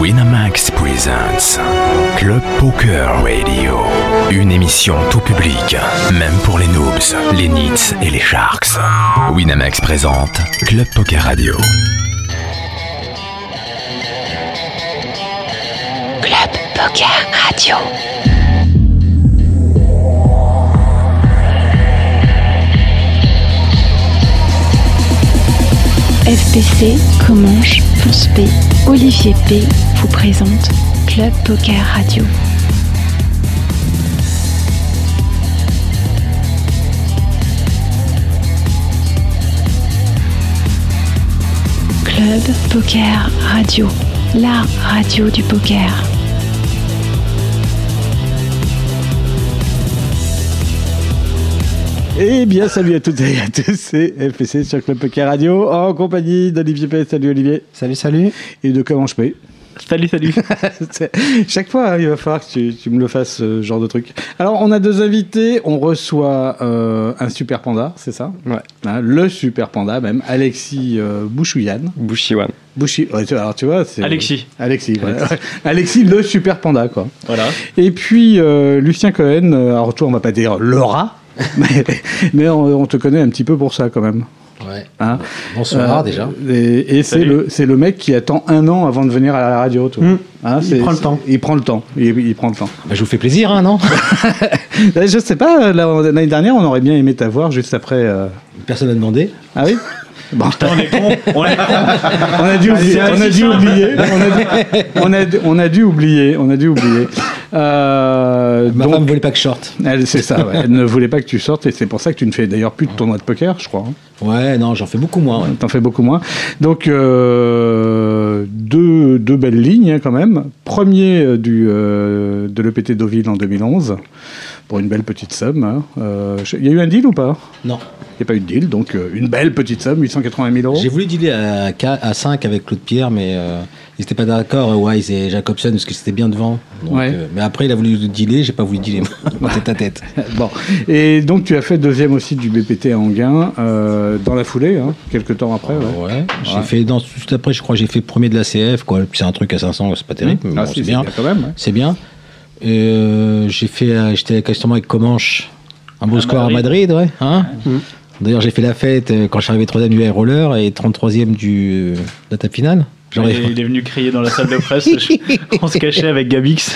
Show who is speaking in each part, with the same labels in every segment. Speaker 1: Winamax Presents Club Poker Radio. Une émission tout public, même pour les noobs, les nits et les sharks. Winamax présente Club Poker Radio.
Speaker 2: Club Poker Radio.
Speaker 3: FPC, Comanche, Ponce P, Olivier P vous présente Club Poker Radio. Club Poker Radio, la radio du poker.
Speaker 4: Eh bien, salut à toutes et à tous, c'est FPC sur Club Poker Radio, en compagnie d'Olivier P. Salut Olivier.
Speaker 5: Salut, salut.
Speaker 4: Et de comment je paye.
Speaker 5: Salut, salut.
Speaker 4: C'est- Chaque fois, hein, il va falloir que tu, tu me le fasses, euh, ce genre de truc. Alors, on a deux invités. On reçoit euh, un super panda, c'est ça
Speaker 5: Ouais.
Speaker 4: Hein, Le super panda, même, Alexis euh, Bouchouyan.
Speaker 5: Bushiwan.
Speaker 4: Bouchi... ouais, tu- alors, tu vois, c'est...
Speaker 6: Alexis.
Speaker 4: Alexis, voilà. Alexis, le super panda, quoi.
Speaker 6: Voilà.
Speaker 4: Et puis, euh, Lucien Cohen, euh, alors toi, on va pas dire Laura, mais, mais on, on te connaît un petit peu pour ça, quand même.
Speaker 7: Ouais.
Speaker 4: Hein
Speaker 7: Bonsoir
Speaker 4: Euh,
Speaker 7: déjà.
Speaker 4: Et, et c'est
Speaker 6: Salut.
Speaker 4: le c'est le mec qui attend un an avant de venir à la radio. Toi.
Speaker 5: Mm.
Speaker 4: Hein,
Speaker 5: Il
Speaker 4: c'est-
Speaker 5: prend le
Speaker 4: c'est-
Speaker 5: temps.
Speaker 4: Il prend le temps. Il, il prend le temps.
Speaker 7: Bah, je vous fais plaisir, hein, non
Speaker 4: Là, je sais pas. euh, là, L'année dernière, on aurait bien aimé t'avoir juste après. euh,
Speaker 7: Personne n'a demandé.
Speaker 4: Ah oui. Bon,
Speaker 6: On est con. On est con.
Speaker 4: on a dû oublier. On a dû oublier. On a dû, on a dû- on a dû oublier. On a dû oublier. Euh,
Speaker 7: Ma femme
Speaker 4: donc,
Speaker 7: ne voulait pas que je sorte.
Speaker 4: elle, c'est ça. ouais. Elle ne voulait pas que tu sortes et c'est pour ça que tu ne fais d'ailleurs plus de tournoi de poker, je crois. hein.
Speaker 7: Ouais, non, j'en fais beaucoup moins. ouais.
Speaker 4: T'en fais beaucoup moins. Donc, euh, deux, deux belles lignes hein, quand même. Premier euh, du, euh, de l'EPT Deauville en 2011, pour une belle petite somme. hein. Euh, je- Il y a eu un deal ou pas
Speaker 7: Non.
Speaker 4: Il n'y a pas eu de deal, donc euh, une belle petite somme, 880 000 euros.
Speaker 7: J'ai voulu dealer à, 5 avec Claude Pierre, mais euh, ils n'étaient pas d'accord, euh, Wise et Jacobson, parce que c'était bien devant. Donc,
Speaker 4: Ouais.
Speaker 7: euh, mais après, il a voulu dealer, j'ai pas voulu dealer, moi, tête à tête.
Speaker 4: Euh, Bon. Et donc, tu as fait deuxième aussi du BPT à Anguin, euh, dans la foulée, hein, quelques temps après. ouais.
Speaker 7: Ah, Ouais. J'ai fait, dans, juste après, je crois, que j'ai fait premier de la CF, quoi. Puis C'est un truc à 500, c'est pas terrible, mais
Speaker 4: Ah,
Speaker 7: bon,
Speaker 4: si,
Speaker 7: Mmh. c'est
Speaker 4: c'est
Speaker 7: bien.
Speaker 4: bien quand même, ouais.
Speaker 7: C'est bien. Et, euh, j'ai fait, euh, j'étais justement avec Comanche, un beau score à Madrid, ouais. hein.
Speaker 6: Mm.
Speaker 7: D'ailleurs, j'ai fait la fête euh, quand je suis arrivé 3 du Air Roller et 33e du, euh, de la table finale. J'aurais-
Speaker 6: Il, il est venu crier dans la salle de presse. je- on se cachait avec Gabix.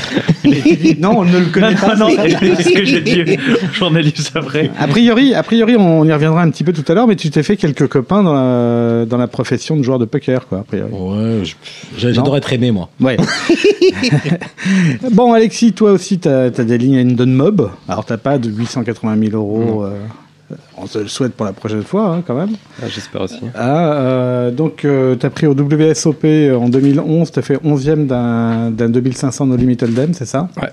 Speaker 4: Non, on ne le
Speaker 6: Non,
Speaker 4: connaît pas.
Speaker 6: non, non, c'est ce que j'ai dit au journaliste après.
Speaker 4: A priori, a priori, on y reviendra un petit peu tout à l'heure, mais tu t'es fait quelques copains dans la, dans la profession de joueur de poker, quoi, a priori.
Speaker 7: Ouais, je- j'a- j'adorais être aimé, moi.
Speaker 4: Ouais. bon, Alexis, toi aussi, t'as as des lignes à une donne mob. Alors, t'as pas de 880 000 euros. euh, on te le souhaite pour la prochaine fois, hein, quand même.
Speaker 5: J'espère aussi.
Speaker 4: Ah, euh, donc, euh, t'as pris au WSOP en 2011. T'as fait 11e d'un d'un 2500 No Limit Hold'em, c'est ça
Speaker 5: Ouais.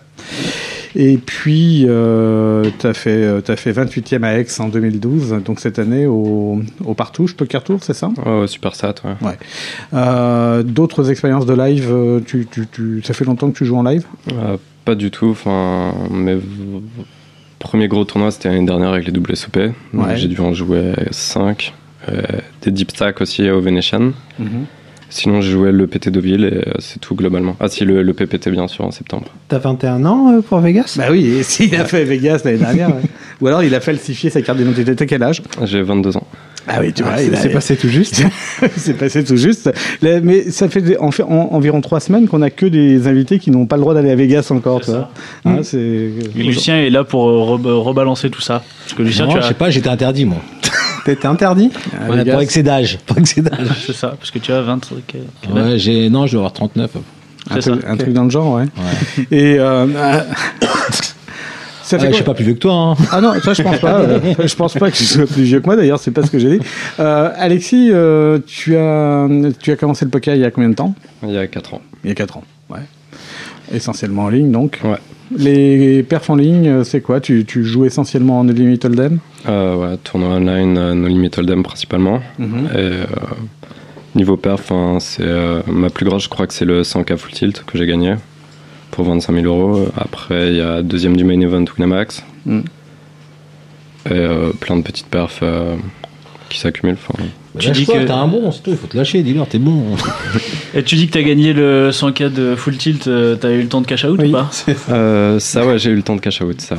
Speaker 4: Et puis, euh, t'as fait, euh, t'as fait 28e à Aix en 2012. Donc, cette année, au, au Partouche, Poker Tour, c'est ça
Speaker 5: Ouais, ouais, super sat, ouais.
Speaker 4: Euh, D'autres expériences de live euh, tu, tu, tu, Ça fait longtemps que tu joues en live
Speaker 5: Euh, pas du tout. Enfin, mes v- premiers gros tournois, c'était l'année dernière avec les WSOP. Donc,
Speaker 4: Ouais.
Speaker 5: J'ai dû en jouer 5. des deep tacs aussi au Venetian.
Speaker 6: Mhm.
Speaker 5: Sinon, j'ai joué le PT Deauville et euh, c'est tout globalement. Ah, si, le, le PPT, bien sûr, en septembre.
Speaker 8: T'as 21 ans euh, pour Vegas
Speaker 4: Bah oui, et s'il a fait Vegas l'année dernière, ouais. ou alors il a falsifié sa carte d'identité. T'as quel âge
Speaker 5: J'ai 22 ans.
Speaker 4: Ah oui, tu
Speaker 8: Ah, c'est- C'est passé tout juste.
Speaker 4: c'est passé tout juste. Là, mais ça fait des- en fait, en- environ trois semaines qu'on a que des invités qui n'ont pas le droit d'aller à Vegas encore.
Speaker 6: C'est
Speaker 4: tu vois. Hein, c'est-
Speaker 6: Et Lucien est là pour euh, re- rebalancer tout ça. Parce que Lucien,
Speaker 7: Non,
Speaker 6: tu
Speaker 7: je
Speaker 6: as. Ah,
Speaker 7: sais pas, j'étais interdit, moi.
Speaker 8: T'étais interdit
Speaker 4: à
Speaker 7: Ouais,
Speaker 4: Vegas.
Speaker 7: pour excès d'âge. Pour excès d'âge.
Speaker 6: C'est ça, parce que tu as 20. quel- quel âge
Speaker 7: Ouais, j'ai, non, je dois avoir 39.
Speaker 4: un,
Speaker 6: c'est ça.
Speaker 4: truc, un truc dans le genre, ouais. Et euh, ça
Speaker 7: Ah,
Speaker 4: fait
Speaker 7: je
Speaker 4: quoi
Speaker 7: suis pas plus vieux que toi, hein.
Speaker 4: Ah non, ça je pense pas. euh, je pense pas que tu sois plus vieux que moi d'ailleurs, c'est pas ce que j'ai dit. Euh, Alexis, euh, tu, as, tu as commencé le poker il y a combien de temps
Speaker 5: Il y a 4 ans.
Speaker 4: Il y a 4 ans, ouais. Essentiellement en ligne donc.
Speaker 5: Ouais.
Speaker 4: Les perfs en ligne, euh, c'est quoi tu, tu joues essentiellement en No Limit Hold'em
Speaker 5: Euh, ouais, tournoi online, euh, No Limit Hold'em principalement.
Speaker 4: Mhm.
Speaker 5: Et, euh, niveau perf, hein, c'est euh, ma plus grosse, je crois que c'est le 100K Full Tilt que j'ai gagné pour 25 000 euros. Après, il y a deuxième du main event Winamax.
Speaker 4: Mhm.
Speaker 5: Et euh, plein de petites perfs. euh, qui s'accumulent. Enfin,
Speaker 6: Tu
Speaker 7: tu dis
Speaker 6: dis
Speaker 7: que
Speaker 6: que-
Speaker 7: t'as un bon, c'est tout, il faut te lâcher, dis-leur, t'es bon.
Speaker 6: Et tu dis que t'as gagné le 100K de Full Tilt, euh, t'as eu le temps de cash out ou
Speaker 8: Oui.
Speaker 6: pas
Speaker 5: Euh, ça, ouais, j'ai eu le temps de cash out, ça.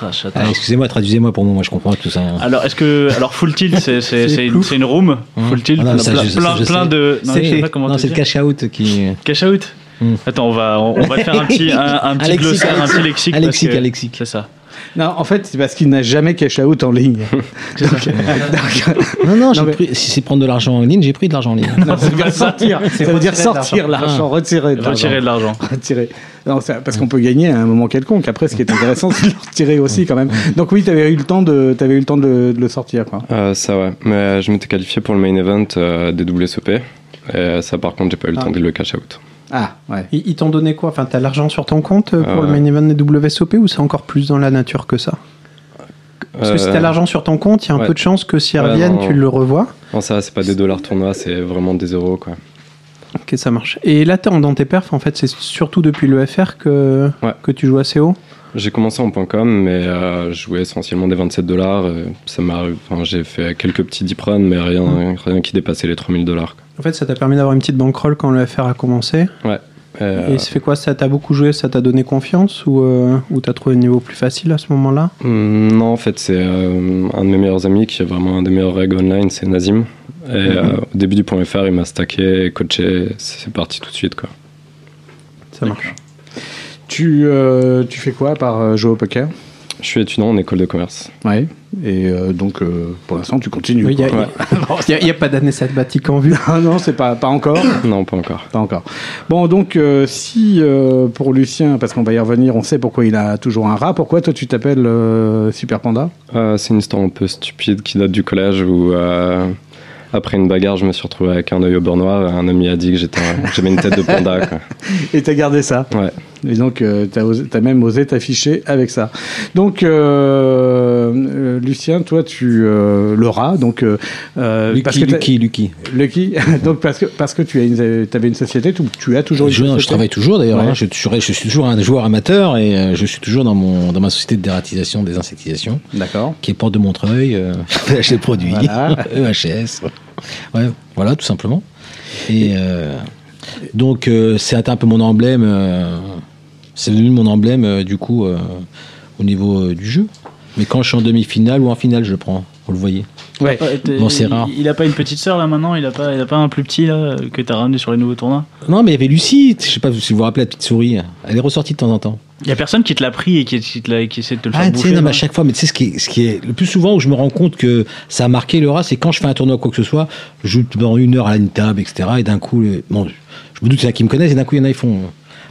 Speaker 6: Ah, châtard.
Speaker 7: Ah, Excusez-moi, traduisez-moi pour moi, moi je comprends tout ça. hein.
Speaker 6: Alors, est-ce que. Alors, Full Tilt, c'est- c'est c'est une,
Speaker 8: plouf.
Speaker 6: c'est une room.
Speaker 7: Hum.
Speaker 6: Full Tilt,
Speaker 7: Ah non,
Speaker 6: plein,
Speaker 7: ça, je- ça,
Speaker 6: plein-
Speaker 7: je
Speaker 6: plein
Speaker 7: sais.
Speaker 6: de. Non, je sais
Speaker 7: C'est
Speaker 6: pas comment
Speaker 7: non,
Speaker 6: te
Speaker 7: c'est le
Speaker 6: dire.
Speaker 7: cash out qui.
Speaker 6: Cash out
Speaker 7: Hum.
Speaker 6: Attends, on va, on, on va te faire un petit, un, un petit
Speaker 7: Alexis, Alexis.
Speaker 6: glossaire, un petit lexique. parce
Speaker 7: Alexique,
Speaker 6: que-
Speaker 7: Alexique.
Speaker 6: C'est ça.
Speaker 4: Non, en fait, c'est parce qu'il n'a jamais cash out en ligne. euh,
Speaker 6: C'est ça.
Speaker 7: Non, non, j'ai
Speaker 4: mais-
Speaker 7: pris- si c'est prendre de l'argent en ligne, j'ai pris de l'argent en ligne.
Speaker 4: Non, c'est pas sortir. Ça veut dire sortir l'argent, retirer de l'argent.
Speaker 6: Retirer de l'argent.
Speaker 4: Retirer. Non, c'est- parce qu'on peut gagner à un moment quelconque. Après, ce qui est intéressant, c'est de le retirer aussi quand même. Donc oui, t'avais eu le temps de, t'avais eu le temps de, le- de le sortir. Quoi.
Speaker 5: Euh, ça, ouais. Mais euh, je m'étais qualifié pour le main event euh, des WSOP. Et euh, ça, par contre, j'ai pas eu le
Speaker 4: Ah.
Speaker 5: temps de le cash out.
Speaker 4: Ah ouais.
Speaker 8: Ils, ils t'ont donné quoi Enfin, t'as l'argent sur ton compte euh, pour
Speaker 5: Euh.
Speaker 8: le main event des WSOP ou c'est encore plus dans la nature que ça Parce que si
Speaker 5: Euh,
Speaker 8: t'as l'argent sur ton compte, il y a un
Speaker 5: ouais.
Speaker 8: peu de chance que s'ils
Speaker 5: Ouais,
Speaker 8: reviennent,
Speaker 5: non.
Speaker 8: tu le revois.
Speaker 5: Non, ça, c'est pas des dollars tournois, c'est vraiment des euros, quoi.
Speaker 8: Ok, ça marche. Et là, t'es en- dans tes perfs, en fait, c'est surtout depuis le FR que,
Speaker 5: Ouais.
Speaker 8: que tu joues assez haut.
Speaker 5: J'ai commencé en .com, mais euh, je jouais essentiellement des 27 dollars. euh, Ça m'a, enfin, j'ai fait quelques petits deep runs, mais rien, rien qui dépassait les 3000 dollars.
Speaker 8: En fait, ça t'a permis d'avoir une petite bankroll quand le FR a commencé.
Speaker 5: Euh.
Speaker 8: Et ça fait quoi Ça t'a beaucoup joué Ça t'a donné confiance Ou, euh, ou t'as trouvé un niveau plus facile à ce moment-là
Speaker 5: Mm, Non, en fait, c'est euh, un de mes meilleurs amis qui est vraiment un des meilleurs règles online, c'est Nazim. Et euh, au début du point .fr, il m'a stacké, coaché, c'est parti tout de suite. Quoi.
Speaker 8: Ça marche.
Speaker 4: Tu, euh, tu fais quoi par jouer au poker
Speaker 5: Je suis étudiant en école de commerce.
Speaker 4: Ouais. Et euh, donc euh, pour l'instant, tu continues.
Speaker 8: Il n'y
Speaker 4: quoi.
Speaker 8: a, y a- y a- y a pas d'année sabbatique en vue.
Speaker 4: Ah non, c'est pas, pas encore.
Speaker 5: Non, pas encore.
Speaker 4: Pas encore. Bon, donc euh, si euh, pour Lucien, parce qu'on va y revenir, on sait pourquoi il a toujours un rat. Pourquoi toi tu t'appelles euh, Super Panda
Speaker 5: Euh, c'est une histoire un peu stupide qui date du collège où, euh, après une bagarre, je me suis retrouvé avec un œil au beurre noir et un ami a dit que j'étais un- j'avais une tête de panda. quoi.
Speaker 4: Et t'as gardé ça.
Speaker 5: Ouais.
Speaker 4: Et donc, euh, t'as osé- t'as même osé t'afficher avec ça. Donc, euh, euh, Lucien, toi, tu euh, le rat, donc euh, euh, parce
Speaker 7: Lucky,
Speaker 4: que t'as-
Speaker 7: Lucky, Lucky.
Speaker 4: Lucky. donc parce que parce que tu as une, t'avais une société, tu, tu as toujours.
Speaker 7: Je,
Speaker 4: Une
Speaker 7: je
Speaker 4: société.
Speaker 7: travaille toujours d'ailleurs,
Speaker 4: Ouais.
Speaker 7: hein. je, je- je suis toujours un joueur amateur et euh, je suis toujours dans, mon, dans ma société de dératisation, des insectisations,
Speaker 4: D'accord.
Speaker 7: qui est Porte de Montreuil, euh, PHD Produits,
Speaker 4: Voilà.
Speaker 7: EHS. Ouais, voilà, tout simplement. Et euh, donc, euh, c'est un peu mon emblème, euh, c'est devenu mon emblème euh, du coup euh, au niveau euh, du jeu. Mais quand je suis en demi-finale ou en finale, je le prends, vous le voyez.
Speaker 4: Ouais.
Speaker 6: Ouais, t'es-
Speaker 7: Bon, c'est
Speaker 6: il-
Speaker 7: rare.
Speaker 6: Il a pas une petite sœur là maintenant Il a pas, il a pas un plus petit là que t'as ramené sur les nouveaux tournois
Speaker 7: Non, mais il y avait Lucie, je sais pas si vous vous rappelez la petite souris, elle est ressortie de temps en temps.
Speaker 6: Il y a personne qui te l'a pris et qui, qui te l'a- qui essaie de te le faire
Speaker 7: Ah, tu sais,
Speaker 6: bouffer.
Speaker 7: non, mais
Speaker 6: là.
Speaker 7: à chaque fois, mais tu sais, ce qui, est, ce qui est le plus souvent où je me rends compte que ça a marqué le rat, c'est quand je fais un tournoi ou quoi que ce soit, je joue pendant une heure à une table, etc. Et d'un coup, le- bon, je me doute qu'il y en a qui me connaissent, et d'un coup, il y en a, ils font.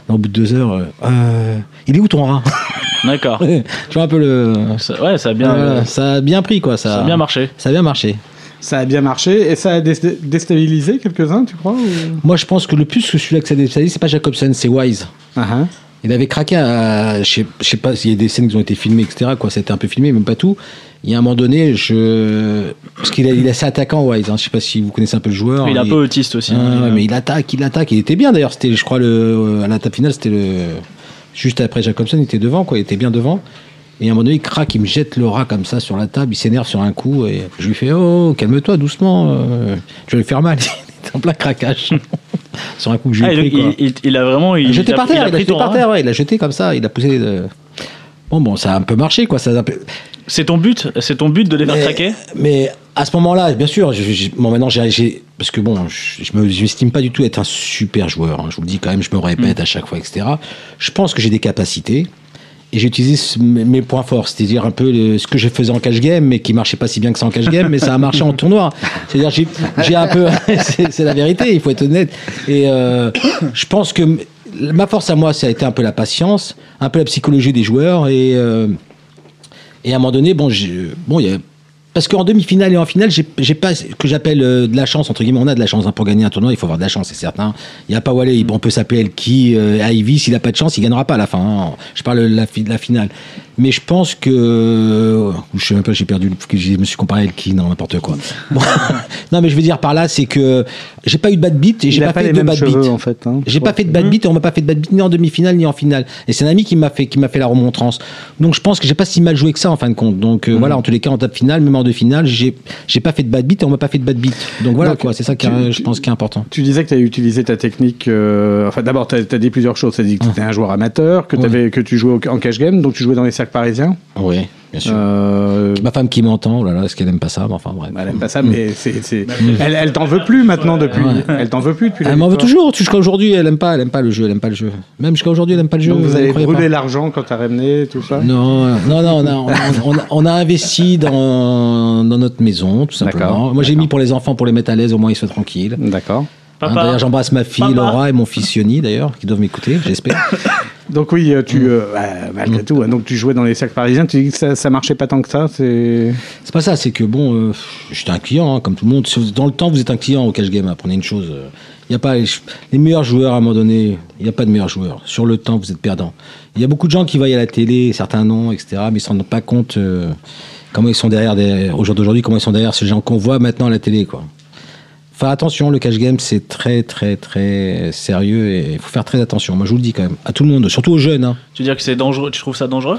Speaker 7: euh, Au bout de deux heures, euh, Euh, il est où ton rat
Speaker 6: D'accord.
Speaker 7: Tu vois un peu le.
Speaker 6: Ça- Ah, Ouais, ça a bien, euh,
Speaker 7: Voilà, ça a bien pris, quoi. Ça,
Speaker 6: ça a bien marché.
Speaker 7: Ça a bien marché.
Speaker 4: Ça a bien marché et ça a dé- déstabilisé quelques-uns, tu crois ou-
Speaker 7: Moi, je pense que le plus que celui-là que ça a déstabilisé, c'est pas Jacobson, c'est Wise.
Speaker 4: Ah,
Speaker 7: Il avait craqué à. Je sais- je sais pas s'il y a des scènes qui ont été filmées, etc. Quoi, c'était un peu filmé, même pas tout. Il y a un moment donné, je. Parce qu'il est il est assez attaquant, Wise. hein. Je sais pas si vous connaissez un peu le joueur.
Speaker 6: Il est un peu autiste aussi.
Speaker 7: Ah,
Speaker 6: hein.
Speaker 7: ouais, mais il attaque, il attaque. Il était bien d'ailleurs. C'était, je crois, le, euh, à la table finale, c'était le. Juste après Jacobson, il était devant, quoi. Il était bien devant. Et à un moment donné, il craque, il me jette le rat comme ça sur la table, il s'énerve sur un coup, et je lui fais Oh, calme-toi doucement, euh, tu vas lui faire mal. Il est en plein craquage. sur un coup que je lui
Speaker 6: Ah,
Speaker 7: ai
Speaker 6: il,
Speaker 7: pris, quoi.
Speaker 6: il- il- il a vraiment. Il,
Speaker 7: Il jeté
Speaker 6: a-
Speaker 7: par terre, il
Speaker 6: a
Speaker 7: a,
Speaker 6: pris hein.
Speaker 7: jeté
Speaker 6: ton
Speaker 7: par
Speaker 6: rat.
Speaker 7: terre, ouais, il a jeté comme ça, il a poussé. euh, Bon, bon, ça a un peu marché, quoi. Ça a un peu-
Speaker 6: hein. C'est ton but C'est ton but de les faire craquer
Speaker 7: mais à ce moment-là, bien sûr, je- je- bon, maintenant, j'ai, j'ai- parce que bon, je, je me- je m'estime pas du tout être un super joueur. hein. je vous le dis quand même, je me répète
Speaker 6: Mm.
Speaker 7: à chaque fois, etc. Je pense que j'ai des capacités. Et j'ai utilisé ce- mes mes points forts, c'est-à-dire un peu le- ce que je faisais en cash game, mais qui marchait pas si bien que ça en cash game, mais ça a marché en tournoi. C'est-à-dire j'ai, j'ai un peu, c'est, c'est la vérité, il faut être honnête. Et euh, je pense que m- ma force à moi, ça a été un peu la patience, un peu la psychologie des joueurs et euh, et à un moment donné, bon, j'ai- euh, bon, il y a- parce qu'en demi-finale et en finale, j'ai j'ai pas ce que j'appelle euh, de la chance, entre guillemets. On a de la chance hein, pour gagner un tournoi, il faut avoir de la chance, c'est certain. Il n'y a pas Wallet, euh, il- on peut s'appeler qui, Ivy, s'il n'a pas de chance, il gagnera pas à la fin. hein. Je parle de la, fi- de la finale. Mais je pense que. Je sais même pas, j'ai perdu. le- Je me suis comparé avec qui Non, n'importe quoi. Bon. non, mais je veux dire par là, c'est que j'ai pas eu de bad beat et j'ai
Speaker 4: Il a
Speaker 7: pas,
Speaker 4: pas
Speaker 7: fait
Speaker 4: les
Speaker 7: de
Speaker 4: mêmes
Speaker 7: bad
Speaker 4: cheveux,
Speaker 7: beat.
Speaker 4: en fait, hein.
Speaker 7: j'ai pas fait de bad beat et on m'a pas fait de bad beat ni en demi-finale ni en finale. Et c'est un ami qui m'a fait, qui m'a fait la remontrance. Donc je pense que j'ai pas si mal joué que ça en fin de compte. Donc
Speaker 4: Mhm.
Speaker 7: euh, voilà, en tous les cas, en table finale, même en deux finales, j'ai j'ai pas fait de bad beat et on m'a pas fait de bad beat. Donc voilà
Speaker 4: Donc,
Speaker 7: quoi, c'est ça qui
Speaker 4: tu-
Speaker 7: est- euh,
Speaker 4: tu-
Speaker 7: je pense qui est important.
Speaker 4: Tu disais que tu as utilisé ta technique. euh, enfin, d'abord, tu as, dit plusieurs choses. Tu as dit que tu étais un joueur amateur, que, t'avais- que tu jouais au- en cash game, donc tu jouais dans les cercles parisiens.
Speaker 7: Oui, bien sûr.
Speaker 4: Euh, bah,
Speaker 7: Ma femme qui m'entend, oh là là, est-ce qu'elle aime pas ça Mais Enfin bref.
Speaker 4: elle aime pas ça, mais c'est, c'est-
Speaker 8: Mm.
Speaker 4: elle, elle t'en veut plus maintenant depuis. Elle t'en veut plus depuis. la
Speaker 7: Elle m'en veut
Speaker 4: victoire.
Speaker 7: toujours, jusqu'à aujourd'hui, elle aime pas, elle aime pas le jeu, elle aime pas le jeu. Même jusqu'à aujourd'hui, elle aime pas le jeu.
Speaker 4: Donc vous
Speaker 7: vous
Speaker 4: avez
Speaker 7: croyez
Speaker 4: brûlé
Speaker 7: pas.
Speaker 4: l'argent quand t'as ramené tout ça.
Speaker 7: Non, euh, non, non, on a, on, a- on a investi dans, dans notre maison, tout simplement.
Speaker 4: D'accord,
Speaker 7: Moi, j'ai mis pour les enfants, pour les mettre à l'aise, au moins ils soient tranquilles.
Speaker 4: D'accord.
Speaker 7: Hein,
Speaker 6: Papa.
Speaker 7: d'ailleurs, j'embrasse ma fille
Speaker 6: Papa.
Speaker 7: Laura et mon fils Yoni, d'ailleurs, qui doivent m'écouter, j'espère.
Speaker 4: Donc oui, euh, tu euh, bah, malgré tout, hein, donc tu jouais dans les cercles parisiens. Tu dis que ça, ça marchait pas tant que ça. C'est
Speaker 7: C'est pas ça, c'est que bon, euh, j'étais un client, hein, comme tout le monde. Si vous- Dans le temps, vous êtes un client au cash game. Apprenez une chose. Il y a pas les, ch- les meilleurs joueurs à un moment donné. Il n'y a pas de meilleurs joueurs. Sur le temps, vous êtes perdant. Il y a beaucoup de gens qui voient à la télé, certains non, etc. Mais ils ne se rendent pas compte euh, comment ils sont derrière, des, au jour d'aujourd'hui, comment ils sont derrière ces gens qu'on voit maintenant à la télé, quoi. Faire attention, le cash game c'est très très très sérieux et il faut faire très attention. Moi je vous le dis quand même, à tout le monde, surtout aux jeunes. hein.
Speaker 6: Tu veux dire que c'est dangereux Tu trouves ça dangereux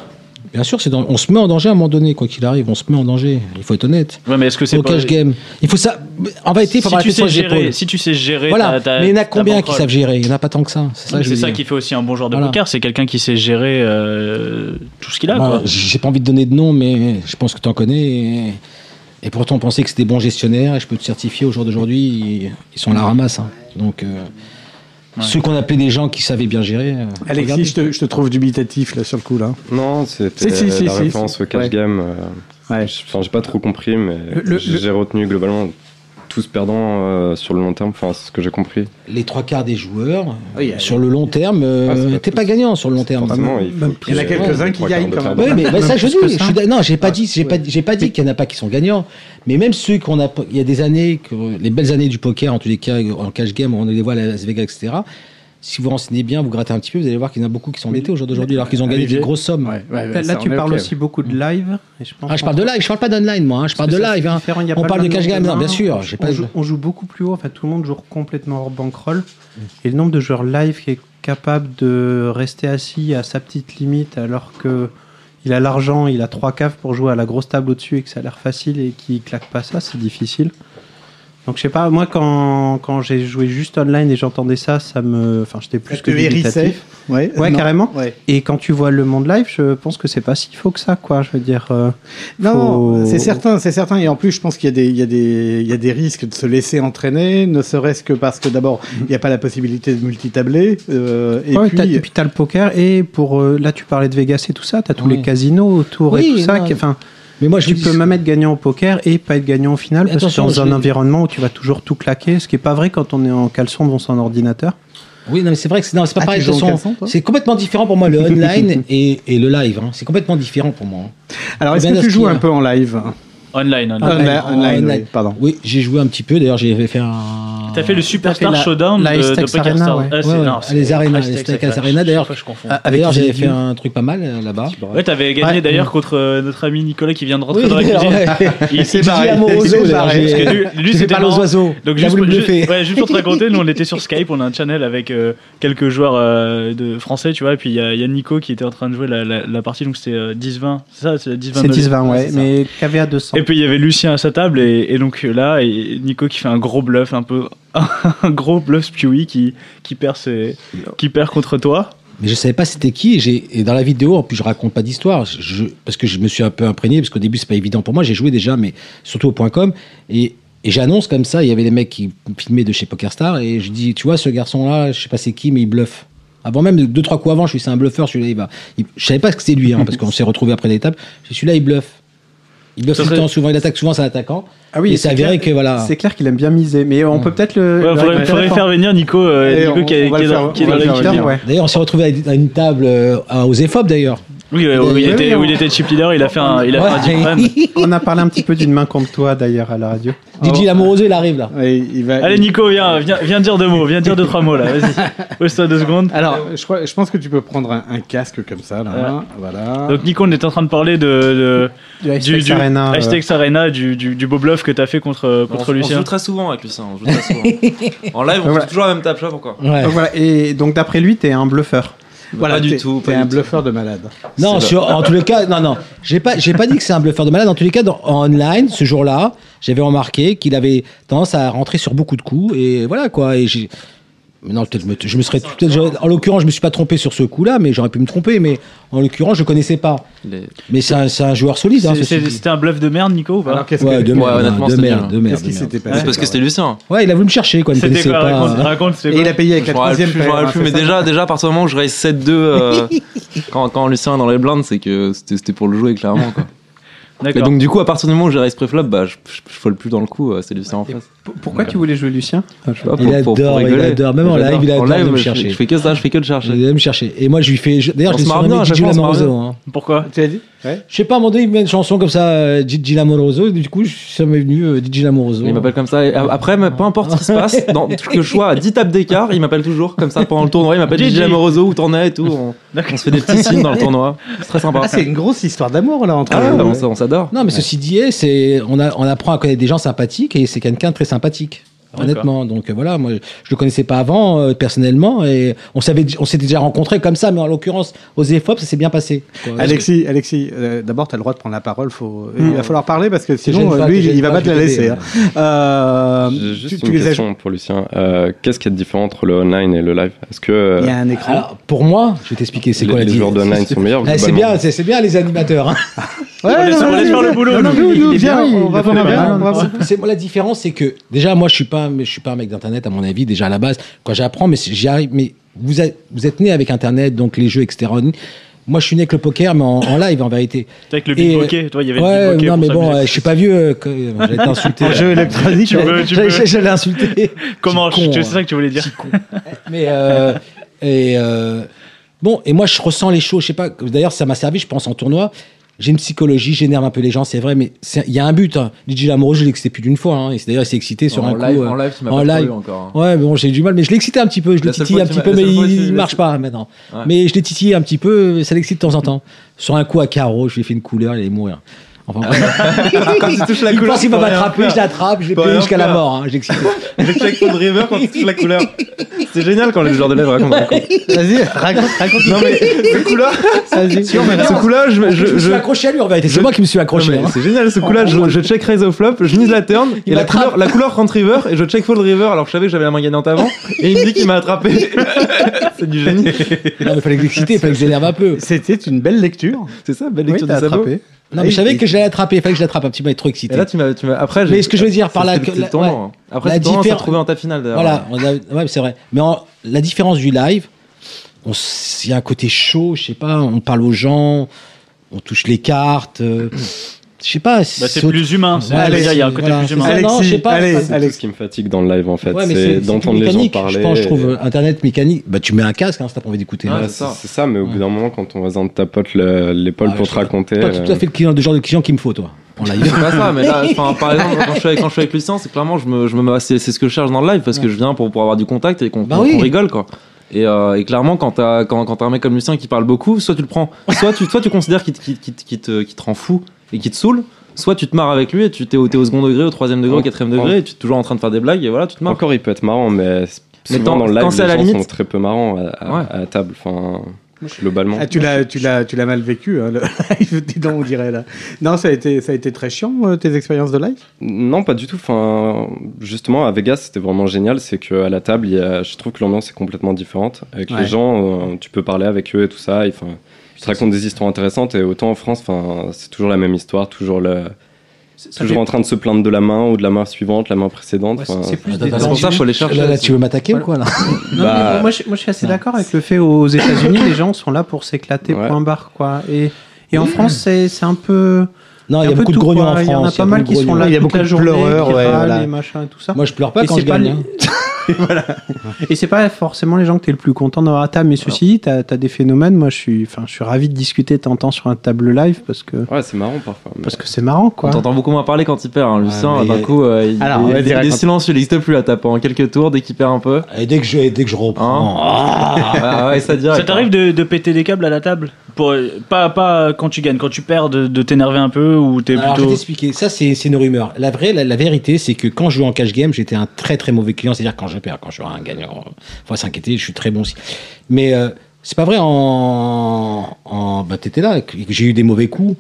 Speaker 7: Bien sûr, c'est dans- on se met en danger à un moment donné, quoi qu'il arrive, on se met en danger. Il faut être honnête
Speaker 6: Ouais, mais est-ce que c'est
Speaker 7: au
Speaker 6: pas.
Speaker 7: cash game. Il faut ça. En vérité, il faut
Speaker 6: si
Speaker 7: avoir la
Speaker 6: tu
Speaker 7: tête sur
Speaker 6: sais
Speaker 7: les épaules.
Speaker 6: gérer, si tu sais gérer,
Speaker 7: Voilà.
Speaker 6: ta- ta-
Speaker 7: Mais il y en a
Speaker 6: ta
Speaker 7: combien qui
Speaker 6: banquerolle.
Speaker 7: savent gérer Il n'y en a pas tant que ça. C'est ça.
Speaker 6: Non,
Speaker 7: que
Speaker 6: C'est
Speaker 7: je veux
Speaker 6: ça
Speaker 7: dire.
Speaker 6: qui fait aussi un bon joueur de
Speaker 7: Voilà. Bah,
Speaker 6: poker, c'est quelqu'un qui sait gérer euh, tout ce qu'il a.
Speaker 7: Voilà,
Speaker 6: quoi.
Speaker 7: J'ai pas envie de donner de nom, mais je pense que tu en connais. Et, et pourtant, on pensait que c'était bon gestionnaire. Et je peux te certifier, au jour d'aujourd'hui, ils, ils sont à la ramasse. hein. Donc, euh, ceux qu'on appelait des gens qui savaient bien gérer. euh, regardez.
Speaker 4: Alexis, je te, je te trouve dubitatif là sur le coup là.
Speaker 5: Non, c'était
Speaker 4: Si, si,
Speaker 5: euh,
Speaker 4: si,
Speaker 5: la
Speaker 4: si,
Speaker 5: référence
Speaker 4: si.
Speaker 5: au cash
Speaker 4: Ouais.
Speaker 5: game. euh,
Speaker 4: Ouais.
Speaker 5: je- Enfin, j'ai pas trop compris, mais
Speaker 4: le-
Speaker 5: j'ai j'ai retenu globalement tous perdants euh, sur le long terme. Enfin, c'est ce que j'ai compris.
Speaker 7: Les trois quarts des joueurs,
Speaker 4: Oui, euh,
Speaker 7: sur le long terme, euh,
Speaker 5: Ah, c'est pas
Speaker 7: t'es
Speaker 5: tous.
Speaker 7: pas gagnant sur le long terme.
Speaker 5: Forcément, il, faut plus-
Speaker 4: il y en a quelques-uns qui
Speaker 5: trois quarts
Speaker 4: gagnent
Speaker 5: de
Speaker 4: quand même.
Speaker 5: perdants.
Speaker 7: Oui, mais bah, ça je
Speaker 8: plus que
Speaker 7: dis.
Speaker 8: ça. Ah,
Speaker 7: Je suis d'a- non, j'ai pas dit, j'ai pas, j'ai pas dit qu'il y en a pas qui sont gagnants. Mais même ceux qu'on a, il y a des années, que, les belles années du poker en tous les cas, en cash game, on les voit à Las Vegas, etc. Si vous renseignez bien, vous grattez un petit peu, vous allez voir qu'il y en a beaucoup qui sont endettés au jour d'aujourd'hui, alors
Speaker 8: Ah,
Speaker 7: qu'ils ont gagné
Speaker 4: Olivier.
Speaker 7: des grosses sommes.
Speaker 4: Ouais, ouais, ouais,
Speaker 8: Là,
Speaker 4: Ah bah ça,
Speaker 8: tu
Speaker 4: on est Mm.
Speaker 8: parles
Speaker 4: ok.
Speaker 8: aussi beaucoup de live. et je, pense
Speaker 7: Ah, je parle de live, je parle pas d'online, moi. hein, je parle de
Speaker 8: Parce que ça, c'est
Speaker 7: live. hein.
Speaker 8: différent, il y a
Speaker 7: On
Speaker 8: pas
Speaker 7: parle
Speaker 8: le
Speaker 7: de
Speaker 8: même
Speaker 7: cash game,
Speaker 8: nombre
Speaker 7: non,
Speaker 8: de
Speaker 7: bien
Speaker 8: mains.
Speaker 7: sûr. J'ai
Speaker 8: on,
Speaker 7: pas.
Speaker 8: joue, on joue beaucoup plus haut. Enfin, tout le monde joue complètement hors bankroll. Et le nombre de joueurs live qui est capable de rester assis à sa petite limite alors que il a l'argent, il a trois caves pour jouer à la grosse table au-dessus et que ça a l'air facile et qui claque pas ça, c'est difficile. Donc je sais pas, moi quand, quand j'ai joué juste online et j'entendais ça, ça me, enfin j'étais plus
Speaker 4: te
Speaker 8: que
Speaker 4: hérissait.
Speaker 8: dubitatif.
Speaker 4: Ouais,
Speaker 8: Ouais,
Speaker 4: non.
Speaker 8: carrément.
Speaker 4: Ouais.
Speaker 8: Et quand tu vois le monde live, je pense que c'est pas si faux que ça, quoi. Je veux dire. euh,
Speaker 4: Non,
Speaker 8: faut-
Speaker 4: c'est certain, c'est certain. Et en plus, je pense qu'il y a des, il y a des, il y a des risques de se laisser entraîner, ne serait-ce que parce que d'abord, il n'y a pas la possibilité de multitabler. euh, et
Speaker 8: Ouais,
Speaker 4: puis,
Speaker 8: t'as- et puis t'as le poker et pour euh, là tu parlais de Vegas et tout ça, t'as tous
Speaker 7: Oui.
Speaker 8: les casinos autour et
Speaker 7: Oui,
Speaker 8: tout ça.
Speaker 7: non.
Speaker 8: qui- Enfin,
Speaker 7: Mais moi, je
Speaker 8: tu
Speaker 7: vous dis-
Speaker 8: peux même être gagnant au poker et pas être gagnant au final
Speaker 7: Mais
Speaker 8: parce que t'es
Speaker 7: attention,
Speaker 8: dans
Speaker 7: je
Speaker 8: un
Speaker 7: vais-
Speaker 8: environnement où tu vas toujours tout claquer, ce qui est pas vrai quand on est en caleçon devant son ordinateur.
Speaker 7: Oui, non, mais c'est vrai que c'est non, c'est pas
Speaker 4: Ah,
Speaker 7: pareil.
Speaker 4: tu
Speaker 7: de toute
Speaker 4: joues en
Speaker 7: façon,
Speaker 4: caleçon, toi
Speaker 7: C'est complètement différent pour moi le online et, et le live. hein. C'est complètement différent pour moi. hein.
Speaker 4: alors, est-ce
Speaker 7: Ben
Speaker 4: que tu
Speaker 7: Daski,
Speaker 4: joues un
Speaker 7: hein.
Speaker 4: peu en live
Speaker 6: Online, online.
Speaker 7: Ah,
Speaker 4: Online, online,
Speaker 7: online.
Speaker 4: oui, pardon.
Speaker 7: Oui, j'ai joué un petit peu. D'ailleurs, j'ai fait un.
Speaker 6: T'as fait le Superstar
Speaker 8: la-
Speaker 6: Showdown
Speaker 8: la
Speaker 6: de, de
Speaker 8: Aztecs
Speaker 6: Poker
Speaker 8: Arena,
Speaker 6: Stars.
Speaker 8: ouais.
Speaker 6: Ah, c'est-
Speaker 7: Ouais, ouais.
Speaker 6: non, c'est-
Speaker 7: Les arenas, les
Speaker 6: Aztecs,
Speaker 7: Aztecs
Speaker 6: ouais.
Speaker 7: Arena,
Speaker 6: Je-
Speaker 7: d'ailleurs. Ah,
Speaker 6: je- je confonds.
Speaker 7: D'ailleurs, j'avais
Speaker 8: Zidane.
Speaker 7: fait un truc pas mal euh, là-bas.
Speaker 6: Ouais, t'avais gagné
Speaker 8: Ouais.
Speaker 6: d'ailleurs contre euh, notre ami Nicolas qui vient de rentrer
Speaker 7: Oui,
Speaker 6: dans la cuisine.
Speaker 7: d'ailleurs, ouais.
Speaker 6: Il
Speaker 7: J'ai
Speaker 6: s'est
Speaker 7: dit un mot aux
Speaker 4: s'est barré.
Speaker 7: oiseaux, d'ailleurs,
Speaker 6: Parce
Speaker 7: j'ai-
Speaker 6: que lui- lui,
Speaker 7: j'ai fait
Speaker 6: c'était
Speaker 7: parler aux
Speaker 6: marrant.
Speaker 7: oiseaux.
Speaker 6: Donc
Speaker 7: Il a
Speaker 6: juste,
Speaker 7: voulu me
Speaker 6: ju-
Speaker 7: bluffer.
Speaker 6: ouais, juste pour te raconter, nous on était sur Skype, on a un channel avec euh, quelques joueurs euh, de français, tu vois, et puis il y, a- il y a Nico qui était en train de jouer la, la- la partie, donc c'était euh, 10-20, c'est ça, c'est 10-20.
Speaker 8: C'est
Speaker 6: de-
Speaker 8: 10-20, ouais.
Speaker 6: c'est ça.
Speaker 8: Mais KVA 200.
Speaker 6: Et puis il y avait Lucien à sa table, et, et donc euh, là, et Nico qui fait un gros bluff, un peu un gros bluff Spewy qui, qui, perd ses- qui perd contre toi.
Speaker 7: Mais je savais pas c'était qui. Et, j'ai- et dans la vidéo, en plus, je raconte pas d'histoire. je- je- parce que je me suis un peu imprégné, parce qu'au début, c'est pas évident pour moi. J'ai joué déjà, mais surtout au point .com. Et, et j'annonce comme ça. Il y avait les mecs qui filmaient de chez PokerStar. Et je dis, tu vois, ce garçon-là, je sais pas c'est qui, mais il bluffe. Avant même, deux, trois coups avant, je suis c'est un bluffeur, celui-là, il va. il- je savais pas que c'était lui, hein, parce qu'on s'est retrouvé après l'étape. Je dis, Celui-là, il bluffe. Il bluffe
Speaker 6: Ça
Speaker 7: tout le
Speaker 6: serait-
Speaker 7: temps, souvent, il attaque souvent, c'est un attaquant.
Speaker 8: Ah
Speaker 7: et c'est avéré que voilà.
Speaker 8: C'est clair qu'il aime bien miser, mais on peut peut-être le. le
Speaker 6: Ouais, faudrait,
Speaker 8: récupérer
Speaker 6: faudrait
Speaker 8: pour-
Speaker 6: faire venir Nico, euh,
Speaker 4: Et
Speaker 6: Nico
Speaker 4: on-
Speaker 6: qui est
Speaker 4: on va
Speaker 6: qui
Speaker 4: le
Speaker 6: est dans
Speaker 4: faire-
Speaker 6: qui est
Speaker 4: on va
Speaker 6: dans
Speaker 4: le
Speaker 6: la
Speaker 4: faire
Speaker 6: cuisine.
Speaker 8: Ouais.
Speaker 7: D'ailleurs, on s'est retrouvé à une table euh, à- aux EFOP d'ailleurs.
Speaker 6: Oui, euh, où, il était, où il était chip leader, il a fait un, il a fait un deep run.
Speaker 8: On a parlé un petit peu d'une main contre toi d'ailleurs à la radio.
Speaker 7: Didier Lamoroso, il arrive là.
Speaker 4: Ouais, il va,
Speaker 6: Allez
Speaker 4: il-
Speaker 6: Nico, viens, viens, viens dire deux mots, viens dire deux trois mots là, vas-y. Pose-toi deux secondes.
Speaker 4: Alors, je, crois- je pense que tu peux prendre un, un casque comme ça, là. Voilà.
Speaker 6: Donc Nico, on était en train de parler de,
Speaker 8: Du
Speaker 6: de
Speaker 8: Astex
Speaker 6: du, du
Speaker 8: Arena, euh,
Speaker 6: Astex Arena, du, du, du beau bluff que t'as fait contre euh,
Speaker 9: On,
Speaker 6: contre
Speaker 9: on se
Speaker 6: Lucien.
Speaker 9: joue très souvent avec Lucien. On joue très souvent. en live, on
Speaker 8: Voilà.
Speaker 9: joue toujours la même table, je sais pas pourquoi.
Speaker 7: Ouais.
Speaker 8: donc voilà, et donc d'après lui, t'es un bluffeur.
Speaker 9: Voilà, pas
Speaker 4: t'es-
Speaker 9: du tout.
Speaker 4: T'es
Speaker 9: pas
Speaker 4: un
Speaker 9: du tout.
Speaker 4: bluffeur de malade.
Speaker 7: Non,
Speaker 9: C'est
Speaker 7: sur- en tous les cas, non, non. J'ai pas, j'ai pas dit que c'est un bluffeur de malade. En tous les cas, dans- en online, ce jour-là, j'avais remarqué qu'il avait tendance à rentrer sur beaucoup de coups. Et voilà, quoi. Et j'ai. mais Non, peut-être, je me- je me serais. peut-être j'aurais- en l'occurrence, je me suis pas trompé sur ce coup-là, mais j'aurais pu me tromper. Mais en l'occurrence, je connaissais pas.
Speaker 9: Les-
Speaker 7: Mais c'est un, c'est un joueur solide. Hein,
Speaker 6: C'est-
Speaker 7: ceci
Speaker 6: c'est-
Speaker 7: dit.
Speaker 6: C'était un bluff de merde, Nico ou pas
Speaker 4: Alors, qu'est-ce
Speaker 7: Ouais,
Speaker 4: que-
Speaker 7: de merde,
Speaker 9: Ouais, honnêtement,
Speaker 7: de
Speaker 9: c'était
Speaker 7: merde,
Speaker 9: nul.
Speaker 7: de merde.
Speaker 4: qu'est-ce qui
Speaker 7: de merde.
Speaker 4: s'était passé
Speaker 9: C'est parce que c'était Lucien.
Speaker 7: Ouais, il a voulu me chercher, quoi. Il me
Speaker 6: C'était
Speaker 7: connaissait
Speaker 6: quoi
Speaker 7: pas.
Speaker 6: Raconte,
Speaker 7: hein.
Speaker 6: raconte c'est
Speaker 4: Et il
Speaker 6: quoi
Speaker 4: a payé avec
Speaker 9: Je
Speaker 4: la
Speaker 9: me rappelle
Speaker 4: troisième
Speaker 9: plus, je me rappelle
Speaker 8: hein,
Speaker 9: plus, mais déjà, déjà, à partir du moment où je reste 7-2, euh, quand, quand Lucien est dans les blindes, c'est que c'était c'était pour le jouer, clairement. Quoi. Et
Speaker 6: D'accord.
Speaker 9: donc, du coup, à partir du moment où j'ai raise préflop, bah, je, je, je folle plus dans le coup, euh, c'est Lucien en
Speaker 8: Et
Speaker 9: face.
Speaker 8: p- Pourquoi tu voulais jouer Lucien
Speaker 9: Je sais pas,
Speaker 7: Il adore, il adore. Même en live, il adore de me
Speaker 9: je-
Speaker 7: chercher.
Speaker 9: Je, fais que ça, je fais que le
Speaker 7: Je
Speaker 9: chercher.
Speaker 7: devais me chercher. Et moi, je lui fais. je- D'ailleurs,
Speaker 9: On
Speaker 7: je l'ai
Speaker 9: se marre
Speaker 7: surnommé
Speaker 9: bien, à chaque
Speaker 7: Gigi
Speaker 9: fois, on se marre
Speaker 7: Lamoroso. hein.
Speaker 6: Pourquoi
Speaker 4: Tu as dit Ouais.
Speaker 7: Je sais pas, à un moment donné, il met une chanson comme ça, euh, Gigi Lamoroso. et Du coup, je- ça m'est venu euh, Gigi Lamoroso.
Speaker 9: Il m'appelle comme ça. Et a- Après, mais peu importe ce qui se passe, dans, que je sois à 10 tapes d'écart, il m'appelle toujours comme ça pendant le tournoi. Il m'appelle
Speaker 6: Gigi.
Speaker 9: DJ Amoroso, où t'en es et tout. On,
Speaker 6: D'accord.
Speaker 9: on se fait des petits signes dans le tournoi. C'est très sympa.
Speaker 4: Ah, c'est une grosse histoire d'amour, là, entre
Speaker 9: Ah ouais,
Speaker 4: eux.
Speaker 9: on s- on s'adore.
Speaker 7: Non, mais ceci dit, est, c'est on, a- on apprend à connaître des gens sympathiques et c'est quelqu'un de très sympathique.
Speaker 6: D'accord.
Speaker 7: Honnêtement, donc euh, voilà, moi je le connaissais pas avant euh, personnellement et on savait, on s'était déjà rencontrés comme ça, mais en l'occurrence aux EFOP ça s'est bien passé. quoi.
Speaker 4: Alexis, Alexis, euh, d'abord, tu as le droit de prendre la parole. Faut... Il va falloir parler parce que
Speaker 7: Parce que j'ai
Speaker 4: sinon,
Speaker 7: une
Speaker 4: euh,
Speaker 7: fac,
Speaker 4: lui,
Speaker 7: j'ai
Speaker 4: il
Speaker 7: une
Speaker 4: va
Speaker 7: fac,
Speaker 4: pas te la
Speaker 7: je vais
Speaker 4: laisser.
Speaker 7: t'aider.
Speaker 4: hein. Euh,
Speaker 5: J'ai
Speaker 4: tu,
Speaker 5: juste
Speaker 4: tu
Speaker 5: une
Speaker 4: les as.
Speaker 5: question pour Lucien. Euh, Qu'est-ce qui est différent entre le online et le live Est-ce que euh,
Speaker 4: Il y a un écran.
Speaker 7: Alors pour moi, je vais t'expliquer c'est
Speaker 5: les,
Speaker 7: quoi la
Speaker 5: les
Speaker 7: différence.
Speaker 5: joueurs de online sont meilleurs
Speaker 7: Eh, c'est
Speaker 5: globalement
Speaker 7: bien, c'est c'est bien les animateurs. hein.
Speaker 4: Ouais,
Speaker 6: On laisse-
Speaker 4: non,
Speaker 6: on laisse
Speaker 4: non,
Speaker 6: faire le
Speaker 4: non,
Speaker 6: boulot,
Speaker 4: non,
Speaker 6: le
Speaker 4: non,
Speaker 6: boulot,
Speaker 4: nous,
Speaker 6: il
Speaker 4: nous,
Speaker 6: est
Speaker 4: viens,
Speaker 6: bien,
Speaker 4: on
Speaker 6: il
Speaker 4: va voir,
Speaker 6: le fait
Speaker 4: on
Speaker 6: bien.
Speaker 4: va voir.
Speaker 7: C'est moi la différence, c'est que déjà moi je suis pas, un- je suis pas un mec d'internet à mon avis. Déjà à la base, quand j'apprends, mais c'est- j'y arrive. Mais vous êtes, vous êtes né avec internet, donc les jeux etc. Moi je suis né avec le poker, mais en, en live en vérité.
Speaker 6: T'es avec le
Speaker 7: Et,
Speaker 6: big
Speaker 7: euh,
Speaker 6: bokeh, toi il y avait
Speaker 7: ouais,
Speaker 6: le big bokeh.
Speaker 7: non
Speaker 6: pour
Speaker 7: mais bon,
Speaker 6: s'amuser.
Speaker 7: euh, je suis pas vieux. euh, que- J'allais t'insulter.
Speaker 4: En jeu électronique,
Speaker 6: Tu veux- tu
Speaker 7: J'allais-
Speaker 6: veux-
Speaker 7: J'allais l'insulter.
Speaker 6: Comment
Speaker 7: Je suis
Speaker 6: je-
Speaker 7: con,
Speaker 6: C'est
Speaker 7: hein.
Speaker 6: ça que tu voulais dire.
Speaker 7: Mais euh, et euh, bon, et moi je ressens les choses. Je sais pas. D'ailleurs, ça m'a servi. Je pense en tournoi. J'ai une psychologie, j'énerve un peu les gens, c'est vrai, mais c'est- il y a un but. Hein. DJ Lamoureux, je l'ai excité plus d'une fois. Hein. Et c'est- D'ailleurs, il s'est excité sur un
Speaker 9: en,
Speaker 7: coup.
Speaker 9: live,
Speaker 7: euh,
Speaker 9: en live, tu m'as
Speaker 7: en
Speaker 9: pas trop
Speaker 7: live.
Speaker 9: eu encore. hein.
Speaker 7: Ouais, mais bon, j'ai eu du mal, mais je l'ai excité un petit peu, je l'ai
Speaker 9: La seule
Speaker 7: titillé
Speaker 9: fois
Speaker 7: un
Speaker 9: que tu
Speaker 7: petit
Speaker 9: m'as-
Speaker 7: peu,
Speaker 9: la
Speaker 7: mais
Speaker 9: seule fois que tu-
Speaker 7: il
Speaker 9: la
Speaker 7: marche
Speaker 9: seule-
Speaker 7: pas maintenant.
Speaker 9: Ouais.
Speaker 7: Mais je l'ai titillé un petit peu, ça l'excite de temps en temps. Sur un coup à carreau, je lui ai fait une couleur, il allait mourir. Enfin,
Speaker 9: tu touches la
Speaker 7: il
Speaker 9: couleur,
Speaker 7: pense qu'il va
Speaker 9: faut rien
Speaker 7: m'attraper,
Speaker 9: faire.
Speaker 7: je l'attrape, je vais
Speaker 9: Faut
Speaker 7: payer
Speaker 9: rien
Speaker 7: jusqu'à la
Speaker 9: faire.
Speaker 7: mort. Hein, je l'ai excité.
Speaker 9: Le checkpoint river quand tu touches la couleur. C'est génial quand les joueurs de live racontent. racontent.
Speaker 4: Vas-y, raconte, raconte.
Speaker 9: Non mais ce coup-là,
Speaker 8: Ah,
Speaker 4: Vas-y.
Speaker 9: ce coup-là, je,
Speaker 7: je,
Speaker 9: je,
Speaker 7: me
Speaker 9: je-
Speaker 7: suis accroché à lui en vérité, c'est
Speaker 9: je-
Speaker 7: moi qui me suis
Speaker 9: Non,
Speaker 7: accroché.
Speaker 9: mais
Speaker 7: hein.
Speaker 9: c'est génial ce coup-là, je, je check raise au flop, je mise la turn,
Speaker 7: Il
Speaker 9: et la
Speaker 7: m'attrape.
Speaker 9: couleur, la couleur rentre river, et je check fold river alors que je savais que j'avais la main gagnante avant, et il me dit qu'il m'a attrapé. c'est du génie.
Speaker 7: Non, mais fallait que l'exciter, fallait que j'énerve un peu.
Speaker 4: C'était une belle lecture.
Speaker 9: C'est ça, belle
Speaker 8: Oui,
Speaker 9: lecture
Speaker 8: t'as
Speaker 9: du sabot.
Speaker 8: attrapé.
Speaker 7: Non, mais je savais que je l'allais attraper, fallait que je l'attrape un petit peu, il est trop excité.
Speaker 9: Et là tu m'as, tu m'as, après,
Speaker 7: mais
Speaker 9: j'ai-
Speaker 7: ce que je veux dire par
Speaker 9: c'est-
Speaker 7: là. que-
Speaker 9: c'est- c'est le hein.
Speaker 7: la-
Speaker 9: tournoi,
Speaker 7: ouais.
Speaker 9: hein. Après,
Speaker 7: La
Speaker 9: ce tournoi, on s'est
Speaker 7: différence-
Speaker 9: retrouvé en ta finale. d'ailleurs.
Speaker 7: Voilà, on a- ouais, c'est vrai. Mais en- la différence du live, on s- il y a un côté chaud, je sais pas, on parle aux gens, on touche les cartes, euh, je sais pas.
Speaker 6: Bah, c'est plus humain. c'est-
Speaker 7: Ouais,
Speaker 6: je veux dire, Il y a un
Speaker 7: c'est-
Speaker 6: côté
Speaker 7: voilà,
Speaker 6: plus
Speaker 7: c'est
Speaker 6: humain.
Speaker 7: ça. non, je sais pas,
Speaker 4: allez,
Speaker 7: c'est
Speaker 5: C'est tout ce qui me fatigue dans le live en fait.
Speaker 7: Ouais, mais
Speaker 5: c'est
Speaker 7: c'est
Speaker 5: d'entendre les gens
Speaker 7: mécanique.
Speaker 5: parler.
Speaker 7: Je pense, je trouve
Speaker 5: et-
Speaker 7: euh, Internet mécanique. Bah, tu mets un casque, hein, si t'as pas envie d'écouter.
Speaker 9: Ouais,
Speaker 7: hein.
Speaker 5: Ouais,
Speaker 9: Ah, c'est
Speaker 5: c'est
Speaker 9: ça.
Speaker 5: c'est ça, mais au bout d'un moment, quand on rasante ta pote le- l'épaule
Speaker 7: Ah,
Speaker 5: pour
Speaker 7: je
Speaker 5: te
Speaker 7: trouve-
Speaker 5: raconter.
Speaker 7: Toi, t'es tout à
Speaker 5: euh,
Speaker 7: fait le, client, le genre de client qu'il me faut, toi, en live.
Speaker 9: C'est pas ça, mais là, enfin, par exemple, quand je, suis avec, quand je suis avec Lucien, c'est clairement, je me, je me, c'est, c'est ce que je cherche dans le live parce que je viens pour, pour avoir du contact et qu'on
Speaker 7: Bah
Speaker 9: qu'on-
Speaker 7: oui.
Speaker 9: qu'on rigole, quoi. Et, euh, et clairement, quand t'as, quand, quand t'as un mec comme Lucien qui parle beaucoup, soit tu le prends, soit tu, soit tu considères qu'il, te- qu'il, qu'il te- qu'il te, qu'il te rend fou et qu'il te saoule, soit tu te marres avec lui et tu t'es au, t'es au second degré, au troisième degré, au quatrième degré, et tu es toujours en train de faire des blagues et voilà, tu te marres.
Speaker 5: Encore, il peut être marrant, mais s-
Speaker 9: Mais
Speaker 5: souvent
Speaker 9: dans-
Speaker 5: dans le live,
Speaker 9: quand
Speaker 5: les
Speaker 9: c'est à
Speaker 5: gens
Speaker 9: la limite-
Speaker 5: sont très peu marrants à, à-
Speaker 9: Ouais.
Speaker 5: à la table. Enfin, globalement.
Speaker 4: Ah, tu l'as, tu l'as, tu l'as mal vécu. Hein, le live, dis donc, on dirait là. Non, ça a été, ça a été très chiant euh, tes expériences de live.
Speaker 5: Non, pas du tout. Enfin, justement, à Vegas, c'était vraiment génial. C'est qu'à la table, il y a- je trouve que l'ambiance est complètement différente. Avec
Speaker 4: Ouais.
Speaker 5: les gens, euh, tu peux parler avec eux et tout ça. Et, enfin, ils te racontent des histoires intéressantes. Et autant en France, enfin, c'est toujours la même histoire, toujours le, toujours en train de se plaindre de la main ou de la main suivante, la main précédente.
Speaker 8: Ouais,
Speaker 5: Enfin,
Speaker 8: Ah, c'est- c'est plus
Speaker 7: Attends,
Speaker 8: des
Speaker 7: attends,
Speaker 9: C'est pour Ah, ça qu'il faut les chercher.
Speaker 7: Là, là, tu veux m'attaquer ou quoi là
Speaker 8: euh, Non,
Speaker 5: Bah,
Speaker 8: mais moi, je, moi, je suis assez
Speaker 7: non.
Speaker 8: d'accord avec le fait aux États-Unis, les gens sont là pour s'éclater,
Speaker 5: Ouais.
Speaker 8: point barre, quoi. Et, et en France, c'est c'est un peu.
Speaker 7: Non, il y a
Speaker 8: un peu
Speaker 7: beaucoup de
Speaker 8: tout,
Speaker 7: grognons en
Speaker 8: quoi.
Speaker 7: France.
Speaker 8: Il y en a pas
Speaker 7: beaucoup
Speaker 8: mal
Speaker 7: de
Speaker 8: qui sont
Speaker 7: grognons.
Speaker 8: là.
Speaker 4: Il y a
Speaker 8: toute
Speaker 4: beaucoup
Speaker 8: la
Speaker 4: de
Speaker 8: journée,
Speaker 4: pleureurs,
Speaker 8: qui
Speaker 4: ouais,
Speaker 8: râlent
Speaker 4: voilà.
Speaker 8: et machin et tout ça.
Speaker 7: Moi, je pleure pas
Speaker 8: Et
Speaker 7: quand
Speaker 8: c'est
Speaker 7: je
Speaker 8: pas
Speaker 7: gagne. hein.
Speaker 8: Et c'est pas forcément les gens que tu es le plus content d'avoir à table, mais ceci dit, tu as, des phénomènes. Moi, je suis, enfin, je suis ravi de discuter de temps en temps sur un table live parce que
Speaker 5: Ouais, c'est marrant parfois. mais-
Speaker 8: parce que c'est marrant,
Speaker 9: On
Speaker 8: quoi.
Speaker 9: t'entend beaucoup moins parler quand il perd, hein, Lucien.
Speaker 7: mais-
Speaker 9: D'un coup, euh, il,
Speaker 7: Alors, on
Speaker 9: il-
Speaker 7: va
Speaker 9: il
Speaker 7: dire-
Speaker 9: est silencieux, il n'existe plus à taper en quelques tours dès qu'il perd un peu. hein.
Speaker 7: Et dès que je, et dès que je
Speaker 8: Hein
Speaker 7: reprends.
Speaker 9: Ah, ouais, ouais, ça direct.
Speaker 6: Ça t'arrive de, de péter des câbles à la table Pour, euh, pas, pas quand tu gagnes, quand tu perds, de, de t'énerver un peu ou t'es
Speaker 7: Alors, je vais
Speaker 6: plutôt.
Speaker 7: t'expliquer. Ça, c'est c'est une rumeur. La vraie, la, la vérité, c'est que quand je joue en cash game, j'étais un très très mauvais client. C'est-à-dire quand je perds, quand je suis un gagnant, euh, faut s'inquiéter. Je suis très bon aussi. Mais euh, c'est pas vrai. En, en bah, t'étais là. que J'ai eu des mauvais coups.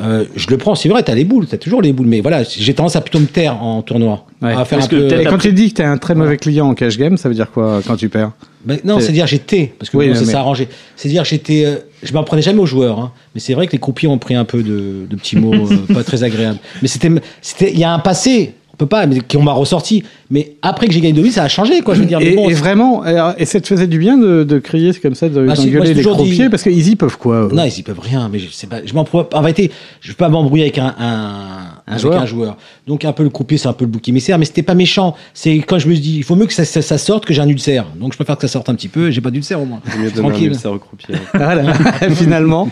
Speaker 7: Euh, je le prends, c'est vrai, t'as les boules, t'as toujours les boules, mais voilà, j'ai tendance à plutôt me taire en tournoi.
Speaker 4: Ouais.
Speaker 7: À faire
Speaker 6: Parce
Speaker 7: un
Speaker 6: que
Speaker 7: peu-
Speaker 4: Et
Speaker 6: peut-être
Speaker 4: quand tu dis que t'es un très mauvais client en cash game, ça veut dire quoi euh, quand tu perds
Speaker 7: Ben, non,
Speaker 4: C'est-
Speaker 7: c'est-à-dire j'étais, parce que
Speaker 4: Oui,
Speaker 7: bon,
Speaker 4: mais-
Speaker 7: ça s'est
Speaker 4: mais-
Speaker 7: arrangé. C'est-à-dire j'étais, euh, je m'en prenais jamais aux joueurs, hein. mais c'est vrai que les croupiers ont pris un peu de, de petits mots euh, pas très agréables. Mais c'était, c'était, il y a un passé, on peut pas, mais qui on m'a ressorti. Mais après que j'ai gagné de vie, ça a changé, quoi. Je veux dire, mais
Speaker 4: et,
Speaker 7: bon,
Speaker 4: et
Speaker 7: c'est-
Speaker 4: vraiment, et, et ça te faisait du bien de, de crier comme ça, de
Speaker 7: Bah, si, moi,
Speaker 4: d'engueuler
Speaker 7: j'ai
Speaker 4: les
Speaker 7: toujours dit-
Speaker 4: croupiers, parce qu'ils y peuvent quoi eux
Speaker 7: Non, ils y peuvent rien, mais je sais pas. Je m'en pourrais pas. En vérité, je peux pas m'embrouiller avec un, un, avec
Speaker 4: joueur.
Speaker 7: un joueur. Donc, un peu le couper, c'est un peu le bouc émissaire, mais c'était pas méchant. C'est quand je me dis, il faut mieux que ça, ça- ça sorte que j'ai un ulcère. Donc, je préfère que ça sorte un petit peu, j'ai pas d'ulcère au moins.
Speaker 5: Vaut mieux donner un
Speaker 7: Tranquille.
Speaker 5: ulcère au croupier.
Speaker 4: Voilà. Finalement,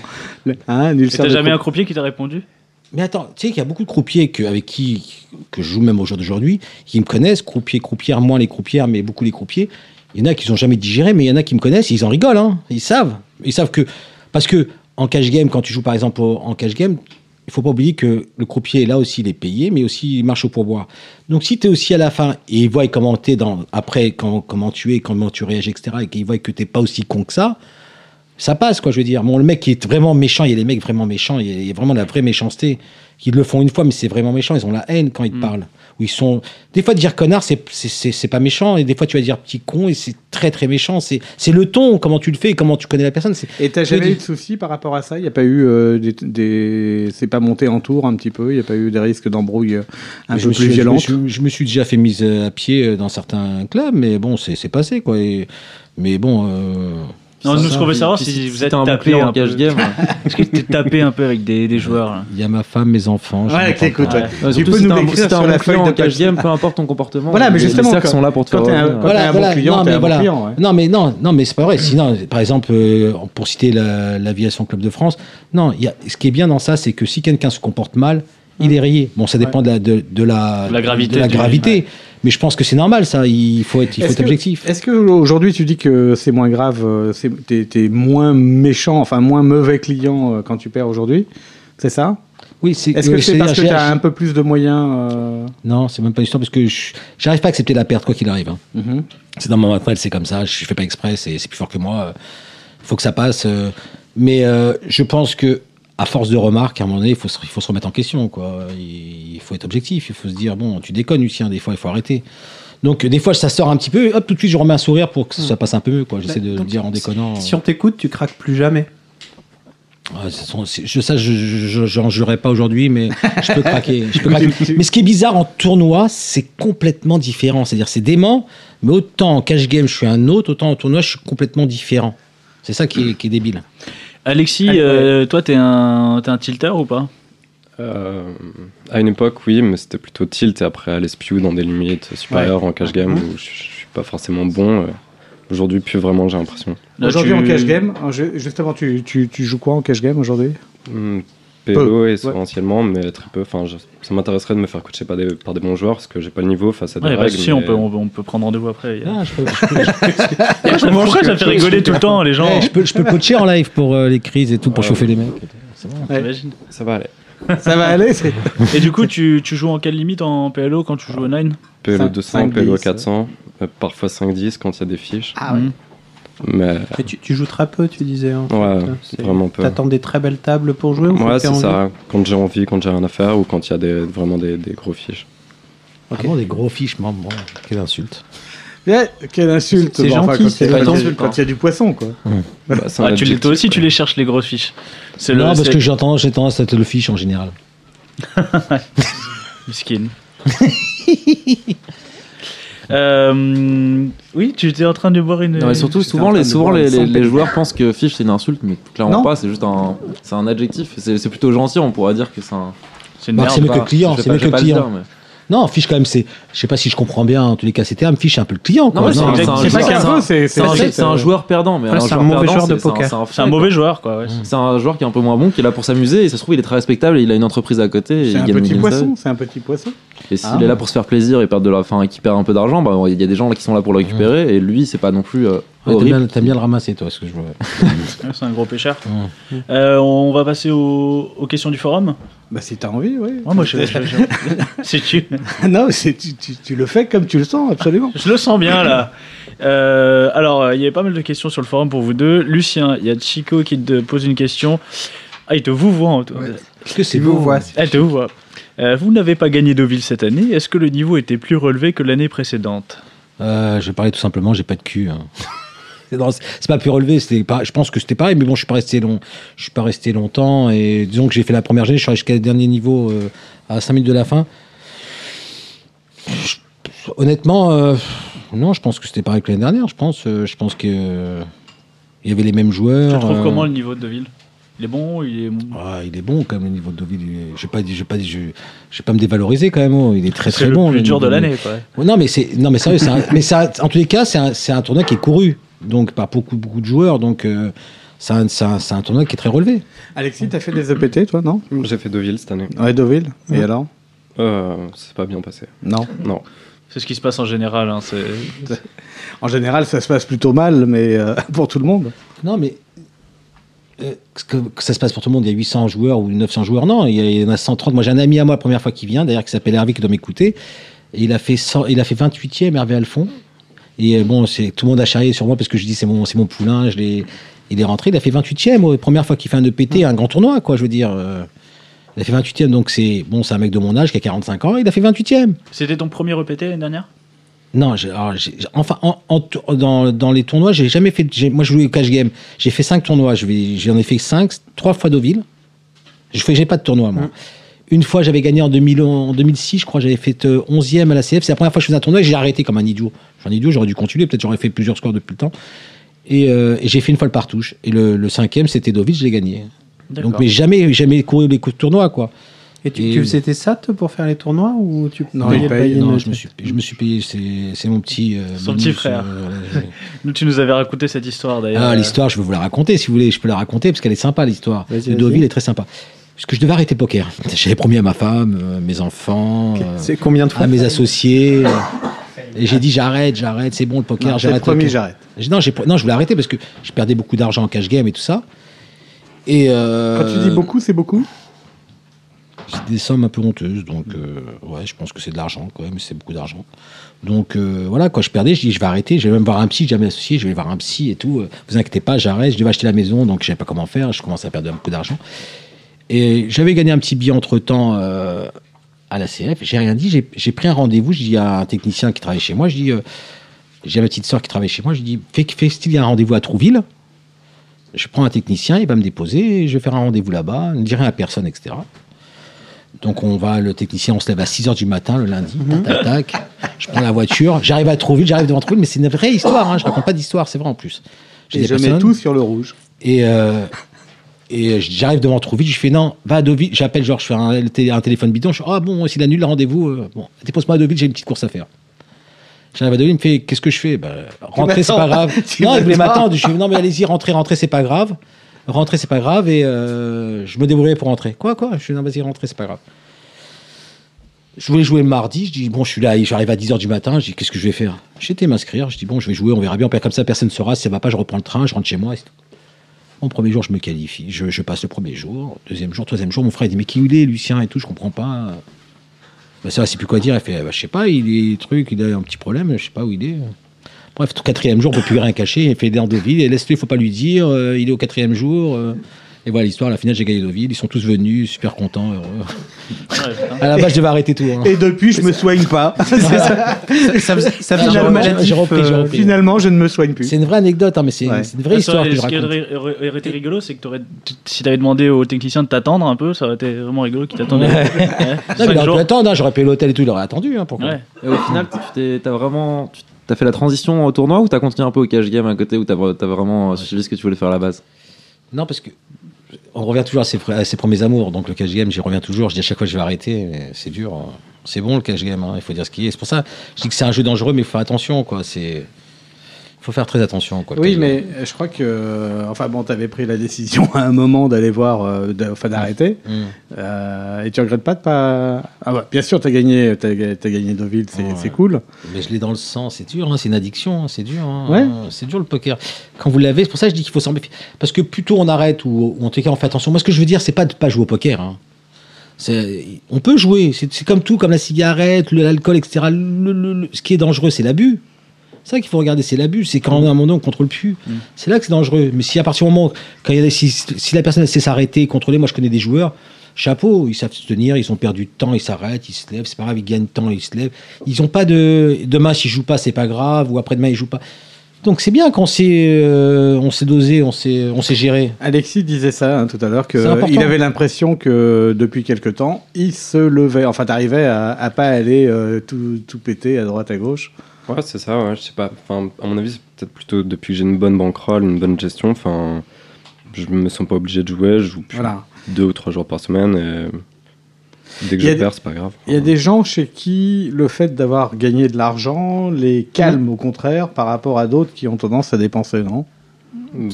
Speaker 4: le- hein,
Speaker 6: Et
Speaker 4: l'ulcère de
Speaker 6: T'as jamais un
Speaker 4: croup-
Speaker 6: croupier qui t'a répondu
Speaker 7: Mais attends, tu sais qu'il y a beaucoup de croupiers que, avec qui que je joue même au jour d'aujourd'hui, qui me connaissent, croupiers, croupières, moins les croupières, mais beaucoup les croupiers. Il y en a qui n'ont jamais digéré, mais il y en a qui me connaissent, ils en rigolent, hein. ils savent. Ils savent que. Parce que en cash game, quand tu joues par exemple au- en cash game, il faut pas oublier que le croupier, là aussi, il est payé, mais aussi il marche au pourboire. Donc si tu es aussi à la fin et ils voient comment t'es dans, après, quand- comment tu es, comment tu réagis, etc., et qu'ils voient que t'es pas aussi con que ça, ça passe, quoi, je veux dire. Bon, le mec qui est vraiment méchant, il y a des mecs vraiment méchants, il y a, il y a vraiment de la vraie méchanceté. Ils le font une fois, mais c'est vraiment méchant. Ils ont la haine quand ils te parlent. Ou ils sont. Des fois, dire connard, c'est- c'est c'est- c'est pas méchant. Et des fois, tu vas dire petit con, et c'est très, très méchant. C'est c'est le ton, comment tu le fais, comment tu connais la personne. c'est-
Speaker 4: Et t'as
Speaker 7: Je
Speaker 4: jamais
Speaker 7: dis-
Speaker 4: eu de soucis par rapport à ça Il n'y a pas eu euh, des, des- C'est pas monté en tour un petit peu Il n'y a pas eu des risques d'embrouille euh, un
Speaker 7: Mais je
Speaker 4: peu plus
Speaker 7: me suis- je me
Speaker 4: violentes
Speaker 7: suis- Je me, suis, déjà fait mise euh, à pied euh, dans certains clubs, mais bon, c'est c'est passé, quoi. Et- mais bon. euh,
Speaker 6: Non,
Speaker 9: Ça,
Speaker 6: nous, ce
Speaker 9: ça,
Speaker 6: qu'on veut
Speaker 9: puis-
Speaker 6: savoir,
Speaker 9: puis
Speaker 6: si vous
Speaker 9: t'es
Speaker 6: êtes
Speaker 9: un bon
Speaker 6: tapé
Speaker 9: client
Speaker 6: un
Speaker 9: en cash
Speaker 6: peu.
Speaker 9: game. hein.
Speaker 6: Est-ce que t'es tapé un peu avec des, des joueurs là
Speaker 7: Il y a ma femme, mes enfants. je
Speaker 4: Voilà,
Speaker 7: m'entends
Speaker 4: t'écoutes,
Speaker 7: pas.
Speaker 4: Ah, ouais.
Speaker 9: Ouais,
Speaker 4: Tu
Speaker 9: surtout
Speaker 4: peux
Speaker 9: si
Speaker 4: nous
Speaker 9: t'as un-
Speaker 4: l'écrire
Speaker 9: si t'as
Speaker 4: sur
Speaker 9: un
Speaker 4: la
Speaker 9: bon
Speaker 4: feuille
Speaker 9: client
Speaker 4: de
Speaker 9: en cash
Speaker 4: page.
Speaker 9: game, peu importe ton comportement.
Speaker 4: Voilà, mais
Speaker 9: les- les
Speaker 4: justement,
Speaker 9: cercles
Speaker 4: quand-
Speaker 9: sont là pour te
Speaker 4: quand
Speaker 9: faire
Speaker 4: t'es un-
Speaker 9: revenir.
Speaker 4: quand- t'es bon client, t'es un bon
Speaker 7: voilà.
Speaker 4: client, ouais.
Speaker 7: Non, mais non, non, mais c'est pas vrai. Sinon, par exemple, euh, pour citer la- l'aviation club de France, non, il y a, ce qui est bien dans ça, c'est que si quelqu'un se comporte mal,
Speaker 4: Hum.
Speaker 7: il est rayé. Bon, ça dépend de, la, de, de la,
Speaker 6: De la gravité
Speaker 7: de la
Speaker 6: du-
Speaker 7: gravité. Mais je pense que c'est normal, ça. Il faut être, il faut
Speaker 4: Est-ce
Speaker 7: être
Speaker 4: que-
Speaker 7: objectif.
Speaker 4: Est-ce que aujourd'hui tu dis que c'est moins grave, euh, c'est- t'es t'es moins méchant, enfin moins mauvais client euh, quand tu perds aujourd'hui C'est ça
Speaker 7: Oui, c'est
Speaker 4: Est-ce que
Speaker 7: euh,
Speaker 4: c'est
Speaker 7: c'est-
Speaker 4: parce que
Speaker 7: j'ai-
Speaker 4: tu as un peu plus de moyens euh,
Speaker 7: Non, c'est même pas une histoire parce que je- j'arrive pas à accepter la perte quoi qu'il arrive. hein.
Speaker 8: Mm-hmm.
Speaker 7: C'est dans mon naturel, c'est comme ça. Je fais pas exprès, c'est c'est plus fort que moi. euh, Faut que ça passe. euh, Mais euh, je pense que à force de remarques, à un moment donné, il faut se, il faut se remettre en question. Quoi. Il il faut être objectif. Il faut se dire bon, tu déconnes, Lucien. Des fois, il faut arrêter. Donc euh, des fois, ça sort un petit peu. et Hop, tout de suite, je remets un sourire pour que ça passe un peu mieux. quoi. J'essaie de le dire en déconnant.
Speaker 8: Mm. Bah, Si on t'écoute, tu craques plus jamais.
Speaker 7: Ouais, ce sont- c'est- je, ça, je, je, je- j'en jurerai pas aujourd'hui, mais je peux craquer. je peux craquer. Mais ce qui est bizarre en tournoi, c'est complètement différent. C'est-à-dire, c'est dément, mais autant en cash game, je suis un autre, autant en tournoi, je suis complètement différent. C'est ça qui est, qui est débile.
Speaker 6: Alexis,
Speaker 4: Allez,
Speaker 6: euh, toi, t'es un, t'es un tilter ou pas
Speaker 5: Euh, à une époque, oui, mais c'était plutôt tilt et après aller spew dans des limites supérieures en cash
Speaker 8: Ah.
Speaker 5: game où je, je suis pas forcément bon. euh, Aujourd'hui, plus vraiment, j'ai l'impression.
Speaker 6: Là,
Speaker 4: Aujourd'hui
Speaker 6: tu-
Speaker 4: en cash game, euh, je- justement, tu, tu- tu joues quoi en cash game aujourd'hui
Speaker 5: Hmm, PO
Speaker 4: Peu,
Speaker 5: essentiellement, mais très peu. Enfin, je- ça m'intéresserait de me faire coacher par des, par des bons joueurs parce que j'ai pas le niveau face à des
Speaker 6: Ouais, bah,
Speaker 5: règles.
Speaker 6: si,
Speaker 5: mais-
Speaker 6: on peut, on, peut- on peut prendre rendez-vous après.
Speaker 7: je peux,
Speaker 6: Pourquoi ça me fait rigoler tout le temps, les gens
Speaker 7: je, peux, je peux coacher en live pour euh, les crises et tout, pour
Speaker 5: Ouais.
Speaker 7: chauffer les mecs. C'est bon.
Speaker 6: T'imagines
Speaker 5: Ça va aller.
Speaker 4: Ça va aller c'est-
Speaker 6: Et du coup, tu, tu joues en quelle limite en PLO quand tu joues au 9
Speaker 5: PLO
Speaker 4: Cinq-
Speaker 5: 200,
Speaker 4: cinq,
Speaker 5: PLO
Speaker 4: dix,
Speaker 5: 400, euh, parfois 5-10 quand il y a des fiches. Hmm.
Speaker 6: Ah ouais.
Speaker 5: Mais
Speaker 8: Mais tu, tu joues très peu, tu disais. hein.
Speaker 5: ouais,
Speaker 8: c'est-
Speaker 5: vraiment peu.
Speaker 8: T'attends des très belles tables pour jouer ou faut
Speaker 5: Ouais,
Speaker 8: que t'aies
Speaker 5: c'est
Speaker 8: envie
Speaker 5: ça. Quand j'ai envie, quand j'ai rien à faire ou quand il y a des, vraiment des, des gros fiches.
Speaker 7: Ah bon, des gros fiches, man, bon, quelle insulte.
Speaker 4: Eh, Quelle insulte
Speaker 8: C'est
Speaker 4: enfin,
Speaker 8: gentil,
Speaker 4: quand
Speaker 8: c'est
Speaker 4: il y a-
Speaker 8: pas
Speaker 4: quand il y a-
Speaker 8: insulte,
Speaker 4: Quand il y a du poisson, quoi.
Speaker 5: Bah, c'est un
Speaker 6: Ah, tu les,
Speaker 5: adjectif,
Speaker 6: toi aussi,
Speaker 5: quoi.
Speaker 6: tu les cherches, les grosses fiches. C'est
Speaker 7: Non, parce
Speaker 6: c'est-
Speaker 7: que j'ai tendance, j'ai tendance à te le fiche en général.
Speaker 6: Miskin. Euh, oui, tu étais en train de boire une.
Speaker 9: Non, mais surtout,
Speaker 4: J'étais
Speaker 9: souvent,
Speaker 4: en train
Speaker 9: les,
Speaker 4: de
Speaker 9: souvent
Speaker 4: boire
Speaker 9: les,
Speaker 4: une
Speaker 9: les- les
Speaker 4: centaine.
Speaker 9: joueurs pensent que fiche c'est une insulte, mais clairement
Speaker 4: Non.
Speaker 9: pas, c'est juste un, c'est un adjectif. C'est c'est plutôt gentil, on pourrait dire que c'est un.
Speaker 6: C'est une
Speaker 7: Bah,
Speaker 6: merde.
Speaker 7: c'est mieux
Speaker 9: pas-
Speaker 7: que client,
Speaker 9: bah, je vais
Speaker 7: c'est
Speaker 9: pas-
Speaker 7: mieux
Speaker 9: je vais
Speaker 7: que
Speaker 9: pas le
Speaker 7: client.
Speaker 9: dire, mais-
Speaker 7: Non, fiche quand même, c'est. Je sais pas si je comprends bien en tous les cas ces termes. Fiche un peu le client.
Speaker 9: Non,
Speaker 7: Quoi.
Speaker 9: mais c'est
Speaker 7: Non,
Speaker 9: exact-
Speaker 7: non,
Speaker 9: c'est
Speaker 4: pas
Speaker 9: pas
Speaker 4: qu'un
Speaker 9: qu'un-
Speaker 4: peu, c'est
Speaker 9: C'est un,
Speaker 4: c'est-
Speaker 9: c'est un joueur perdant, mais
Speaker 8: Après,
Speaker 9: un
Speaker 8: c'est
Speaker 9: joueur
Speaker 8: un mauvais
Speaker 9: perdant,
Speaker 8: joueur de
Speaker 9: c'est- c'est un-
Speaker 8: poker.
Speaker 9: C'est un,
Speaker 6: C'est un
Speaker 9: fou,
Speaker 6: mauvais joueur, quoi. ouais.
Speaker 9: quoi. C'est un joueur qui est un peu moins bon, qui est là pour s'amuser, et ça se trouve, il est très respectable, et il a une entreprise à côté. et il
Speaker 4: C'est un
Speaker 9: gagne
Speaker 4: petit
Speaker 9: millions
Speaker 4: poisson, c'est un petit poisson.
Speaker 9: Et s'il
Speaker 7: Ah.
Speaker 9: est là pour se faire plaisir et perdre de la, enfin, et qu'il perd un peu d'argent, bah, il y a des gens là qui sont là pour le récupérer et lui, c'est pas non plus euh,
Speaker 7: Ouais, Ah, T'aimes
Speaker 9: horrible.
Speaker 7: bien, t'aimes bien le ramasser, toi, ce que je vois.
Speaker 6: Ouais, C'est un gros pêcheur.
Speaker 7: Mm.
Speaker 6: Euh, on va passer aux, aux questions du forum.
Speaker 4: Bah si t'as envie, oui.
Speaker 6: Ouais, moi, je, je- je- si tu-
Speaker 4: non, mais c'est- tu, tu- tu le fais comme tu le sens, absolument.
Speaker 6: je le sens bien là. Euh, alors, euh, il y avait pas mal de questions sur le forum pour vous deux. Lucien, il y a Chico qui te pose une question. Ah, il te vous voit. en-
Speaker 7: Est-ce que
Speaker 8: Tu
Speaker 7: c'est
Speaker 8: vous
Speaker 7: beau
Speaker 8: vois.
Speaker 6: Elle te vous voit. Euh, vous n'avez pas gagné Deauville cette année. Est-ce que le niveau était plus relevé que l'année précédente
Speaker 7: Euh, je vais parler tout simplement, j'ai pas de cul. hein. Non, c'est c'est pas plus relevé, c'était pas, je pense que c'était pareil, mais bon, je suis pas resté long, je suis pas resté longtemps et disons que j'ai fait la première journée, je suis allé jusqu'à le dernier niveau euh, à 5 minutes de la fin. Je- honnêtement, euh, non, je pense que c'était pareil que l'année dernière, je pense, euh, je pense que euh, il y avait les mêmes
Speaker 6: Tu
Speaker 7: joueurs.
Speaker 6: trouves
Speaker 7: euh,
Speaker 6: comment le niveau de Deauville Il est bon Il est bon
Speaker 7: ah, il est bon quand même le niveau de Deauville. il est- Je vais pas, je vais pas, je, je vais pas me dévaloriser quand même. oh, Il est très
Speaker 6: C'est
Speaker 7: très
Speaker 6: le
Speaker 7: bon.
Speaker 6: plus
Speaker 7: le
Speaker 6: dur de
Speaker 7: niveau-
Speaker 6: l'année. quoi.
Speaker 7: Ouais, Non, mais c'est non, mais sérieux, c'est un- mais ça, en tous les cas, c'est un, c'est un tournoi qui est couru, donc par beaucoup beaucoup de joueurs, donc euh, c'est un, c'est un- c'est un tournoi qui est très relevé.
Speaker 4: Alexis, t'as fait des EPT, toi, non
Speaker 5: J'ai fait Deauville cette année.
Speaker 4: Ouais, Deauville. Et alors
Speaker 5: Euh, c'est pas bien passé.
Speaker 4: Non.
Speaker 5: Non.
Speaker 6: C'est ce qui se passe en général. hein, c'est-
Speaker 4: En général, ça se passe plutôt mal, mais euh, pour tout le monde.
Speaker 7: Non, mais euh, que, que ça se passe pour tout le monde, il y a 800 joueurs ou 900 joueurs, non, il y, a- il y en a 130. Moi, j'ai un ami à moi la première fois qui vient, d'ailleurs, qui s'appelle Hervé, qui doit m'écouter. Et Il a fait 100 il a fait 28e Hervé Alphon. Et euh, bon, c'est tout le monde a charrié sur moi parce que je dis c'est mon c'est mon poulain, je l'ai il est rentré, il a fait 28e, ouais, première fois qu'il fait un EPT, un grand tournoi quoi, je veux dire. euh, il a fait 28e donc c'est bon, c'est un mec de mon âge qui a 45 ans, il a fait 28e.
Speaker 6: C'était ton premier EPT l'année dernière
Speaker 7: Non, j'ai- alors, j'ai- j'ai- enfin, en, en tou- dans, dans les tournois, j'ai jamais fait. j'ai- Moi, je jouais au cash game. J'ai fait cinq tournois. Je vais- J'en ai fait cinq, trois fois Deauville. Je fais, j'ai pas de tournoi,
Speaker 6: Mm.
Speaker 7: moi. Une fois, j'avais gagné en, 2000 en 2006, je crois, j'avais fait euh, 11e à la CF. C'est la première fois que je faisais un tournoi et j'ai arrêté comme un idiot. Je suis un idiot, j'aurais dû continuer. Peut-être j'aurais fait plusieurs scores depuis le temps. Et, euh, et j'ai fait une fois le partouche. Et le, le cinquième, c'était Deauville, je l'ai gagné.
Speaker 6: D'accord.
Speaker 7: Donc, mais jamais, jamais couru les coups de tournoi, quoi.
Speaker 8: Et tu,
Speaker 7: Et-
Speaker 8: tu faisais tes SAT pour faire les tournois ou tu
Speaker 4: Non,
Speaker 8: payais
Speaker 4: il
Speaker 8: le
Speaker 4: paye,
Speaker 8: buy-in
Speaker 7: non,
Speaker 8: et-
Speaker 7: je me suis, je me suis payé. C'est c'est mon petit. euh,
Speaker 6: Son
Speaker 7: bonus,
Speaker 6: petit frère.
Speaker 7: euh, voilà, j'ai-
Speaker 6: Nous, tu nous avais raconté cette histoire d'ailleurs.
Speaker 4: Euh,
Speaker 7: Ah, l'histoire, je vais vous la raconter si vous voulez. Je peux la raconter parce qu'elle est sympa, l'histoire.
Speaker 8: Vas-y,
Speaker 7: De
Speaker 8: vas-y.
Speaker 7: Deauville est très sympa. Parce que je devais arrêter le poker. J'avais promis à ma femme, euh, mes enfants, euh,
Speaker 8: C'est combien de fois
Speaker 7: à mes associés. euh, et j'ai dit j'arrête, j'arrête, c'est bon le poker,
Speaker 4: Non,
Speaker 7: j'arrête.
Speaker 4: t'as
Speaker 7: le
Speaker 4: promis,
Speaker 7: poker.
Speaker 4: j'arrête.
Speaker 7: J'ai- Non, j'ai pro- non, je voulais arrêter parce que je perdais beaucoup d'argent en cash game et tout ça. Et euh,
Speaker 4: Quand tu dis beaucoup, c'est beaucoup
Speaker 7: c'est des sommes un peu honteuses, donc euh, ouais, je pense que c'est de l'argent quand même, c'est beaucoup d'argent. Donc euh, voilà, quand je perdais, je dis je vais arrêter, je vais même voir un psy, j'ai jamais associé, je vais voir un psy et tout. euh, vous inquiétez pas, j'arrête, je devais acheter la maison, donc je savais pas comment faire, je commençais à perdre beaucoup d'argent. Et j'avais gagné un petit billet entre temps à la CF, j'ai rien dit, j'ai- j'ai pris un rendez-vous, je dis à un technicien qui travaille chez moi, je dis, euh, j'ai ma petite soeur qui travaille chez moi, je dis, fais- fais-t-il un rendez-vous à Trouville je prends un technicien, il va me déposer, et je vais faire un rendez-vous là-bas, ne dis rien à personne, etc. Donc on va, le technicien, on se lève à 6h du matin le lundi,
Speaker 4: Mhm.
Speaker 7: tac, tac, tac. je prends la voiture, j'arrive à Trouville, j'arrive devant Trouville, mais c'est une vraie histoire, hein, je raconte pas d'histoire, c'est vrai en plus.
Speaker 4: Et
Speaker 7: J'ai des
Speaker 4: je mets
Speaker 7: personnes,
Speaker 4: tout sur le rouge.
Speaker 7: Et, euh, et j'arrive devant Trouville, je fais non, va à Deauville, j'appelle, genre je fais un, télé- un téléphone bidon, je fais, ah bon, s'il annule le rendez-vous, euh, bon, dépose-moi à Deauville, j'ai une petite course à faire. J'arrive à Deauville, il me fait, qu'est-ce que je fais bah, Rentrer, c'est pas
Speaker 4: m'attends.
Speaker 7: grave.
Speaker 4: Tu
Speaker 7: non, il voulait
Speaker 4: m'attends.
Speaker 7: m'attendre, je fais, non mais allez-y, rentrez, rentrez, c'est pas grave. Rentrez, c'est pas grave, et euh, je me débrouillais pour rentrer. Quoi, quoi Je fais, non, vas-y, rentrez, c'est pas grave. Je voulais jouer le mardi, je dis bon, je suis là, j'arrive à 10h du matin, je dis qu'est-ce que je vais faire J'étais m'inscrire, je dis bon, je vais jouer, on verra bien, comme ça personne ne saura, si ça va pas, je reprends le train, je rentre chez moi, et c'est tout. Mon premier jour, je me qualifie, je, je passe le premier jour, deuxième jour, troisième jour, mon frère il dit mais qui il est, Lucien et tout, je comprends pas. Ben, ça, c'est plus quoi dire, elle fait bah, je sais pas, il est truc, il a un petit problème, je sais pas où il est. Bref, au quatrième jour, on peut plus rien cacher, il fait des Deauville, et laisse-le, faut pas lui dire, euh, il est au quatrième jour. euh. et voilà l'histoire, à la finale j'ai gagné Deauville, ils sont tous venus, super contents, heureux.
Speaker 6: Ouais, putain.
Speaker 7: À la base, je devais arrêter tout. hein.
Speaker 4: Et depuis, je me soigne pas.
Speaker 8: Ça faisait- ça
Speaker 7: Ah,
Speaker 8: faisait
Speaker 7: j'ai
Speaker 8: le
Speaker 7: repris,
Speaker 8: maladif,
Speaker 7: j'ai repris,
Speaker 8: euh,
Speaker 7: j'ai repris.
Speaker 4: Finalement, je ne me soigne plus.
Speaker 7: C'est une vraie anecdote, hein, mais c'est
Speaker 4: Ouais.
Speaker 7: c'est une vraie
Speaker 6: Bah,
Speaker 7: histoire
Speaker 6: Ça aurait-
Speaker 7: que je
Speaker 6: ce qui
Speaker 7: raconte.
Speaker 6: aurait- aurait aurait été rigolo, c'est que t'aurais- t- si t'avais demandé au technicien de t'attendre un peu, ça aurait été vraiment rigolo qu'il t'attendait.
Speaker 7: Non,
Speaker 6: Ouais,
Speaker 7: mais
Speaker 6: cinq
Speaker 7: il aurait
Speaker 6: jours.
Speaker 7: pu attendre, hein, j'aurais payé l'hôtel et tout, il aurait attendu. Hein, pourquoi
Speaker 6: Ouais.
Speaker 9: Et au final, tu t'es- t'as vraiment. tu- T'as fait la transition au tournoi ou t'as continué un peu au cash game à côté ou t'as t'as vraiment euh, suivi ce que tu voulais faire à la base
Speaker 7: Non, parce que on revient toujours à ses, pr- à ses premiers amours. Donc le cash game, j'y reviens toujours. Je dis à chaque fois, je vais arrêter. mais C'est dur. hein. C'est bon le cash game. hein, Il faut dire ce qu'il est. C'est pour ça, je dis que c'est un jeu dangereux, mais il faut faire attention. Quoi. C'est, faut faire très attention. Quoi, le
Speaker 4: Oui,
Speaker 7: cash game.
Speaker 4: mais je crois que. euh, Enfin bon, t'avais pris la décision à un moment d'aller voir, euh, d'a- enfin d'arrêter.
Speaker 7: Mm.
Speaker 4: Euh, et tu regrettes pas de pas. Ah ouais, bien sûr, t'as gagné, t'as, ga- t'as gagné Deauville, c'est,
Speaker 7: Ouais.
Speaker 4: c'est cool.
Speaker 7: Mais je l'ai dans le sang, c'est dur, hein, c'est une addiction, hein, c'est dur. hein,
Speaker 4: Ouais.
Speaker 7: euh, C'est dur le poker. Quand vous l'avez, c'est pour ça que je dis qu'il faut s'en méfier. Parce que plutôt on arrête ou, ou en tout cas on fait attention. Moi ce que je veux dire, c'est pas de pas jouer au poker. hein. C'est- On peut jouer, c'est c'est comme tout, comme la cigarette, le- l'alcool, etc. Le- le- le- ce qui est dangereux, c'est l'abus. C'est ça qu'il faut regarder, c'est l'abus. C'est quand à un moment donné, on contrôle plus. C'est là que c'est dangereux. Mais si à partir du moment, quand il y a des- si, si la personne sait s'arrêter, contrôler, moi je connais des joueurs, chapeau, ils savent se tenir, ils ont perdu de temps, ils s'arrêtent, ils se lèvent, c'est pas grave, ils gagnent de temps, ils se lèvent. Ils ont pas de. Demain, s'ils jouent pas, c'est pas grave, ou après-demain, ils jouent pas. Donc c'est bien qu'on s'est euh, on s'est dosé, on s'est on s'est géré.
Speaker 4: Alexis disait ça hein, tout à l'heure,
Speaker 7: C'est
Speaker 4: que
Speaker 7: important.
Speaker 4: il avait l'impression que depuis quelque temps, il se levait. Enfin, t'arrivais à, à pas aller euh, tout, tout péter à droite, à gauche.
Speaker 5: Ouais, c'est ça, ouais, je sais pas. Enfin, à mon avis, c'est peut-être plutôt depuis que j'ai une bonne bankroll, une bonne gestion. Enfin, je me sens pas obligé de jouer, je joue plus
Speaker 4: Voilà.
Speaker 5: deux ou trois jours par semaine. Et dès
Speaker 4: Il y
Speaker 5: que je
Speaker 4: a des-
Speaker 5: perds, c'est pas grave.
Speaker 4: Il y a des gens chez qui le fait d'avoir gagné de l'argent les calme au contraire par rapport à d'autres qui ont tendance à dépenser, non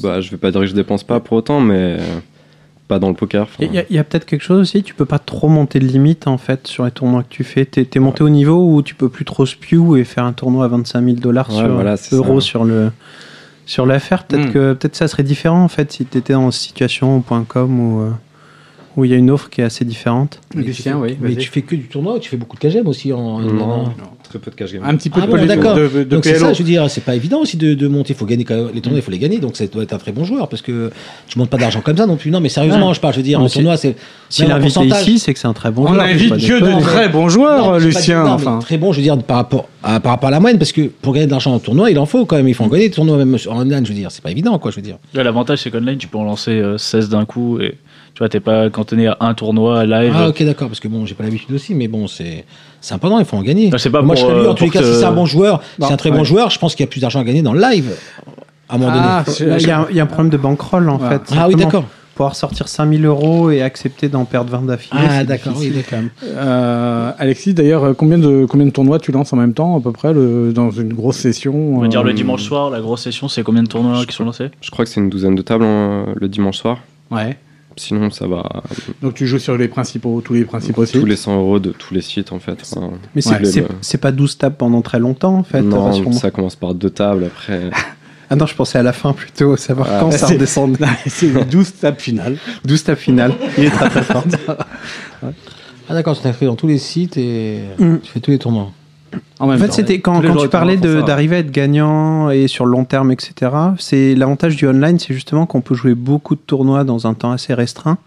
Speaker 5: Bah, je vais pas dire que je dépense pas pour autant, mais euh, pas dans le poker. enfin.
Speaker 8: Il y a, y a peut-être quelque chose aussi, tu peux pas trop monter de limite en fait sur les tournois que tu fais. T'es es monté au niveau où tu peux plus trop spew et faire un tournoi à 25 000 dollars
Speaker 5: Ouais,
Speaker 8: sur
Speaker 5: voilà, c'est
Speaker 8: euros
Speaker 5: ça.
Speaker 8: sur le sur l'affaire. Peut-être
Speaker 4: Mm.
Speaker 8: que peut-être ça serait différent en fait si t'étais en situation .com où euh, où il y a une offre qui est assez différente.
Speaker 4: Lucien, oui.
Speaker 7: Mais
Speaker 4: vas-y.
Speaker 7: tu fais que du tournoi, ou tu fais beaucoup de KGM aussi en.
Speaker 5: Non,
Speaker 7: en-
Speaker 5: très peu de cash game.
Speaker 4: Un petit peu
Speaker 7: Ah
Speaker 4: de,
Speaker 7: bon,
Speaker 4: poli-
Speaker 7: d'accord.
Speaker 4: de, de
Speaker 7: donc c'est
Speaker 4: PLO.
Speaker 7: ça, je veux dire, c'est pas évident aussi de, de monter. Il faut gagner quand même- les tournois, il faut les gagner. Donc ça doit être un très bon joueur parce que tu montes pas d'argent comme ça non plus. Non, mais sérieusement, je parle. Je veux dire,
Speaker 8: Non,
Speaker 7: en
Speaker 8: mais c'est-
Speaker 7: tournoi, c'est
Speaker 8: S'il est
Speaker 7: même en
Speaker 8: invité
Speaker 7: pourcentage.
Speaker 8: ici, c'est que c'est un très bon
Speaker 4: On
Speaker 8: joueur. c'est
Speaker 4: invite
Speaker 8: pas
Speaker 4: Dieu de
Speaker 8: déconnant.
Speaker 4: très bons
Speaker 7: hein. Non,
Speaker 4: joueurs,
Speaker 7: c'est pas
Speaker 4: euh, Lucien.
Speaker 7: du- non, mais
Speaker 4: enfin.
Speaker 7: Très bon, je veux dire, par rapport, à, par rapport à la moyenne, parce que pour gagner de l'argent en tournoi, il en faut quand même. Il faut en gagner des tournois, même en online, je veux dire. C'est pas évident, quoi, je veux dire.
Speaker 6: Là, l'avantage, c'est qu'online, tu peux en lancer euh, 16 d'un coup et tu vois, t'es pas cantonné à un tournoi live.
Speaker 7: Ah, ok, d'accord, parce que bon, j'ai pas l'habitude aussi, mais bon, c'est c'est important, il faut en gagner.
Speaker 6: Non, c'est pas
Speaker 7: Moi,
Speaker 6: pour,
Speaker 7: je salue,
Speaker 6: euh,
Speaker 7: en tous les
Speaker 6: pour
Speaker 7: cas,
Speaker 6: te-
Speaker 7: si c'est un bon joueur,
Speaker 4: Non,
Speaker 7: c'est un très bon
Speaker 4: ouais.
Speaker 7: joueur, je pense qu'il y a plus d'argent à gagner dans le live, à un moment
Speaker 4: Ah,
Speaker 7: donné.
Speaker 8: Il y, a un- il y a un problème de bankroll en
Speaker 4: Voilà.
Speaker 8: fait.
Speaker 7: Ah oui,
Speaker 8: Simplement,
Speaker 7: d'accord.
Speaker 8: Pouvoir sortir 5000 euros et accepter d'en perdre 20 d'affilée.
Speaker 7: Ah,
Speaker 8: c'est
Speaker 7: d'accord, oui,
Speaker 8: difficile
Speaker 7: d'accord.
Speaker 8: quand même.
Speaker 4: Euh, Alexis, d'ailleurs, euh, combien de, combien de tournois tu lances en même temps, à peu près, le- dans une grosse session
Speaker 6: On va dire le
Speaker 4: euh,
Speaker 6: dimanche soir, la grosse session, c'est combien de tournois qui sont lancés
Speaker 5: Je crois que c'est une douzaine de tables hein, le dimanche soir.
Speaker 4: Ouais.
Speaker 5: Sinon, ça va
Speaker 4: Donc tu joues sur les principaux, tous les principaux sites.
Speaker 5: tous les 100 euros de tous les sites en fait. Enfin,
Speaker 8: Mais c'est
Speaker 5: Ouais.
Speaker 8: c'est- c'est pas 12 tables pendant très longtemps en fait.
Speaker 5: non,
Speaker 8: rassure-moi.
Speaker 5: ça commence par deux tables après.
Speaker 8: Ah non, je pensais à la fin plutôt, savoir
Speaker 5: Ah,
Speaker 8: quand
Speaker 4: bah,
Speaker 8: ça
Speaker 4: c'est-
Speaker 8: redescend.
Speaker 4: C'est les 12 tables finales.
Speaker 8: 12 tables finales. Il est très très fort.
Speaker 7: Ah, d'accord, tu t'inscris dans tous les sites et
Speaker 8: Mm.
Speaker 7: tu fais tous les tournois.
Speaker 4: En même
Speaker 8: En fait,
Speaker 4: temps.
Speaker 8: c'était quand,
Speaker 6: Tous les
Speaker 8: quand
Speaker 6: jours
Speaker 8: tu
Speaker 6: au tournoi
Speaker 8: parlais
Speaker 6: font
Speaker 8: de-
Speaker 6: ça.
Speaker 8: d'arriver à être gagnant et sur le long terme, etc. C'est l'avantage du online, c'est justement qu'on peut jouer beaucoup de tournois dans un temps assez restreint.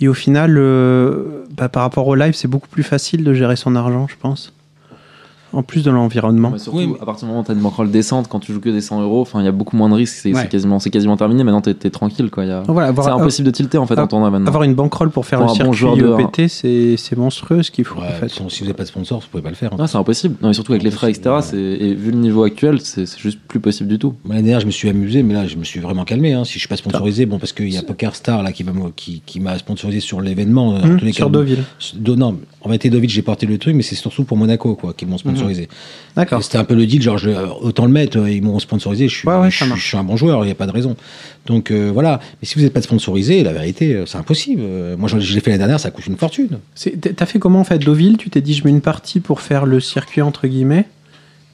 Speaker 8: Et au final, euh, bah, par rapport au live, c'est beaucoup plus facile de gérer son argent, je pense. En plus de l'environnement.
Speaker 9: Ouais, surtout,
Speaker 7: Oui, mais-
Speaker 9: à partir du moment où t'as une bankroll décente, quand tu joues que des 100 euros, enfin, il y a beaucoup moins de risques. C'est
Speaker 4: Ouais.
Speaker 9: c'est quasiment, c'est quasiment terminé. Maintenant, t'es t'es tranquille, quoi. il y a-
Speaker 8: Donc Voilà, avoir,
Speaker 9: C'est impossible de tilter en fait
Speaker 8: ah,
Speaker 9: en tournoi maintenant.
Speaker 8: avoir une bankroll pour faire
Speaker 9: Pour
Speaker 8: le
Speaker 9: un bon
Speaker 8: circuit
Speaker 9: joueur de-
Speaker 8: EPT, c'est c'est monstrueux ce qu'il faut. en
Speaker 7: Ouais,
Speaker 8: fait.
Speaker 7: sinon, si vous n'avez pas euh, de sponsor, vous pouvez pas le faire. hein.
Speaker 9: Non, c'est impossible. Non, mais surtout avec les frais, etc. c'est- Et vu le niveau actuel, c'est c'est juste plus possible du tout.
Speaker 7: Moi, L'année dernière, je me suis amusé, mais là, je me suis vraiment calmé. hein. Si je suis pas sponsorisé, bon, parce qu'il y a Poker Star là, qui va me- qui, qui m'a sponsorisé sur l'événement. euh, en
Speaker 8: Hum,
Speaker 7: tous les
Speaker 8: sur
Speaker 7: cas,
Speaker 8: Deauville.
Speaker 7: Do- non, mais en fait, Edovic, j'ai porté le truc, mais c'est surtout pour Monaco, quoi, qu'ils m'ont sponsorisé.
Speaker 8: Mm. D'accord.
Speaker 7: Et C'était un peu le deal, genre, je- euh, autant le mettre, euh, ils m'ont sponsorisé, je suis,
Speaker 8: Ouais, ouais,
Speaker 7: je,
Speaker 8: ça
Speaker 7: suis-
Speaker 8: marche.
Speaker 7: je suis un bon joueur, il n'y a pas de raison. Donc euh, voilà, mais si vous n'êtes pas sponsorisé, la vérité, euh, c'est impossible. Euh, Moi, je, je l'ai fait l'année dernière, ça coûte une fortune.
Speaker 8: C'est- t'as- T'as fait comment en fait Deauville Tu t'es dit je mets une partie pour faire le circuit entre guillemets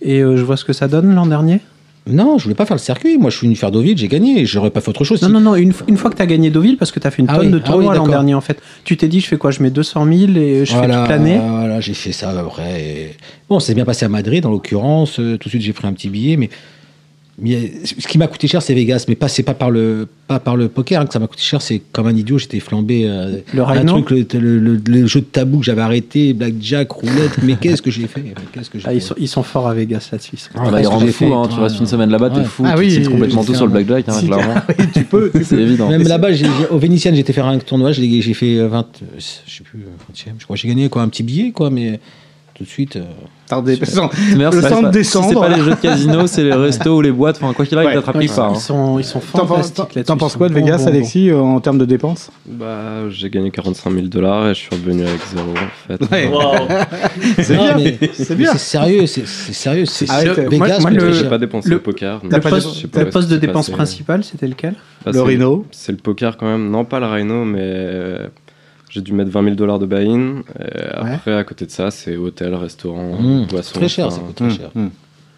Speaker 8: et euh, je vois ce que ça donne l'an dernier
Speaker 7: Non, je voulais pas faire le circuit, moi, je suis venu faire Deauville, j'ai gagné, et j'aurais pas fait autre chose.
Speaker 8: Non,
Speaker 7: Si-
Speaker 8: non, non, une, f- une fois que t'as gagné Deauville, parce que t'as fait une
Speaker 7: Ah
Speaker 8: tonne
Speaker 7: oui,
Speaker 8: de
Speaker 7: ah oui,
Speaker 8: tournois l'an
Speaker 7: d'accord.
Speaker 8: dernier en fait, tu t'es dit je fais quoi Je mets 200 000 et je fais
Speaker 7: voilà,
Speaker 8: toute l'année
Speaker 7: Voilà, j'ai fait ça après. et- Bon, c'est bien passé à Madrid, en l'occurrence. euh, Tout de suite, j'ai pris un petit billet, mais. mais ce qui m'a coûté cher, c'est Vegas, mais pas c'est pas par le pas par le poker hein, que ça m'a coûté cher. C'est comme un idiot, j'étais flambé. euh,
Speaker 8: Le
Speaker 7: un
Speaker 8: Rhino
Speaker 7: truc, le, le- le- le jeu de tabou que j'avais arrêté, blackjack, roulette. mais qu'est-ce que j'ai fait mais Qu'est-ce que j'ai
Speaker 8: Ah,
Speaker 7: fait
Speaker 8: ils, sont, ils sont forts à Vegas là-dessus.
Speaker 9: Ah,
Speaker 7: qu'est-ce
Speaker 9: bah, il
Speaker 7: que
Speaker 9: rend
Speaker 7: j'ai
Speaker 9: fou,
Speaker 7: fait,
Speaker 9: hein, tu
Speaker 7: putain.
Speaker 9: restes une semaine là-bas, t'es
Speaker 7: Ouais.
Speaker 9: fou,
Speaker 4: Ah
Speaker 9: tu
Speaker 4: oui,
Speaker 9: tiltes complètement
Speaker 7: j'ai
Speaker 9: tout
Speaker 7: fait
Speaker 9: sur le
Speaker 7: un-
Speaker 9: blackjack, hein,
Speaker 4: Si,
Speaker 9: clairement.
Speaker 4: tu peux. tu
Speaker 9: C'est
Speaker 4: peux.
Speaker 9: évident.
Speaker 7: Même là-bas, j'ai- j'ai- au Vénitienne, j'étais faire un tournoi, je l'ai- j'ai fait euh, 20, euh, je sais plus, euh, 20e, je crois que j'ai gagné quoi, un petit billet, quoi, mais tout de suite. euh,
Speaker 4: Attendez, sans-
Speaker 9: D'ailleurs,
Speaker 4: Le
Speaker 9: c'est
Speaker 4: temps de
Speaker 9: pas-
Speaker 4: descendre.
Speaker 9: si C'est pas les jeux de casino, c'est les restos ou les boîtes. Enfin, quoi qu'il arrive,
Speaker 4: Ouais.
Speaker 9: t'attrapes pas.
Speaker 5: hein.
Speaker 8: Ils sont, ils sont
Speaker 4: T'en penses,
Speaker 8: fantastiques là-dessus.
Speaker 4: t'en penses
Speaker 8: Ils
Speaker 4: quoi
Speaker 8: sont
Speaker 4: de
Speaker 8: bons,
Speaker 4: Vegas,
Speaker 8: bons, bons.
Speaker 4: Alexis, euh, en termes de dépenses
Speaker 5: Bah, j'ai gagné 45 000 dollars et je suis revenu avec zéro en fait.
Speaker 4: Ouais.
Speaker 6: Waouh.
Speaker 4: C'est
Speaker 7: non,
Speaker 4: bien,
Speaker 7: mais- mais
Speaker 4: c'est bien.
Speaker 7: C'est sérieux, c'est c'est sérieux. C'est
Speaker 4: Ah,
Speaker 7: c'est-
Speaker 4: le-
Speaker 7: Vegas,
Speaker 4: moi- moi,
Speaker 7: mais
Speaker 4: le-
Speaker 7: très
Speaker 5: J'ai
Speaker 7: cher.
Speaker 5: pas dépensé
Speaker 4: T'as
Speaker 5: le poker.
Speaker 4: t'as
Speaker 5: mais
Speaker 4: pas
Speaker 5: je
Speaker 4: dépensé-
Speaker 5: sais pas
Speaker 8: Le
Speaker 5: ce
Speaker 8: poste
Speaker 5: qui
Speaker 8: de
Speaker 5: s'est
Speaker 8: dépense
Speaker 5: passé. hein.
Speaker 8: principale, c'était lequel
Speaker 5: Bah,
Speaker 4: Le
Speaker 5: c'est-
Speaker 4: Rhino.
Speaker 5: C'est le poker quand même. Non, pas le Rhino, mais euh, j'ai dû mettre 20 000 dollars de buy-in. Et Après, à côté de ça, c'est hôtel, restaurant,
Speaker 7: Mmh,
Speaker 5: boisson.
Speaker 7: Très cher,
Speaker 5: enfin,
Speaker 7: ça coûte très cher.
Speaker 4: Hum, hum.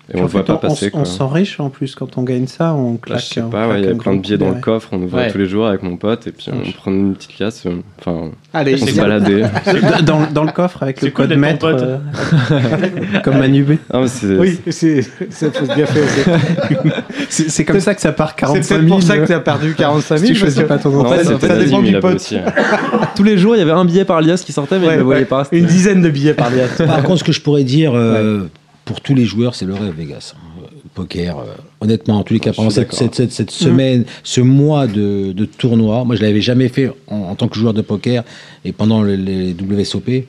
Speaker 5: Et on le
Speaker 8: En fait,
Speaker 5: voit pas
Speaker 8: on- on
Speaker 5: passer
Speaker 8: s-
Speaker 5: quoi.
Speaker 8: On s'enrichit en plus quand on gagne ça, on
Speaker 5: Là,
Speaker 8: claque.
Speaker 5: je sais
Speaker 8: on
Speaker 5: pas, ouais,
Speaker 8: claque
Speaker 5: il y
Speaker 8: un
Speaker 5: avait plein
Speaker 8: grand
Speaker 5: de billets dans
Speaker 8: coup
Speaker 5: le coffre, on ouvrait
Speaker 10: Ouais.
Speaker 5: tous les jours avec mon pote et puis on
Speaker 8: Ouais.
Speaker 5: prenait une petite liasse, euh, enfin,
Speaker 4: Allez,
Speaker 5: on se baladait.
Speaker 8: dans, dans- dans le coffre avec
Speaker 6: C'est
Speaker 8: le
Speaker 6: quoi
Speaker 8: code
Speaker 6: d'être en
Speaker 8: maître
Speaker 6: pote
Speaker 8: euh, comme Manubé.
Speaker 5: Ah, mais c'est-
Speaker 4: Oui, c'est ça faut bien fait. aussi.
Speaker 8: C'est c'est comme ça que ça part
Speaker 4: C'est
Speaker 8: 45
Speaker 4: peut-être
Speaker 8: 000.
Speaker 4: pour ça que euh, tu as perdu 45 000.
Speaker 8: Si tu choisis
Speaker 4: parce que-
Speaker 8: pas ton
Speaker 5: Non,
Speaker 4: en fait,
Speaker 5: c'était
Speaker 4: ça
Speaker 5: Nazim,
Speaker 4: dépend
Speaker 5: il
Speaker 4: du
Speaker 5: l'avait
Speaker 4: pote.
Speaker 5: aussi.
Speaker 9: Tous les jours, il y avait un billet par lias qui sortait, mais
Speaker 4: Ouais,
Speaker 9: je le voyais
Speaker 4: ouais.
Speaker 9: pas. c'était-
Speaker 4: Une dizaine de billets par liasse.
Speaker 7: Par contre, ce que je pourrais dire euh, pour tous les joueurs, c'est le rêve Vegas. Euh, Poker, euh, honnêtement, en tous les cas,
Speaker 5: je
Speaker 7: pendant
Speaker 5: suis
Speaker 7: cette,
Speaker 5: d'accord.
Speaker 7: cette- cette-
Speaker 4: Hmm.
Speaker 7: cette semaine, ce mois de, de tournoi, moi je l'avais jamais fait en, en tant que joueur de poker et pendant le- les WSOP,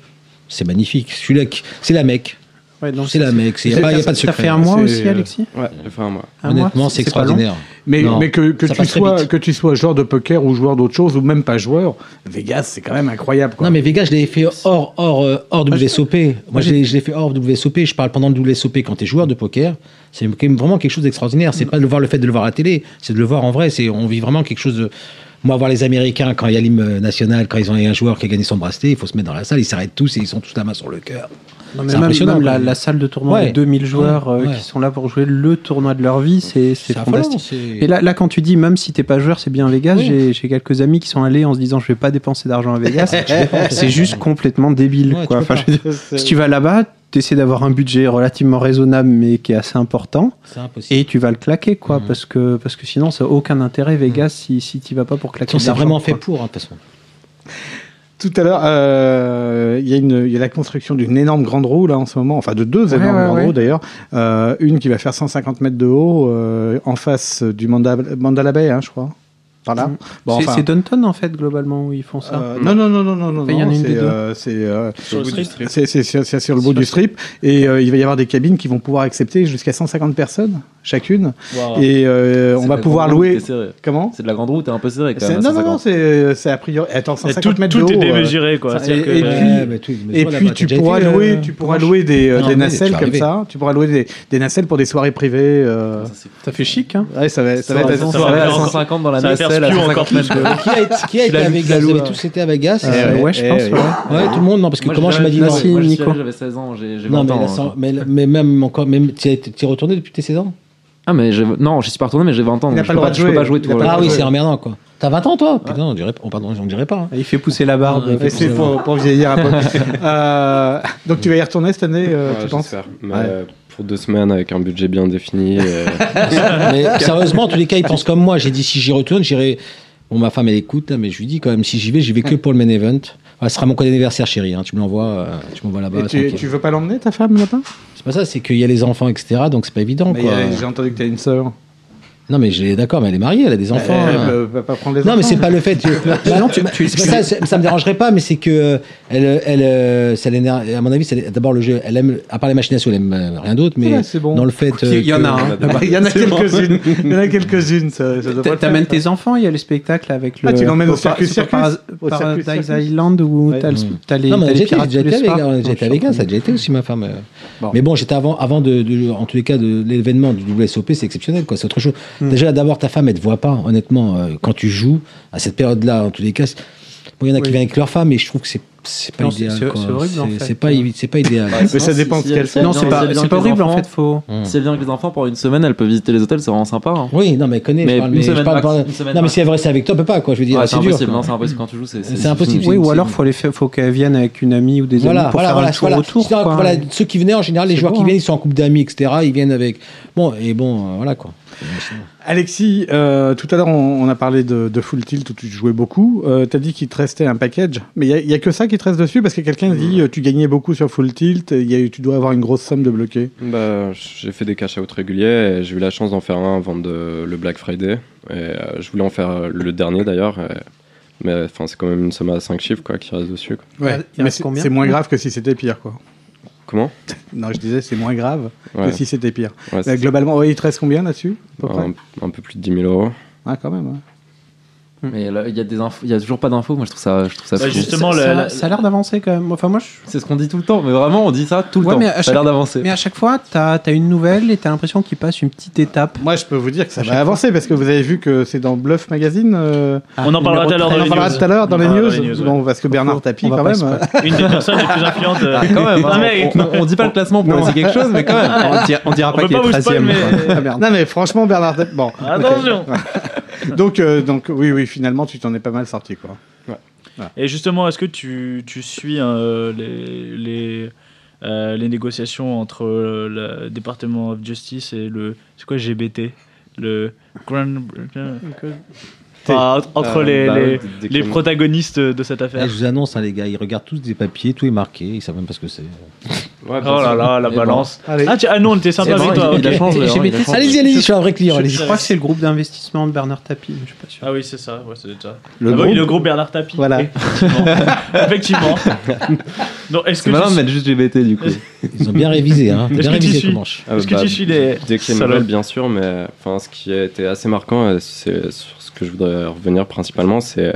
Speaker 7: c'est magnifique. Celui-là qui- C'est la Mecque.
Speaker 8: Ouais, donc
Speaker 7: C'est la Mecque. Il n'y a, pas- y a pas de
Speaker 8: T'as fait
Speaker 7: secret. hein,
Speaker 8: un mois
Speaker 4: C'est,
Speaker 8: aussi,
Speaker 4: euh,
Speaker 8: Alexis
Speaker 5: Ouais, enfin, moi.
Speaker 4: Ah,
Speaker 8: Un mois
Speaker 7: Honnêtement, c'est
Speaker 8: pas long
Speaker 7: extraordinaire.
Speaker 4: Mais,
Speaker 7: Non,
Speaker 4: mais que, que,
Speaker 7: ça
Speaker 4: tu
Speaker 7: passe très
Speaker 4: sois,
Speaker 7: vite.
Speaker 4: que tu sois joueur de poker ou joueur d'autre chose, ou même pas joueur, Vegas, c'est quand même incroyable. Quoi.
Speaker 7: Non, mais Vegas, je l'avais fait hors, hors, euh, hors WSOP. Moi, je l'ai je l'ai fait hors WSOP. Je parle pendant le WSOP quand tu es joueur de poker. C'est quand même vraiment quelque chose d'extraordinaire. C'est pas de le voir le fait de le voir à la télé, c'est de le voir en vrai. C'est On vit vraiment quelque chose de. Moi, voir les Américains, quand il y a l'hymne national, quand ils ont un joueur qui a gagné son bracelet, il faut se mettre dans la salle, ils s'arrêtent tous et ils sont tous la main sur le cœur.
Speaker 8: Non, mais
Speaker 7: C'est
Speaker 8: même,
Speaker 7: impressionnant,
Speaker 8: même la,
Speaker 7: quand même.
Speaker 8: la salle de tournoi
Speaker 7: Ouais.
Speaker 8: de 2000 joueurs euh,
Speaker 7: Ouais.
Speaker 8: qui sont là pour jouer le tournoi de leur vie, c'est c'est fantastique.
Speaker 7: c'est-
Speaker 8: Et là, là, quand tu dis même si t'es pas joueur, c'est bien Vegas.
Speaker 7: Oui.
Speaker 8: J'ai- J'ai quelques amis qui sont allés en se disant je vais pas dépenser d'argent à Vegas.
Speaker 7: dépenses.
Speaker 8: c'est juste complètement débile.
Speaker 7: Ouais, tu
Speaker 8: quoi.
Speaker 7: peux
Speaker 8: Enfin,
Speaker 7: pas.
Speaker 8: je veux dire, si tu vas là-bas, tu essaies d'avoir un budget relativement raisonnable mais qui est assez important
Speaker 7: C'est impossible.
Speaker 8: et tu vas le claquer quoi
Speaker 7: Mhm.
Speaker 8: parce que parce que sinon ça a aucun intérêt Vegas si si t'y vas pas pour claquer.
Speaker 7: Ils
Speaker 8: de
Speaker 7: sont
Speaker 8: l'argent,
Speaker 7: vraiment fait
Speaker 8: quoi.
Speaker 7: pour, hein, de toute façon.
Speaker 4: Tout à l'heure, euh, il y, a une- il y a la construction d'une énorme grande roue là en ce moment, enfin de deux
Speaker 8: Ouais,
Speaker 4: énormes
Speaker 8: ouais,
Speaker 4: grandes
Speaker 8: ouais.
Speaker 4: roues d'ailleurs. Euh, une qui va faire 150 mètres de haut euh, en face du Mandal- Mandala Bay, hein, je crois. Par là.
Speaker 8: Mm.
Speaker 4: Bon,
Speaker 8: C'est-
Speaker 4: enfin,
Speaker 8: C'est Dunton en fait globalement où ils font ça.
Speaker 4: euh, non, non, non, non, non, non.
Speaker 8: Il y en a
Speaker 4: non,
Speaker 8: une
Speaker 4: c'est,
Speaker 8: des deux.
Speaker 4: euh, c'est, euh,
Speaker 6: Sur le
Speaker 5: Au bout du strip.
Speaker 6: strip.
Speaker 4: c'est- c'est- c'est- c'est sur le bout du strip. Et euh, il va y avoir des cabines qui vont pouvoir accepter jusqu'à 150 personnes chacune.
Speaker 6: Waouh.
Speaker 4: Et euh, on
Speaker 9: C'est
Speaker 4: va
Speaker 9: la
Speaker 4: pouvoir
Speaker 9: grande roue,
Speaker 4: louer.
Speaker 9: t'es serré.
Speaker 4: Comment
Speaker 9: C'est de la grande route, t'es un peu serré quand
Speaker 4: C'est-
Speaker 9: même. hein, à
Speaker 4: Non, non, non,
Speaker 9: 150.
Speaker 4: c'est c'est a priori. Attends,
Speaker 6: Et
Speaker 4: 150
Speaker 6: tout,
Speaker 4: mètres de
Speaker 6: tout est
Speaker 4: haut. euh,
Speaker 6: démesuré quoi.
Speaker 4: ça-
Speaker 6: C'est-à-dire
Speaker 4: et- et
Speaker 6: que- euh,
Speaker 4: puis-
Speaker 7: Ouais, mais tu- mais
Speaker 4: Et
Speaker 7: toi,
Speaker 4: puis
Speaker 7: là-bas,
Speaker 4: tu
Speaker 7: t'as déjà
Speaker 4: pourras
Speaker 7: été,
Speaker 4: louer,
Speaker 7: euh,
Speaker 4: tu pourras
Speaker 7: Blanche
Speaker 4: louer des, euh,
Speaker 7: Non,
Speaker 4: des
Speaker 7: mais tu
Speaker 4: nacelles
Speaker 7: vas
Speaker 4: comme
Speaker 7: arriver.
Speaker 4: ça. hein. Tu pourras louer des, des nacelles pour des soirées privées. euh.
Speaker 8: Ça fait chic hein.
Speaker 4: Ouais, ça va, ça va être.
Speaker 6: va-
Speaker 4: ça
Speaker 9: Ah, Ça va
Speaker 4: va
Speaker 9: à
Speaker 4: être-
Speaker 6: encore-
Speaker 9: 150 dans la
Speaker 6: ça va faire
Speaker 9: nacelle, à
Speaker 6: skew encore
Speaker 9: 150 mètres de haut.
Speaker 7: Ah, Qui a, qui a été à Vegas Vous avez tous été à Vegas
Speaker 4: Euh,
Speaker 8: ouais, je
Speaker 4: eh,
Speaker 8: pense.
Speaker 4: eh,
Speaker 8: ouais.
Speaker 7: Ouais, tout le monde. Non, parce que
Speaker 9: Moi,
Speaker 7: comment je
Speaker 9: j'avais-
Speaker 7: m'as dit
Speaker 9: moi,
Speaker 7: non.
Speaker 8: si,
Speaker 9: moi, je suis
Speaker 8: Nico.
Speaker 9: allé, J'avais 16 ans, j'ai j'ai
Speaker 7: Non,
Speaker 9: 20
Speaker 7: mais,
Speaker 9: ans.
Speaker 7: là,
Speaker 9: hein.
Speaker 7: sans- mais, mais même encore, même, tu es retourné depuis tes 16 ans
Speaker 9: Ah, mais j'ai- non, je suis pas retourné, mais j'ai 20 ans.
Speaker 4: Il
Speaker 9: donc
Speaker 4: a
Speaker 9: je
Speaker 4: pas le
Speaker 9: peux
Speaker 4: droit de
Speaker 9: je peux
Speaker 4: jouer.
Speaker 9: pas jouer
Speaker 4: Il
Speaker 9: tout
Speaker 4: a
Speaker 9: le
Speaker 4: pas
Speaker 9: temps.
Speaker 4: le
Speaker 7: Ah oui,
Speaker 4: ouais.
Speaker 7: c'est emmerdant quoi. T'as 20 ans toi Putain, on dirait, oh, pardon, on dirait pas. hein.
Speaker 8: Il fait pousser la barbe.
Speaker 7: Ah, il fait
Speaker 4: Et c'est pour, pour vieillir un peu. Euh, donc tu vas y retourner cette année, euh,
Speaker 5: Ouais,
Speaker 4: tu penses
Speaker 5: j'espère. Mais,
Speaker 4: Ouais.
Speaker 5: euh, Pour deux semaines avec un budget bien défini. euh,
Speaker 7: Mais sérieusement, en tous les cas, ils pensent comme moi. J'ai dit si j'y retourne, j'irai. Bon, ma femme elle écoute, là, mais je lui dis quand même, si j'y vais, j'y vais que pour le main event. Ah, ce sera mon coup d'anniversaire, chérie. hein. Tu me l'envoies, euh, tu m'envoies là-bas.
Speaker 4: Et tu,
Speaker 7: tranquille.
Speaker 4: tu veux pas l'emmener ta femme là-bas
Speaker 7: C'est pas ça, c'est qu'il y a les enfants, etc. Donc c'est pas évident
Speaker 4: Mais,
Speaker 7: quoi.
Speaker 4: euh, J'ai entendu que t'as une sœur. Euh,
Speaker 7: Non, mais j'ai d'accord, mais elle est mariée, elle a des enfants.
Speaker 4: Bah, Elle
Speaker 7: hein.
Speaker 4: peut- peut pas prendre les
Speaker 7: Non, mais
Speaker 4: enfants.
Speaker 7: c'est pas le fait. Bah non, bah, ça, ça, ça me dérangerait pas, mais c'est que euh, elle, euh, elle, euh, ça l'énerve. À mon avis, ça l'é- d'abord le jeu. Elle aime, à part les machinations, elle aime euh, rien d'autre, mais
Speaker 4: Ouais, c'est bon.
Speaker 7: dans le fait. euh,
Speaker 8: Il y en a un.
Speaker 4: Il y en a quelques-unes. Il y en a quelques-unes. ça- ça doit pas
Speaker 8: T'a-
Speaker 4: le
Speaker 8: T'amènes
Speaker 4: faire.
Speaker 8: tes enfants, il y a les spectacles avec le.
Speaker 4: Ah, tu l'emmènes au
Speaker 8: c'est pas-
Speaker 4: Circus
Speaker 8: c'est pas
Speaker 4: Circus
Speaker 8: Paras-
Speaker 4: Au Circus
Speaker 8: Paradise
Speaker 4: Circus
Speaker 8: Island où
Speaker 4: Ouais.
Speaker 8: t'as le-
Speaker 7: Mm.
Speaker 8: t'as les.
Speaker 7: Non,
Speaker 8: t'as
Speaker 7: mais
Speaker 8: les
Speaker 7: j'ai été,
Speaker 8: pirates
Speaker 7: j'ai
Speaker 8: tous
Speaker 7: été à
Speaker 8: les soirs.
Speaker 7: Vegas, on a déjà
Speaker 8: Non,
Speaker 7: été à
Speaker 8: je suis
Speaker 7: Vegas,
Speaker 8: en
Speaker 7: hein, ça a déjà été aussi ma femme. euh.
Speaker 4: Bon.
Speaker 7: Mais bon, j'étais avant, avant de, de- en tous les cas, de l'événement du WSOP, c'est exceptionnel, quoi. C'est autre chose.
Speaker 8: Mm.
Speaker 7: Déjà, d'abord, ta femme, elle te voit pas, honnêtement, euh, quand tu joues à cette période-là, en tous les cas. c'est- Bon, il y en a qui
Speaker 8: Oui.
Speaker 7: viennent avec leur femme, mais je trouve que c'est c'est pas
Speaker 8: Non, c'est-
Speaker 7: idéal.
Speaker 8: c'est-
Speaker 7: quoi.
Speaker 8: c'est horrible, en
Speaker 7: C'est-
Speaker 8: fait.
Speaker 7: C'est pas, évi- c'est pas idéal.
Speaker 4: Mais ça dépend de ce qu'elle fait.
Speaker 8: Non, c'est pas, c'est pas horrible en fait. Faut.
Speaker 9: Si elle vient avec les enfants pour une semaine, elle peut visiter les hôtels, c'est vraiment sympa. hein.
Speaker 7: Oui, non, mais connais,
Speaker 9: Mais
Speaker 7: je parle,
Speaker 9: une
Speaker 7: mais je
Speaker 9: semaine
Speaker 7: parle
Speaker 9: max,
Speaker 7: pas-
Speaker 9: une semaine
Speaker 7: Non, mais
Speaker 9: max.
Speaker 7: si elle veut rester avec toi, on peut pas, quoi. Je veux dire,
Speaker 9: Ouais, c'est
Speaker 7: c'est dur.
Speaker 9: impossible,
Speaker 7: quoi.
Speaker 9: non, c'est impossible quand tu joues.
Speaker 7: C'est impossible.
Speaker 8: Oui, ou
Speaker 7: c'est-
Speaker 8: alors faut les faire- faut qu'elle vienne avec une amie ou des
Speaker 7: Voilà,
Speaker 8: amis pour
Speaker 7: voilà,
Speaker 8: faire
Speaker 7: voilà,
Speaker 8: un tour
Speaker 7: voilà.
Speaker 8: autour.
Speaker 7: C'est-à-dire que,
Speaker 8: quoi.
Speaker 7: voilà, Ceux qui venaient en général, les
Speaker 8: C'est
Speaker 7: joueurs
Speaker 8: beau,
Speaker 7: qui
Speaker 8: hein.
Speaker 7: viennent, ils sont en couple d'amis, etc. Ils viennent avec. Bon, et bon, euh, voilà quoi.
Speaker 4: Alexis, euh, tout à l'heure on, on a parlé de, de Full Tilt où tu jouais beaucoup. Euh, T'as dit qu'il te restait un package, mais il y a- il y a, que ça qui te reste dessus parce que quelqu'un dit euh, tu gagnais beaucoup sur Full Tilt, et il y a eu- tu dois avoir une grosse somme de bloqués.
Speaker 5: Bah, j'ai fait des cash out réguliers et j'ai eu la chance d'en faire un avant de- le Black Friday. Et euh, je voulais en faire euh, le dernier d'ailleurs. et- Mais enfin, c'est quand même une somme à 5 chiffres quoi, qui reste dessus. quoi.
Speaker 8: Ouais. Il
Speaker 4: mais
Speaker 8: reste
Speaker 4: c'est
Speaker 8: combien
Speaker 4: c'est moins grave que si c'était pire quoi.
Speaker 5: Comment
Speaker 4: Non, je disais, c'est moins grave
Speaker 5: Ouais,
Speaker 4: que si c'était pire.
Speaker 5: ouais,
Speaker 4: Euh,
Speaker 5: c'est
Speaker 4: globalement, ouais, il te reste combien là-dessus à peu près
Speaker 5: un, un peu plus de 10 000 euros.
Speaker 4: Ah, quand même. hein.
Speaker 9: Mais là, il y a des infos, il y a toujours pas d'infos. Moi, je trouve ça, je trouve ça.
Speaker 6: Ouais,
Speaker 9: fou.
Speaker 6: juste- Justement,
Speaker 8: ça,
Speaker 6: la-
Speaker 8: ça-
Speaker 6: la-
Speaker 8: ça a l'air d'avancer quand même. Enfin, moi, je-
Speaker 9: C'est ce qu'on dit tout le temps, mais vraiment, on dit ça tout le
Speaker 8: Ouais,
Speaker 9: temps.
Speaker 8: mais à
Speaker 9: Ça
Speaker 8: chaque-
Speaker 9: a l'air d'avancer.
Speaker 8: Mais à chaque fois, t'as as une nouvelle et t'as l'impression qu'il passe une petite étape.
Speaker 4: Moi, je peux vous dire que ça
Speaker 8: À
Speaker 4: va
Speaker 8: chaque
Speaker 4: avancer parce que vous avez vu que c'est dans Bluff Magazine. euh,
Speaker 6: On en parlera tout à l'heure
Speaker 4: on
Speaker 6: dans
Speaker 4: en
Speaker 6: les
Speaker 4: parlera
Speaker 6: news.
Speaker 4: tout à l'heure dans
Speaker 6: On
Speaker 4: les
Speaker 6: en parlera
Speaker 4: news.
Speaker 6: dans les news,
Speaker 4: Bon, parce que Bernard Tapie,
Speaker 8: on va
Speaker 4: quand
Speaker 8: pas
Speaker 4: même.
Speaker 8: se-
Speaker 4: euh,
Speaker 6: Une des personnes les plus influentes. euh,
Speaker 9: Quand même,
Speaker 6: Non,
Speaker 9: hein,
Speaker 6: mais-
Speaker 9: on, on dit pas le classement pour laisser quelque chose, mais quand même.
Speaker 8: On dira, on dira
Speaker 6: On peut
Speaker 8: pas qu'il
Speaker 6: pas
Speaker 8: est
Speaker 6: vous spoil,
Speaker 8: 13
Speaker 6: mais.
Speaker 4: Ah, merde. Non, mais franchement, Bernard Tapie. Bon.
Speaker 6: Attention
Speaker 4: ok. Donc, euh, donc, oui, oui, finalement, tu t'en es pas mal sorti, quoi.
Speaker 6: Et justement, est-ce que tu, tu suis euh, les, les, euh, les négociations entre euh, le département of justice et le. C'est quoi GBT Le Grand. Enfin, entre les,
Speaker 5: Bah,
Speaker 6: les,
Speaker 5: des- des
Speaker 6: les
Speaker 5: conneries.
Speaker 6: protagonistes de cette affaire.
Speaker 7: Là, je vous annonce, hein, les gars, ils regardent tous des papiers, tout est marqué, ils savent même pas ce que c'est.
Speaker 5: Ouais, bien
Speaker 6: Oh là
Speaker 5: sûr.
Speaker 6: là, la
Speaker 9: Et
Speaker 6: balance.
Speaker 4: Allez.
Speaker 6: Ah, tu- ah non, on était sympa
Speaker 9: Et
Speaker 6: avec
Speaker 9: ben,
Speaker 6: toi.
Speaker 9: il- il a
Speaker 6: ok.
Speaker 9: changé, hein, il a changé.
Speaker 7: Allez-y, allez-y, je suis un vrai client, allez-y.
Speaker 8: Je crois que c'est le groupe d'investissement de Bernard Tapie, mais je suis pas sûr.
Speaker 6: Ah oui, c'est ça. Ouais, c'est ça.
Speaker 4: Le
Speaker 6: Ah bah oui,
Speaker 4: groupe-
Speaker 6: le groupe Bernard Tapie.
Speaker 4: Voilà.
Speaker 6: Effectivement. Effectivement. Non, est-ce que
Speaker 9: C'est malin
Speaker 6: tu
Speaker 9: de mettre juste GBT du coup.
Speaker 7: Ils ont bien révisé, hein. Bien
Speaker 6: Est-ce que tu
Speaker 7: révisé,
Speaker 6: suis
Speaker 7: Comanche.
Speaker 5: Ah,
Speaker 6: Est-ce que
Speaker 5: bah,
Speaker 6: tu suis les
Speaker 5: Dès qu'il y a une
Speaker 6: salopes
Speaker 5: nouvelle, bien sûr, mais euh, enfin, ce qui a été assez marquant, euh, c'est sur ce que je voudrais revenir principalement, c'est euh,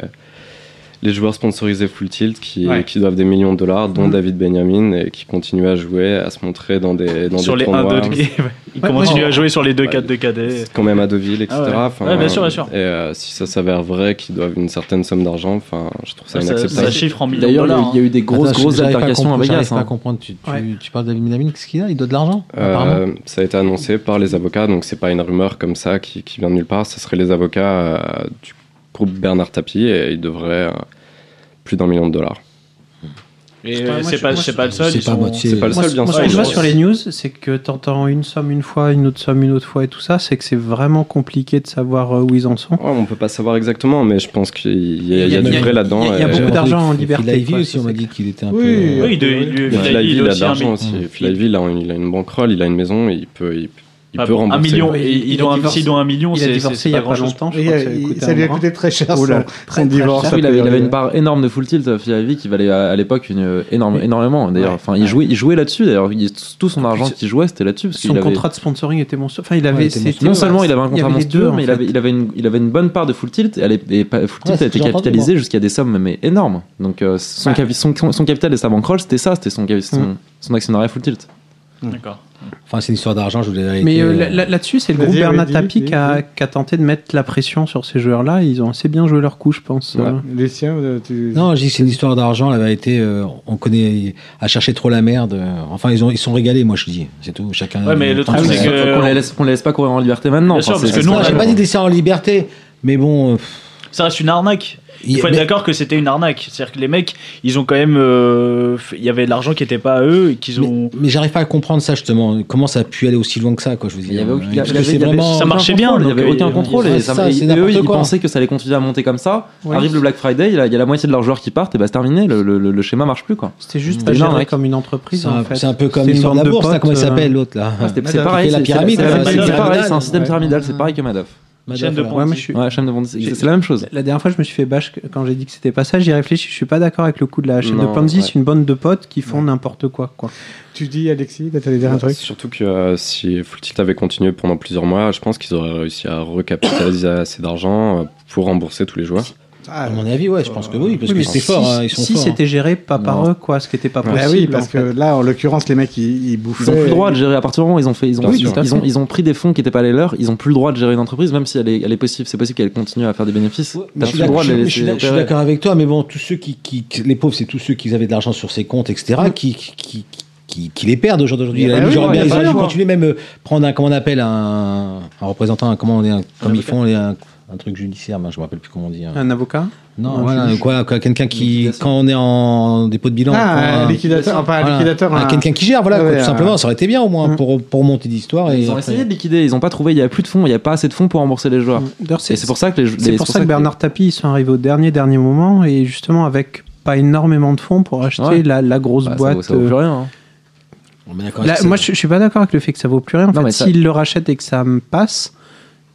Speaker 5: les joueurs sponsorisés Full Tilt qui,
Speaker 4: Ouais.
Speaker 5: qui doivent des millions de dollars,
Speaker 6: Mhm.
Speaker 5: dont David Benjamin, et qui continue à jouer, à se montrer dans des, dans
Speaker 6: sur
Speaker 5: des
Speaker 6: les 1
Speaker 5: tournois.
Speaker 6: 2
Speaker 9: hein.
Speaker 6: de game. hein. Il
Speaker 8: Ouais,
Speaker 6: continue
Speaker 8: ouais.
Speaker 6: à jouer sur les 2 4 de
Speaker 5: C'est
Speaker 6: cadet.
Speaker 5: quand même à Deauville, etc.
Speaker 6: Ah ouais.
Speaker 5: Enfin,
Speaker 6: Ouais, bien sûr, bien sûr.
Speaker 5: Et euh, si ça s'avère vrai qu'ils doivent une certaine somme d'argent, enfin, je trouve ça
Speaker 6: Ça, ça,
Speaker 5: inacceptable.
Speaker 6: ça chiffre en millions de
Speaker 9: D'ailleurs, il y a eu-
Speaker 6: dollars.
Speaker 9: il y a eu des grosses,
Speaker 7: Attends, je-
Speaker 9: grosses
Speaker 7: j'arrive hein. pas à
Speaker 9: altercations à
Speaker 7: comprendre,
Speaker 9: Vegas.
Speaker 7: j'arrive pas à
Speaker 9: hein.
Speaker 7: comprendre. Tu, tu-
Speaker 8: Ouais.
Speaker 7: tu parles d'Avid Milamine, qu'est-ce qu'il a Il doit de l'argent
Speaker 5: Euh,
Speaker 7: apparemment
Speaker 5: ça a été annoncé par les avocats, donc c'est pas une rumeur comme ça qui, qui vient de nulle part. Ce serait les avocats euh, du groupe Bernard Tapie et ils devraient euh, plus d'un million de dollars.
Speaker 6: Et
Speaker 8: Ouais,
Speaker 6: euh,
Speaker 8: moi,
Speaker 6: c'est
Speaker 8: je-
Speaker 6: pas
Speaker 8: moi,
Speaker 6: c'est
Speaker 8: je-
Speaker 6: pas le seul,
Speaker 7: C'est
Speaker 6: ils
Speaker 7: pas
Speaker 6: sont-
Speaker 7: moitié.
Speaker 5: C'est pas le
Speaker 8: Moi,
Speaker 5: seul,
Speaker 8: ce-
Speaker 5: bien
Speaker 8: moi,
Speaker 5: sûr.
Speaker 8: ce que je vois
Speaker 5: mais-
Speaker 8: sur les news, c'est que t'entends une somme une fois, une autre somme une autre fois et tout ça, c'est que c'est vraiment compliqué de savoir euh, où ils en sont.
Speaker 5: Ouais, on peut pas savoir exactement, mais je pense qu'il y a, il y a du vrai là-dedans.
Speaker 8: il y a
Speaker 5: et-
Speaker 8: beaucoup
Speaker 7: J'ai entendu
Speaker 8: d'argent en
Speaker 7: qu'il-
Speaker 8: liberté,
Speaker 7: qu'il a Ivy
Speaker 8: quoi,
Speaker 7: aussi,
Speaker 8: c'est
Speaker 7: on m'a
Speaker 8: ça.
Speaker 7: dit qu'il était un
Speaker 4: Oui,
Speaker 7: peu.
Speaker 6: Oui, il doit- il
Speaker 5: et
Speaker 6: doit-
Speaker 5: Flavie,
Speaker 6: il
Speaker 5: il
Speaker 6: doit
Speaker 5: a de
Speaker 6: aussi hein, un
Speaker 5: l'argent
Speaker 6: million.
Speaker 5: aussi. Flavie, il a, une- il a une banquerolle, il a une maison, il peut, il, il
Speaker 6: Enfin,
Speaker 5: peut
Speaker 6: Ah un
Speaker 5: rembourser.
Speaker 6: million,
Speaker 8: Oui,
Speaker 6: et
Speaker 8: il
Speaker 6: il
Speaker 8: a
Speaker 6: doit
Speaker 8: divorcé-
Speaker 6: s'il doit un million,
Speaker 8: Il a
Speaker 6: c'est
Speaker 8: divorcé
Speaker 6: c'est
Speaker 8: il y
Speaker 6: pas
Speaker 8: a pas
Speaker 6: grand chose.
Speaker 8: longtemps, je
Speaker 4: Et,
Speaker 8: crois que ça
Speaker 4: euh,
Speaker 8: avait
Speaker 4: il-
Speaker 8: coûté
Speaker 4: ça
Speaker 8: un
Speaker 4: lui a
Speaker 8: bras.
Speaker 4: coûté très cher
Speaker 8: Oh là là,
Speaker 4: son, son divorce.
Speaker 8: cher.
Speaker 9: Ah Oui, il, avait, il avait
Speaker 4: a priori.
Speaker 9: une part énorme de full tilt, euh, Flavie, qui valait à, à l'époque une euh, énorme, énormément. D'ailleurs,
Speaker 4: Ouais.
Speaker 9: enfin, il jouait, il jouait là-dessus. D'ailleurs, Il- tout son argent qu'il jouait, c'était là-dessus. parce
Speaker 8: Son
Speaker 9: qu'il avait-
Speaker 8: contrat de sponsoring était monstrueux. Enfin, il
Speaker 7: Ouais, il
Speaker 8: avait.
Speaker 7: était
Speaker 8: c'était-
Speaker 9: Non seulement il avait un
Speaker 8: il y
Speaker 9: contrat
Speaker 8: les deux,
Speaker 9: monstrueux,
Speaker 8: en
Speaker 9: mais il
Speaker 8: fait.
Speaker 9: avait, il, avait une, il avait une bonne part de Full Tilt, et, elle est- et pas- Full
Speaker 7: Ouais,
Speaker 9: Tilt
Speaker 7: c'est
Speaker 9: a été
Speaker 7: ce que j'ai entendu,
Speaker 9: capitalisée jusqu'à des sommes mais énormes. Donc euh, son,
Speaker 8: Ouais.
Speaker 9: capi- son, son- son capital et sa bankroll, c'était ça, c'était son, capi- son,
Speaker 8: Mm.
Speaker 9: son actionnariat Full Tilt.
Speaker 6: Ah D'accord.
Speaker 7: euh, Enfin, c'est une histoire d'argent, je voulais la
Speaker 8: Mais euh, là- là- là-dessus, c'est le
Speaker 4: Vas-y,
Speaker 8: groupe
Speaker 4: ouais,
Speaker 8: Bernard
Speaker 4: dis,
Speaker 8: Tapie
Speaker 4: dis,
Speaker 8: qui a,
Speaker 4: dis.
Speaker 8: qui a tenté de mettre la pression sur ces joueurs-là. Ils ont assez bien joué leur coup, je pense.
Speaker 5: Ouais.
Speaker 8: Euh,
Speaker 4: Lucien, euh, tu.
Speaker 7: Non, je dis que c'est une histoire d'argent, la vérité, euh, on connaît, à chercher trop la merde. euh, Enfin, ils, ont, ils sont régalés, moi je dis, c'est tout. Chacun.
Speaker 6: Ouais, mais le
Speaker 7: Enfin,
Speaker 6: truc,
Speaker 7: c'est-
Speaker 6: c'est que-
Speaker 9: Qu'on les, laisse- qu'on les laisse pas courir en liberté maintenant.
Speaker 6: Bien sûr, parce que
Speaker 9: c'est-
Speaker 6: nous,
Speaker 7: Ah,
Speaker 6: on
Speaker 7: J'ai
Speaker 6: a-
Speaker 7: pas dit de laisser en liberté, mais bon. euh, pff,
Speaker 6: Ça reste une arnaque. Il faut
Speaker 7: mais-
Speaker 6: être d'accord que c'était une arnaque. C'est-à-dire que les mecs, ils ont quand même. euh, f- Il y avait de l'argent qui n'était pas à eux et qu'ils
Speaker 7: Mais,
Speaker 6: ont.
Speaker 7: mais j'arrive pas à comprendre ça justement. Comment ça a pu aller aussi loin que ça, quoi Je veux dire. euh,
Speaker 9: Il y avait aucun- il y
Speaker 7: Parce
Speaker 9: avait-
Speaker 7: que c'est
Speaker 9: il y avait-
Speaker 7: vraiment.
Speaker 6: ça marchait bien,
Speaker 9: Il n'y
Speaker 6: donc,
Speaker 9: avait
Speaker 6: euh,
Speaker 9: aucun
Speaker 6: ils-
Speaker 9: contrôle.
Speaker 7: ils-
Speaker 9: Et,
Speaker 7: ça,
Speaker 9: ça- et
Speaker 7: c'est
Speaker 9: eux,
Speaker 7: n'importe
Speaker 9: ils
Speaker 7: quoi.
Speaker 9: pensaient que ça allait continuer à monter comme ça.
Speaker 8: Ouais.
Speaker 9: Arrive le Black Friday, il y, a, il y a la moitié de leurs joueurs qui partent, et bah c'est terminé. Le, le, le- le schéma marche plus quoi.
Speaker 8: C'était juste
Speaker 9: Mm.
Speaker 8: pas
Speaker 9: Des
Speaker 8: géré
Speaker 9: arnaques.
Speaker 8: comme une entreprise.
Speaker 7: C'est un,
Speaker 8: en fait.
Speaker 7: c'est un peu comme
Speaker 8: C'était une
Speaker 7: l'histoire de la
Speaker 8: bande
Speaker 7: bourse, là,
Speaker 8: potes,
Speaker 7: comment il
Speaker 8: euh,
Speaker 7: s'appelle l'autre là
Speaker 9: Ah, c'était-
Speaker 4: Madoff,
Speaker 9: c'est pareil,
Speaker 7: il fait la
Speaker 9: c'est- c'est-
Speaker 7: pyramide,
Speaker 9: c'est la
Speaker 7: là,
Speaker 9: même-
Speaker 7: c'est
Speaker 9: c'est
Speaker 7: une
Speaker 9: pareil, c'est un
Speaker 7: pyramide.
Speaker 9: système pyramidal, c'est pareil que Madoff.
Speaker 6: Chaîne de
Speaker 7: Madoff,
Speaker 8: Ouais,
Speaker 6: Ponzi.
Speaker 8: mais je suis-
Speaker 9: Ouais, chaîne de Ponzi, c'est la même chose.
Speaker 8: La dernière fois, je me suis fait bâche quand j'ai dit que c'était pas ça. J'y réfléchis. Je suis pas d'accord avec le coup de la chaîne
Speaker 9: Non,
Speaker 8: de Ponzi.
Speaker 9: ouais.
Speaker 8: C'est une bande de potes qui font n'importe quoi. quoi.
Speaker 4: Tu dis, Alexis, là, t'allais dire un truc.
Speaker 5: Surtout que euh, si Full Tilt avait continué pendant plusieurs mois, je pense qu'ils auraient réussi à recapitaliser assez d'argent euh, pour rembourser tous les joueurs.
Speaker 4: Ah,
Speaker 7: À mon avis, ouais, je pense que oui, parce que
Speaker 8: Oui, mais
Speaker 7: c'était
Speaker 8: si-
Speaker 7: fort, hein, ils sont
Speaker 8: Si
Speaker 7: forts. hein.
Speaker 8: c'était géré pas par
Speaker 9: Non.
Speaker 8: eux, quoi, ce qui était pas
Speaker 4: bah
Speaker 8: possible.
Speaker 4: oui, parce
Speaker 8: en
Speaker 4: que
Speaker 8: fait.
Speaker 4: là, en l'occurrence, les mecs, ils, ils bouffaient.
Speaker 9: Ils ont plus le droit de gérer à partir du moment où ils ont fait, ils ont,
Speaker 5: Oui,
Speaker 9: ils,
Speaker 5: tout
Speaker 9: ont,
Speaker 5: à
Speaker 9: ils ont- ils ont pris des fonds qui n'étaient pas les leurs. Ils ont plus le droit de gérer une entreprise, même si elle est, elle est possible, c'est possible qu'elle continue à faire des bénéfices.
Speaker 7: Ouais, mais
Speaker 9: T'as
Speaker 7: je suis
Speaker 9: plus le droit
Speaker 7: d'accord-
Speaker 9: de
Speaker 7: je
Speaker 9: les
Speaker 7: je suis
Speaker 9: laisser
Speaker 7: d'ac- je suis
Speaker 9: opérer.
Speaker 7: d'accord avec toi, mais bon, tous ceux qui, qui- qui- les pauvres, c'est tous ceux qui avaient de l'argent sur ses comptes, etc., qui, qui, qui, qui- qui les perdent aujourd'hui. aujourd'hui.
Speaker 9: Il y a
Speaker 7: La
Speaker 9: pas
Speaker 7: mesure
Speaker 9: de
Speaker 7: bien,
Speaker 9: choix, il y
Speaker 7: Ils
Speaker 9: a pas
Speaker 7: ont
Speaker 9: de choix.
Speaker 7: continué même euh, prendre un, comment on appelle un, un représentant, un- comment on est, un- comme ils font les- un, un truc judiciaire, ben, je me rappelle plus comment on dit. hein.
Speaker 8: Un avocat
Speaker 7: Non,
Speaker 8: un
Speaker 7: voilà,
Speaker 8: juge.
Speaker 7: quoi, quoi, quelqu'un qui,
Speaker 9: Liquidation.
Speaker 7: quand on est en dépôt de bilan, quand,
Speaker 4: Ah, un
Speaker 7: euh,
Speaker 4: liquidateur, enfin, un
Speaker 7: voilà,
Speaker 4: liquidateur.
Speaker 7: ah,
Speaker 4: un-
Speaker 7: quelqu'un qui gère, voilà,
Speaker 4: Ouais,
Speaker 7: quoi,
Speaker 4: ouais,
Speaker 7: tout
Speaker 4: un-
Speaker 7: simplement, ça aurait été bien au moins
Speaker 8: Mm.
Speaker 7: pour, pour monter l'histoire. et
Speaker 9: Ils ont
Speaker 7: après-
Speaker 9: essayé de liquider, ils n'ont pas trouvé, il n'y a plus de fonds, il n'y a pas assez de fonds pour rembourser les joueurs.
Speaker 8: D'ailleurs,
Speaker 9: Et c'est pour ça que les
Speaker 8: C'est
Speaker 9: les-
Speaker 8: pour ça que Bernard Tapie, ils sont arrivés au dernier dernier moment et justement avec pas énormément de fonds pour acheter
Speaker 9: Ouais.
Speaker 8: la, la grosse
Speaker 9: bah, ça vaut-
Speaker 8: boîte.
Speaker 9: ça vaut plus
Speaker 8: euh,
Speaker 9: rien. hein.
Speaker 7: On est d'accord
Speaker 8: là,
Speaker 7: avec ça.
Speaker 8: moi, je, je suis pas d'accord avec le fait que ça vaut plus rien. En
Speaker 9: Non,
Speaker 8: fait,
Speaker 9: mais ça-
Speaker 8: s'ils le rachètent et que ça me passe,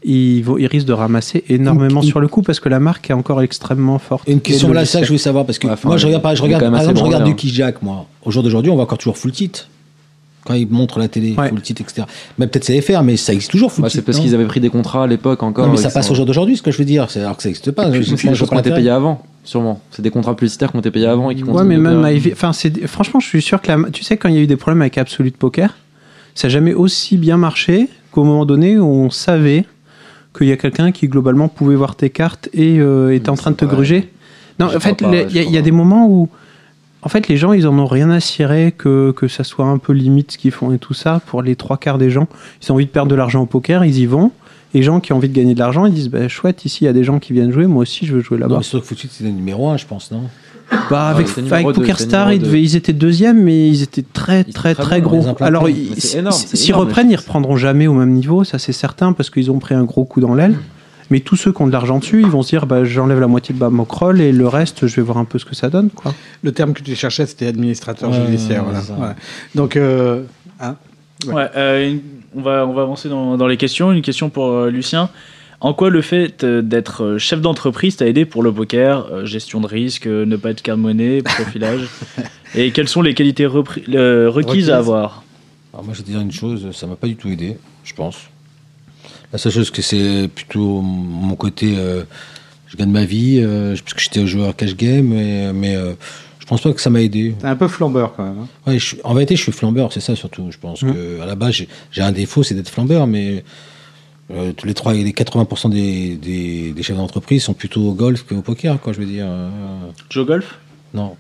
Speaker 8: ils, vont, ils risquent de ramasser énormément
Speaker 7: Une-
Speaker 8: sur le coup parce que la marque est encore extrêmement forte.
Speaker 7: Une question
Speaker 8: Et
Speaker 7: là,
Speaker 8: logicielle.
Speaker 7: ça, je voulais savoir parce que
Speaker 9: Ouais, enfin,
Speaker 7: moi, je regarde, pas- je
Speaker 9: il est
Speaker 7: regarde,
Speaker 9: quand même
Speaker 7: par
Speaker 9: assez
Speaker 7: exemple, je regarde
Speaker 9: branlé, hein.
Speaker 7: du Kijak, moi. Au jour d'aujourd'hui, on voit encore toujours full titre. Quand ils montrent la télé,
Speaker 8: Ouais.
Speaker 7: full titre, etc. Bah, peut-être c'est FR, mais ça existe toujours, full
Speaker 9: Bah, c'est
Speaker 7: titre,
Speaker 9: parce
Speaker 7: non
Speaker 9: qu'ils avaient pris des contrats à l'époque encore.
Speaker 7: Non, mais
Speaker 9: et
Speaker 7: ça
Speaker 9: que
Speaker 7: passe au jour d'aujourd'hui, ce que je veux dire. C'est alors que ça n'existe pas.
Speaker 9: Puis,
Speaker 7: Je-
Speaker 9: puis,
Speaker 7: je-
Speaker 9: je
Speaker 7: je
Speaker 9: pense qu'on
Speaker 7: comprends
Speaker 9: était
Speaker 7: pas
Speaker 9: payé avant, sûrement. C'est des contrats publicitaires qu'on était payés avant et qui
Speaker 8: Ouais, mais
Speaker 9: continuent
Speaker 8: même
Speaker 9: de-
Speaker 8: Ivy- enfin, c'est des- franchement, je suis sûr que la- tu sais, quand il y a eu des problèmes avec Absolute Poker, ça n'a jamais aussi bien marché qu'au moment donné où on savait qu'il y a quelqu'un qui globalement pouvait voir tes cartes et euh, était en train de te
Speaker 9: Ouais.
Speaker 8: gruger. Non,
Speaker 9: Je
Speaker 8: en fait,
Speaker 9: crois pas,
Speaker 8: les-
Speaker 9: ouais,
Speaker 8: il y, a-
Speaker 9: je
Speaker 8: il y a
Speaker 9: crois
Speaker 8: des moments où, en fait, les gens, ils en ont rien à cirer que, que ça soit un peu limite ce qu'ils font et tout ça. Pour les trois quarts des gens, ils ont envie de perdre de l'argent au poker, ils y vont. Et les gens qui ont envie de gagner de l'argent, ils disent bah, chouette, ici il y a des gens qui viennent jouer, moi aussi je veux jouer
Speaker 7: Non,
Speaker 8: là-bas.
Speaker 7: mais surtout que full titre, c'est le numéro 1, je pense, non
Speaker 8: Bah,
Speaker 9: Ah,
Speaker 8: avec
Speaker 9: c'était numéro
Speaker 8: avec
Speaker 9: deux,
Speaker 8: Poker
Speaker 9: c'était
Speaker 8: Star, ils,
Speaker 9: numéro
Speaker 8: devaient- ils étaient deuxième, mais ils étaient très,
Speaker 9: étaient
Speaker 8: très,
Speaker 9: très
Speaker 8: très
Speaker 9: bons,
Speaker 8: gros.
Speaker 7: les implantants.
Speaker 8: Alors,
Speaker 7: Mais
Speaker 8: ils-
Speaker 9: c'est énorme, c'est
Speaker 8: s'ils
Speaker 9: énorme,
Speaker 8: reprennent,
Speaker 9: mais
Speaker 8: ils reprendront jamais au même niveau, ça c'est certain, parce qu'ils ont pris un gros coup dans l'aile. Mais tous ceux qui ont de l'argent dessus, ils vont se dire bah, j'enlève la moitié de ma mocroll et le reste, je vais voir un peu ce que ça donne. Quoi.
Speaker 4: Le terme que tu cherchais, c'était administrateur
Speaker 7: Ouais,
Speaker 4: judiciaire.
Speaker 7: ouais,
Speaker 4: voilà.
Speaker 7: c'est ça.
Speaker 4: Voilà. Donc, euh, hein, Ouais.
Speaker 6: Ouais, euh, une- on, va, on va avancer dans, dans les questions. Une question pour euh, Lucien. En quoi le fait euh, d'être euh, chef d'entreprise t'a aidé pour le poker euh, Gestion de risque, euh, ne pas être carte monnaie, profilage Et quelles sont les qualités repri- euh, requises
Speaker 4: Requises.
Speaker 6: à avoir
Speaker 7: Alors moi, je vais te dire une chose, ça m'a pas du tout aidé, je pense. La seule chose que c'est plutôt mon côté, euh, je gagne ma vie, euh, parce que j'étais joueur cash game, et- mais euh, je pense pas que ça m'a aidé.
Speaker 4: t'es un peu flambeur quand même. hein.
Speaker 7: Ouais, je suis- en vérité, je suis flambeur, c'est ça surtout. Je pense
Speaker 8: Mhm.
Speaker 7: que à la base, j'ai- j'ai un défaut, c'est d'être flambeur, mais euh, tous les trois, les 80% des, des, des chefs d'entreprise sont plutôt au golf qu'au poker, quoi. Je veux dire, euh,
Speaker 6: Joe Golf
Speaker 7: non.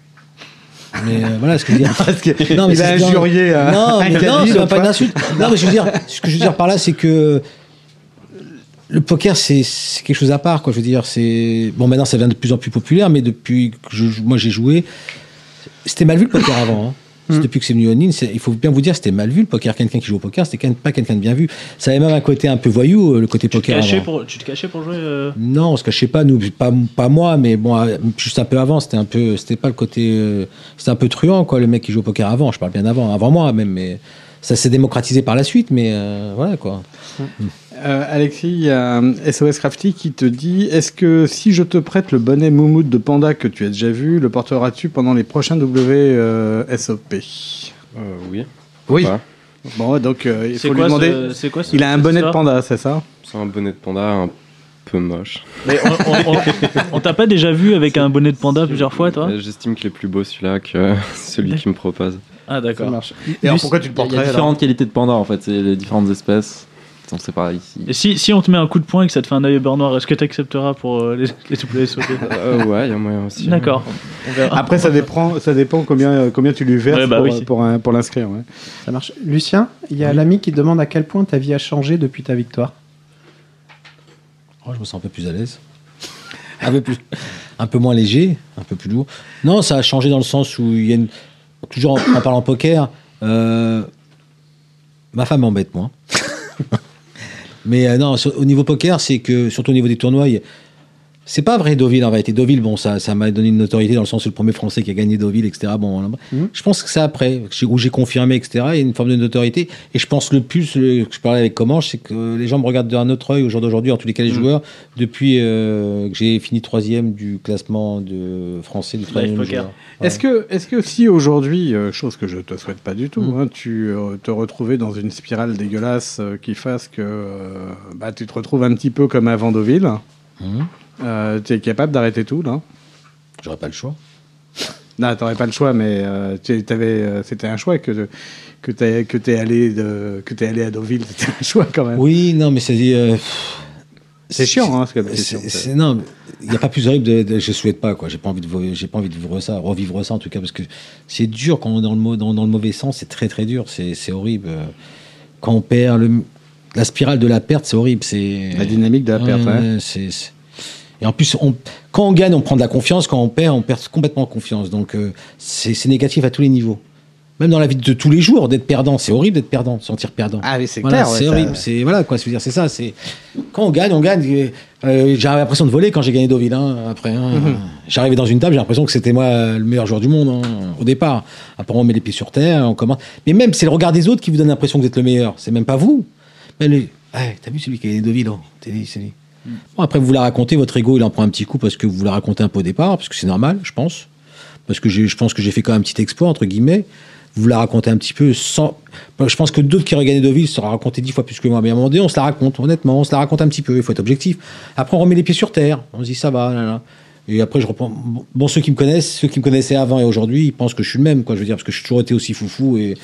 Speaker 7: Mais euh, voilà ce que je veux dire. Non, mais
Speaker 4: Il a
Speaker 7: c'est- non,
Speaker 4: injurié. euh,
Speaker 7: Non,
Speaker 4: un
Speaker 7: mais non,
Speaker 4: caddie,
Speaker 7: c'est
Speaker 4: l'autre
Speaker 7: pas
Speaker 4: fois.
Speaker 7: une insulte. Non, mais je veux dire, ce que je veux dire par là, c'est que le poker, c'est c'est quelque chose à part, quoi. Je veux dire, c'est bon. Maintenant, ça devient de plus en plus populaire, mais depuis que je- moi j'ai joué, c'était mal vu le poker avant. hein. C'est Depuis que c'est venu en ligne, c'est- il faut bien vous dire, c'était mal vu le poker. Quelqu'un qui joue au poker, c'était quand même pas quelqu'un de bien vu. Ça avait même un côté un peu voyou, euh, le côté
Speaker 6: tu te,
Speaker 7: poker.
Speaker 6: cachais
Speaker 7: avant.
Speaker 6: pour, tu te cachais pour jouer euh,
Speaker 7: Non, parce que je sais pas, nous, pas, pas moi, mais bon, euh, juste un peu avant, c'était un peu, c'était pas le côté, euh, c'était un peu truand, quoi, le mec qui joue au poker avant. Je parle bien avant, avant moi même, mais ça s'est démocratisé par la suite, mais euh, voilà quoi.
Speaker 4: Euh, Alexis, il y a euh, SOS Crafty qui te dit Est-ce que si je te prête le bonnet moumoute de panda que tu as déjà vu, le porteras-tu pendant les prochains WSOP
Speaker 5: Euh, oui.
Speaker 4: Oui.
Speaker 5: Voilà.
Speaker 4: Bon, donc euh, il
Speaker 6: C'est
Speaker 4: faut lui
Speaker 6: quoi,
Speaker 4: demander.
Speaker 6: ce- c'est quoi ce-
Speaker 4: Il a un
Speaker 6: cette
Speaker 4: bonnet de
Speaker 6: histoire
Speaker 4: panda, c'est ça
Speaker 5: C'est un bonnet de panda un peu moche.
Speaker 6: Mais on, on- on- on t'a pas déjà vu avec un bonnet de panda plusieurs fois, toi
Speaker 5: Euh, J'estime qu'il est plus beau celui-là que celui qui me propose.
Speaker 6: Ah,
Speaker 4: Ça
Speaker 6: d'accord.
Speaker 4: marche. Et alors pourquoi tu le
Speaker 9: Il y a
Speaker 4: porterais alors
Speaker 9: différentes qualités de panda en fait, c'est les différentes espèces. Donc c'est pareil ici.
Speaker 6: Et si, si on te met un coup de poing et que ça te fait un œil au beurre noir, est-ce que t'accepteras pour euh, les, les doublés sautés
Speaker 5: Euh, ouais, il y a moyen aussi.
Speaker 6: D'accord. On verra.
Speaker 4: Après, ça dépend, ça dépend combien, euh, combien tu lui verses
Speaker 6: Ouais, bah
Speaker 4: pour,
Speaker 6: oui.
Speaker 4: euh, pour, un- pour l'inscrire. ouais.
Speaker 8: Ça marche. Lucien, il y a l'ami qui demande à quel point ta vie a changé depuis ta victoire.
Speaker 7: Oh, je me sens un peu plus à l'aise, un peu plus, un peu moins léger, un peu plus lourd. Non, ça a changé dans le sens où il y a une- toujours en, en parlant poker, euh, ma femme m'embête moins. mais euh, non, sur- au niveau poker, c'est que surtout au niveau des tournois, il y a- C'est pas vrai Deauville en réalité. Deauville, bon, ça, ça m'a donné une notoriété dans le sens où le premier Français qui a gagné Deauville, etc. Bon, là-bas.
Speaker 8: Mhm.
Speaker 7: je pense que ça après, que j'ai- où j'ai confirmé, etc. Il y a une forme de notoriété. Et je pense le plus le- que je parlais avec Comanche, c'est que les gens me regardent d'un autre œil au jour d'aujourd'hui, en tous les cas les joueurs, depuis euh, que j'ai fini troisième du classement de français du troisième
Speaker 6: poker.
Speaker 7: joueur.
Speaker 4: Est-ce que, est que si aujourd'hui, euh, chose que je te souhaite pas du tout,
Speaker 7: Mm.
Speaker 4: hein, tu euh, te retrouvais dans une spirale dégueulasse euh, qui fasse que euh, bah, tu te retrouves un petit peu comme à Vendoville, euh,
Speaker 7: Mhm.
Speaker 4: tu es capable d'arrêter tout là
Speaker 7: J'aurais pas le choix.
Speaker 4: Non, t'aurais pas le choix, mais euh, tu- t'avais, euh, c'était un choix que que t'es que t'es allé de, que t'es allé à Deauville, c'était un choix quand même.
Speaker 7: Oui, non, mais c'est dit. euh, pff,
Speaker 4: C'est chiant, hein, ce que c'est
Speaker 7: c'est-
Speaker 4: chiant, ça.
Speaker 7: c'est- Non, il n'y a pas plus horrible. De, de- je souhaite pas, quoi. J'ai pas envie de, vo- j'ai pas envie de vivre ça, revivre ça en tout cas, parce que c'est dur quand on est dans le mau- dans, dans le mauvais sens. C'est très très dur. C'est c'est horrible. Euh, Quand on perd le, la spirale de la perte, c'est horrible. C'est
Speaker 4: euh, La dynamique de la perte.
Speaker 7: Ouais,
Speaker 4: hein.
Speaker 7: ouais, c'est- c'est- Et en plus, on, quand on gagne, on prend de la confiance. Quand on perd, on perd complètement confiance. Donc, euh, c'est c'est négatif à tous les niveaux. Même dans la vie de tous les jours, d'être perdant, c'est horrible d'être perdant, de se sentir perdant.
Speaker 4: Ah oui, c'est
Speaker 7: Voilà,
Speaker 4: clair. ouais,
Speaker 7: c'est
Speaker 4: ça-
Speaker 7: horrible. C'est voilà quoi. Je veux dire, c'est ça. C'est quand on gagne, on gagne. Euh, j'ai l'impression de voler quand j'ai gagné Deauville. hein, après, hein.
Speaker 4: Mhm.
Speaker 7: j'arrivais dans une table, j'ai l'impression que c'était moi euh, le meilleur joueur du monde hein, au départ. Après, on met les pieds sur terre, on commence. Mais même, c'est le regard des autres qui vous donne l'impression que vous êtes le meilleur. C'est même pas vous. Mais le- Ouais, t'as vu celui qui a gagné Deauville, hein T'es lui, c'est lui. Bon, après, vous la racontez, votre ego, il en prend un petit coup parce que vous la racontez un peu au départ, parce que c'est normal, je pense. Parce que j'ai- je pense que j'ai fait quand même un petit exploit, entre guillemets. vous la racontez un petit peu sans. Moi, Je pense que d'autres qui regagnaient Deauville se la racontaient dix fois plus que moi. Mais à un moment donné, on se la raconte, honnêtement, on se la raconte un petit peu, il faut être objectif. Après, on remet les pieds sur terre, on se dit ça va, là, là. Et après, je reprends. Bon, ceux qui me connaissent, ceux qui me connaissaient avant et aujourd'hui, ils pensent que je suis le même, quoi. Je veux dire, parce que je suis toujours été aussi foufou et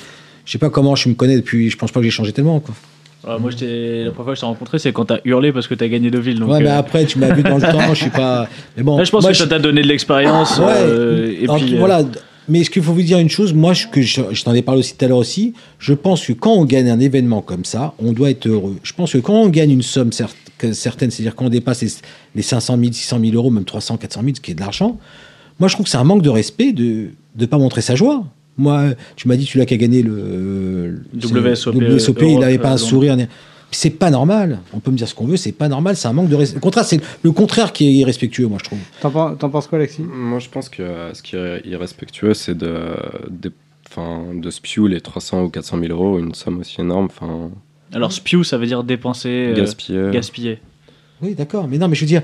Speaker 7: je sais pas comment je me connais depuis. Je pense pas que j'ai changé tellement, quoi.
Speaker 6: Voilà, moi, je t'ai- la première fois que je t'ai rencontré, c'est quand t'as hurlé parce que t'as gagné Deauville. Donc,
Speaker 7: Mm. ouais, mais
Speaker 6: euh,
Speaker 7: après, tu m'as vu dans le temps, je suis pas. Mais bon,
Speaker 6: là, je pense
Speaker 7: moi,
Speaker 6: que ça t'a donné de l'expérience.
Speaker 7: Ouais.
Speaker 6: euh, et
Speaker 7: Alors,
Speaker 6: puis, euh,
Speaker 7: voilà. Mais est-ce qu'il faut vous dire une chose Moi, je, que je, je t'en ai parlé aussi tout à l'heure aussi. Je pense que quand on gagne un événement comme ça, on doit être heureux. Je pense que quand on gagne une somme cer- que- certaine, c'est-à-dire quand on dépasse les, les 500 000, 600 000 euros, même 300, 400 000, ce qui est de l'argent, moi, je trouve que c'est un manque de respect de ne pas montrer sa joie. Moi, tu m'as dit, tu l'as qu'à gagner le, le
Speaker 6: WSOP,
Speaker 7: WSOP, il
Speaker 6: Europe,
Speaker 7: n'avait pas
Speaker 6: euh,
Speaker 7: un
Speaker 6: donc.
Speaker 7: sourire. ni- C'est pas normal. On peut me dire ce qu'on veut, c'est pas normal. C'est un manque de respect. Le contraire, c'est le contraire qui est irrespectueux, moi, je trouve.
Speaker 4: T'en pen- t'en penses quoi, Alexis
Speaker 5: Moi, je pense que euh, ce qui est irrespectueux, c'est de, de, 'fin, de spew les 300 ou 400 000 euros, une somme aussi énorme, enfin,
Speaker 6: Alors, spew, ça veut dire dépenser, euh,
Speaker 5: gaspiller.
Speaker 6: gaspiller.
Speaker 7: Oui, d'accord, mais non, mais je veux dire.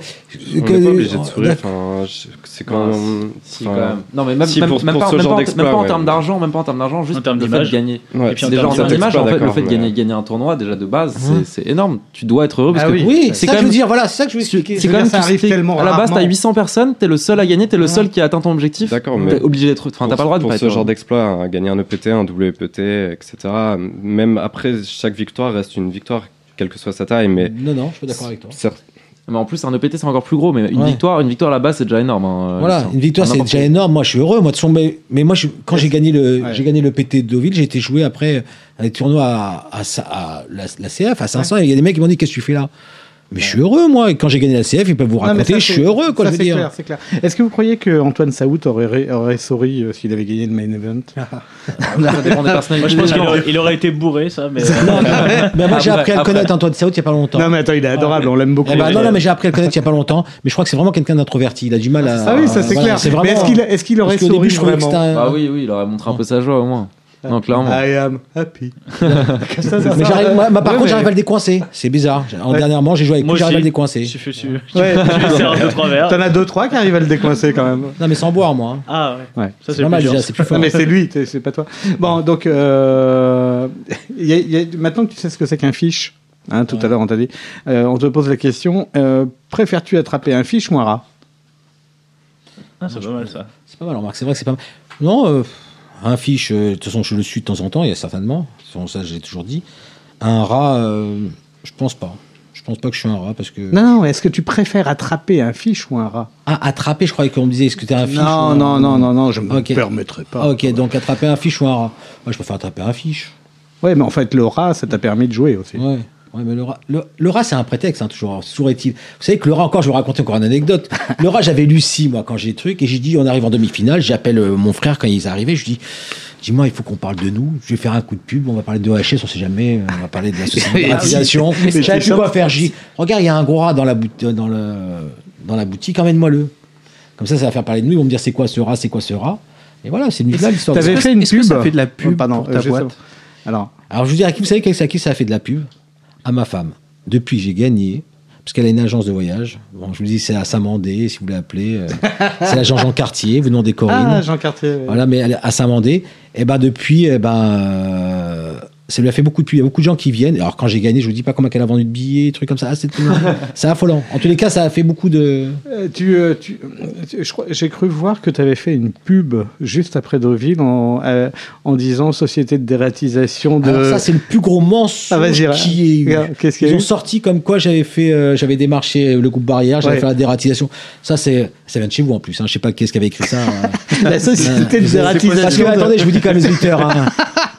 Speaker 5: On
Speaker 7: que-
Speaker 5: n'est pas
Speaker 4: oh,
Speaker 5: obligé de sourire,
Speaker 7: d'accord.
Speaker 5: enfin, je- c'est quand
Speaker 9: Non,
Speaker 5: même.
Speaker 9: Ah, Si,
Speaker 5: enfin,
Speaker 9: quand même. Non, mais même,
Speaker 5: Si,
Speaker 9: même-
Speaker 5: pour-
Speaker 9: même
Speaker 5: pour
Speaker 9: pas,
Speaker 5: ce
Speaker 9: même
Speaker 5: genre
Speaker 9: pas en-
Speaker 5: d'exploit,
Speaker 9: même pas en
Speaker 5: ouais.
Speaker 9: termes d'argent, même pas en termes d'argent, juste
Speaker 6: En termes
Speaker 9: le fait
Speaker 6: d'image.
Speaker 9: de gagner.
Speaker 5: ouais,
Speaker 6: Et puis en
Speaker 5: c'est
Speaker 9: Déjà en
Speaker 5: cet
Speaker 9: termes d'image, en
Speaker 5: exploit,
Speaker 9: fait, le
Speaker 5: d'accord,
Speaker 9: fait de
Speaker 5: mais-
Speaker 9: gagner, gagner un tournoi, déjà de base,
Speaker 7: Ouais.
Speaker 9: c'est- c'est énorme. Tu dois être heureux parce
Speaker 8: Ah
Speaker 9: que
Speaker 8: oui.
Speaker 7: Oui,
Speaker 9: C'est
Speaker 7: c'est ça que
Speaker 9: quand
Speaker 7: je
Speaker 9: même-
Speaker 7: veux dire, voilà, c'est ça que je veux
Speaker 9: C'est
Speaker 7: expliquer.
Speaker 9: c'est
Speaker 4: veux
Speaker 9: quand
Speaker 4: dire,
Speaker 9: même
Speaker 4: ça
Speaker 9: tout ce
Speaker 4: arrive
Speaker 9: qui-
Speaker 4: tellement
Speaker 9: À la base,
Speaker 4: rarement.
Speaker 9: t'as 800 personnes, t'es le seul à gagner, t'es le
Speaker 7: Ouais.
Speaker 9: seul qui a atteint ton objectif.
Speaker 5: D'accord, mais
Speaker 9: T'es obligé d'être. Enfin, t'as pas le droit de
Speaker 5: pour
Speaker 9: pas
Speaker 5: ce
Speaker 9: être
Speaker 5: genre
Speaker 9: heureux.
Speaker 5: d'exploit, hein, gagner un EPT, un E WPT, etc. Même après, chaque victoire reste une victoire, quelle que soit sa taille, mais.
Speaker 7: Non, non, je suis pas d'accord avec toi.
Speaker 5: Certes,
Speaker 9: Mais en plus, un EPT, c'est encore plus gros. Mais une
Speaker 7: Ouais.
Speaker 9: victoire, une victoire à la base, c'est déjà énorme. hein, euh,
Speaker 7: Voilà,
Speaker 9: Lucien.
Speaker 7: une victoire,
Speaker 9: Enfin,
Speaker 7: c'est
Speaker 9: n'importe
Speaker 7: déjà
Speaker 9: quel-
Speaker 7: énorme. Moi, je suis heureux. Moi, de son, mais, mais moi, je- quand j'ai gagné le,
Speaker 4: Ouais.
Speaker 7: j'ai gagné le PT de Deauville, j'ai été joué après à des tournois à, à, Sa- à la, la CF à 500. Et il y a des mecs qui m'ont dit, qu'est-ce que tu fais là Mais je suis heureux, moi. Et quand j'ai gagné la CF, ils peuvent vous
Speaker 4: Non, mais
Speaker 7: raconter,
Speaker 4: ça,
Speaker 7: je
Speaker 4: c'est-
Speaker 7: suis heureux, quoi.
Speaker 4: ça,
Speaker 7: je veux
Speaker 4: c'est
Speaker 7: dire.
Speaker 4: clair, c'est clair. Est-ce que vous croyez que Antoine Saout aurait, ré- aurait souri euh, s'il avait gagné le main event
Speaker 9: Ça dépend des
Speaker 6: Moi,
Speaker 9: personnalités.
Speaker 6: je pense
Speaker 9: des
Speaker 6: qu'il
Speaker 9: gens.
Speaker 6: aurait, il aurait été bourré, ça, mais.
Speaker 7: Non, mais- mais Ben, moi, j'ai
Speaker 9: Après,
Speaker 7: appris à le
Speaker 9: après.
Speaker 7: connaître, Antoine Saoud, il y a pas longtemps.
Speaker 4: Non, mais attends, il est adorable, on l'aime beaucoup.
Speaker 7: Eh ben, non, non, mais j'ai appris à le connaître il y a pas longtemps. Mais je crois que c'est vraiment quelqu'un d'introverti. Il a du mal à.
Speaker 4: Ah oui, ça c'est
Speaker 7: voilà,
Speaker 4: clair.
Speaker 7: C'est vraiment.
Speaker 4: mais est-ce qu'il est-ce qu'il aurait
Speaker 7: parce qu'au
Speaker 4: souri
Speaker 7: début, je trouvais que
Speaker 4: vraiment
Speaker 7: c'était un-
Speaker 9: Bah oui, oui, il aurait montré un peu sa joie au moins. Non, clairement.
Speaker 4: I am happy. Comme ça, ça
Speaker 7: Mais
Speaker 4: sort.
Speaker 7: j'arrive- moi, moi, par
Speaker 4: Ouais,
Speaker 7: contre,
Speaker 4: mais-
Speaker 7: j'arrive à le décoincer. C'est bizarre. En
Speaker 4: Ouais.
Speaker 7: dernièrement, j'ai joué avec
Speaker 6: euh, Moi
Speaker 7: lui, j'arrive à
Speaker 6: aussi.
Speaker 7: le décoincer.
Speaker 6: Je suis je suis-
Speaker 4: Ouais.
Speaker 6: je suis serré de trois verres.
Speaker 4: T'en as deux, trois qui arrivent à le décoincer quand même.
Speaker 7: Non, mais sans boire, moi. hein.
Speaker 6: Ah ouais.
Speaker 4: Ouais.
Speaker 7: C'est
Speaker 6: Ça, c'est
Speaker 7: pas
Speaker 6: plus
Speaker 7: mal
Speaker 6: dur.
Speaker 7: déjà, c'est plus fort.
Speaker 4: Non, mais c'est lui, t'es- c'est pas toi. Bon, donc, euh, il y a- il y a- maintenant que tu sais ce que c'est qu'un fiche, hein, tout à l'heure on t'a dit, euh, on te pose la question euh, préfères-tu attraper un fiche ou un rat
Speaker 6: Ah, c'est pas mal ça.
Speaker 7: C'est pas mal, remarque. C'est vrai que c'est pas mal. Non, euh, un fiche, euh, de toute façon, je le suis de temps en temps, il y a certainement. Bon, ça, j'ai toujours dit. Un rat, euh, je pense pas. Je pense pas que je suis un rat parce que.
Speaker 4: Non, non, est-ce que tu préfères attraper un fiche ou un rat
Speaker 7: Ah, attraper, je croyais qu'on me disait est-ce que t'es un fiche
Speaker 4: Non,
Speaker 7: ou un-
Speaker 4: non, non, non, non, je me
Speaker 7: Ok.
Speaker 4: permettrai pas.
Speaker 7: Ah, ok, donc attraper un fiche ou un rat. Moi, je préfère attraper un fiche.
Speaker 4: Ouais, mais en fait, le rat, ça t'a permis de jouer aussi.
Speaker 7: Ouais. Ouais, mais le rat, le, le rat, c'est un prétexte, hein, toujours. Alors, Toujours est-il. Vous savez que le rat, encore, je vais vous raconter encore une anecdote. Le rat, j'avais Lucie, moi, quand j'ai des trucs, et j'ai dit, on arrive en demi-finale, j'appelle euh, mon frère quand ils arrivaient, je dis, dis-moi, il faut qu'on parle de nous, je vais faire un coup de pub, on va parler de OHS, on sait jamais, euh, on va parler de la société de privatisation.
Speaker 4: Mais c'est
Speaker 7: Je savais plus
Speaker 4: ça.
Speaker 7: quoi faire, j'ai dit, regarde, il y a un gros rat dans la, bout- euh, dans le, dans la boutique, emmène-moi le. Comme ça, ça va faire parler de nous, ils vont me dire, c'est quoi ce rat, c'est quoi ce rat. Et voilà, c'est une là l'histoire. de
Speaker 4: T'avais
Speaker 7: ça.
Speaker 4: fait une
Speaker 8: est-ce que
Speaker 4: pub.
Speaker 8: ça fait de la pub
Speaker 4: Oh, pardon,
Speaker 8: pour ta
Speaker 4: euh, j'ai-
Speaker 8: boîte
Speaker 4: Alors,
Speaker 7: Alors je vous dis à qui vous savez à qui ça a fait de la pub À ma femme. Depuis j'ai gagné, parce qu'elle a une agence de voyage. Bon, je vous dis c'est à Saint-Mandé, si vous voulez appeler. euh, c'est l'agence Jean Cartier, vous demandez Corinne.
Speaker 4: ah, Jean Cartier. ouais.
Speaker 7: Voilà, mais elle est à Saint-Mandé. Et ben depuis, eh ben, euh, ça lui a fait beaucoup de pub. Il y a beaucoup de gens qui viennent. Alors quand j'ai gagné, je vous dis pas comment elle a vendu de billets, trucs comme ça. Ah, c'est c'est affolant. En tous les cas, ça a fait beaucoup de.
Speaker 4: Euh, tu, euh, tu- euh, tu- je crois- J'ai cru voir que tu avais fait une pub juste après Deauville en, euh, en disant société de dératisation de. Ah,
Speaker 7: Alors ça, c'est le plus gros mensonge
Speaker 4: vas-y,
Speaker 7: qui ait eu.
Speaker 4: regarde, Qu'est-ce qu'il y
Speaker 7: Ils
Speaker 4: a
Speaker 7: ont
Speaker 4: eu
Speaker 7: sorti comme quoi j'avais fait, euh, j'avais démarché le groupe Barrière, j'avais
Speaker 4: Ouais.
Speaker 7: fait la dératisation. Ça, c'est, ça vient de chez vous en plus. Hein. Je sais pas qui est-ce qui avait écrit ça. hein.
Speaker 4: La société de
Speaker 7: C'est- Parce que
Speaker 4: dératisation. de-
Speaker 7: attendez, je vous dis quand même les auditeurs. hein.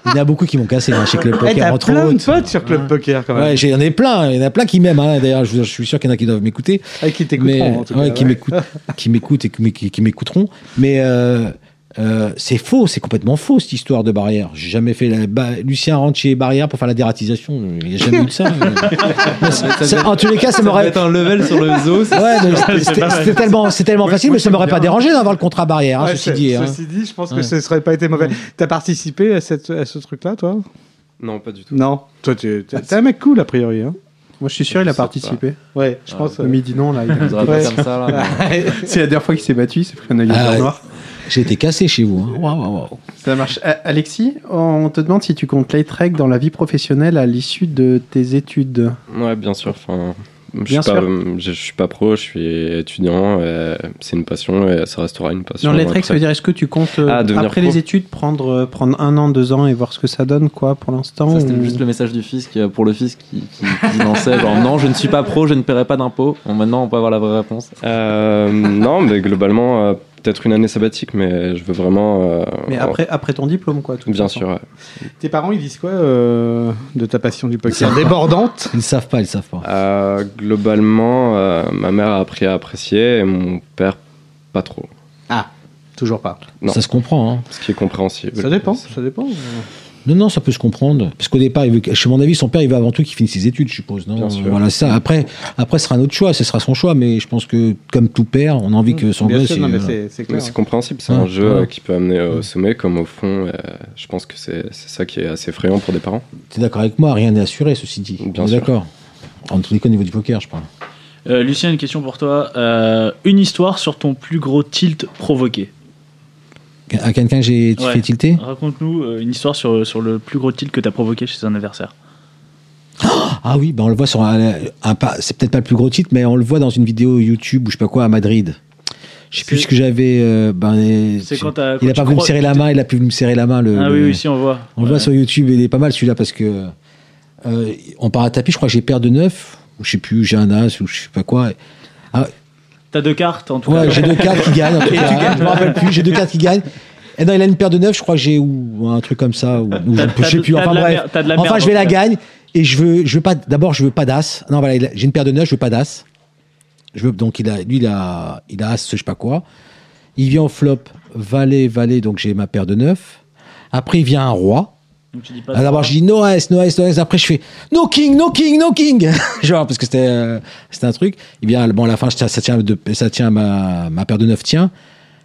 Speaker 7: Il y en a beaucoup qui m'ont cassé hein, chez Club
Speaker 4: Eh,
Speaker 7: Poker
Speaker 4: T'as
Speaker 7: entre
Speaker 4: plein de
Speaker 7: autres.
Speaker 4: potes sur Club Poker quand même.
Speaker 7: Ouais, j'en ai plein. Il y en a plein qui m'aiment. hein. D'ailleurs, je, vous- je suis sûr qu'il y en a qui doivent m'écouter.
Speaker 4: Ah, qui
Speaker 7: Mais
Speaker 4: t'écouteront en tout cas.
Speaker 7: ouais, qui
Speaker 4: ouais.
Speaker 7: m'écoutent, qui m'écoutent et qui, m'é- qui- qui m'écouteront. Mais euh, euh, c'est faux, c'est complètement faux cette histoire de barrière. J'ai jamais fait la ba- Lucien rentre chez barrière pour faire la dératisation. Il n'y a jamais eu de ça. Mais c'est-
Speaker 9: ça
Speaker 7: c'est-
Speaker 9: devait-
Speaker 7: en tous les cas, ça
Speaker 9: Ça devait
Speaker 7: m'aurait
Speaker 9: être un level sur le zoo. c'est-
Speaker 7: Ouais, mais c'était- c'était c'était tellement, c'est tellement facile, mais ça m'aurait pas dérangé d'avoir le contrat barrière, hein,
Speaker 4: Ouais,
Speaker 7: ceci
Speaker 4: c'est-
Speaker 7: dit. hein.
Speaker 4: ceci dit, je pense que
Speaker 7: Ouais.
Speaker 4: ce serait pas été mauvais. T'as participé à, cette, à ce truc-là, toi
Speaker 5: non, pas du tout.
Speaker 4: Non. Toi, t'es t'es- t'es un mec cool, a priori. Hein
Speaker 8: Moi, je suis sûr, il a
Speaker 5: Je sais pas.
Speaker 8: participé. Euh,
Speaker 4: ouais, je pense.
Speaker 8: Le midi, non, là. il-
Speaker 9: Vous aurez
Speaker 4: Ouais.
Speaker 9: pas comme ça, là.
Speaker 8: C'est la dernière fois qu'il s'est battu, il s'est pris un alligator
Speaker 7: Ah ouais.
Speaker 8: noir.
Speaker 7: J'ai été cassé chez vous. hein. Waouh, waouh, waouh.
Speaker 8: Ça marche. A- Alexis, on te demande si tu comptes Lightrek dans la vie professionnelle à l'issue de tes études.
Speaker 5: Ouais, bien sûr. Enfin, je suis
Speaker 8: Bien
Speaker 5: pas,
Speaker 8: sûr.
Speaker 5: euh, je, je suis pas pro, je suis étudiant. euh, c'est une passion et ça restera une passion.
Speaker 8: Dans Lightrek, ça
Speaker 5: après.
Speaker 8: veut dire est-ce que tu comptes euh,
Speaker 5: Ah, devenir
Speaker 8: après
Speaker 5: pro.
Speaker 8: les études prendre euh, prendre un an, deux ans et voir ce que ça donne quoi pour l'instant
Speaker 9: Ça, c'était
Speaker 8: ou-
Speaker 9: juste le message du fisc euh, pour le fisc qui, qui, qui lançait genre non, je ne suis pas pro, je ne paierai pas d'impôts. Bon, maintenant, on peut avoir la vraie réponse.
Speaker 5: Euh, non, mais globalement, euh, peut-être une année sabbatique, mais je veux vraiment. euh,
Speaker 8: Mais
Speaker 5: en-
Speaker 8: après après ton diplôme quoi. tout
Speaker 5: Bien
Speaker 8: simplement.
Speaker 5: sûr. ouais.
Speaker 4: Tes parents, ils disent quoi euh, de ta passion du poker
Speaker 7: Ça-
Speaker 4: Débordante
Speaker 7: Ils ne savent pas, ils ne savent pas.
Speaker 5: Euh, globalement, euh, ma mère a appris à apprécier et mon père, pas trop.
Speaker 4: Toujours pas.
Speaker 5: non.
Speaker 7: Ça se comprend. hein.
Speaker 5: Ce qui est compréhensible.
Speaker 4: Ça dépend, ça dépend.
Speaker 7: Non, non, ça peut se comprendre. Parce qu'au départ, il veut, que- chez mon avis, son père, il veut avant tout qu'il finisse ses études, je suppose. Non
Speaker 5: Bien sûr.
Speaker 7: Voilà ça. Après, après, ce sera un autre choix. Ce sera son choix. Mais je pense que, comme tout père, on a envie que son
Speaker 4: Bien
Speaker 7: gosse.
Speaker 4: sûr,
Speaker 7: il-
Speaker 4: non, mais
Speaker 7: voilà.
Speaker 4: c'est- c'est
Speaker 5: Mais
Speaker 4: clair.
Speaker 5: c'est compréhensible, c'est
Speaker 7: Ouais,
Speaker 5: un jeu
Speaker 7: ouais.
Speaker 5: euh, qui peut amener au sommet comme au fond. euh, je pense que c'est c'est ça qui est assez effrayant pour des parents.
Speaker 7: T'es d'accord avec moi Rien n'est assuré, ceci dit.
Speaker 5: Bien
Speaker 7: On est
Speaker 5: sûr.
Speaker 7: d'accord. En tous les cas, au niveau du poker, je parle.
Speaker 6: Euh, Lucien, une question pour toi. Euh, une histoire sur ton plus gros tilt provoqué.
Speaker 7: À quelqu'un que j'ai
Speaker 6: Ouais.
Speaker 7: fait tilter
Speaker 6: Raconte-nous euh, une histoire sur, sur le plus gros tilt que t'as provoqué chez un adversaire.
Speaker 7: Ah oui, ben on le voit sur un, un pas. C'est peut-être pas le plus gros titre, mais on le voit dans une vidéo YouTube ou je sais pas quoi à Madrid. Je sais plus
Speaker 6: C'est-
Speaker 7: ce que j'avais. euh, ben, euh,
Speaker 6: C'est
Speaker 7: je-
Speaker 6: quand t'as- quand
Speaker 7: il a
Speaker 6: tu
Speaker 7: pas voulu me
Speaker 6: crois-
Speaker 7: serrer la main. Il a plus voulu me serrer la main. Le,
Speaker 6: Ah
Speaker 7: le-
Speaker 6: oui, oui, si, on voit.
Speaker 7: On le voit
Speaker 6: Ouais.
Speaker 7: sur YouTube. Il est pas mal celui-là parce que euh, on part à tapis. Je crois que j'ai paire de neuf. ou Je sais plus. J'ai un as ou je sais pas quoi.
Speaker 6: T'as deux cartes en tout
Speaker 7: Ouais,
Speaker 6: cas.
Speaker 7: j'ai deux cartes qui gagnent. En tout cas, je me rappelle plus. J'ai deux cartes qui gagnent. Et non, il a une paire de neuf. Je crois que j'ai ou un truc comme ça. Ou, ou je
Speaker 6: T'as-
Speaker 7: ne
Speaker 6: t'as
Speaker 7: sais
Speaker 6: de-
Speaker 7: plus.
Speaker 6: t'as
Speaker 7: Enfin
Speaker 6: de la
Speaker 7: bref.
Speaker 6: mer- t'as de la
Speaker 7: Enfin,
Speaker 6: merde,
Speaker 7: je vais la
Speaker 6: donc,
Speaker 7: gagne et je veux, je veux pas. D'abord, je veux pas d'as. Non, voilà, il a- j'ai une paire de neuf, je veux pas d'as. Je veux donc il a, lui, il a, il a as, je sais pas quoi. Il vient en flop, valet, valet, donc j'ai ma paire de neuf. Après, il vient un roi.
Speaker 6: donc tu dis pas
Speaker 7: Ah, D'abord, je dis no as, no as, no as. Après, je fais no king, no king, no king. Genre, parce que c'était euh, c'était un truc. Il vient, bon, à la fin, je tiens- ça tient, de- ça tient ma, ma paire de neuf, tient.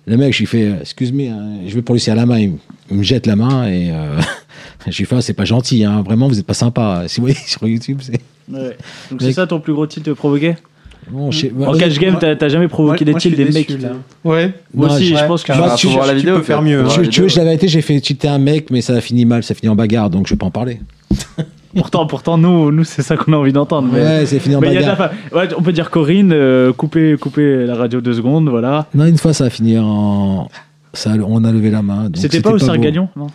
Speaker 7: Le mec, je lui fais, euh, excuse moi je vais pour lui serrer la main. Il, me- il me jette la main et euh, je lui fais, Ah, c'est pas gentil, hein. vraiment, vous êtes pas sympa. Si vous voyez sur YouTube, c'est.
Speaker 6: Ouais.
Speaker 7: Mais-
Speaker 6: Donc c'est ça ton plus gros tilt provoqué
Speaker 7: Bon, je sais-
Speaker 6: En
Speaker 7: Ouais.
Speaker 6: cash game,
Speaker 8: moi-
Speaker 6: t'as t'as jamais
Speaker 8: Moi,
Speaker 6: provoqué des
Speaker 8: moi, je
Speaker 6: tilts
Speaker 8: suis
Speaker 6: Oh, des mecs.
Speaker 8: déçu, là.
Speaker 4: Ouais.
Speaker 6: Moi
Speaker 7: Non,
Speaker 6: aussi,
Speaker 7: je-
Speaker 6: je pense que.
Speaker 8: Car-
Speaker 7: Moi,
Speaker 8: faut
Speaker 7: tu-
Speaker 8: voir la
Speaker 9: tu
Speaker 8: vidéo,
Speaker 9: peux faire
Speaker 8: peut-être.
Speaker 9: mieux, hein.
Speaker 7: Tu, tu veux, je l'avais été, j'ai fait cheater un mec, mais ça a fini mal, ça a fini en bagarre, donc je vais pas en parler.
Speaker 6: Pourtant, pourtant, nous, nous, c'est ça qu'on a envie d'entendre. mais-
Speaker 7: Ouais, bah, c'est fini en
Speaker 6: Mais il y a de la
Speaker 7: bagarre.
Speaker 6: fa- ouais, on peut dire Corinne, euh, coupez, coupez la radio deux secondes, voilà.
Speaker 7: Non, une fois, ça a fini en. Ça, a- on a levé la main. donc
Speaker 6: C'était pas au
Speaker 7: beau.
Speaker 6: Sargagnon Non.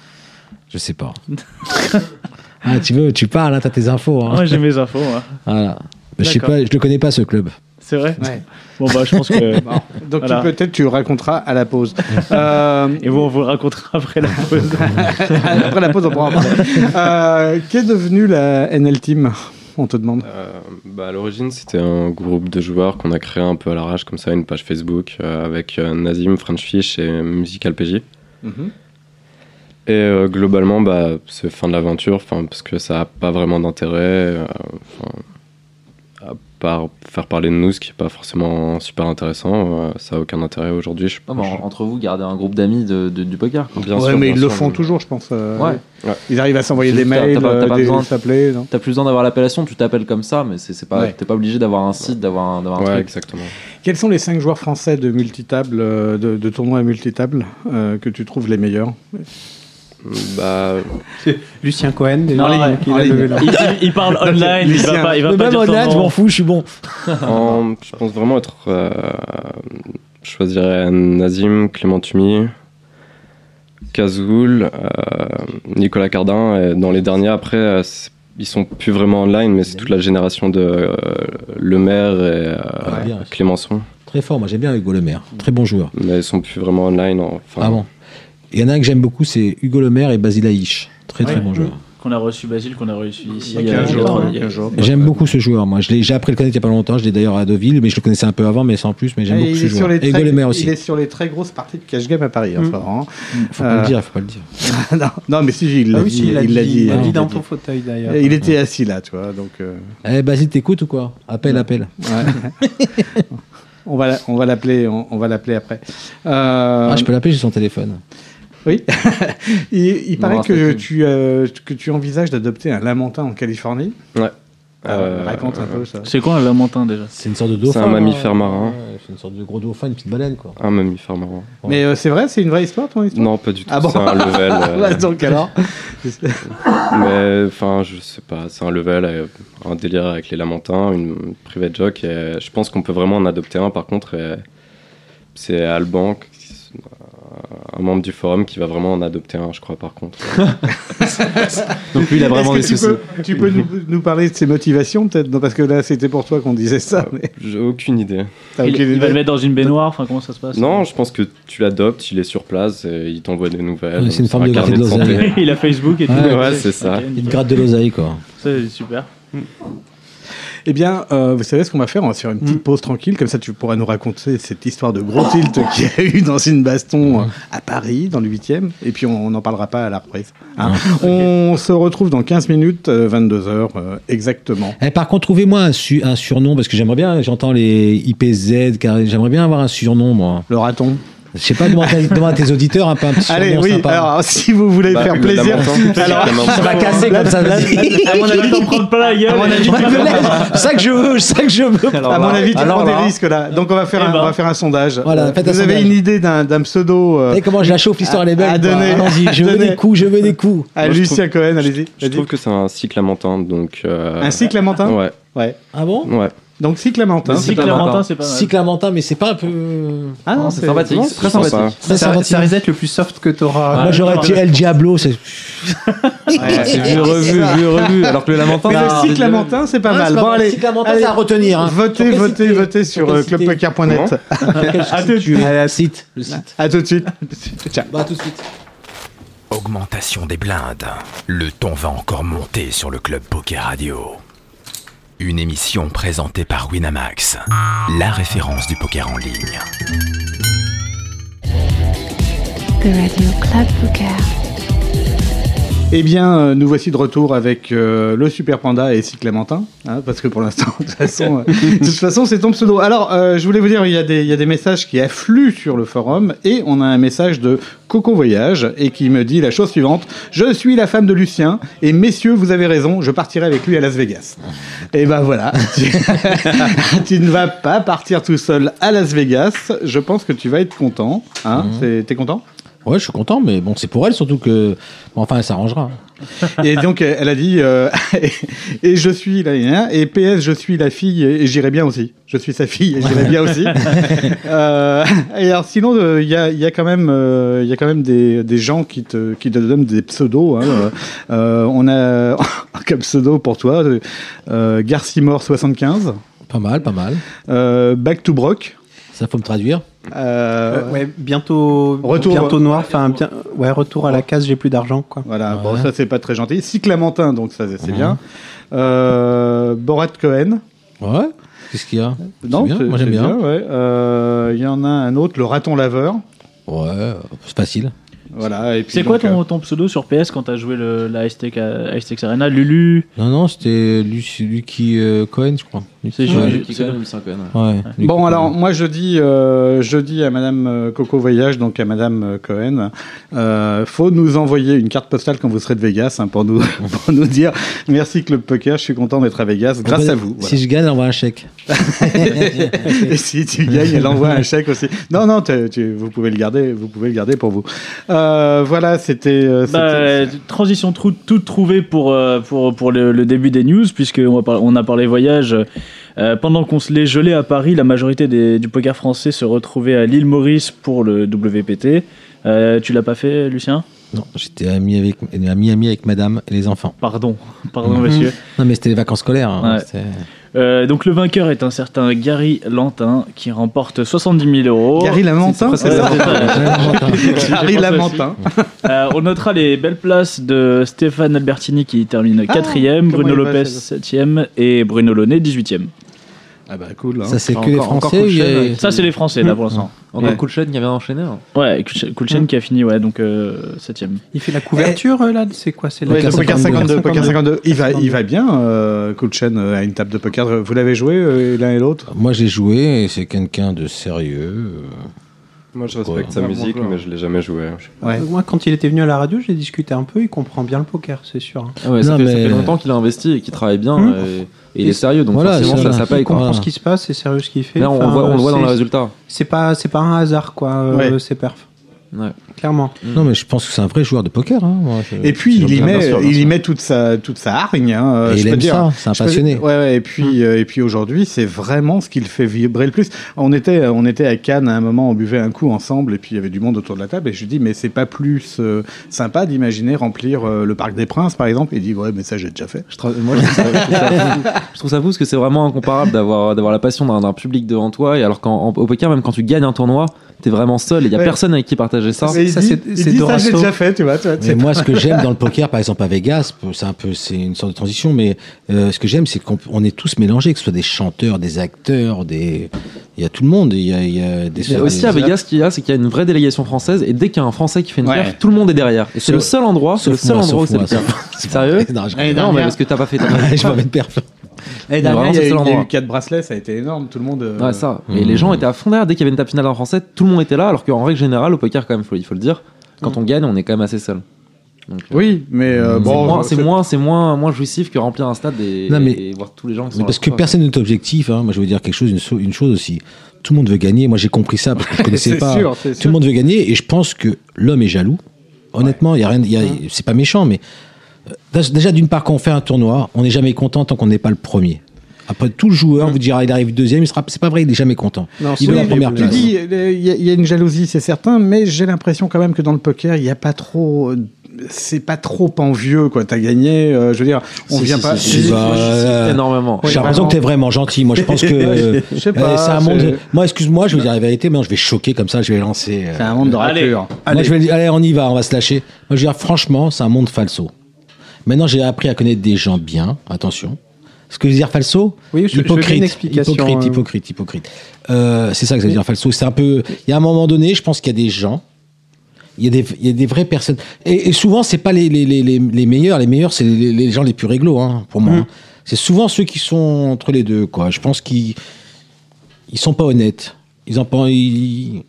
Speaker 7: Je sais pas. ah, tu veux, tu parles, hein, t'as tes infos. hein.
Speaker 6: Moi j'ai mes infos, moi.
Speaker 7: Voilà. Mais Je sais
Speaker 6: D'accord.
Speaker 7: pas, je le connais pas ce club.
Speaker 6: C'est vrai
Speaker 4: Ouais.
Speaker 6: Bon, bah, je pense que.
Speaker 4: Bon. Donc tu-
Speaker 6: Voilà.
Speaker 4: peut-être tu raconteras à la pause. Euh,
Speaker 6: Et vous, on vous le racontera après la pause.
Speaker 4: après la pause, on pourra en parler. Euh, Qu'est devenue la NL Team On te demande.
Speaker 5: Euh, bah, à l'origine, c'était un groupe de joueurs qu'on a créé un peu à l'arrache, comme ça, une page Facebook euh, avec euh, Nazim, French Fish et Musical PJ. Et euh, globalement, bah, c'est fin de l'aventure, enfin, parce que ça n'a pas vraiment d'intérêt, euh, enfin, à part faire parler de nous, ce qui n'est pas forcément super intéressant, euh, ça n'a aucun intérêt aujourd'hui, je
Speaker 9: Non,
Speaker 5: pense.
Speaker 9: mais en- entre vous, garder un groupe d'amis de, de- du poker. quoi.
Speaker 5: Bien
Speaker 4: ouais,
Speaker 5: sûr,
Speaker 4: mais
Speaker 5: bien
Speaker 4: ils le
Speaker 5: sûr,
Speaker 4: font
Speaker 5: mais-
Speaker 4: toujours, je pense. euh,
Speaker 9: Ouais.
Speaker 4: Ils arrivent à s'envoyer des
Speaker 9: T'as- t'as
Speaker 4: mails,
Speaker 9: pas- t'as
Speaker 4: euh,
Speaker 9: pas
Speaker 4: des
Speaker 9: besoin.
Speaker 4: s'appeler. non
Speaker 9: T'as plus besoin d'avoir l'appellation, tu t'appelles comme ça, mais c'est c'est pas,
Speaker 4: Ouais.
Speaker 9: t'es pas obligé d'avoir un site, d'avoir un, d'avoir un
Speaker 5: Ouais,
Speaker 9: truc.
Speaker 5: exactement.
Speaker 4: Quels sont les cinq joueurs français de multitable, euh, de, de tournois à multitable, euh, que tu trouves les meilleurs
Speaker 5: Bah,
Speaker 8: Lucien Cohen. déjà.
Speaker 6: Non,
Speaker 8: Il a
Speaker 4: en ligne.
Speaker 8: levé la-
Speaker 6: il, il- il parle online, il va
Speaker 4: Lucien,
Speaker 6: pas, il va
Speaker 7: Mais
Speaker 6: pas
Speaker 7: même
Speaker 6: dire ton
Speaker 7: online, je
Speaker 6: nom.
Speaker 7: m'en fous, je suis bon.
Speaker 5: En- je pense vraiment être. euh, je choisirais Nazim, Clément Tumi, Kazoul, euh, Nicolas Cardin. Et dans les derniers, après, euh, c'est- ils sont plus vraiment online, mais c'est toute la génération de euh, Le Maire et euh,
Speaker 7: Ah, bien.
Speaker 5: Clémenceau.
Speaker 7: Très fort, moi j'aime bien Hugo Lemaire.
Speaker 6: Mm.
Speaker 7: Très bon joueur.
Speaker 5: Mais ils sont plus vraiment online. Enfin,
Speaker 7: Ah bon. Il y en a un que j'aime beaucoup, c'est Hugo Lemaire et Basile Haïch. Très très
Speaker 6: Ouais. Mm.
Speaker 7: bon joueur.
Speaker 6: Qu'on a reçu Basile, qu'on a reçu ici.
Speaker 4: Il y a
Speaker 6: euh,
Speaker 4: quinze jours,
Speaker 6: quatre-
Speaker 4: hein, quinze jours.
Speaker 7: J'aime beaucoup ce joueur, moi. Je l'ai- J'ai appris à le connaître il y a pas longtemps. Je l'ai d'ailleurs à Deauville, mais je le connaissais un peu avant, mais sans plus. Mais j'aime
Speaker 4: Et
Speaker 7: beaucoup
Speaker 4: Ah, il
Speaker 7: ce
Speaker 4: est sur
Speaker 7: joueur.
Speaker 4: les
Speaker 7: Et Hugo
Speaker 4: très-
Speaker 7: Lemaire
Speaker 4: Il
Speaker 7: aussi.
Speaker 4: est sur les très grosses parties de cash game à Paris, hein,
Speaker 8: Mm.
Speaker 4: Florent.
Speaker 7: Faut pas
Speaker 4: Euh,
Speaker 7: le dire, faut pas le dire.
Speaker 4: Ah, non, non, mais si, il
Speaker 8: Ah
Speaker 4: l'a
Speaker 8: oui,
Speaker 4: dit.
Speaker 8: si, il l'a dit. Il
Speaker 4: hein,
Speaker 8: l'a dit
Speaker 4: il
Speaker 8: dans
Speaker 4: l'a
Speaker 8: ton fauteuil d'ailleurs.
Speaker 4: dit. Il était assis là, tu vois. Donc, euh,
Speaker 7: Eh, Basile, t'écoutes ou quoi Appel, appel.
Speaker 6: Euh,
Speaker 4: ouais. on va, la- on va l'appeler, on, on va l'appeler après. Euh,
Speaker 7: Ah, je peux l'appeler, j'ai son téléphone.
Speaker 4: Oui. il il
Speaker 9: Non,
Speaker 4: paraît
Speaker 9: c'est
Speaker 4: que
Speaker 9: cool.
Speaker 4: tu, euh, que tu envisages d'adopter un lamentin en Californie.
Speaker 5: Ouais. Euh,
Speaker 4: Raconte un peu ça.
Speaker 6: C'est quoi un lamantin déjà
Speaker 7: C'est une sorte de
Speaker 5: C'est
Speaker 7: dauphin.
Speaker 5: un mammifère
Speaker 7: hein.
Speaker 5: marin.
Speaker 7: Ouais, C'est une sorte de gros dauphin, une petite baleine, quoi.
Speaker 5: Un mammifère marin.
Speaker 4: Mais euh, c'est vrai, c'est une vraie histoire ton histoire
Speaker 5: Non, pas du tout.
Speaker 4: Ah bon
Speaker 5: C'est un level. euh,
Speaker 4: Ouais, Donc alors
Speaker 5: mais enfin, je sais pas. C'est un level, euh, un délire avec les lamentins, une private joke. Et euh, je pense qu'on peut vraiment en adopter un. Par contre, et c'est Alban, qui- un membre du forum, qui va vraiment en adopter un, je crois. Par contre,
Speaker 9: Donc lui, il a vraiment des
Speaker 4: Est-ce que
Speaker 9: soucis.
Speaker 4: tu peux, tu peux nous, nous parler de ses motivations peut-être Non, Parce que là, c'était pour toi qu'on disait ça. Mais...
Speaker 5: j'ai aucune idée.
Speaker 4: t'as
Speaker 6: il,
Speaker 4: aucune
Speaker 6: il va le
Speaker 4: idée.
Speaker 6: mettre dans une baignoire, enfin comment ça se passe
Speaker 5: Non, je pense que tu l'adoptes, il est sur place, et il t'envoie des nouvelles.
Speaker 7: Ouais, c'est une
Speaker 5: sur
Speaker 7: forme
Speaker 5: un
Speaker 7: de
Speaker 5: carnet
Speaker 7: gratter de l'oseille.
Speaker 5: santé.
Speaker 6: il a Facebook et tout.
Speaker 7: Ouais,
Speaker 5: ouais, c'est ça.
Speaker 6: Ok,
Speaker 7: Il te gratte de l'oseille, quoi.
Speaker 6: C'est super. Ah,
Speaker 4: Eh bien, euh, vous savez ce qu'on va faire On va se faire une petite
Speaker 7: Hmm.
Speaker 4: pause tranquille, comme ça tu pourras nous raconter cette histoire de gros tilt qu'il y a eu dans une
Speaker 7: Hmm.
Speaker 4: baston euh, à Paris, dans le 8 e et puis on n'en parlera pas à la reprise. hein. On se retrouve dans 15 minutes, euh, 22h exactement.
Speaker 7: Eh, par contre, trouvez-moi un, su- un surnom, parce que j'aimerais bien, j'entends les IPZ, car j'aimerais bien avoir un surnom, moi.
Speaker 4: Le raton.
Speaker 7: Je sais pas, demande à, demande à tes auditeurs un peu un petit surnom
Speaker 4: Allez, oui,
Speaker 7: sympa.
Speaker 4: alors si vous voulez
Speaker 5: Bah,
Speaker 4: faire
Speaker 5: le
Speaker 4: plaisir,
Speaker 5: lamentin.
Speaker 4: alors
Speaker 5: Le lamentin.
Speaker 7: ça va casser comme ça, vas-y.
Speaker 6: À mon avis, t'en prends pas la gueule.
Speaker 7: Je me lève, c'est ça que je veux, c'est ça que je veux.
Speaker 4: à mon avis, tu
Speaker 7: Ah, bah, alors
Speaker 4: prends
Speaker 7: là.
Speaker 4: des risques là. Donc on va faire,
Speaker 6: Eh
Speaker 4: un,
Speaker 6: ben.
Speaker 4: on va faire un sondage.
Speaker 7: Voilà,
Speaker 4: Euh,
Speaker 7: faites un
Speaker 4: vous avez
Speaker 7: sondage.
Speaker 4: une idée d'un d'un pseudo euh,
Speaker 7: Vous savez comment je la chauffe, l'histoire, elle est
Speaker 4: À
Speaker 7: belle. quoi.
Speaker 4: donner.
Speaker 7: Allons-y, je
Speaker 4: À
Speaker 7: veux
Speaker 4: donner.
Speaker 7: des coups, je veux des coups.
Speaker 4: à
Speaker 5: Moi, je
Speaker 4: Lucien Cohen, allez-y.
Speaker 5: Je
Speaker 4: vas-y.
Speaker 5: trouve que c'est un cycle lamentin, donc. euh,
Speaker 4: Un cyclamentin
Speaker 5: Ouais,
Speaker 4: Ouais.
Speaker 7: Ah bon
Speaker 5: ouais.
Speaker 4: Donc cyclamentin.
Speaker 6: Si Clémentin, c'est pas mal.
Speaker 7: Cyclamentin, mais c'est pas un peu.
Speaker 4: Ah non,
Speaker 9: C'est sympathique,
Speaker 4: non,
Speaker 9: c'est très
Speaker 5: sympa.
Speaker 9: sympathique.
Speaker 7: Très
Speaker 8: Ça,
Speaker 7: sympathique.
Speaker 8: ça risque d'être le plus soft que t'auras.
Speaker 7: Moi, j'aurais dit El Diablo, c'est.
Speaker 9: Je l'ai revu, je l'ai revu. Alors que le lamentin,
Speaker 4: Mais
Speaker 9: c'est un
Speaker 4: le cyclamentin, Ah, c'est pas mal. Bon, allez.
Speaker 7: Cyclamentin,
Speaker 4: allez.
Speaker 7: c'est à retenir. hein.
Speaker 4: Votez,
Speaker 7: quel
Speaker 4: votez,
Speaker 7: site
Speaker 4: votez sur
Speaker 7: Sur
Speaker 4: euh,
Speaker 7: quel site
Speaker 4: clubpoker.net.
Speaker 7: À tout de suite. Le site. Le site.
Speaker 4: À tout de suite. Ciao.
Speaker 7: Bah, à tout de suite.
Speaker 1: Augmentation des blindes. Le ton va encore monter sur le Club Poker Radio. Une émission présentée par Winamax, la référence du poker en ligne.
Speaker 3: The Radio Club Poker.
Speaker 4: Eh bien, euh, nous voici de retour avec euh, le Super Panda et Cyclamentin, hein, parce que pour l'instant, de toute façon, euh, de toute façon, c'est ton pseudo. Alors, euh, je voulais vous dire, il y, a des, il y a des messages qui affluent sur le forum, et on a un message de Coco Voyage, et qui me dit la chose suivante Je suis la femme de Lucien, et messieurs, vous avez raison, je partirai avec lui à Las Vegas. Et ben voilà, tu, tu ne vas pas partir tout seul à Las Vegas. Je pense que tu vas être content. Hein, C'est- T'es content
Speaker 7: Ouais, je suis content, mais bon, c'est pour elle surtout que. Bon, enfin, elle s'arrangera.
Speaker 4: Et donc, elle elle a dit euh, Et je suis la nana, et PS, je suis la fille, et j'irai bien aussi. Je suis sa fille, et j'irai bien aussi. Euh, et alors, sinon, euh, il y, a, il y a quand même, euh, il y a quand même des, des gens qui te, qui te donnent des pseudos. hein. Euh, euh, on a comme pseudo pour toi euh, Garcimore75,
Speaker 7: Pas mal, pas mal.
Speaker 4: euh, Back to Brock.
Speaker 7: Ça, faut me traduire.
Speaker 4: euh,
Speaker 8: Euh, ouais, bientôt,
Speaker 4: Retour.
Speaker 8: bientôt noir. Enfin, bien- ouais, retour à la case. J'ai plus d'argent, quoi.
Speaker 4: Voilà, bon,
Speaker 7: Ouais.
Speaker 4: ça c'est pas très gentil. Cyclamentin, donc ça c'est bien. Euh, Borat Cohen.
Speaker 7: Ouais. Qu'est-ce qu'il y a
Speaker 4: Non,
Speaker 7: C'est bien,
Speaker 4: c'est-
Speaker 7: moi, j'aime
Speaker 4: c'est
Speaker 7: bien.
Speaker 4: ouais. Euh, Il y en a un autre, le raton laveur.
Speaker 7: Ouais, c'est facile.
Speaker 4: Voilà. et puis
Speaker 6: C'est quoi
Speaker 4: donc, euh,
Speaker 6: ton, ton pseudo sur PS quand t'as joué le, la Aztec, à- Aztec Arena Lulu
Speaker 7: Non, non, c'était Luc- Lucky euh, Cohen, je crois. Lucky
Speaker 6: C'est
Speaker 7: Cohen.
Speaker 6: joli.
Speaker 7: Ouais. Lucky
Speaker 4: Bon
Speaker 7: Cohen.
Speaker 4: alors moi je dis euh, je dis à Madame euh, Coco Voyage donc à Madame euh, Cohen euh, faut nous envoyer une carte postale quand vous serez de Vegas hein, pour nous pour nous dire merci Club Poker je suis content d'être à Vegas grâce à vous
Speaker 7: Ah bah, Si je gagne, on voit un chèque.
Speaker 4: Et si tu gagnes, elle envoie un chèque aussi. Non, non, tu- tu- vous pouvez le garder, vous pouvez le garder pour vous. Euh, voilà, c'était. euh,
Speaker 6: Bah, euh,
Speaker 4: c'était-
Speaker 6: transition trou toute trouvée pour, euh, pour, pour le, le début des news, puisqu'on a, par- on a parlé voyage. Euh, pendant qu'on se les gelait à Paris, la majorité des- du poker français se retrouvait à l'île Maurice pour le WPT. Euh, tu l'as pas fait, Lucien
Speaker 7: Non, j'étais ami avec, à Miami avec madame et les enfants.
Speaker 6: Pardon, pardon,
Speaker 7: Mhm.
Speaker 6: monsieur.
Speaker 7: Non, mais c'était les vacances scolaires. hein,
Speaker 6: Ouais.
Speaker 7: c'était-
Speaker 6: Euh, donc le vainqueur est un certain Gary Lantin qui remporte 70 000 euros.
Speaker 4: Gary Lamentin,
Speaker 6: c'est
Speaker 4: c'est ça.
Speaker 6: presque
Speaker 7: Ah,
Speaker 4: Gary
Speaker 6: J'ai pensé
Speaker 4: Lamentin.
Speaker 6: Euh, on notera les belles places de Stéphane Albertini qui termine
Speaker 4: Ah,
Speaker 6: 4ème,
Speaker 4: comment
Speaker 6: Bruno
Speaker 4: il va,
Speaker 6: Lopez
Speaker 4: celle-là
Speaker 6: 7ème et Bruno Launay 18ème.
Speaker 4: Ah bah cool. hein.
Speaker 7: Ça, c'est
Speaker 9: Enfin,
Speaker 7: que les
Speaker 9: encore- encore
Speaker 7: Français. il y a-
Speaker 9: Kouchen, ouais.
Speaker 6: Ça, c'est les Français
Speaker 4: Mhm.
Speaker 6: là pour l'instant.
Speaker 9: Encore
Speaker 4: Ouais.
Speaker 9: Kulchen qui avait enchaîné. hein.
Speaker 6: Ouais, Kulchen Kulchen qui a fini ouais, donc euh, 7ème.
Speaker 8: Il fait la couverture euh, là. C'est quoi C'est la
Speaker 4: Ouais,
Speaker 7: Poker
Speaker 4: le poker
Speaker 7: 52,
Speaker 4: 52, poker 52. Il va, il va bien, euh, Kulchen, euh, à une table de poker. Vous l'avez joué euh, l'un et l'autre
Speaker 7: Moi, j'ai joué et c'est quelqu'un de sérieux. euh,
Speaker 5: Moi, je respecte sa
Speaker 4: Ah,
Speaker 5: musique,
Speaker 4: bonjour.
Speaker 9: hein.
Speaker 5: mais je l'ai jamais joué.
Speaker 8: Euh, Moi, quand il était venu à la radio, j'ai discuté un peu. Il comprend bien le poker, c'est sûr. hein.
Speaker 9: Ah ouais, ça,
Speaker 7: Non,
Speaker 9: fait, ça
Speaker 7: mais-
Speaker 9: fait longtemps qu'il a investi et qu'il travaille bien
Speaker 8: Hmm.
Speaker 9: euh, et, et il est sérieux, donc
Speaker 7: Voilà,
Speaker 9: forcément
Speaker 7: c'est
Speaker 9: ça,
Speaker 7: ça.
Speaker 9: ça paye.
Speaker 8: Il
Speaker 9: Quoi.
Speaker 8: comprend
Speaker 7: Voilà.
Speaker 8: ce qui se passe, c'est sérieux ce qu'il fait.
Speaker 9: Là, on,
Speaker 8: Enfin,
Speaker 9: le voit, on le voit dans
Speaker 8: c'est-
Speaker 9: le résultat.
Speaker 8: C'est pas, c'est pas un hasard, quoi, euh, ces perfs.
Speaker 9: Ouais.
Speaker 8: Clairement.
Speaker 7: Non, mais je pense que c'est un vrai joueur de poker. hein, moi, je-
Speaker 4: Et puis,
Speaker 7: je-
Speaker 4: il y,
Speaker 7: bien
Speaker 4: met,
Speaker 7: sûr, bien
Speaker 4: il y
Speaker 7: sûr.
Speaker 4: met toute sa, toute sa hargne. hein, euh,
Speaker 7: Et
Speaker 4: je
Speaker 7: il
Speaker 4: peux
Speaker 7: aime
Speaker 4: dire.
Speaker 7: ça, c'est un
Speaker 4: Je peux-
Speaker 7: passionné. Hum.
Speaker 4: ouais, ouais, et puis, euh, et puis aujourd'hui, c'est vraiment ce qu'il fait vibrer le plus. On était, on était à Cannes à un moment, on buvait un coup ensemble, et puis il y avait du monde autour de la table, et je lui dis, mais c'est pas plus euh, sympa d'imaginer remplir euh, le Parc des Princes, par exemple Il dit, ouais, mais ça, j'ai déjà fait.
Speaker 9: Je, tra- moi, je trouve ça, je trouve ça fou. Je trouve ça fou parce que c'est vraiment incomparable d'avoir d'avoir la passion d'un d'un public devant toi. Et alors qu'au poker, même quand tu gagnes un tournoi, t'es vraiment seul et il y a
Speaker 4: Ouais.
Speaker 9: personne avec qui partager ça.
Speaker 4: Mais il
Speaker 8: ça,
Speaker 4: dit-
Speaker 8: c'est-
Speaker 4: il
Speaker 8: c'est
Speaker 4: dit, ça,
Speaker 8: Dorasso.
Speaker 4: j'ai déjà fait, tu vois. tu vois,
Speaker 7: Mais
Speaker 4: c'est-
Speaker 7: moi, ce que j'aime dans le poker, par exemple à Vegas, c'est un peu, c'est une sorte de transition, mais euh, ce que j'aime, c'est qu'on on est tous mélangés, que ce soit des chanteurs, des acteurs, des, il y a tout le monde, il y a, il y a des.
Speaker 9: Mais aussi
Speaker 7: des-
Speaker 9: à Vegas, ce qu'il y a, c'est qu'il y a une vraie délégation française et dès qu'il y a un Français qui fait une
Speaker 4: Ouais.
Speaker 9: perf, tout le monde est derrière. Et c'est
Speaker 7: Sauf-
Speaker 9: le seul endroit, c'est le
Speaker 7: sauf
Speaker 9: seul
Speaker 7: moi,
Speaker 9: endroit où
Speaker 7: sauf
Speaker 9: c'est le
Speaker 7: moi,
Speaker 9: pire.
Speaker 7: sauf-
Speaker 9: Sérieux
Speaker 7: Non,
Speaker 4: L'année
Speaker 7: je-
Speaker 9: Non, mais
Speaker 4: dernière-
Speaker 9: parce que t'as pas fait. ta-
Speaker 7: je m'en vais de perf.
Speaker 4: l'année dernière,
Speaker 9: vraiment,
Speaker 4: il y a
Speaker 9: c'est
Speaker 4: eu-
Speaker 9: le
Speaker 4: il y a
Speaker 9: endroit.
Speaker 4: eu quatre bracelets, ça a été énorme, tout le monde. euh,
Speaker 9: Ouais, ça. Mais
Speaker 7: Hmm.
Speaker 9: les gens étaient à fond derrière. Dès qu'il y avait une tape finale en français, tout le monde était là. Alors qu'en règle générale, au poker, quand même, faut- il faut le dire,
Speaker 7: Mm.
Speaker 9: quand on gagne, on est quand même assez seul. Donc, euh,
Speaker 4: Oui, mais euh,
Speaker 9: c'est
Speaker 4: bon.
Speaker 9: moins-
Speaker 4: je-
Speaker 9: c'est moins, c'est moins, moins jouissif que remplir un stade et,
Speaker 7: Non, mais-
Speaker 9: et voir tous les gens qui sont
Speaker 7: Mais parce
Speaker 9: là
Speaker 7: que
Speaker 9: pour toi,
Speaker 7: personne n'est objectif. Hein. Moi, je veux dire quelque chose, une, so- une chose aussi. Tout le monde veut gagner. Moi, j'ai compris ça parce que je connaissais
Speaker 4: C'est
Speaker 7: pas.
Speaker 4: sûr, c'est
Speaker 7: Tout
Speaker 4: sûr.
Speaker 7: le monde veut gagner et je pense que l'homme est jaloux. Honnêtement, il y a rien. il y a- C'est pas méchant, mais euh, dé- déjà d'une part, quand on fait un tournoi, on n'est jamais content tant qu'on n'est pas le premier. Après, tout le joueur vous dira, il arrive deuxième, il sera. C'est pas vrai, il n'est jamais content.
Speaker 8: Non,
Speaker 7: il
Speaker 8: c'est
Speaker 7: veut la
Speaker 8: horrible.
Speaker 7: première
Speaker 4: Tu
Speaker 7: place.
Speaker 4: dis, euh, il y, a- il y a une jalousie, c'est certain, mais j'ai l'impression quand même que dans le poker, il n'y a pas trop. C'est pas trop envieux, quoi. T'as gagné, euh, je veux dire, on
Speaker 9: Si,
Speaker 4: vient
Speaker 9: si,
Speaker 4: pas.
Speaker 9: si, si,
Speaker 7: si,
Speaker 9: si,
Speaker 7: bah,
Speaker 9: si,
Speaker 7: euh,
Speaker 9: énormément.
Speaker 7: J'ai l'impression que t'es vraiment gentil. Moi, je pense que euh,
Speaker 4: Je sais pas,
Speaker 7: euh, c'est un monde.
Speaker 4: c'est-
Speaker 7: Moi, excuse-moi, je vais dire la vérité. Maintenant, je vais choquer comme ça. Je vais lancer. euh,
Speaker 4: C'est un monde de
Speaker 6: Allez.
Speaker 4: raclure.
Speaker 7: Moi, je vais dire, allez, on y va, on va se lâcher. Moi, je veux dire, franchement, c'est un monde falso. Maintenant, j'ai appris à connaître des gens bien, attention. Ce que veut dire falso
Speaker 8: Oui, je- je veux bien une
Speaker 7: hypocrite,
Speaker 8: explication,
Speaker 7: hypocrite,
Speaker 8: euh.
Speaker 7: hypocrite, hypocrite. Euh, c'est ça que ça veut dire falso. C'est un peu. Il y a un moment donné, je pense qu'il y a des gens. Il y, a des, il y a des vraies personnes. Et, et souvent, c'est pas les, les, les, les, les meilleurs. Les meilleurs, c'est les, les gens les plus réglo, hein, pour
Speaker 8: Mmh.
Speaker 7: moi. hein. C'est souvent ceux qui sont entre les deux, quoi. Je pense qu'ils ils sont pas honnêtes. Ils en pen- ils,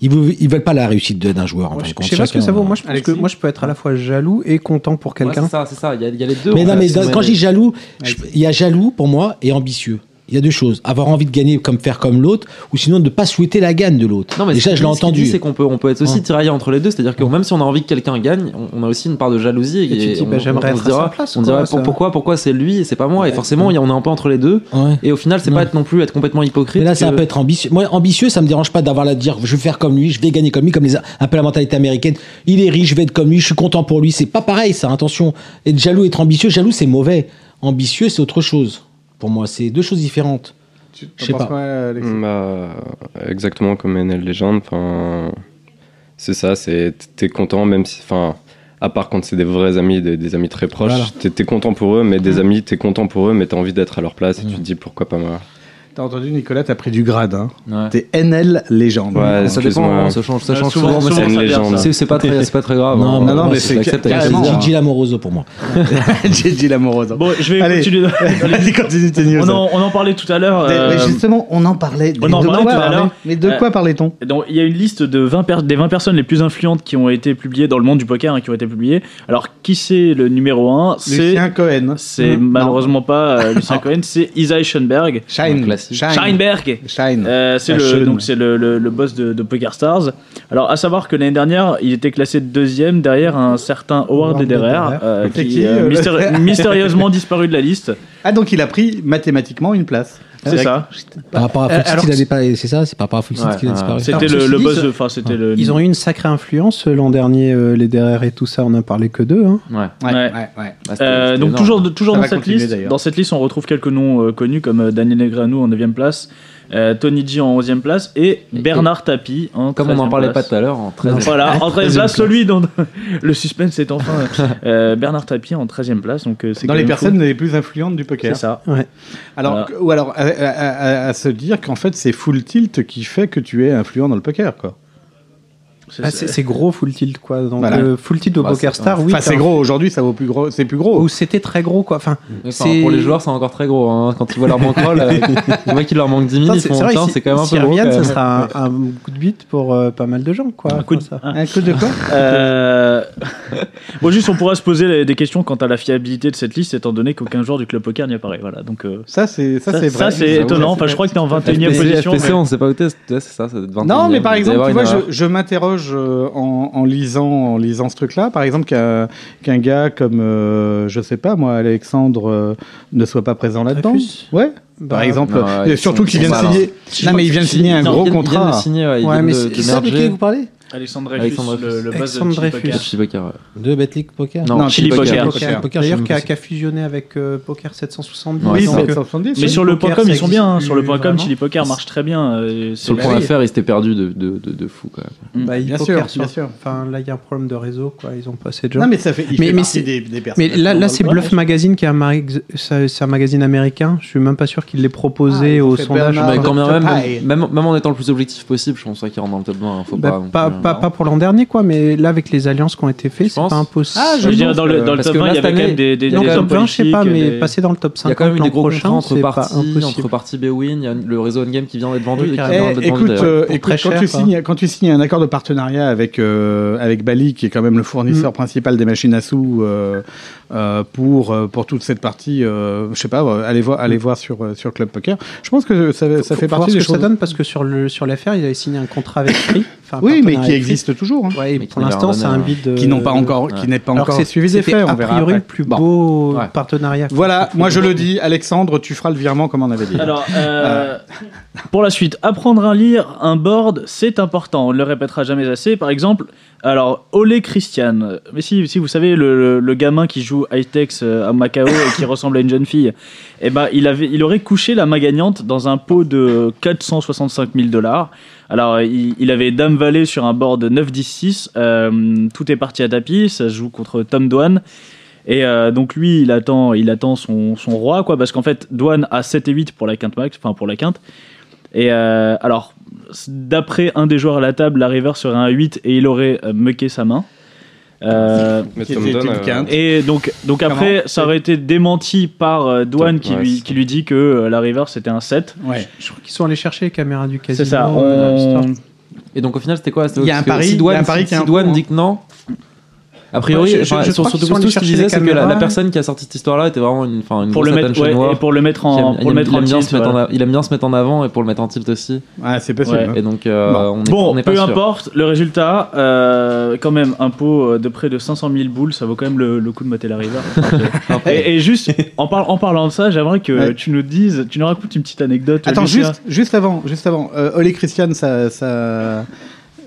Speaker 7: ils, vou- ils veulent pas la réussite de- d'un joueur. en
Speaker 8: Moi,
Speaker 7: fin de
Speaker 8: je je
Speaker 7: compte.
Speaker 8: sais pas ce que
Speaker 7: Chacun-
Speaker 8: ça vaut. Moi, je pense que
Speaker 4: Alexis
Speaker 8: moi, je peux être à la fois jaloux et content pour
Speaker 9: Ouais,
Speaker 8: quelqu'un.
Speaker 9: c'est ça, c'est ça. Il y, a- il y a les deux.
Speaker 7: Mais
Speaker 9: en
Speaker 7: non,
Speaker 9: fait,
Speaker 7: mais
Speaker 9: qui
Speaker 7: dans-
Speaker 9: sont
Speaker 7: quand je
Speaker 9: mêlés.
Speaker 7: dis jaloux, je- il y a jaloux pour moi et ambitieux. Il y a deux choses avoir envie de gagner comme faire comme l'autre, ou sinon ne pas souhaiter la gagne de l'autre.
Speaker 9: Non, mais
Speaker 7: Déjà,
Speaker 9: ce
Speaker 7: je
Speaker 9: qu'il
Speaker 7: l'ai
Speaker 9: dit- ce qu'il
Speaker 7: entendu.
Speaker 9: dit, C'est qu'on peut, on peut être aussi tiraillé entre les deux. C'est-à-dire que même si on a envie que quelqu'un gagne, on, on a aussi une part de jalousie.
Speaker 8: Et tu te dis,
Speaker 9: on,
Speaker 8: bah, j'aimerais
Speaker 9: on se
Speaker 8: être à
Speaker 9: dira-
Speaker 8: sa place,
Speaker 9: On
Speaker 8: quoi,
Speaker 9: dira
Speaker 8: ça.
Speaker 9: pourquoi, pourquoi c'est lui et c'est pas moi. Et forcément, il y a- on est un peu entre les deux.
Speaker 7: Ouais.
Speaker 9: Et au final, c'est
Speaker 7: Non.
Speaker 9: pas être non plus être complètement hypocrite.
Speaker 7: Mais là, ça
Speaker 9: que-
Speaker 7: peut être ambitieux. Moi, ambitieux, ça me dérange pas d'avoir la dire, je vais faire comme lui, je vais gagner comme lui, comme les, un peu la mentalité américaine. Il est riche, je vais être comme lui, je suis content pour lui. C'est pas pareil, ça, attention. Être jaloux, être ambitieux, jaloux, c'est mauvais. Ambitieux, c'est autre chose. Pour moi, c'est deux choses différentes.
Speaker 4: Tu- t'en
Speaker 7: Je sais
Speaker 4: penses
Speaker 7: pas.
Speaker 4: quoi, Alexis
Speaker 5: Bah, exactement comme NL Legend. Enfin, c'est ça, c'est t'es content même si, enfin, à part quand c'est des vrais amis, des, des amis très proches,
Speaker 7: Voilà.
Speaker 5: t'es, t'es content pour eux, mais des amis, t'es content pour eux, mais t'as envie d'être à leur place et tu te dis pourquoi pas moi.
Speaker 4: T'as entendu, Nicolas, t'as pris du grade, hein.
Speaker 9: Ouais.
Speaker 4: T'es NL légende.
Speaker 5: Ouais,
Speaker 9: Ça dépend,
Speaker 5: Excuse-moi.
Speaker 9: hein, ça change, ça
Speaker 6: Euh,
Speaker 9: change
Speaker 6: souvent,
Speaker 9: souvent, mais
Speaker 6: souvent,
Speaker 5: c'est une
Speaker 6: ça vient,
Speaker 5: légende.
Speaker 6: ça.
Speaker 9: c'est- c'est pas très, c'est pas très grave.
Speaker 7: Non,
Speaker 9: hein.
Speaker 7: non, non,
Speaker 9: Moi,
Speaker 4: mais c'est
Speaker 9: j'accepte
Speaker 4: ca-
Speaker 9: avec
Speaker 4: carrément.
Speaker 9: plaisir.
Speaker 7: Gigi Lamoroso pour moi.
Speaker 4: J'ai dit hein. l'amoroso.
Speaker 6: Bon, je vais
Speaker 4: Allez.
Speaker 6: continuer. dans- dans les-
Speaker 4: Allez, continue tes news.
Speaker 6: on, en, on en parlait tout à l'heure.
Speaker 4: Mais- mais
Speaker 6: euh,
Speaker 4: justement, on en parlait.
Speaker 6: on
Speaker 4: Mais
Speaker 6: en
Speaker 4: de
Speaker 6: parlait
Speaker 4: quoi
Speaker 6: tout à l'heure.
Speaker 4: Mais de
Speaker 6: Euh,
Speaker 4: quoi parlait-on
Speaker 6: Donc, il y a une liste de 20 per- des 20 personnes les plus influentes qui ont été publiées dans le monde du poker, hein, qui ont été publiées. Alors, qui c'est le numéro 1 C'est
Speaker 4: Lucien Cohen.
Speaker 6: c'est
Speaker 4: Non.
Speaker 6: malheureusement pas euh, Lucien Cohen, c'est Isaiah Schoenberg.
Speaker 4: Shine.
Speaker 9: classique.
Speaker 4: Shine.
Speaker 6: Scheinberg
Speaker 4: Shine.
Speaker 6: Euh, c'est
Speaker 4: Ah,
Speaker 6: le,
Speaker 4: Sean.
Speaker 6: donc c'est le, le- le boss de, de Poker Stars. Alors à savoir que l'année dernière, il était classé deuxième derrière un certain Howard
Speaker 8: Howard
Speaker 6: Lederer,
Speaker 8: Lederer.
Speaker 6: euh,
Speaker 4: C'est
Speaker 6: qui,
Speaker 4: qui,
Speaker 6: euh,
Speaker 4: euh,
Speaker 6: mystéri- mystérieusement disparu de la liste.
Speaker 4: Ah, donc il a pris mathématiquement une place.
Speaker 6: C'est ça.
Speaker 7: Par rapport à Fulcid,
Speaker 8: alors-
Speaker 7: il avait pas. C'est ça, c'est par rapport à Fulcid
Speaker 9: Ouais,
Speaker 7: qu'il a
Speaker 9: ouais.
Speaker 7: disparu.
Speaker 6: C'était
Speaker 8: Alors,
Speaker 6: le,
Speaker 8: ceci
Speaker 6: le
Speaker 8: dit,
Speaker 6: boss.
Speaker 8: ça-
Speaker 6: de- Enfin, c'était le.
Speaker 8: Ils ont eu une sacrée influence euh, l'an dernier, euh, les DRR et tout ça. On n'a parlé que d'eux. hein.
Speaker 9: Ouais.
Speaker 4: Ouais,
Speaker 6: Ouais.
Speaker 4: ouais, ouais.
Speaker 9: Bah, c'était-
Speaker 6: Euh,
Speaker 9: c'était
Speaker 6: donc
Speaker 9: énorme.
Speaker 6: toujours, de- toujours
Speaker 4: Ça
Speaker 6: dans
Speaker 4: va
Speaker 6: cette
Speaker 4: continuer,
Speaker 6: liste.
Speaker 4: d'ailleurs.
Speaker 6: Dans cette liste, on retrouve quelques noms euh, connus comme euh, Daniel Negreanu en 9 place, euh, Tony G en 11e place et
Speaker 9: Et-
Speaker 6: Bernard Tapie en
Speaker 9: Comme on en
Speaker 6: 13e
Speaker 9: parlait pas
Speaker 6: place.
Speaker 9: tout à l'heure, en 13
Speaker 6: Voilà, en 13 place, celui dont le suspense est enfin euh, Bernard Tapie en 13e place. Donc, euh, c'est
Speaker 4: Dans
Speaker 6: quand
Speaker 4: les
Speaker 6: même
Speaker 4: personnes
Speaker 6: fou.
Speaker 4: les plus influentes du
Speaker 6: C'est
Speaker 4: poker.
Speaker 6: ça.
Speaker 4: Alors,
Speaker 6: Voilà.
Speaker 4: que- Ou alors, à, à- à- à se dire qu'en fait, c'est full tilt qui fait que tu es influent dans le poker, quoi.
Speaker 6: C'est
Speaker 8: Ah, c'est c'est gros full tilt quoi. Donc
Speaker 4: Voilà.
Speaker 8: euh, full tilt au
Speaker 9: Bah,
Speaker 8: Poker
Speaker 9: c'est-
Speaker 8: Star, oui.
Speaker 4: Enfin, c'est
Speaker 8: t'as-
Speaker 4: gros. Aujourd'hui, ça vaut plus gros. C'est plus gros.
Speaker 8: Ou c'était très gros quoi. Enfin,
Speaker 9: Enfin, pour les joueurs, c'est encore très gros. hein. Quand ils voient leur bankroll, euh, ils voient qu'il leur manque 10 000,
Speaker 8: putain,
Speaker 9: ils
Speaker 8: c'est
Speaker 9: font
Speaker 8: c'est vrai que
Speaker 9: putain,
Speaker 8: si-
Speaker 9: c'est quand même un
Speaker 8: s'ils
Speaker 9: peu gros.
Speaker 8: reviennent,
Speaker 9: quand
Speaker 8: ça
Speaker 9: même.
Speaker 8: sera un, un coup de bite pour euh, pas mal de gens quoi.
Speaker 6: Un coup de-
Speaker 8: Enfin, ça.
Speaker 6: un-
Speaker 4: Un coup de quoi
Speaker 6: Euh, Bon, juste, on pourra se poser les- des questions quant à la fiabilité de cette liste, étant donné qu'aucun joueur du club poker n'y apparaît. Voilà, donc euh,
Speaker 4: Ça, c'est ça,
Speaker 6: ça,
Speaker 4: c'est
Speaker 6: ça,
Speaker 4: vrai.
Speaker 6: c'est
Speaker 9: Ça,
Speaker 6: étonnant.
Speaker 9: ouais,
Speaker 6: Enfin, je crois que t'es en 21 e
Speaker 9: FPC,
Speaker 6: position.
Speaker 9: FPC,
Speaker 6: mais-
Speaker 9: on sait pas où t'es, c'est ça, ça doit être 21e.
Speaker 4: Non, mais par
Speaker 9: Il doit
Speaker 4: exemple,
Speaker 9: y avoir
Speaker 4: tu vois,
Speaker 9: une
Speaker 4: je,
Speaker 9: erreur.
Speaker 4: je m'interroge euh, en, en lisant, en lisant ce truc-là. Par exemple, qu'un qu'un gars comme, euh, je sais pas moi, Alexandre, euh, ne soit pas présent là-dedans.
Speaker 8: Dreyfus
Speaker 4: Ouais. Par
Speaker 8: Bah,
Speaker 4: exemple,
Speaker 9: non, ouais,
Speaker 4: et
Speaker 9: ils
Speaker 4: surtout
Speaker 9: sont-
Speaker 4: qu'il
Speaker 9: ils
Speaker 4: vient de
Speaker 9: sont
Speaker 4: signer. Non, mais il vient de signer un
Speaker 9: Non,
Speaker 4: gros
Speaker 9: ils viennent- ils viennent de
Speaker 4: contrat.
Speaker 9: signer, ouais, ils
Speaker 8: Ouais,
Speaker 9: viennent
Speaker 8: mais
Speaker 9: de-
Speaker 8: c'est-
Speaker 9: de
Speaker 8: c'est
Speaker 7: ça de qui
Speaker 9: merger.
Speaker 7: vous parlez
Speaker 6: Alexandre
Speaker 9: Alexandre
Speaker 6: Dreyfus, le, le boss de
Speaker 8: Alexandre
Speaker 6: Chili
Speaker 8: Dreyfus.
Speaker 9: De
Speaker 6: Poker.
Speaker 9: Chipoker, ouais.
Speaker 7: De Betlic Poker
Speaker 6: Non, Chili
Speaker 9: Chili
Speaker 6: Poker.
Speaker 9: Poker.
Speaker 4: Poker.
Speaker 8: D'ailleurs, qui a,
Speaker 7: c'est-
Speaker 8: qui a fusionné avec euh, Poker 770.
Speaker 9: Ouais,
Speaker 4: Oui,
Speaker 9: donc,
Speaker 4: c'est
Speaker 8: euh,
Speaker 4: 770,
Speaker 6: Mais
Speaker 4: oui.
Speaker 6: sur le
Speaker 8: Poker,
Speaker 6: point .com,
Speaker 8: ça
Speaker 6: ils sont bien. hein.
Speaker 8: existe
Speaker 6: Sur le
Speaker 8: plus
Speaker 6: point .com,
Speaker 8: vraiment.
Speaker 6: Chili Poker marche très bien. euh, c'est-
Speaker 9: Sur le
Speaker 4: Bah
Speaker 9: point
Speaker 4: oui.
Speaker 9: FR, ils étaient perdus de, de, de, de fou quand même.
Speaker 8: bah, ils
Speaker 4: Bien
Speaker 8: poker
Speaker 4: sûr,
Speaker 8: sur-
Speaker 4: bien sûr.
Speaker 8: Enfin, là, il y a un problème de réseau quoi. Ils ont pas assez de gens.
Speaker 4: Non, mais ça fait. Il
Speaker 8: Mais-
Speaker 4: fait
Speaker 8: mais
Speaker 4: partie
Speaker 8: c'est-
Speaker 4: des, des
Speaker 8: Mais
Speaker 4: personnages
Speaker 8: là,
Speaker 4: dans
Speaker 8: là
Speaker 4: le
Speaker 8: c'est
Speaker 4: bol.
Speaker 8: Bluff Magazine qui est un, mag- c'est c'est un magazine américain. Je suis même pas sûr qu'il l'ait proposé
Speaker 4: Ah, ils ont
Speaker 8: au
Speaker 4: fait
Speaker 8: sondage.
Speaker 4: Bernard.
Speaker 9: mais
Speaker 4: bah,
Speaker 9: quand bien
Speaker 4: top
Speaker 9: même,
Speaker 4: high.
Speaker 9: même, même en étant le plus objectif possible, je pense pas qu'ils rentrent dans le top 20. hein, faut
Speaker 8: Bah,
Speaker 9: pas,
Speaker 8: pas, pas, pas pour l'an dernier, quoi, mais là, avec les alliances qui ont été faites,
Speaker 9: Je
Speaker 8: c'est
Speaker 9: pense.
Speaker 8: pas impossible.
Speaker 4: Ah,
Speaker 6: Je veux dire,
Speaker 9: pense
Speaker 6: dans le, dans le
Speaker 9: euh, parce
Speaker 6: top
Speaker 9: que
Speaker 6: 20,
Speaker 9: là,
Speaker 6: il y avait
Speaker 9: cette
Speaker 6: quand
Speaker 9: année,
Speaker 6: même des, des,
Speaker 8: Dans
Speaker 6: des
Speaker 8: le
Speaker 9: quand
Speaker 8: top
Speaker 9: même
Speaker 8: 20, je sais pas,
Speaker 6: politiques,
Speaker 8: mais
Speaker 6: des-
Speaker 8: passer dans le top
Speaker 9: Il y
Speaker 8: 50
Speaker 9: a quand même eu des
Speaker 8: l'an
Speaker 9: gros
Speaker 8: prochain,
Speaker 9: contrats entre
Speaker 8: c'est pas
Speaker 9: parties, entre
Speaker 8: impossible.
Speaker 9: parties B-Win, il y a le réseau Endgame qui vient d'être vendu
Speaker 8: Oui,
Speaker 9: et qui vient
Speaker 8: carrément.
Speaker 9: d'être
Speaker 4: Eh,
Speaker 9: vendu.
Speaker 4: écoute,
Speaker 9: d'ailleurs.
Speaker 4: euh,
Speaker 8: Pour
Speaker 4: écoute,
Speaker 8: très
Speaker 4: quand,
Speaker 8: cher, hein.
Speaker 4: tu
Speaker 8: quoi.
Speaker 4: signes, quand tu signes un accord de partenariat avec, euh, avec Bali, qui est quand même le
Speaker 8: Mm.
Speaker 4: fournisseur principal des machines à sous euh, euh, pour, euh, pour toute cette partie, euh, je sais pas, euh, allez voir, allez voir sur, euh, sur Club Poker. Je pense que ça, ça
Speaker 8: Mm. Faut-
Speaker 4: fait
Speaker 8: faut voir
Speaker 4: partie
Speaker 8: ce
Speaker 4: des
Speaker 8: que
Speaker 4: choses.
Speaker 8: ça donne parce que sur le sur l'affaire, ils avaient signé un contrat avec Free. enfin, un
Speaker 4: oui, mais
Speaker 8: partenariat
Speaker 4: qui
Speaker 8: avec Free.
Speaker 4: existe toujours, hein,
Speaker 8: Ouais, et
Speaker 9: Mais qui
Speaker 8: pour
Speaker 9: n'a
Speaker 8: l'instant,
Speaker 9: rien
Speaker 8: c'est un euh,
Speaker 9: donné,
Speaker 8: bid.
Speaker 4: qui n'ont pas encore, qui n'est pas encore suivi des faits. On
Speaker 8: A
Speaker 4: verra
Speaker 8: priori, le
Speaker 4: après.
Speaker 8: plus
Speaker 4: Bon.
Speaker 8: beau
Speaker 9: Ouais.
Speaker 8: partenariat.
Speaker 4: Voilà, moi je le dis, Alexandre, tu feras le virement comme on avait dit.
Speaker 6: Alors, euh, pour la suite, apprendre à lire un board, c'est important. On ne le répétera jamais assez. Par exemple, alors, Ole Christian. Mais si, si vous savez, le, le- le gamin qui joue high-tech euh, à Macao et qui ressemble à une jeune fille, eh ben, il, avait, il aurait couché la main gagnante dans un pot de 465 000 dollars. Alors, il, il avait Dame Valet sur un board 9-10-6. euh, tout est parti à tapis. Ça se joue contre Tom Doan. Et euh, donc lui, il attend, il attend son, son roi, quoi, parce qu'en fait, Douane a 7 et 8 pour la quinte max, enfin pour la quinte. Et euh, alors, d'après un des joueurs à la table, la river serait un 8 et il aurait euh, mucké sa main. Euh,
Speaker 5: Mais
Speaker 4: Qui
Speaker 5: ça me
Speaker 4: était
Speaker 5: donne,
Speaker 4: une
Speaker 5: euh,
Speaker 4: quinte.
Speaker 6: et donc, donc
Speaker 4: Comment
Speaker 6: après, ça aurait été démenti par euh, Douane qui,
Speaker 5: Ouais, c'est
Speaker 6: lui,
Speaker 5: ça.
Speaker 6: qui lui dit que euh, la river c'était un 7.
Speaker 4: Ouais.
Speaker 8: Je crois qu'ils sont allés chercher les caméras du casino.
Speaker 6: C'est ça.
Speaker 8: euh,
Speaker 6: on-
Speaker 8: Store.
Speaker 9: Et donc au final, c'était quoi C'était-
Speaker 4: Il y a
Speaker 9: parce
Speaker 4: un
Speaker 9: que
Speaker 4: pari,
Speaker 9: si
Speaker 4: il y a
Speaker 9: Douane-
Speaker 4: un pari
Speaker 9: si-
Speaker 4: qui a un
Speaker 9: Si Douane
Speaker 4: coup, hein.
Speaker 9: dit que non, a priori,
Speaker 8: Ouais, je- je-
Speaker 9: enfin,
Speaker 8: je
Speaker 9: sur-
Speaker 8: crois qu'ils sont
Speaker 9: surtout surtout,
Speaker 8: allés
Speaker 9: ce qu'il
Speaker 8: chercher
Speaker 9: disait,
Speaker 8: les
Speaker 9: c'est que la, la
Speaker 8: caméras.
Speaker 9: personne qui a sorti cette histoire-là était vraiment une, enfin, une
Speaker 6: pour le
Speaker 9: grosse
Speaker 6: mettre,
Speaker 9: attention
Speaker 6: ouais,
Speaker 9: noire.
Speaker 6: et pour le mettre
Speaker 9: Qui aime-
Speaker 6: en,
Speaker 9: il
Speaker 6: pour le
Speaker 9: aime-
Speaker 6: mettre
Speaker 9: il
Speaker 6: en
Speaker 9: aime bien
Speaker 6: tilt,
Speaker 9: se mettre en
Speaker 6: voilà.
Speaker 9: av- il aime bien se mettre en avant et pour le mettre en tilt aussi.
Speaker 4: Ah, c'est possible.
Speaker 6: Ouais.
Speaker 4: hein.
Speaker 9: Et donc, euh,
Speaker 4: Bon.
Speaker 9: on
Speaker 6: Bah,
Speaker 9: est-
Speaker 6: Bon,
Speaker 9: on n'est pas
Speaker 6: peu
Speaker 9: sûr.
Speaker 6: importe, le résultat, euh, quand même, un pot euh, de près de 500 000 boules, ça vaut quand même le, le coup de mater la river. et, et juste, en, par- en parlant de ça, j'aimerais que
Speaker 4: Ouais.
Speaker 6: tu nous dises, tu nous racontes une petite anecdote.
Speaker 4: Attends,
Speaker 6: Lucien.
Speaker 4: juste, juste avant, juste avant. Euh, Ole Christian, sa, sa,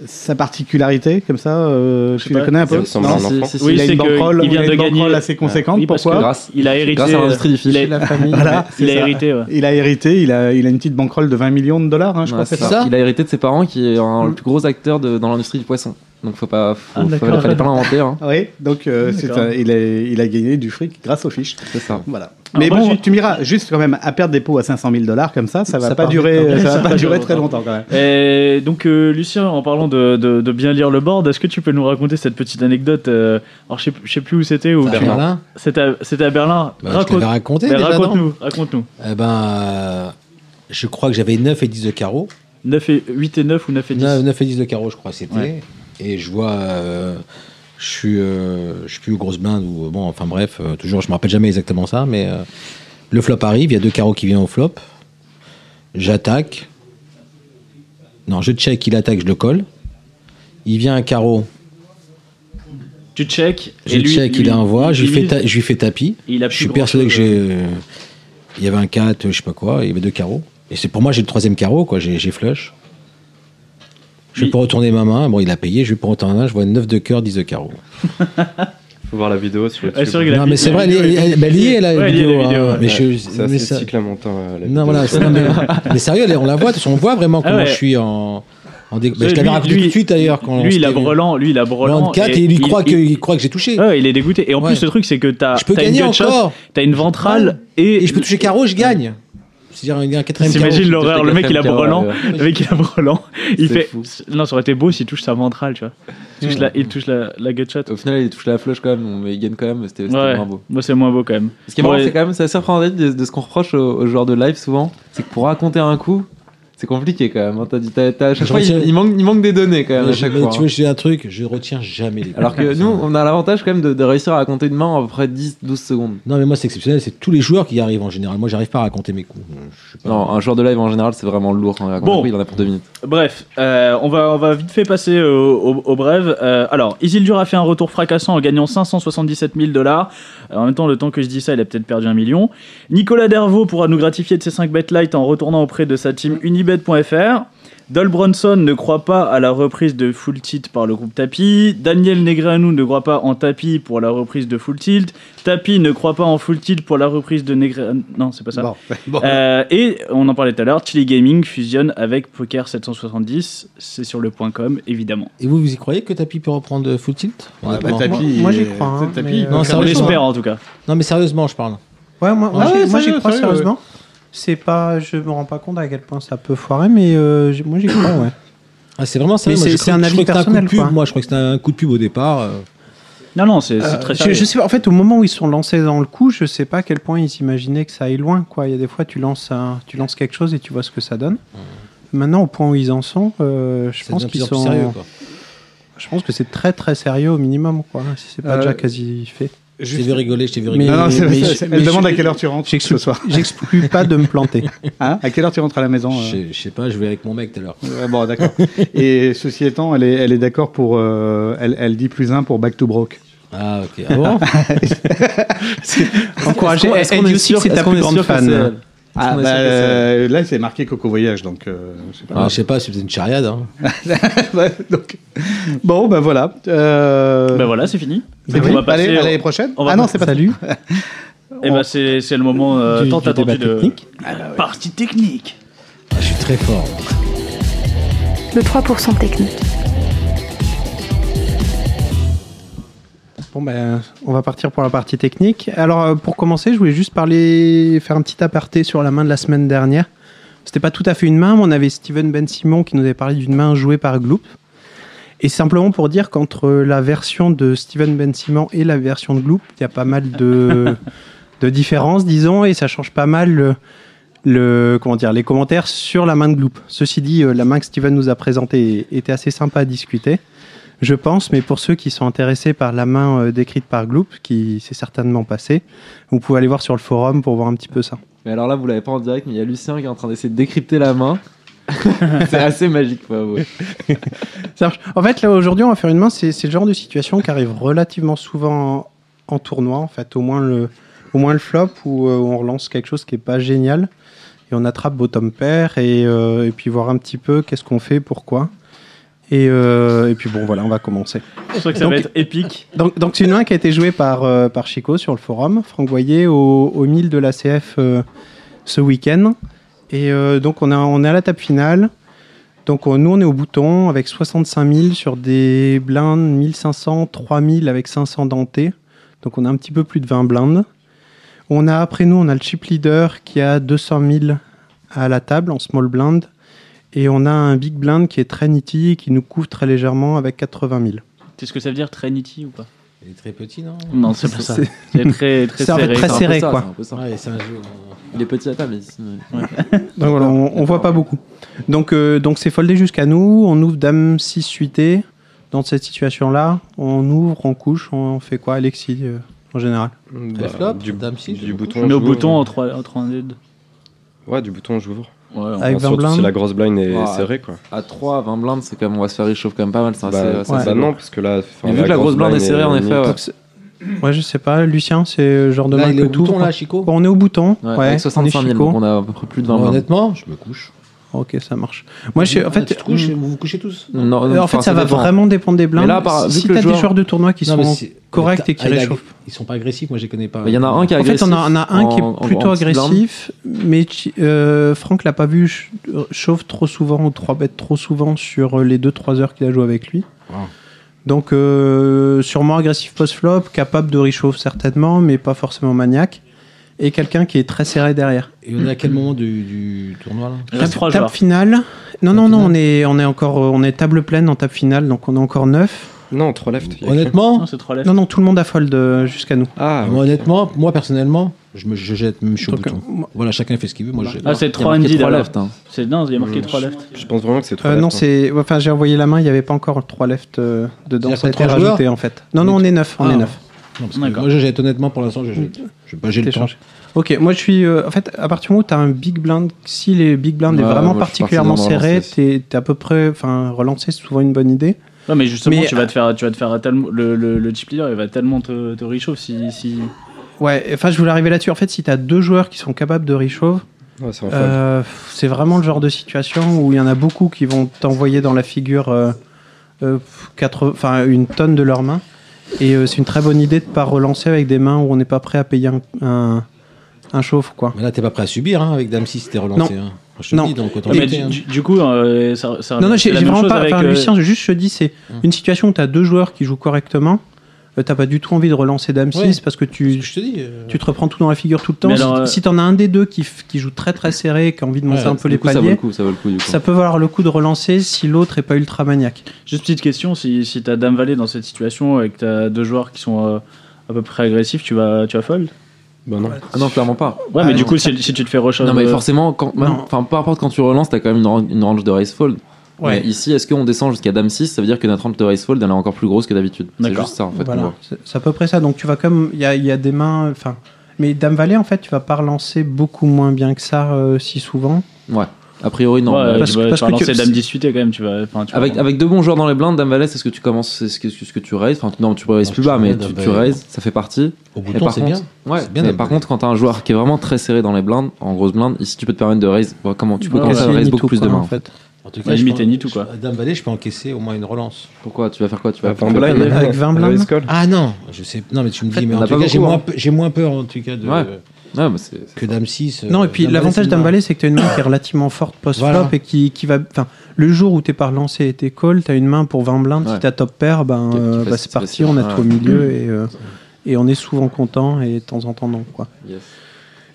Speaker 4: sa particularité, comme ça, euh,
Speaker 6: sais
Speaker 4: tu
Speaker 6: pas.
Speaker 4: la connais un
Speaker 5: Ça
Speaker 4: peu
Speaker 5: me semble
Speaker 4: Non,
Speaker 5: un enfant.
Speaker 9: Si, si,
Speaker 6: Oui,
Speaker 4: il a
Speaker 6: c'est
Speaker 4: une
Speaker 6: que
Speaker 4: bankroll,
Speaker 6: il vient
Speaker 4: a une
Speaker 6: de gagner-
Speaker 4: bankroll assez conséquente.
Speaker 6: Oui, parce
Speaker 4: Pourquoi
Speaker 9: Grâce,
Speaker 6: Il a hérité.
Speaker 9: grâce à l'industrie du
Speaker 6: il
Speaker 9: fichier.
Speaker 6: a-
Speaker 8: La famille.
Speaker 4: Voilà,
Speaker 6: il a
Speaker 4: c'est ça.
Speaker 6: hérité, ouais.
Speaker 4: Il a hérité, il a, il a une petite bankroll de 20 millions de dollars, hein, je
Speaker 9: Ouais,
Speaker 4: crois. c'est
Speaker 9: c'est
Speaker 4: ça.
Speaker 9: ça. Il a hérité de ses parents qui est un le plus gros acteur de- dans l'industrie du poisson. Donc faut pas, faut,
Speaker 6: Mm. Ah,
Speaker 9: faut-
Speaker 6: d'accord.
Speaker 9: fallait pas l'inventer, hein.
Speaker 4: Oui, donc euh, c'est
Speaker 6: Ah, D'accord.
Speaker 4: un- il, a, il a gagné du fric grâce aux fiches.
Speaker 9: c'est ça.
Speaker 4: Voilà.
Speaker 6: Alors,
Speaker 4: Mais
Speaker 6: moi,
Speaker 4: bon,
Speaker 6: j'ai-
Speaker 4: tu m'iras, juste quand même, à perdre des pots à 500 000 dollars comme ça, ça va
Speaker 8: Ça
Speaker 4: pas
Speaker 8: part
Speaker 4: durer,
Speaker 6: vite, hein.
Speaker 4: ça
Speaker 6: Ça
Speaker 4: va pas
Speaker 6: part
Speaker 4: durer
Speaker 6: vite,
Speaker 4: très
Speaker 6: hein.
Speaker 4: longtemps quand même.
Speaker 6: Et donc, euh, Lucien, en parlant de, de- de bien lire le board, est-ce que tu peux nous raconter cette petite anecdote euh, Alors, je sais, je sais plus où c'était. où-
Speaker 7: Ah, Berlin
Speaker 6: C'était à, c'était à Berlin.
Speaker 7: Bah, Je
Speaker 6: Raconte-
Speaker 7: l'avais raconté
Speaker 6: mais
Speaker 7: déjà, non
Speaker 6: Raconte-nous, raconte-nous.
Speaker 7: Eh ben, euh, je crois que j'avais 9 et 10 de carreau.
Speaker 6: 9 et 8 et 9 ou 9 et 10
Speaker 7: 9, 9 et 10 de carreau, je crois, c'était.
Speaker 6: Ouais.
Speaker 7: Et je vois. euh, je suis, euh, je suis plus grosse blinde ou euh, bon, enfin bref, euh, toujours, je me rappelle jamais exactement ça, mais euh, le flop arrive, il y a deux carreaux qui viennent au flop, j'attaque, non, je check, il attaque, je le colle, il vient un carreau,
Speaker 6: Tu check
Speaker 7: je
Speaker 6: et lui,
Speaker 7: check,
Speaker 6: lui-
Speaker 7: il envoie, je lui fais,
Speaker 6: lui-
Speaker 7: ta- je lui fais tapis,
Speaker 6: Il a plus
Speaker 7: je suis
Speaker 6: grand
Speaker 7: persuadé que
Speaker 6: chose.
Speaker 7: j'ai. euh, Il y avait un 4, je sais pas quoi, il y avait deux carreaux. Et c'est pour moi, j'ai le troisième carreau, quoi, j'ai j'ai flush. Je vais
Speaker 6: Oui.
Speaker 7: pas retourner ma main, bon, il a payé, je vais pas retourner ma main, je vois 9 de cœur, 10 de carreau.
Speaker 5: Faut voir la vidéo sur
Speaker 6: Ouais, c'est
Speaker 5: YouTube.
Speaker 6: vrai que la
Speaker 7: Non,
Speaker 6: vidéo-
Speaker 7: mais c'est
Speaker 6: la
Speaker 7: vrai,
Speaker 6: vidéo
Speaker 7: lié,
Speaker 6: est-
Speaker 7: elle- bah, liée, la
Speaker 6: Ouais, liée,
Speaker 7: vidéo.
Speaker 6: la vidéo,
Speaker 7: hein,
Speaker 6: ouais.
Speaker 7: mais je-
Speaker 5: C'est
Speaker 7: mais
Speaker 5: assez
Speaker 7: ça-
Speaker 5: cyclamentin. euh, la vidéo.
Speaker 7: Non, voilà, c'est- non, mais, mais sérieux, on la voit, de toute façon, on voit vraiment
Speaker 6: Ah
Speaker 7: comment
Speaker 6: ouais.
Speaker 7: je suis en. en dé- bah, je
Speaker 6: Lui-
Speaker 7: l'avais raconté
Speaker 6: lui-
Speaker 7: tout de suite d'ailleurs. quand on
Speaker 6: Lui, il a
Speaker 7: s'était vu.
Speaker 6: brelant, lui, il a brelant.
Speaker 7: 94, et, il croit que, il croit que j'ai touché.
Speaker 6: Ouais, il est dégoûté. Et en
Speaker 7: Ouais.
Speaker 6: plus, le truc, c'est que t'as
Speaker 7: Je peux
Speaker 6: t'as une
Speaker 7: gagner
Speaker 6: gut shot,
Speaker 7: encore.
Speaker 6: t'as une ventrale et,
Speaker 7: Et je peux toucher carreau, je gagne. C'est-à-dire un, un quatrième carreau.
Speaker 6: T'imagines l'horreur, le mec il a
Speaker 9: Quatrième
Speaker 6: brelan,
Speaker 9: carreau,
Speaker 6: le mec il a brelan, il
Speaker 9: euh, C'est
Speaker 6: fait.
Speaker 9: fou. Hmm.
Speaker 6: Non, ça aurait été beau s'il touche sa ventrale, tu vois. Il touche la, il touche la, la gutshot.
Speaker 9: Au final, il touche la floche quand même, mais il gagne quand même. C'était c'était
Speaker 6: Ouais,
Speaker 9: vraiment beau.
Speaker 6: moi c'est moins beau quand même.
Speaker 9: Ce qui est marrant,
Speaker 6: Ouais.
Speaker 9: c'est quand même c'est assez représentatif de, de ce qu'on reproche aux, aux joueurs de live souvent, c'est que pour raconter un coup, c'est compliqué quand même. hein. T'as dit- t'as- t'as- à chaque
Speaker 7: Je
Speaker 9: fois, il,
Speaker 7: retiens-
Speaker 9: il manque, il manque des données quand même
Speaker 7: Mais
Speaker 9: à
Speaker 7: je-
Speaker 9: chaque
Speaker 7: mais
Speaker 9: fois.
Speaker 7: tu
Speaker 9: hein.
Speaker 7: veux, je dis un truc, je retiens jamais les
Speaker 9: Alors que
Speaker 7: coups.
Speaker 9: nous, on a l'avantage quand même de, de réussir à raconter une main en à peu près 10-12 secondes.
Speaker 7: Non, mais moi, c'est exceptionnel. C'est tous les joueurs qui y arrivent en général. Moi, j'arrive pas à raconter mes coups. Je sais pas.
Speaker 9: Non, un joueur de live en général, c'est vraiment lourd quand il raconte.
Speaker 6: Bon.
Speaker 9: Après, il en a pour 2 minutes.
Speaker 6: Bref, euh, on, va, on va vite fait passer euh, au, au, au brève. Euh, alors, Isildur a fait un retour fracassant en gagnant 577 000 dollars. Euh, En même temps, le temps que je dis ça, il a peut-être perdu un million. Nicolas Dervaux pourra nous gratifier de ses 5 bets light en retournant auprès de sa team unibet.fr. Dol Bronson ne croit pas à la reprise de Full Tilt par le groupe Tapi. Daniel Negreanu ne croit pas en Tapi pour la reprise de Full Tilt. Tapi ne croit pas en Full Tilt pour la reprise de Negreanu. Non, c'est pas ça.
Speaker 10: Bon, bon.
Speaker 6: Euh, et on en parlait tout à l'heure, Chili Gaming fusionne avec Poker 770, c'est sur le point .com évidemment.
Speaker 7: Et vous, vous y croyez que Tapi peut reprendre euh, Full Tilt Honnêtement.
Speaker 8: tapis, moi, j'y crois, hein, mais, euh,
Speaker 7: Non,
Speaker 6: On
Speaker 7: sérieux,
Speaker 6: l'espère en tout cas.
Speaker 7: Non, mais sérieusement, je parle.
Speaker 8: Ouais, moi, moi,
Speaker 4: Ah
Speaker 8: j'y-
Speaker 4: ouais,
Speaker 8: moi, j'y
Speaker 4: sérieux,
Speaker 8: crois
Speaker 4: sérieux,
Speaker 8: sérieusement. C'est pas, je me rends pas compte à quel point ça peut foirer, mais euh, j'ai- moi j'y crois, ouais.
Speaker 7: Ah, c'est vraiment ça.
Speaker 8: Mais
Speaker 7: moi,
Speaker 8: c'est-
Speaker 7: je
Speaker 8: c'est
Speaker 7: crois-
Speaker 8: un
Speaker 7: je
Speaker 8: avis
Speaker 7: crois que c'était coup de
Speaker 8: personnel,
Speaker 7: pub.
Speaker 8: quoi.
Speaker 7: Moi, je crois que c'était un coup de pub au départ. euh.
Speaker 6: Non, non, c'est c'est très
Speaker 8: je,
Speaker 6: sérieux.
Speaker 8: je sais, pas- en fait, au moment où ils sont lancés dans le coup, je sais pas à quel point ils imaginaient que ça aille loin. Quoi. Il y a des fois, tu lances, un- tu lances quelque chose et tu vois ce que ça donne. Maintenant, au point où ils en sont, euh, je
Speaker 7: Ça
Speaker 8: pense
Speaker 7: devient de
Speaker 8: qu'ils
Speaker 7: plus en plus
Speaker 8: sont. euh,
Speaker 7: sérieux, quoi.
Speaker 8: Je pense que c'est très très sérieux au minimum, quoi. Si c'est pas
Speaker 4: Euh,
Speaker 8: déjà quasi fait.
Speaker 7: Je t'ai vu rigoler, je t'ai vu
Speaker 8: Mais-
Speaker 7: rigoler.
Speaker 4: Non, non, c'est-
Speaker 8: mais-
Speaker 4: c'est-
Speaker 8: mais
Speaker 4: elle demande
Speaker 8: je-
Speaker 4: à quelle heure tu rentres ce soir.
Speaker 8: J'exclus pas de me planter.
Speaker 4: Hein à quelle heure tu rentres à la maison euh
Speaker 7: Je sais- je sais pas, je vais avec mon mec tout à l'heure.
Speaker 4: Ouais, Bon, d'accord. Et ceci étant, elle est, elle est d'accord pour. euh, elle, elle dit plus un pour Back to Broke.
Speaker 7: Ah, ok. Ah bon
Speaker 8: Encouragez.
Speaker 9: Est-ce qu'on
Speaker 8: Ed
Speaker 9: est
Speaker 8: Youssef,
Speaker 9: sûr-
Speaker 8: c'est
Speaker 9: est-ce
Speaker 8: ta
Speaker 9: qu'on
Speaker 8: plus
Speaker 9: est
Speaker 8: grande
Speaker 9: sûr que
Speaker 8: fan.
Speaker 9: c'est-
Speaker 4: Ah,
Speaker 9: qu'on est
Speaker 4: bah,
Speaker 9: sûr que
Speaker 4: euh, là, c'est marqué Coco Voyage, donc euh, je sais pas.
Speaker 7: Ah, Je sais pas, c'est peut-être une charriade. hein.
Speaker 4: Ouais, donc, bon, ben voilà. Euh,
Speaker 6: Ben voilà, c'est fini.
Speaker 4: c'est
Speaker 6: on
Speaker 4: bon.
Speaker 6: va passer
Speaker 4: Allez,
Speaker 6: au-
Speaker 4: à l'année prochaine.
Speaker 6: on va
Speaker 4: ah non, c'est pas
Speaker 8: Salut.
Speaker 6: Et ben c'est c'est le moment euh,
Speaker 8: Du-
Speaker 6: tant
Speaker 8: du
Speaker 6: attendu
Speaker 8: débat
Speaker 6: de
Speaker 8: technique.
Speaker 6: partie technique.
Speaker 7: Ah, Je suis très fort.
Speaker 3: Le 3% technique.
Speaker 8: Bon ben, on va partir pour la partie technique. Alors euh, pour commencer, je voulais juste parler, faire un petit aparté sur la main de la semaine dernière. C'était pas tout à fait une main, mais on avait Steven Ben Simon qui nous avait parlé d'une main jouée par Gloop. Et simplement pour dire qu'entre la version de Steven Ben Simon et la version de Gloop, il y a pas mal de, de différences, disons, et ça change pas mal le, le- comment dire, les commentaires sur la main de Gloop. Ceci dit, euh, la main que Steven nous a présentée était assez sympa à discuter. Je pense, mais pour ceux qui sont intéressés par la main euh, décrite par Gloop, qui s'est certainement passé, vous pouvez aller voir sur le forum pour voir un petit peu ça.
Speaker 9: Mais alors là, vous l'avez pas en direct, mais il y a Lucien qui est en train d'essayer de décrypter la main. c'est assez magique, faut avouer.
Speaker 8: Ça marche. En fait, là aujourd'hui, on va faire une main. C'est c'est le genre de situation qui arrive relativement souvent en, en tournoi, en fait, au moins le, au moins le flop où euh, on relance quelque chose qui est pas génial et on attrape bottom pair et, euh, et puis voir un petit peu qu'est-ce qu'on fait, pourquoi. Et, euh, et puis bon, voilà, on va commencer.
Speaker 6: Je crois que ça va
Speaker 8: Donc-
Speaker 6: être épique.
Speaker 8: Donc, donc c'est une main qui a été jouée par, euh, par Chico sur le forum, Franck Voyer, au, au 1000 de la CF euh, ce week-end. Et euh, donc on, a, on est à la table finale. Donc on- nous on est au bouton avec 65 000 sur des blindes 1500, 3000 avec 500 dentés. Donc on a un petit peu plus de 20 blindes. On a après nous on a le chip leader qui a 200 000 à la table en small blind. Et on a un big blind qui est très nitty qui nous couvre très légèrement avec 80 000.
Speaker 6: C'est ce que ça veut dire très nitty ou pas
Speaker 7: Il est très petit, non
Speaker 8: Mm.
Speaker 6: Non, c'est pas ça.
Speaker 8: C'est-
Speaker 6: C'est très très
Speaker 8: Ça va être très
Speaker 6: serré.
Speaker 8: serré,
Speaker 9: C'est un peu ça,
Speaker 8: quoi.
Speaker 9: c'est un peu ça.
Speaker 7: Ouais, c'est un jeu.
Speaker 9: Il est petit à table. mais sinon-
Speaker 8: Donc voilà, on, on voit pas beaucoup. Donc euh, donc c'est foldé jusqu'à nous, on ouvre dame 6 suité. Dans cette situation-là, on ouvre, on couche, on fait quoi Alexis euh, en général
Speaker 5: Bah,
Speaker 7: flop,
Speaker 5: du,
Speaker 7: dame six,
Speaker 5: du
Speaker 7: je
Speaker 5: bouton.
Speaker 6: Nos
Speaker 5: j'ouvre.
Speaker 6: boutons en 3 en trois en deux.
Speaker 5: Ouais, du bouton, j'ouvre.
Speaker 6: Ouais,
Speaker 8: Avec
Speaker 5: Enfin,
Speaker 8: 20
Speaker 5: surtout
Speaker 8: blindes
Speaker 5: si la grosse blind est
Speaker 9: Ouais.
Speaker 5: serrée, quoi.
Speaker 9: À 3, 20 blindes, c'est quand même, on va se faire réchauffer quand même pas mal. C'est assez-
Speaker 5: Bah,
Speaker 9: assez-
Speaker 8: ouais.
Speaker 5: bah non, parce que là. enfin,
Speaker 9: Mais vu que la grosse blinde est serrée, en effet, ouais.
Speaker 8: Donc, c'est- ouais, je sais pas, Lucien, c'est le genre de
Speaker 7: Là,
Speaker 8: main
Speaker 7: il est
Speaker 8: que
Speaker 7: au
Speaker 8: tout.
Speaker 7: bouton, là, Chico
Speaker 8: on est au bouton,
Speaker 9: Ouais,
Speaker 8: ouais, on est
Speaker 9: avec 65 000,
Speaker 8: Chico.
Speaker 9: donc on a à peu près plus de 20
Speaker 7: Non,
Speaker 9: blindes.
Speaker 7: Honnêtement, je me couche.
Speaker 8: Ok, ça marche. Moi, je, en
Speaker 7: Ah, tu
Speaker 8: fait, hmm.
Speaker 7: te couches, et vous vous couchez tous
Speaker 9: Non, non,
Speaker 8: euh, en
Speaker 9: enfin,
Speaker 8: fait, ça va
Speaker 9: dépend.
Speaker 8: vraiment dépendre des blindes.
Speaker 9: Mais là, par-
Speaker 8: si
Speaker 9: vu que
Speaker 8: t'as
Speaker 9: le
Speaker 8: des
Speaker 9: joueur-
Speaker 8: joueurs de tournoi qui
Speaker 7: Non, mais
Speaker 8: sont
Speaker 7: c'est-
Speaker 8: corrects
Speaker 7: t'as-
Speaker 8: et qui
Speaker 7: ah, il a-
Speaker 8: réchauffent.
Speaker 7: Ils sont pas agressifs, moi je les connais pas.
Speaker 9: Bah, Il y en a un qui est
Speaker 8: En fait,
Speaker 9: agressif.
Speaker 8: on a, on a un qui
Speaker 9: en- en-
Speaker 8: est plutôt
Speaker 9: en petit blind.
Speaker 8: agressif, mais chi- euh, Franck l'a pas vu ch- euh, chauffe trop souvent ou 3 bêtes trop souvent sur euh, les 2-3 heures qu'il a joué avec lui.
Speaker 7: Wow.
Speaker 8: Donc, euh, sûrement agressif post-flop, capable de réchauffe certainement, mais pas forcément maniaque. et quelqu'un qui est très serré derrière.
Speaker 7: Et on est à quel moment du, du tournoi là
Speaker 6: Il reste trois
Speaker 8: table
Speaker 6: joueurs.
Speaker 8: finale. Non,
Speaker 7: Table
Speaker 8: non, non,
Speaker 7: finale.
Speaker 8: on est, on est encore euh, on est table pleine en table finale, donc on est encore neuf.
Speaker 5: Non, 3 left.
Speaker 7: Honnêtement,
Speaker 6: Non, c'est trois left.
Speaker 8: Non, non, tout le monde a fold euh, jusqu'à nous.
Speaker 5: Ah,
Speaker 7: moi, honnêtement, moi personnellement, je me je jette même je suis au
Speaker 8: Donc,
Speaker 7: bouton.
Speaker 8: euh, moi-
Speaker 7: Voilà, chacun fait ce qu'il veut. Moi, je jette.
Speaker 6: Ah, c'est
Speaker 9: Il y a
Speaker 6: 3
Speaker 9: marqué
Speaker 6: ND
Speaker 9: trois
Speaker 6: alors.
Speaker 9: left, hein.
Speaker 6: C'est- Non, il y a marqué
Speaker 5: Mmh.
Speaker 6: 3 left.
Speaker 5: je pense vraiment que c'est 3
Speaker 8: Euh,
Speaker 5: left.
Speaker 8: non,
Speaker 5: hein.
Speaker 8: c'est. Enfin, j'ai envoyé la main, il n'y avait pas encore trois left euh, dedans.
Speaker 7: C'est-à-dire
Speaker 8: Ça a
Speaker 7: que
Speaker 8: été
Speaker 7: trois
Speaker 8: rajouté en fait. Non, non, on est neuf, on
Speaker 7: Ah.
Speaker 8: est neuf.
Speaker 7: Non, parce que
Speaker 6: D'accord.
Speaker 7: moi, je jette honnêtement pour l'instant. Je jette. Je sais pas, j'ai le temps.
Speaker 8: T'échanges. Ok, moi je suis. euh, en fait, à partir du moment où t'as un big blind, si les big blind
Speaker 9: Ouais,
Speaker 7: Bah,
Speaker 8: est vraiment
Speaker 9: moi, je suis parti
Speaker 8: particulièrement
Speaker 9: dans le relancer
Speaker 8: serré,
Speaker 9: aussi.
Speaker 8: t'es t'es à peu près. Enfin, relancer, c'est souvent une bonne idée.
Speaker 6: Non, mais justement,
Speaker 8: Mais-
Speaker 6: tu vas te faire, tu vas te faire tellement, le, le, le chip leader, il va tellement te, te réchauffer si, si.
Speaker 8: Ouais, enfin, je voulais arriver là-dessus. En fait, si t'as deux joueurs qui sont capables de reshove,
Speaker 5: Ouais, c'est un fold.
Speaker 8: euh, c'est vraiment le genre de situation où il y en a beaucoup qui vont t'envoyer dans la figure euh, euh, quatre- enfin, une tonne de leurs mains. Et euh, c'est une très bonne idée de pas relancer avec des mains où on n'est pas prêt à payer un, un, un chauffe, quoi.
Speaker 7: Mais là, t'es pas prêt à subir hein, avec Dame 6 si t'es relancé. hein. Je te le
Speaker 8: Non.
Speaker 7: dis donc autant
Speaker 6: Ouais, mais
Speaker 7: jeter,
Speaker 6: du,
Speaker 7: hein.
Speaker 6: du- du coup, euh, ça, ça-
Speaker 8: Non, non,
Speaker 6: c'est
Speaker 8: j'ai
Speaker 6: la
Speaker 8: j'ai
Speaker 6: même
Speaker 8: vraiment
Speaker 6: chose
Speaker 8: pas.
Speaker 6: avec,
Speaker 8: Enfin,
Speaker 6: euh, Hum.
Speaker 8: Lucien, je- juste je te dis, c'est une situation où tu as deux joueurs qui jouent correctement. euh, T'as pas du tout envie de relancer Dame 6
Speaker 7: Ouais.
Speaker 8: parce que tu,
Speaker 7: Je te dis. euh,
Speaker 8: tu te reprends tout dans la figure tout le temps.
Speaker 6: Mais
Speaker 8: Si-
Speaker 6: alors, euh,
Speaker 8: si t'en as un des deux qui, f- qui joue très très serré et qui a envie de monter
Speaker 7: Ouais,
Speaker 8: un peu
Speaker 9: Du
Speaker 8: les
Speaker 9: coup, ça vaut le
Speaker 8: paliers,
Speaker 9: coup, ça vaut le coup. Du coup.
Speaker 8: ça peut valoir le coup de relancer si l'autre est pas ultra maniaque.
Speaker 6: Juste petite question, si, si t'as Dame Valet dans cette situation et que t'as deux joueurs qui sont euh, à peu près agressifs, tu vas, tu vas fold
Speaker 5: Bah non.
Speaker 9: Ah non, clairement pas.
Speaker 6: Ouais,
Speaker 8: Ah,
Speaker 6: mais
Speaker 8: non.
Speaker 6: du coup, si, si tu te fais euh, rechauffer.
Speaker 9: Non, mais forcément, quand, même-
Speaker 8: Non.
Speaker 9: enfin, peu importe quand tu relances, t'as quand même une, ran- une range de raise fold. Mais ici, est-ce qu'on descend jusqu'à Dame 6 Ça veut dire que notre range de raise fold elle est encore plus grosse que d'habitude. C'est
Speaker 6: D'accord.
Speaker 9: juste ça en fait. qu'on
Speaker 8: Voilà,
Speaker 9: voit.
Speaker 8: c'est c'est à peu près ça. Donc tu vas comme il y a, il y a des mains, enfin, mais Dame Valet en fait, tu vas pas relancer beaucoup moins bien que ça euh, si souvent.
Speaker 9: Ouais. A priori, non.
Speaker 6: Ouais,
Speaker 9: mais-
Speaker 8: parce
Speaker 6: tu
Speaker 8: que-
Speaker 6: vas,
Speaker 8: parce
Speaker 6: tu vas
Speaker 8: que tu-
Speaker 6: lancer Dame 18 et quand même, tu vas. enfin, tu vas-
Speaker 9: Avec, avec deux bons joueurs dans les blindes, Dame Valet, c'est ce que tu commences, c'est ce que, ce que tu raises. Enfin, non, tu raises
Speaker 7: Non,
Speaker 9: plus
Speaker 7: tu
Speaker 9: bas, mais
Speaker 7: raises,
Speaker 9: tu,
Speaker 7: Dame
Speaker 9: tu
Speaker 7: Valet.
Speaker 9: raises, ça fait partie.
Speaker 7: Au
Speaker 9: Et
Speaker 7: bouton,
Speaker 9: par
Speaker 7: c'est
Speaker 9: contre,
Speaker 7: bien.
Speaker 9: ouais,
Speaker 7: C'est bien
Speaker 9: mais
Speaker 7: Dame
Speaker 9: par
Speaker 7: Valet.
Speaker 9: contre, quand t'as un joueur qui est vraiment très serré dans les blindes, en grosse blinde, ici tu peux te permettre de raise. bon, comment tu peux
Speaker 6: Ouais,
Speaker 9: commencer
Speaker 8: Aussi,
Speaker 9: à raise
Speaker 8: ni
Speaker 9: beaucoup
Speaker 8: tout,
Speaker 9: plus de
Speaker 8: quoi,
Speaker 9: mains.
Speaker 8: en fait.
Speaker 7: En tout
Speaker 6: Ouais,
Speaker 7: je
Speaker 6: limite,
Speaker 7: peux-
Speaker 6: et ni tout, quoi.
Speaker 7: à Dame Valet, je peux encaisser au moins une relance.
Speaker 9: Pourquoi Tu vas faire quoi Tu vas
Speaker 5: Bah,
Speaker 9: faire
Speaker 5: enfin, blind.
Speaker 9: Ouais,
Speaker 8: Avec 20 blindes.
Speaker 5: Raise call.
Speaker 7: Ah non, je sais. Non, mais tu me
Speaker 8: En fait,
Speaker 7: dis, mais
Speaker 9: on
Speaker 7: en
Speaker 9: a
Speaker 7: tout
Speaker 9: pas
Speaker 7: cas, j'ai
Speaker 9: beaucoup,
Speaker 7: moins,
Speaker 9: hein.
Speaker 7: pe- j'ai moins peur en tout cas de,
Speaker 9: Ouais. mais bah, c'est.
Speaker 7: que Dame 6.
Speaker 8: Non, et puis l'avantage d'un balai, c'est que tu as une main qui est relativement forte post-flop
Speaker 7: Voilà.
Speaker 8: et qui, qui va. Enfin, le jour où t'es par lancé et t'es call, t'as une main pour 20 blindes.
Speaker 9: Ouais.
Speaker 8: Si t'as top pair, ben,
Speaker 9: Tu- tu
Speaker 8: euh,
Speaker 9: fais-
Speaker 8: bah,
Speaker 9: tu
Speaker 8: c'est
Speaker 9: fais
Speaker 8: parti,
Speaker 9: ça.
Speaker 8: on a
Speaker 9: Ouais.
Speaker 8: tout au milieu et, euh, et on est souvent content et de temps en temps non. Quoi.
Speaker 9: Yes.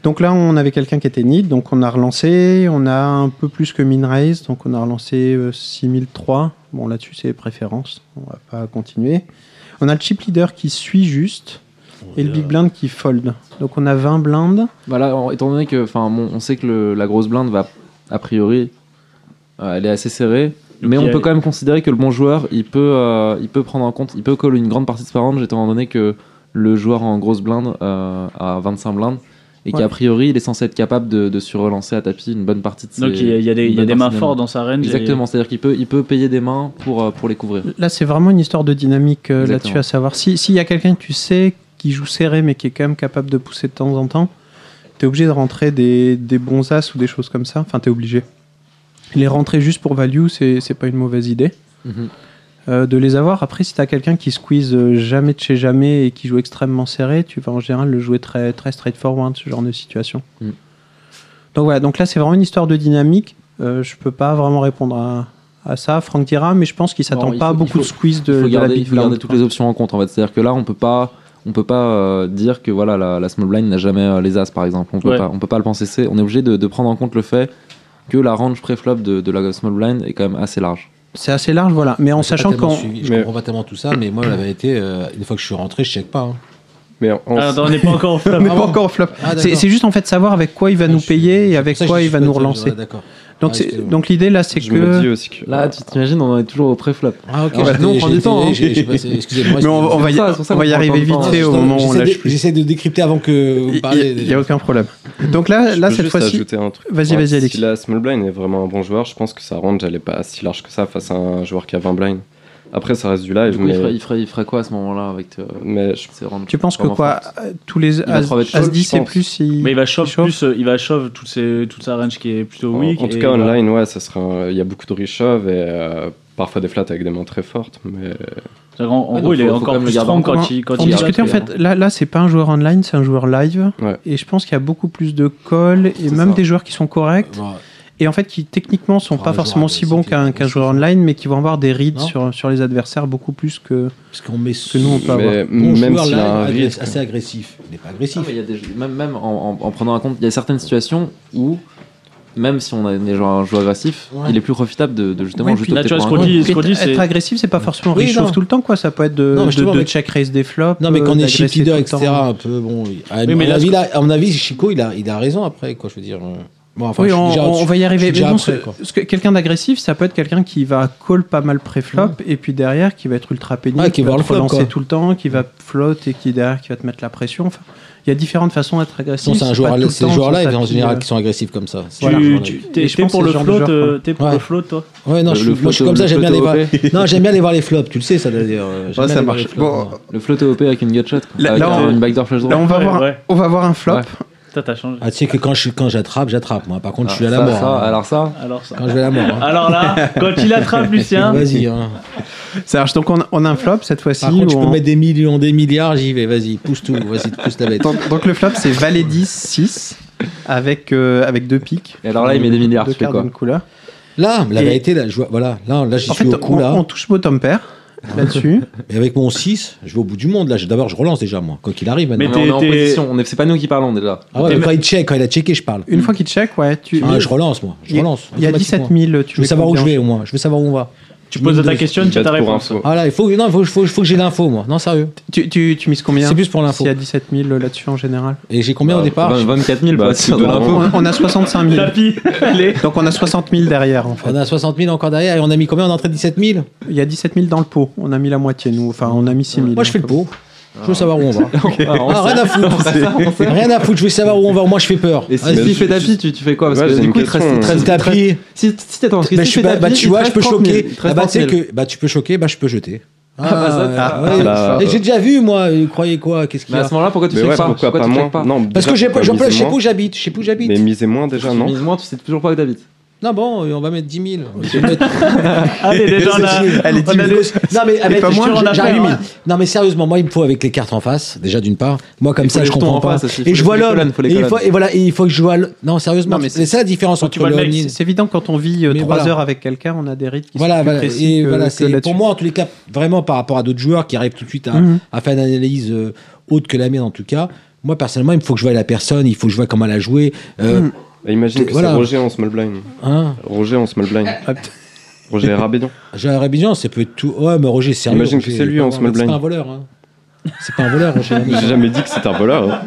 Speaker 8: Donc là, on avait quelqu'un qui était nid, donc on a relancé. On a un peu plus que min raise, donc on a relancé euh, 6003. Bon, là-dessus, c'est les préférences. On va pas continuer. On a le chip leader qui suit juste
Speaker 7: euh,
Speaker 8: et le big blind qui fold. Donc on a 20 blindes.
Speaker 9: Bah là, en- étant donné que, enfin, bon, on sait que le- la grosse blinde va, a priori, euh, elle est assez serrée.
Speaker 6: Donc,
Speaker 9: mais
Speaker 6: il y
Speaker 9: on
Speaker 6: a-
Speaker 9: peut quand même considérer que le bon joueur, il peut, euh, il peut prendre en compte, il peut coller une grande partie de sa range, étant donné que le joueur en grosse blinde euh, a 25 blindes et
Speaker 8: Ouais.
Speaker 9: qu'a priori, il est censé être capable de, de se relancer à tapis une bonne partie de ses.
Speaker 6: Donc il y a, il y a des, il y a
Speaker 9: ah, une
Speaker 6: des
Speaker 9: bonne
Speaker 6: mains
Speaker 9: partie
Speaker 6: fortes dans sa range. et-
Speaker 9: Exactement, c'est-à-dire qu'il peut, il peut payer des mains pour, euh, pour les couvrir.
Speaker 8: Là, c'est vraiment une histoire de dynamique euh,
Speaker 9: Exactement.
Speaker 8: là-dessus, à savoir si s'il y a quelqu'un que tu sais qui joue serré mais qui est quand même capable de pousser de temps en temps, t'es obligé de rentrer des, des bons as ou des choses comme ça. Enfin, t'es obligé. Les rentrer juste pour value, c'est c'est pas une mauvaise idée.
Speaker 9: Mhm.
Speaker 8: Euh, de les avoir. Après, si t'as quelqu'un qui squeeze euh, jamais de chez jamais et qui joue extrêmement serré, tu vas en général le jouer très, très straightforward, ce genre de situation.
Speaker 9: Mm.
Speaker 8: Donc voilà, donc là c'est vraiment une histoire de dynamique. Euh, je peux pas vraiment répondre à, à ça. Franck dira, mais je pense qu'il s'attend
Speaker 9: il
Speaker 8: pas à
Speaker 9: faut-
Speaker 8: beaucoup
Speaker 9: il faut-
Speaker 8: de squeeze
Speaker 9: il
Speaker 8: de,
Speaker 9: faut
Speaker 8: de la
Speaker 9: garder, il
Speaker 8: big
Speaker 9: faut garder
Speaker 8: blind,
Speaker 9: toutes
Speaker 8: quoi.
Speaker 9: les options en compte en fait. C'est-à-dire que là, on peut pas, on peut pas euh, dire que voilà la, la small blind n'a jamais euh, les as par exemple. On peut
Speaker 6: Ouais.
Speaker 9: pas, on peut pas le penser. C'est, on est obligé de, de prendre en compte le fait que la range préflop de, de la small blind est quand même assez large.
Speaker 8: C'est assez large, voilà. Mais en sachant qu'en.
Speaker 7: Je
Speaker 5: Mais-
Speaker 7: comprends pas tellement tout ça, mais moi, la vérité, euh, une fois que je suis rentré, je check pas. hein.
Speaker 5: Mais en- en-
Speaker 6: Ah, attends, on n'est pas encore au flop.
Speaker 8: On n'est
Speaker 7: Ah
Speaker 8: pas
Speaker 7: bon
Speaker 8: encore au flop.
Speaker 7: Ah, d'accord.
Speaker 8: c'est c'est juste en fait savoir avec quoi il va
Speaker 7: Ah, Je
Speaker 8: nous
Speaker 7: suis-
Speaker 8: payer et
Speaker 7: c'est
Speaker 8: avec
Speaker 7: pour ça que
Speaker 8: quoi
Speaker 7: je
Speaker 8: il
Speaker 7: suis
Speaker 8: va
Speaker 7: pas
Speaker 8: nous
Speaker 7: très-
Speaker 8: relancer.
Speaker 7: ouais, D'accord.
Speaker 8: Donc,
Speaker 7: Ah,
Speaker 8: c'est-
Speaker 7: excusez-moi.
Speaker 8: donc l'idée là, c'est
Speaker 5: je
Speaker 8: que.
Speaker 5: me dis aussi que.
Speaker 9: Là, tu t'imagines, on en est toujours au préflop.
Speaker 7: Ah, ok.
Speaker 9: Ah, bah,
Speaker 7: j'ai-
Speaker 9: nous, on prend
Speaker 7: j'ai-
Speaker 9: du temps, hein.
Speaker 7: j'ai- j'ai passé- Excusez-moi.
Speaker 8: Mais on, on va y,
Speaker 9: C'est pour ça- c'est pour ça
Speaker 8: on va y
Speaker 9: qu'on prend
Speaker 8: arriver
Speaker 9: autant de
Speaker 8: vite
Speaker 9: temps.
Speaker 8: fait au moment où on lâche plus.
Speaker 7: J'essaie de décrypter avant que vous parliez.
Speaker 8: Il n'y a aucun problème. Donc là,
Speaker 5: Je
Speaker 8: là
Speaker 5: peux
Speaker 8: cette
Speaker 5: juste
Speaker 8: fois-ci.
Speaker 5: ajouter un truc.
Speaker 8: Vas-y,
Speaker 5: Ouais,
Speaker 8: vas-y, Alexis.
Speaker 5: Si la small blind est vraiment un bon joueur, je pense que sa range elle est pas si large que ça face à un joueur qui a 20 blind. Après, ça reste du live,
Speaker 9: Du coup,
Speaker 5: mais,
Speaker 9: il, ferait, il ferait- il ferait quoi à ce moment-là avec euh,
Speaker 5: mais je-
Speaker 9: ses ranges
Speaker 8: Tu penses que
Speaker 9: vraiment
Speaker 8: quoi
Speaker 9: fortes
Speaker 8: euh, Tous les
Speaker 9: va
Speaker 8: As,
Speaker 9: trois bêtes
Speaker 8: As
Speaker 9: chaudes,
Speaker 8: 10
Speaker 5: je
Speaker 8: et
Speaker 5: pense.
Speaker 8: plus il...
Speaker 6: Mais il va
Speaker 8: il
Speaker 6: shove
Speaker 8: shove.
Speaker 6: plus, euh, il va shove toute, ses- toute sa range qui est plutôt
Speaker 5: en-
Speaker 6: weak.
Speaker 5: en, tout
Speaker 6: et
Speaker 5: cas,
Speaker 6: il va-
Speaker 5: online, ouais, ça serait un- il y a beaucoup de reshove et euh, parfois des flats avec des mains très fortes. Mais
Speaker 6: C'est-à-dire, En, en
Speaker 9: Ouais,
Speaker 6: gros,
Speaker 9: donc
Speaker 6: il est
Speaker 9: faut- faut quand
Speaker 6: encore
Speaker 9: même le
Speaker 6: plus
Speaker 9: garder
Speaker 6: strong
Speaker 9: en
Speaker 6: quand
Speaker 8: compte.
Speaker 6: il quand
Speaker 8: On
Speaker 6: il
Speaker 8: discutait en
Speaker 6: rate,
Speaker 7: hein.
Speaker 8: fait, là, là c'est pas un joueur online, c'est un joueur live.
Speaker 5: Ouais.
Speaker 8: Et je pense qu'il y a beaucoup plus de calls et
Speaker 9: C'est
Speaker 8: même
Speaker 9: ça.
Speaker 8: des joueurs qui sont corrects. et en fait qui techniquement sont
Speaker 7: Ah,
Speaker 8: pas
Speaker 7: le joueur
Speaker 8: forcément
Speaker 7: avec
Speaker 8: si
Speaker 7: le
Speaker 8: bons
Speaker 7: CD,
Speaker 8: qu'un
Speaker 7: bon,
Speaker 8: qu'un
Speaker 7: c'est
Speaker 8: joueur
Speaker 7: ça.
Speaker 8: online, mais qui vont avoir des reads
Speaker 7: Non.
Speaker 8: sur, sur les adversaires beaucoup plus que.
Speaker 7: Parce qu'on met
Speaker 8: que nous, on peut avoir.
Speaker 5: Mais
Speaker 7: Bon
Speaker 5: même
Speaker 7: joueur
Speaker 5: s'il a un
Speaker 7: là, agresse-
Speaker 5: risque.
Speaker 7: assez agressif. Il n'est pas agressif.
Speaker 9: Non, mais il y a des- même même en, en- en prenant en compte, il y a certaines situations où, même si on a des joueurs, un joueur agressif,
Speaker 7: Ouais.
Speaker 9: il est plus profitable de, de justement
Speaker 8: Ouais,
Speaker 9: juste
Speaker 8: puis
Speaker 6: là,
Speaker 9: opter
Speaker 6: tu vois,
Speaker 9: pour
Speaker 6: ce
Speaker 9: un
Speaker 6: qu'on
Speaker 9: contre.
Speaker 6: dit-
Speaker 8: Puis
Speaker 6: dit, c'est-
Speaker 8: être agressif, c'est pas forcément
Speaker 7: Oui,
Speaker 8: riche
Speaker 7: non.
Speaker 8: tout le temps, quoi. Ça peut être de,
Speaker 7: Non, mais
Speaker 8: de-
Speaker 7: justement,
Speaker 8: de
Speaker 7: mais-
Speaker 8: check raise des flops. euh,
Speaker 7: Non, mais quand on est
Speaker 8: d'agresser
Speaker 7: chip leader,
Speaker 8: tout le
Speaker 7: etc.,
Speaker 8: temps.
Speaker 7: un peu, bon. il- À,
Speaker 6: Oui, mais
Speaker 7: mon
Speaker 6: là,
Speaker 7: avis,
Speaker 6: ce-
Speaker 7: là, à mon avis, Chico, il a, il a raison après, quoi, je veux dire. euh. Bon, enfin,
Speaker 8: oui,
Speaker 7: je suis
Speaker 8: on,
Speaker 7: déjà
Speaker 8: on
Speaker 7: au-dessus. Je
Speaker 8: va y
Speaker 7: suis
Speaker 8: arriver. Mais
Speaker 7: déjà
Speaker 8: bon,
Speaker 7: après,
Speaker 8: ce-
Speaker 7: quoi.
Speaker 8: ce que- quelqu'un d'agressif, ça peut être quelqu'un qui va call pas mal pré-flop et puis derrière qui va être ultra pénible,
Speaker 7: Ouais, qui va voir
Speaker 8: va te
Speaker 7: le flop,
Speaker 8: relancer
Speaker 7: quoi.
Speaker 8: tout le temps, qui va flotte et qui derrière qui va te mettre la pression. Enfin, il y a différentes façons d'être agressif.
Speaker 7: Sinon, c'est un
Speaker 8: pas
Speaker 7: joueur,
Speaker 8: tout le
Speaker 7: ces
Speaker 8: temps
Speaker 7: joueurs-là,
Speaker 8: sur
Speaker 7: ils sont en
Speaker 8: tapis,
Speaker 7: général
Speaker 8: euh,
Speaker 7: qui sont agressifs comme ça.
Speaker 6: Tu-
Speaker 7: Voilà,
Speaker 6: tu-
Speaker 7: voilà.
Speaker 6: T'es
Speaker 8: Et je
Speaker 6: t'es
Speaker 8: pense
Speaker 6: pour
Speaker 8: que
Speaker 6: le
Speaker 8: c'est le genre de
Speaker 6: float,
Speaker 8: joueur,
Speaker 6: euh, t'es pour
Speaker 7: Ouais.
Speaker 6: le float, toi
Speaker 7: Ouais, non,
Speaker 9: Le-
Speaker 7: je, suis-
Speaker 9: le
Speaker 7: moi, je suis
Speaker 9: photo-
Speaker 7: comme ça,
Speaker 9: le
Speaker 7: j'aime bien les
Speaker 9: photo
Speaker 7: voir.
Speaker 9: OP.
Speaker 7: Non, j'aime bien les voir les flops, tu le sais, ça d'ailleurs. euh, j'aime
Speaker 10: Ouais,
Speaker 7: bien
Speaker 10: ça
Speaker 7: les voir
Speaker 10: marche.
Speaker 7: les flops,
Speaker 10: Bon,
Speaker 7: moi.
Speaker 9: Le float OP avec une gutshot,
Speaker 10: Là-
Speaker 9: avec
Speaker 10: là,
Speaker 9: euh,
Speaker 10: on-
Speaker 9: une backdoor flash
Speaker 8: Là,
Speaker 9: draw.
Speaker 8: on va
Speaker 6: Ouais,
Speaker 8: voir,
Speaker 6: ouais.
Speaker 8: on va voir un flop.
Speaker 9: Ouais.
Speaker 6: Putain, t'as changé.
Speaker 7: Ah, tu sais que quand je- quand j'attrape, j'attrape, moi. Par contre, je suis à la
Speaker 9: Ah, Ça-
Speaker 7: mort.
Speaker 9: ça,
Speaker 7: hein.
Speaker 9: alors ça,
Speaker 6: Alors ça.
Speaker 7: Quand je vais à la mort. hein.
Speaker 6: Alors là, quand il attrape Lucien,
Speaker 7: Vas-y. hein.
Speaker 8: Ça marche. Donc on a, on a un flop cette fois-ci.
Speaker 7: Par contre, je
Speaker 8: où
Speaker 7: peux
Speaker 8: on-
Speaker 7: mettre des millions, des milliards, j'y vais. Vas-y, pousse tout. Vas-y, pousse la bête.
Speaker 8: donc, donc le flop c'est valet 10 6 avec euh, avec deux piques.
Speaker 9: Et alors là, il met des milliards,
Speaker 8: Deux
Speaker 9: tu fais
Speaker 8: cartes
Speaker 9: quoi
Speaker 8: d'une couleur.
Speaker 7: Là, la
Speaker 8: Et-
Speaker 7: vérité, là, je vois- voilà, là, là, j'y
Speaker 8: En
Speaker 7: suis
Speaker 8: fait,
Speaker 7: au coup,
Speaker 8: on,
Speaker 7: là.
Speaker 8: on touche bottom pair là-dessus.
Speaker 7: Et avec mon 6, je vais au bout du monde. Là, Je- d'abord, je relance déjà, moi, quoi qu'il arrive.
Speaker 9: on
Speaker 6: Mais
Speaker 7: Maintenant.
Speaker 9: est, on est en
Speaker 6: t'es- t'es-
Speaker 9: position, on est- c'est pas nous qui parlons déjà.
Speaker 7: ah ouais,
Speaker 6: t'es
Speaker 7: mais
Speaker 6: ma-
Speaker 7: quand il check, quand il a checké, je parle.
Speaker 8: Une fois qu'il check, ouais, tu.
Speaker 7: Ah, je relance, moi. Je
Speaker 8: il y a-
Speaker 7: relance.
Speaker 8: Il y a 17 000. Tu
Speaker 7: Je veux
Speaker 8: mets
Speaker 7: savoir où
Speaker 8: combien
Speaker 7: je vais, au moins. Je veux savoir où on va.
Speaker 6: tu poses ta question, tu as ta
Speaker 5: Quatre pour
Speaker 6: réponse.
Speaker 5: info.
Speaker 7: Ah là, il faut, non, il faut, faut, faut que j'ai l'info, moi. Non, sérieux.
Speaker 8: Tu, tu, tu mises combien
Speaker 7: C'est plus pour l'info.
Speaker 8: S'il y a 17 000 là-dessus en général.
Speaker 7: Et j'ai combien au départ
Speaker 9: Vingt- 24 000,
Speaker 5: Bah,
Speaker 9: Ah, bah,
Speaker 5: tu
Speaker 9: c'est de
Speaker 5: dois
Speaker 9: l'info.
Speaker 5: avoir-
Speaker 8: On, on a 65 000.
Speaker 6: Tapis, allez.
Speaker 8: Donc on a 60 000 derrière en
Speaker 7: On
Speaker 8: fait.
Speaker 7: a 60 000 encore derrière et on a mis combien en entrée 17 000
Speaker 8: Il y a 17 000 dans le pot. On a mis la moitié nous. Enfin, on a mis 6 000.
Speaker 7: Moi, je fais le pot. Je veux savoir où on va.
Speaker 9: Ah, on
Speaker 7: Ah,
Speaker 9: sait.
Speaker 7: rien à foutre. Rien à foutre. Je veux savoir où on va. Au moins, je fais peur.
Speaker 9: Et si,
Speaker 7: Vas-y.
Speaker 9: si
Speaker 5: Mais
Speaker 9: il fait
Speaker 5: je-
Speaker 9: tapis, tu, tu fais quoi Parce
Speaker 5: Ouais,
Speaker 9: que
Speaker 5: j'ai
Speaker 9: du
Speaker 5: une
Speaker 9: coup, il te reste-
Speaker 5: question,
Speaker 9: il te
Speaker 5: hein.
Speaker 9: reste
Speaker 7: Si t'as pris-
Speaker 9: Si si t'es en
Speaker 7: Bah, je suis pas- bah, tu vois, je peux choquer. Ah bah, tu sais que, bah, tu peux choquer, bah, je peux jeter.
Speaker 9: bah, ça,
Speaker 7: ouais.
Speaker 9: ah, Bah,
Speaker 7: Ouais.
Speaker 5: bah,
Speaker 7: Et j'ai déjà vu, moi, euh, croyez quoi Qu'est-ce qu'il
Speaker 9: Mais
Speaker 7: y
Speaker 9: à
Speaker 7: a
Speaker 9: ce moment-là, pourquoi tu
Speaker 5: Mais
Speaker 9: checkes
Speaker 5: ouais,
Speaker 9: pas
Speaker 5: pourquoi
Speaker 9: Pourquoi
Speaker 5: pas
Speaker 9: tu checkes
Speaker 5: moins
Speaker 9: pas
Speaker 5: Non,
Speaker 7: Parce
Speaker 5: déjà,
Speaker 7: que j'ai pas,
Speaker 5: pourquoi
Speaker 7: j'en- je
Speaker 5: miser
Speaker 7: sais pas
Speaker 5: moins
Speaker 7: où j'habite, je sais pas où j'habite.
Speaker 5: Mais misez moins déjà,
Speaker 9: Tu
Speaker 5: non
Speaker 9: mises moins, tu sais toujours pas où t'habites.
Speaker 7: Non, bon, euh, on va mettre 10 000. On va mettre-
Speaker 6: Allez, Ah, déjà là.
Speaker 7: Elle est
Speaker 6: on a des-
Speaker 7: Non, mais avec-
Speaker 6: pas
Speaker 7: je
Speaker 6: moins,
Speaker 7: te-
Speaker 6: on l'a
Speaker 7: j'arrive,
Speaker 6: fait, hein.
Speaker 7: mais- Non, mais sérieusement, moi, il me faut avec les cartes en face, déjà d'une part. Moi, comme
Speaker 9: Il faut
Speaker 7: ça,
Speaker 9: les
Speaker 7: je
Speaker 9: jetons en
Speaker 7: comprends pas.
Speaker 9: face aussi, il faut
Speaker 7: Et je
Speaker 9: les-
Speaker 7: vois
Speaker 9: les
Speaker 7: l'homme.
Speaker 9: colonnes, faut les
Speaker 7: Et il faut-
Speaker 9: colonnes.
Speaker 7: Et voilà, et il faut que je vois. l- Non, sérieusement,
Speaker 8: Non, mais
Speaker 7: c'est ça la différence
Speaker 6: Quand tu
Speaker 7: entre
Speaker 6: vois le
Speaker 7: l'homme
Speaker 6: mec,
Speaker 7: et-
Speaker 8: C'est évident quand on vit
Speaker 7: Mais
Speaker 8: 3
Speaker 7: voilà.
Speaker 8: heures avec quelqu'un, on a des rites qui
Speaker 7: Voilà,
Speaker 8: sont plus
Speaker 7: voilà,
Speaker 8: précis
Speaker 7: et
Speaker 8: que-
Speaker 7: voilà,
Speaker 8: que
Speaker 7: c'est
Speaker 8: là-dessus.
Speaker 7: pour moi en tous les cas vraiment par rapport à d'autres joueurs qui arrivent tout de suite à,
Speaker 8: Mhm.
Speaker 7: à faire une analyse euh, haute que la mienne en tout cas. Moi personnellement, il me faut que je voie la personne, il faut que je vois comment elle a joué. Euh,
Speaker 8: Mhm.
Speaker 5: Et Bah, Imagine que
Speaker 7: Voilà.
Speaker 5: c'est Roger en small blind.
Speaker 7: hein,
Speaker 5: Roger en small blind.
Speaker 8: Ah,
Speaker 5: Roger Rabédian.
Speaker 7: j'ai un Rabidjan, ça peut être tout. Ouais, mais Roger, sérieux.
Speaker 5: Imagine que
Speaker 7: Roger,
Speaker 5: c'est lui en
Speaker 7: non,
Speaker 5: small
Speaker 7: C'est
Speaker 5: blind.
Speaker 7: pas un voleur. hein. C'est pas un voleur, Roger.
Speaker 5: J'ai jamais dit que c'était un voleur. hein.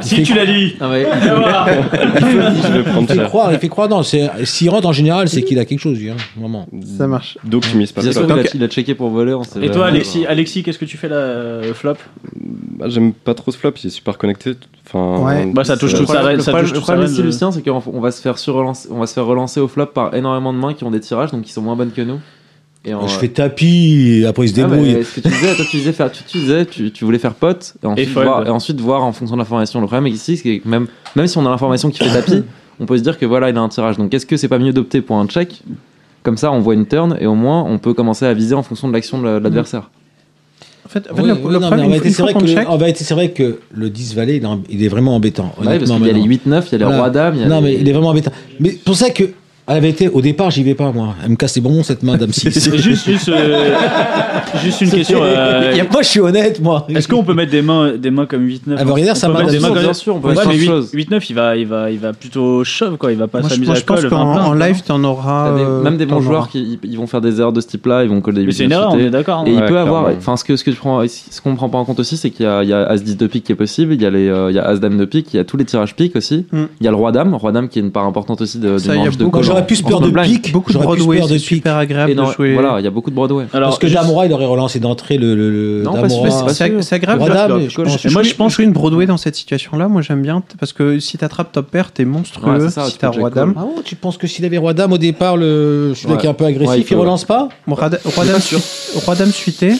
Speaker 6: Si tu l'as dit.
Speaker 9: Ah ouais.
Speaker 5: Je vais
Speaker 7: Il
Speaker 5: prendre
Speaker 7: fait
Speaker 5: cher.
Speaker 7: croire, il fait croire. Non, c'est- s'il rentre en général, c'est qu'il a quelque chose, lui, hein, vraiment.
Speaker 8: Ça marche.
Speaker 5: Donc tu mises pas.
Speaker 9: Bien sûr,
Speaker 5: Bah,
Speaker 9: il a- il a checké pour voler. on sait
Speaker 6: Et
Speaker 9: jamais.
Speaker 6: toi, Alexis, Alexis qu'est-ce que tu fais là, euh, flop
Speaker 5: bah, J'aime pas trop ce flop, il est super connecté. Enfin, euh,
Speaker 8: Ouais.
Speaker 6: Bah, ça touche
Speaker 5: c'est-
Speaker 9: Le
Speaker 6: tout ça.
Speaker 9: problème, le
Speaker 6: touche
Speaker 9: problème-
Speaker 6: tout
Speaker 9: le
Speaker 6: ça,
Speaker 9: problème
Speaker 6: le-
Speaker 9: ici, Lucien, c'est qu'on on va se faire surrelancer, on va se faire relancer au flop par énormément de mains qui ont des tirages, donc qui sont moins bonnes que nous. Et on-
Speaker 7: Je fais tapis, et après il se
Speaker 9: Ah,
Speaker 7: débrouille.
Speaker 9: mais ce que tu disais, toi, tu disais faire, tu, tu disais, tu, tu voulais faire pote et ensuite,
Speaker 6: fold.
Speaker 9: voir, et ensuite voir en fonction de l'information. Le problème ici, c'est que même, même si on a l'information qui fait tapis, on peut se dire que voilà, il a un tirage. Donc est-ce que c'est pas mieux d'opter pour un check Comme ça, on voit une turn et au moins on peut commencer à viser en fonction de l'action de la- de l'adversaire.
Speaker 8: En fait, en fait,
Speaker 7: Oui,
Speaker 8: le,
Speaker 7: oui,
Speaker 8: le
Speaker 7: non, mais
Speaker 8: problème,
Speaker 7: en
Speaker 8: une fois-
Speaker 7: vérité,
Speaker 8: une
Speaker 7: c'est
Speaker 8: fois
Speaker 7: vrai
Speaker 8: qu'on
Speaker 7: que le- oh,
Speaker 8: check,
Speaker 7: en vérité, c'est vrai que le 10 valet, il est en- il est vraiment embêtant.
Speaker 9: Ouais, parce
Speaker 7: honnêtement,
Speaker 9: qu'il y a les
Speaker 7: maintenant.
Speaker 9: 8-9, il y a les
Speaker 7: Voilà.
Speaker 9: rois-dames. il y a
Speaker 7: Non, mais
Speaker 9: les-
Speaker 7: il est vraiment embêtant. Mais pour ça que, à la vérité, au départ, j'y vais pas, moi. Elle me casse les bonbons, cette main dame 6.
Speaker 6: Et Juste, juste, euh, juste une question. euh,
Speaker 7: Moi, je suis honnête, moi.
Speaker 6: Est-ce qu'on peut mettre des mains, des mains comme 8-9
Speaker 7: Elle veut rien dire, ça
Speaker 6: On peut
Speaker 7: m'a-
Speaker 6: mettre des
Speaker 7: bien
Speaker 6: mains
Speaker 9: Bien
Speaker 6: comme-
Speaker 9: sûr, on peut
Speaker 6: Ouais,
Speaker 9: faire
Speaker 6: mais
Speaker 9: plein de
Speaker 6: 8
Speaker 9: choses.
Speaker 6: 8-9, il va, il, va, il va plutôt shove, quoi. Il va pas
Speaker 8: moi, je,
Speaker 6: s'amuser
Speaker 8: moi,
Speaker 6: à
Speaker 8: je pense
Speaker 6: call,
Speaker 8: qu'en
Speaker 6: plein, plein.
Speaker 8: en
Speaker 7: hein.
Speaker 8: live, t'en auras.
Speaker 9: T'as des-
Speaker 8: euh,
Speaker 9: même des
Speaker 8: t'en
Speaker 9: bons
Speaker 8: auras.
Speaker 9: joueurs qui ils vont faire des erreurs de ce type-là, ils vont coller des
Speaker 6: Mais
Speaker 9: 8-9
Speaker 5: Bah,
Speaker 6: c'est une erreur, on
Speaker 9: sautés.
Speaker 6: est d'accord. hein.
Speaker 9: Et il
Speaker 5: Ouais,
Speaker 9: peut avoir,
Speaker 5: clairement.
Speaker 9: enfin ce que ce que tu prends, ce qu'on prend pas en compte aussi, c'est qu'il y a, il y a As 10 de pique qui est possible, il y a les, euh, il y a As Dame de pique, il y a tous les tirages piques aussi,
Speaker 8: Mm.
Speaker 9: il y a le Roi Dame, Roi Dame qui est une part importante aussi de, du
Speaker 8: Ça, il y a
Speaker 9: manche de
Speaker 8: beaucoup-
Speaker 7: Quand
Speaker 9: colle
Speaker 7: j'aurais
Speaker 9: en-
Speaker 7: plus
Speaker 9: en
Speaker 7: peur de
Speaker 9: small blind.
Speaker 7: pique,
Speaker 8: Beaucoup de
Speaker 7: j'aurais plus
Speaker 8: Broadway,
Speaker 7: peur de
Speaker 8: c'est
Speaker 7: pique.
Speaker 8: super agréable
Speaker 9: Et non,
Speaker 8: de jouer.
Speaker 9: Voilà, il y a beaucoup de Broadway.
Speaker 6: Alors,
Speaker 7: Parce que
Speaker 6: juste-
Speaker 7: Damora, il aurait relancé d'entrée le- le. le
Speaker 9: Non, parce que
Speaker 7: Damora.
Speaker 9: c'est pas
Speaker 8: C'est c'est agréable.
Speaker 7: Roi
Speaker 8: de-
Speaker 7: dame,
Speaker 9: le-
Speaker 7: je
Speaker 9: colle.
Speaker 7: pense.
Speaker 6: Et
Speaker 8: Moi, je pense
Speaker 6: que-
Speaker 8: une Broadway dans cette situation-là, moi j'aime bien t- parce que si t'attrapes top pair, t'es monstrueux.
Speaker 9: Ouais, c'est ça,
Speaker 8: si
Speaker 9: tu
Speaker 8: t'as
Speaker 9: peux
Speaker 8: roi
Speaker 9: jack
Speaker 8: dame,
Speaker 9: call.
Speaker 7: Ah bon, tu penses que s'il avait roi dame au départ, le celui-là
Speaker 9: Ouais.
Speaker 7: qui est un peu agressif,
Speaker 9: Ouais, il Bah,
Speaker 7: il
Speaker 9: peut,
Speaker 7: relance pas
Speaker 8: Bon, roi da- roi dame, su- roi dame suité. euh,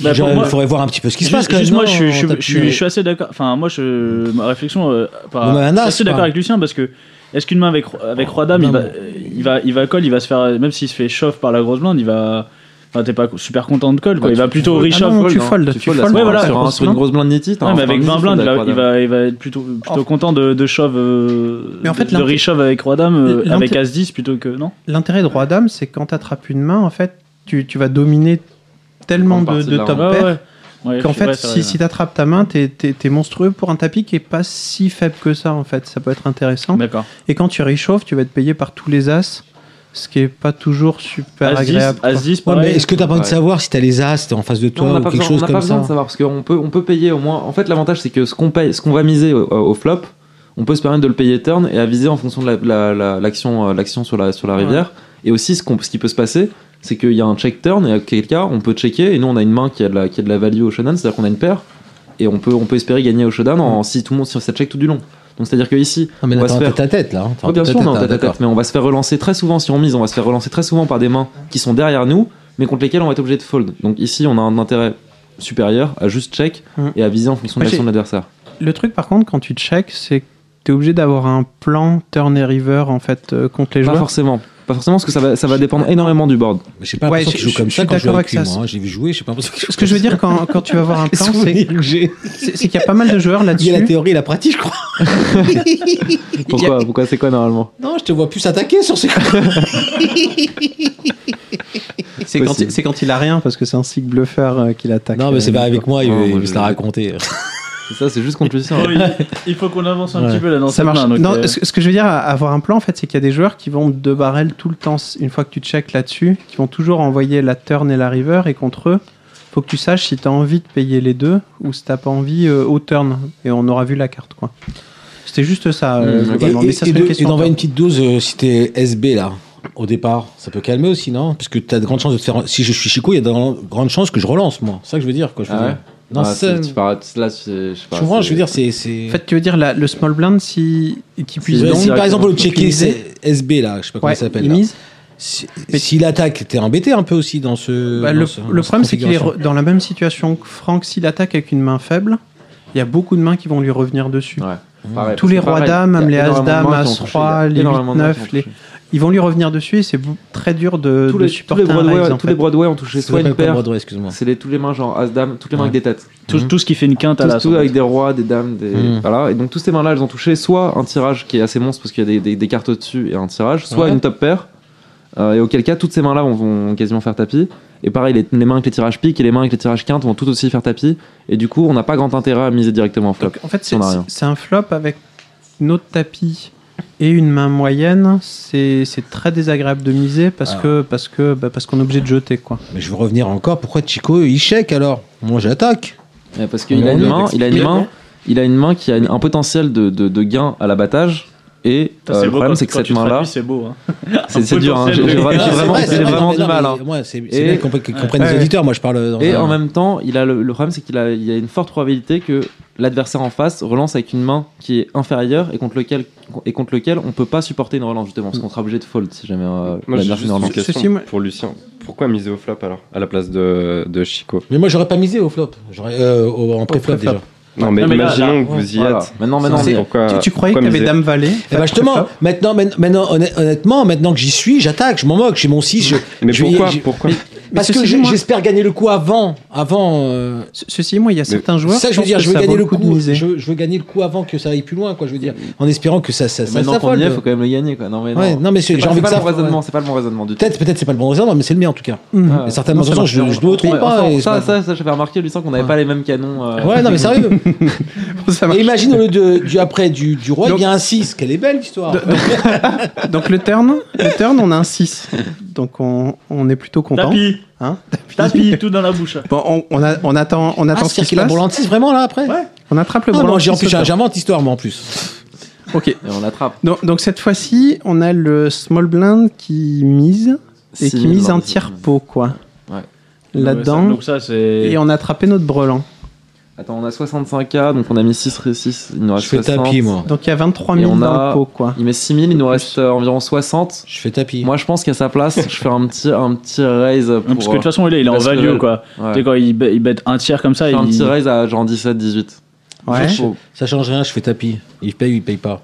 Speaker 6: Bah, pour moi-
Speaker 7: Il faudrait voir un petit peu ce qui se
Speaker 6: Juste-
Speaker 7: passe. quand
Speaker 6: juste
Speaker 7: même,
Speaker 6: moi,
Speaker 7: non,
Speaker 6: je, suis- je, suis-
Speaker 7: en
Speaker 6: je suis- je
Speaker 7: tapis.
Speaker 6: suis assez d'accord. Enfin, moi, je, ma réflexion, euh, par,
Speaker 7: Non, mais un
Speaker 6: je suis
Speaker 7: as,
Speaker 6: assez
Speaker 7: quoi.
Speaker 6: d'accord avec Lucien parce que est-ce qu'une main avec avec roi dame,
Speaker 7: Non,
Speaker 6: il va,
Speaker 7: mais-
Speaker 6: euh, il va, il va call, il va se faire, même s'il se fait chauffe par la grosse blinde, il va, Enfin, t'es pas super content de call, quoi.
Speaker 9: Ah,
Speaker 6: il va
Speaker 9: tu-
Speaker 6: plutôt au
Speaker 8: Ah
Speaker 6: reshop.
Speaker 8: non,
Speaker 9: fold,
Speaker 8: tu
Speaker 9: hein.
Speaker 8: foldes,
Speaker 9: Tu
Speaker 8: tu
Speaker 9: foldes
Speaker 8: foldes.
Speaker 9: sur-
Speaker 6: Ouais, voilà,
Speaker 9: sur, un-
Speaker 6: parce
Speaker 9: sur une
Speaker 6: que-
Speaker 9: grosse blinde nitty.
Speaker 6: Ouais, mais avec 20 blindes, il va, il, va, il va être plutôt, plutôt
Speaker 8: Oh.
Speaker 6: content de, de shove. euh,
Speaker 8: Mais en fait,
Speaker 6: de- de
Speaker 8: l'intérêt-
Speaker 6: reshove avec Roi Dame, euh,
Speaker 8: L'intérêt-
Speaker 6: avec As 10 plutôt que. Non
Speaker 8: L'intérêt de Roi Dame, c'est quand tu attrapes une main, en fait, tu, tu vas dominer tellement
Speaker 9: Grande
Speaker 8: de,
Speaker 9: partie
Speaker 8: de
Speaker 9: de la
Speaker 8: top
Speaker 9: main.
Speaker 8: pair
Speaker 6: Ouais,
Speaker 8: qu'en
Speaker 6: je-
Speaker 8: fait,
Speaker 6: ouais, c'est
Speaker 8: si,
Speaker 6: vrai,
Speaker 8: si tu attrapes ta main, t'es es, monstrueux pour un tapis qui est pas si faible que ça, en fait. Ça peut être intéressant.
Speaker 6: ouais. D'accord.
Speaker 8: Et quand tu réchauffes, tu vas être payé par tous les as, ce qui est pas toujours super
Speaker 6: As 10,
Speaker 8: agréable. quoi.
Speaker 6: As 10,
Speaker 7: Ouais, mais
Speaker 6: pareil.
Speaker 7: est-ce que t'as pas envie de
Speaker 9: Ouais.
Speaker 7: savoir si t'as les as t'es en face de
Speaker 9: Non, on
Speaker 7: toi
Speaker 9: n'a
Speaker 7: ou
Speaker 9: pas
Speaker 7: quelque
Speaker 9: besoin,
Speaker 7: chose
Speaker 9: on n'a
Speaker 7: comme
Speaker 9: pas besoin
Speaker 7: ça
Speaker 9: de savoir parce qu'on peut, on peut payer au moins. En fait, l'avantage c'est que ce qu'on paye, ce qu'on va miser au, au flop, on peut se permettre de le payer turn et aviser en fonction de la- la- la- l'action, euh, l'action sur la sur la rivière. Et aussi, ce, qu'on- ce qui peut se passer, c'est qu'il y a un check turn et auquel cas on peut checker et nous on a une main qui a de la, qui a de la value au showdown, c'est-à-dire qu'on a une paire et on peut, on peut espérer gagner au showdown en, si tout le monde si ça check tout du long. Donc c'est à dire que ici,
Speaker 7: Non, mais
Speaker 9: on
Speaker 7: là,
Speaker 9: va
Speaker 7: t'es
Speaker 9: se
Speaker 7: en
Speaker 9: faire
Speaker 7: tête à tête, là. hein. T'es en
Speaker 9: Ouais, bien
Speaker 7: tête à
Speaker 9: sûr, on est en
Speaker 7: tête,
Speaker 9: tête à
Speaker 7: d'accord.
Speaker 9: tête, mais on va se faire relancer très souvent si on mise, on va se faire relancer très souvent par des mains qui sont derrière nous, mais contre lesquelles on va être obligé de fold. Donc ici, on a un intérêt supérieur à juste check
Speaker 8: Mhm.
Speaker 9: et à viser en fonction de
Speaker 8: Moi,
Speaker 9: l'action
Speaker 8: j'ai-
Speaker 9: de l'adversaire.
Speaker 8: Le truc, par contre, quand tu check, c'est que tu es obligé d'avoir un plan turn et river, en fait, euh, contre les
Speaker 9: Pas
Speaker 8: joueurs.
Speaker 9: forcément, pas forcément, parce que ça va, ça va dépendre énormément du board.
Speaker 7: Mais J'ai pas
Speaker 8: Ouais,
Speaker 7: l'impression
Speaker 8: je-
Speaker 7: qu'ils jouent
Speaker 8: je-
Speaker 7: comme
Speaker 8: je
Speaker 7: ça
Speaker 8: suis
Speaker 7: quand je joue
Speaker 8: d'accord
Speaker 7: avec
Speaker 8: avec
Speaker 7: lui,
Speaker 8: ça.
Speaker 7: moi. hein. J'ai vu jouer, j'ai pas l'impression qu'ils jouent
Speaker 8: Ce que je veux
Speaker 7: comme
Speaker 8: dire quand, quand tu vas avoir un
Speaker 7: ça.
Speaker 8: plan,
Speaker 7: Les
Speaker 8: c'est
Speaker 7: souvenirs que j'ai.
Speaker 8: c'est- c'est qu'il y a pas mal de joueurs
Speaker 7: Il y a la
Speaker 8: là-dessus.
Speaker 7: théorie et la pratique, je crois. Il y a-
Speaker 9: Pourquoi, pourquoi c'est quoi normalement
Speaker 7: Non, je te vois plus attaquer sur ce
Speaker 8: C'est quand,
Speaker 9: Possible.
Speaker 8: il- c'est quand il a rien, parce que c'est un cycle bluffeur euh, qui l'attaque.
Speaker 7: Non, mais c'est
Speaker 8: Euh,
Speaker 7: pas avec moi, il
Speaker 9: Non,
Speaker 7: il
Speaker 9: moi,
Speaker 7: me
Speaker 9: je-
Speaker 7: l'a raconté.
Speaker 9: C'est ça, c'est juste contre Lucien.
Speaker 6: Oh, il- Il faut qu'on avance un
Speaker 7: Ouais.
Speaker 6: petit peu là dans
Speaker 8: Ça
Speaker 6: cette
Speaker 8: marche.
Speaker 6: main, donc,
Speaker 8: non,
Speaker 6: euh,
Speaker 8: ce, ce que je veux dire, à- avoir un plan, en fait, c'est qu'il y a des joueurs qui vont de barrel tout le temps, c- une fois que tu check là-dessus, qui vont toujours envoyer la turn et la river, et contre eux, faut que tu saches si t'as envie de payer les deux, ou si t'as pas envie euh, au turn, et on aura vu la carte, quoi. C'était juste ça, euh,
Speaker 9: Mmh, ok.
Speaker 7: Et,
Speaker 8: globalement, mais ça
Speaker 7: et- et
Speaker 8: serait
Speaker 7: de-
Speaker 8: une
Speaker 7: et
Speaker 8: question de
Speaker 7: d'envoyer
Speaker 8: turn.
Speaker 7: une petite dose euh, si t'es SB là, au départ, ça peut calmer aussi, non Parce que t'as de grandes chances de te faire. Si je suis Chico, il y a de grandes chances que je relance, moi. C'est ça que je veux dire. Quoi, je veux
Speaker 9: Ah ouais
Speaker 7: dire. Non,
Speaker 9: Ah,
Speaker 7: ça-
Speaker 9: c'est- tu parles- là, c'est- je sais pas,
Speaker 7: tu vois, je
Speaker 9: c'est-
Speaker 7: veux dire, c'est. c'est-
Speaker 8: En fait, tu veux dire la- le small blind, si, qui puisse
Speaker 7: Ouais,
Speaker 9: donc,
Speaker 7: si par
Speaker 9: directement,
Speaker 7: exemple, le
Speaker 9: comme tu
Speaker 7: checker
Speaker 8: disais.
Speaker 7: c'est SB là, je sais pas comment
Speaker 8: Ouais,
Speaker 7: ça s'appelle.
Speaker 8: il
Speaker 7: là.
Speaker 8: mise.
Speaker 7: Si-
Speaker 8: Mais-
Speaker 7: S'il attaque, t'es embêté un peu aussi dans ce.
Speaker 8: Bah,
Speaker 7: dans
Speaker 8: le,
Speaker 7: ce-
Speaker 8: le
Speaker 7: dans cette
Speaker 8: problème, c'est qu'il est
Speaker 7: configuration.
Speaker 8: re- dans la même situation que Franck. S'il attaque avec une main faible, il y a beaucoup de mains qui vont lui revenir dessus.
Speaker 9: Ouais. Pareil,
Speaker 8: Tous
Speaker 9: parce
Speaker 8: les
Speaker 9: que
Speaker 8: rois
Speaker 9: pareil,
Speaker 8: dames,
Speaker 9: il y a
Speaker 8: même les as
Speaker 9: énormément de
Speaker 8: dames,
Speaker 9: mains qui
Speaker 8: as
Speaker 9: ont touché, il y a
Speaker 8: trois, les
Speaker 9: énormément
Speaker 8: huit,
Speaker 9: de mains qui
Speaker 8: neuf,
Speaker 9: ont
Speaker 8: les-
Speaker 9: touché.
Speaker 8: Ils vont lui revenir dessus et c'est bou- très dur de,
Speaker 9: Tous
Speaker 8: de
Speaker 9: les- tous les
Speaker 8: supporter un raise.
Speaker 9: Broadway,
Speaker 8: en
Speaker 9: tous
Speaker 8: fait.
Speaker 9: les Broadway ont touché
Speaker 7: Ça
Speaker 9: soit
Speaker 7: s'appelle
Speaker 9: une
Speaker 7: pas
Speaker 9: paire,
Speaker 7: Broadway, excuse-moi.
Speaker 9: c'est les- tous les mains genre As Dame,
Speaker 8: Hum.
Speaker 9: toutes les mains
Speaker 7: Ouais.
Speaker 9: avec des têtes.
Speaker 6: tout, tout ce qui fait une quinte à
Speaker 9: tout,
Speaker 6: la
Speaker 9: tout avec des rois, des dames, des...
Speaker 6: Hmm.
Speaker 7: Mm.
Speaker 9: Voilà. Et donc toutes ces mains-là, elles ont touché soit un tirage qui est assez monstre parce qu'il y a des, des- des cartes au-dessus et un tirage, soit
Speaker 7: Ouais.
Speaker 9: une top pair. euh, et auquel cas, toutes ces mains-là vont, vont quasiment faire tapis. Et pareil, les, les mains avec les tirages piques et les mains avec les tirages quintes vont tout aussi faire tapis. Et du coup, on n'a pas grand intérêt à miser directement en flop.
Speaker 8: Donc, en fait,
Speaker 9: si
Speaker 8: c'est-
Speaker 9: on a rien.
Speaker 8: c'est c'est un flop avec notre tapis et une main moyenne. C'est c'est très désagréable de miser parce
Speaker 7: Ah.
Speaker 8: que parce que bah, parce qu'on est obligé de jeter quoi.
Speaker 7: Mais je veux revenir encore. Pourquoi Chico il check alors Moi j'attaque.
Speaker 9: Ouais, euh, parce
Speaker 7: Mais
Speaker 9: qu'il a
Speaker 7: on est
Speaker 9: une main,
Speaker 7: avec-
Speaker 9: il a une
Speaker 7: Mais-
Speaker 9: main, il a une main qui a une- un potentiel de, de- de gain à l'abattage. Et
Speaker 6: Ça,
Speaker 9: euh,
Speaker 6: c'est
Speaker 9: le
Speaker 6: beau
Speaker 9: problème,
Speaker 6: quand-
Speaker 9: c'est que
Speaker 6: quand
Speaker 9: cette
Speaker 6: tu te
Speaker 9: main-là,
Speaker 6: traduis, C'est beau. hein.
Speaker 9: c'est c'est dur. hein.
Speaker 6: potentiel
Speaker 9: J'ai j'ai
Speaker 6: de gain.
Speaker 9: vraiment, j'ai
Speaker 7: Non, c'est
Speaker 9: vraiment-
Speaker 7: vrai,
Speaker 9: j'ai
Speaker 7: c'est vrai,
Speaker 9: vraiment
Speaker 7: mais
Speaker 9: du
Speaker 7: non,
Speaker 9: mal.
Speaker 7: mais
Speaker 9: hein.
Speaker 7: moi, c'est c'est
Speaker 9: Et-
Speaker 7: bien qu'on peut- qu'ils comprennent les
Speaker 8: Ouais.
Speaker 7: auditeurs. Moi je parle. euh, dans
Speaker 9: Et
Speaker 7: un-
Speaker 9: en même temps, il a le, le problème, c'est qu'il a, il y a une forte probabilité que l'adversaire en face relance avec une main qui est inférieure et contre lequel et contre lequel on peut pas supporter une relance justement, parce qu'on sera obligé de fold si jamais euh,
Speaker 5: Moi,
Speaker 8: Bah,
Speaker 5: j'ai
Speaker 9: l'adversaire
Speaker 5: juste
Speaker 9: relance.
Speaker 5: une question
Speaker 8: Ceci, moi-
Speaker 5: pour Lucien. Pourquoi miser au flop alors à la place de, de Chico
Speaker 7: Mais moi j'aurais pas misé au flop. J'aurais euh, au- en pré-flop
Speaker 8: pré-flop.
Speaker 7: déjà.
Speaker 5: Non, mais,
Speaker 6: Non, mais là,
Speaker 5: imaginons
Speaker 6: là,
Speaker 5: que vous y
Speaker 9: Voilà.
Speaker 5: êtes.
Speaker 9: Maintenant, maintenant,
Speaker 5: C'est-
Speaker 9: mais-
Speaker 5: pourquoi-
Speaker 8: tu, tu croyais que
Speaker 5: Ah, pourquoi
Speaker 8: t'avais
Speaker 5: miser
Speaker 8: Dame Vallée
Speaker 7: Eh ben justement, maintenant, maintenant, maintenant, honnêt- honnêtement, maintenant que j'y suis, j'attaque, je m'en moque, j'ai mon 6. Je,
Speaker 5: Mais
Speaker 7: je-
Speaker 5: pourquoi,
Speaker 7: je-
Speaker 5: pourquoi
Speaker 7: Parce
Speaker 8: Mais
Speaker 7: que
Speaker 8: ceci
Speaker 7: je-
Speaker 8: dit, moi-
Speaker 7: j'espère gagner le coup avant. avant euh,
Speaker 8: Ce- Ceci, moi, il y a certains joueurs.
Speaker 7: ça, je veux
Speaker 8: pense
Speaker 7: dire,
Speaker 8: que
Speaker 7: je veux
Speaker 8: ça vaut
Speaker 7: gagner le
Speaker 8: coup
Speaker 7: coup.
Speaker 8: de miser.
Speaker 7: je, je veux gagner le coup avant que ça aille plus loin, quoi. Je veux dire, en espérant que ça, ça, ça
Speaker 9: maintenant qu'on y
Speaker 7: s'affole.
Speaker 9: est, faut quand même le gagner quoi. Non mais non.
Speaker 7: Ouais, non, mais c'est-
Speaker 9: C'est
Speaker 7: j'ai
Speaker 9: pas-
Speaker 7: envie
Speaker 9: c'est
Speaker 7: que
Speaker 9: pas
Speaker 7: ça.
Speaker 9: le bon raisonnement, c'est pas le bon raisonnement du tout.
Speaker 7: Peut-être, peut-être, c'est pas le bon raisonnement, mais c'est le mien en tout cas.
Speaker 8: Mhm.
Speaker 9: Ouais.
Speaker 7: Mais certainement,
Speaker 9: Non, ça
Speaker 7: attention,
Speaker 9: marche
Speaker 7: je-
Speaker 9: bien.
Speaker 7: je me trompe
Speaker 9: Ouais,
Speaker 7: pas,
Speaker 9: enfin,
Speaker 7: et-
Speaker 9: Ça, ça, ça, j'avais remarqué, Lucien, qu'on n'avait
Speaker 7: Ouais.
Speaker 9: pas les mêmes canons. euh,
Speaker 7: Ouais, non, mais sérieux.
Speaker 8: Ça marche.
Speaker 7: Et imagine au lieu de, du après du, du roi,
Speaker 8: Donc-
Speaker 7: il y a un 6. Quelle est belle l'histoire.
Speaker 8: Donc le turn, le turn, on a un 6. Donc on, on est plutôt content.
Speaker 6: Tapis,
Speaker 8: Hein
Speaker 6: tapis, tout dans la bouche.
Speaker 8: Bon, on, on a- on attend, on
Speaker 7: Ah,
Speaker 8: attend ce
Speaker 7: c'est-à-dire
Speaker 8: qui se
Speaker 7: qu'il a
Speaker 8: passe.
Speaker 7: branlant 6 vraiment là après
Speaker 8: Ouais. On attrape le
Speaker 7: Ah,
Speaker 8: branlant
Speaker 7: moi, j'ai en
Speaker 8: six
Speaker 7: plus,
Speaker 8: au turn.
Speaker 7: j'invente l'histoire, moi en plus.
Speaker 8: Ok.
Speaker 9: Et on l'attrape.
Speaker 8: Donc, donc cette fois-ci, on a le small blind qui mise et
Speaker 9: Si,
Speaker 8: qui mise
Speaker 9: non,
Speaker 8: un
Speaker 9: c'est-
Speaker 8: tiers pot quoi.
Speaker 9: Ouais.
Speaker 8: Là-dedans.
Speaker 6: Donc ça, c'est.
Speaker 8: et on a attrapé notre brelan.
Speaker 9: Attends, on a 65K, donc on a mis 6 6, il nous
Speaker 7: Je
Speaker 9: reste
Speaker 7: fais
Speaker 9: 60.
Speaker 7: tapis, moi.
Speaker 8: Donc il y a 23
Speaker 9: Et
Speaker 8: 000
Speaker 9: on
Speaker 8: dans
Speaker 9: a-
Speaker 8: le pot quoi.
Speaker 9: Il met 6000, il nous reste euh, environ 60.
Speaker 7: Je fais tapis.
Speaker 9: Moi, je pense qu'à sa place, je fais un petit, un petit raise pour.
Speaker 6: Parce que de toute façon, il est, il est en
Speaker 9: parce que-
Speaker 6: value quoi.
Speaker 9: euh, ouais.
Speaker 6: Tu sais, quand il bet, il bet un tiers comme
Speaker 9: Je
Speaker 6: ça,
Speaker 9: fais
Speaker 6: il.
Speaker 9: un petit raise à genre 17, 18.
Speaker 8: Ouais.
Speaker 9: Juste pour-
Speaker 7: Ça change rien, je fais tapis. Il paye ou il paye pas.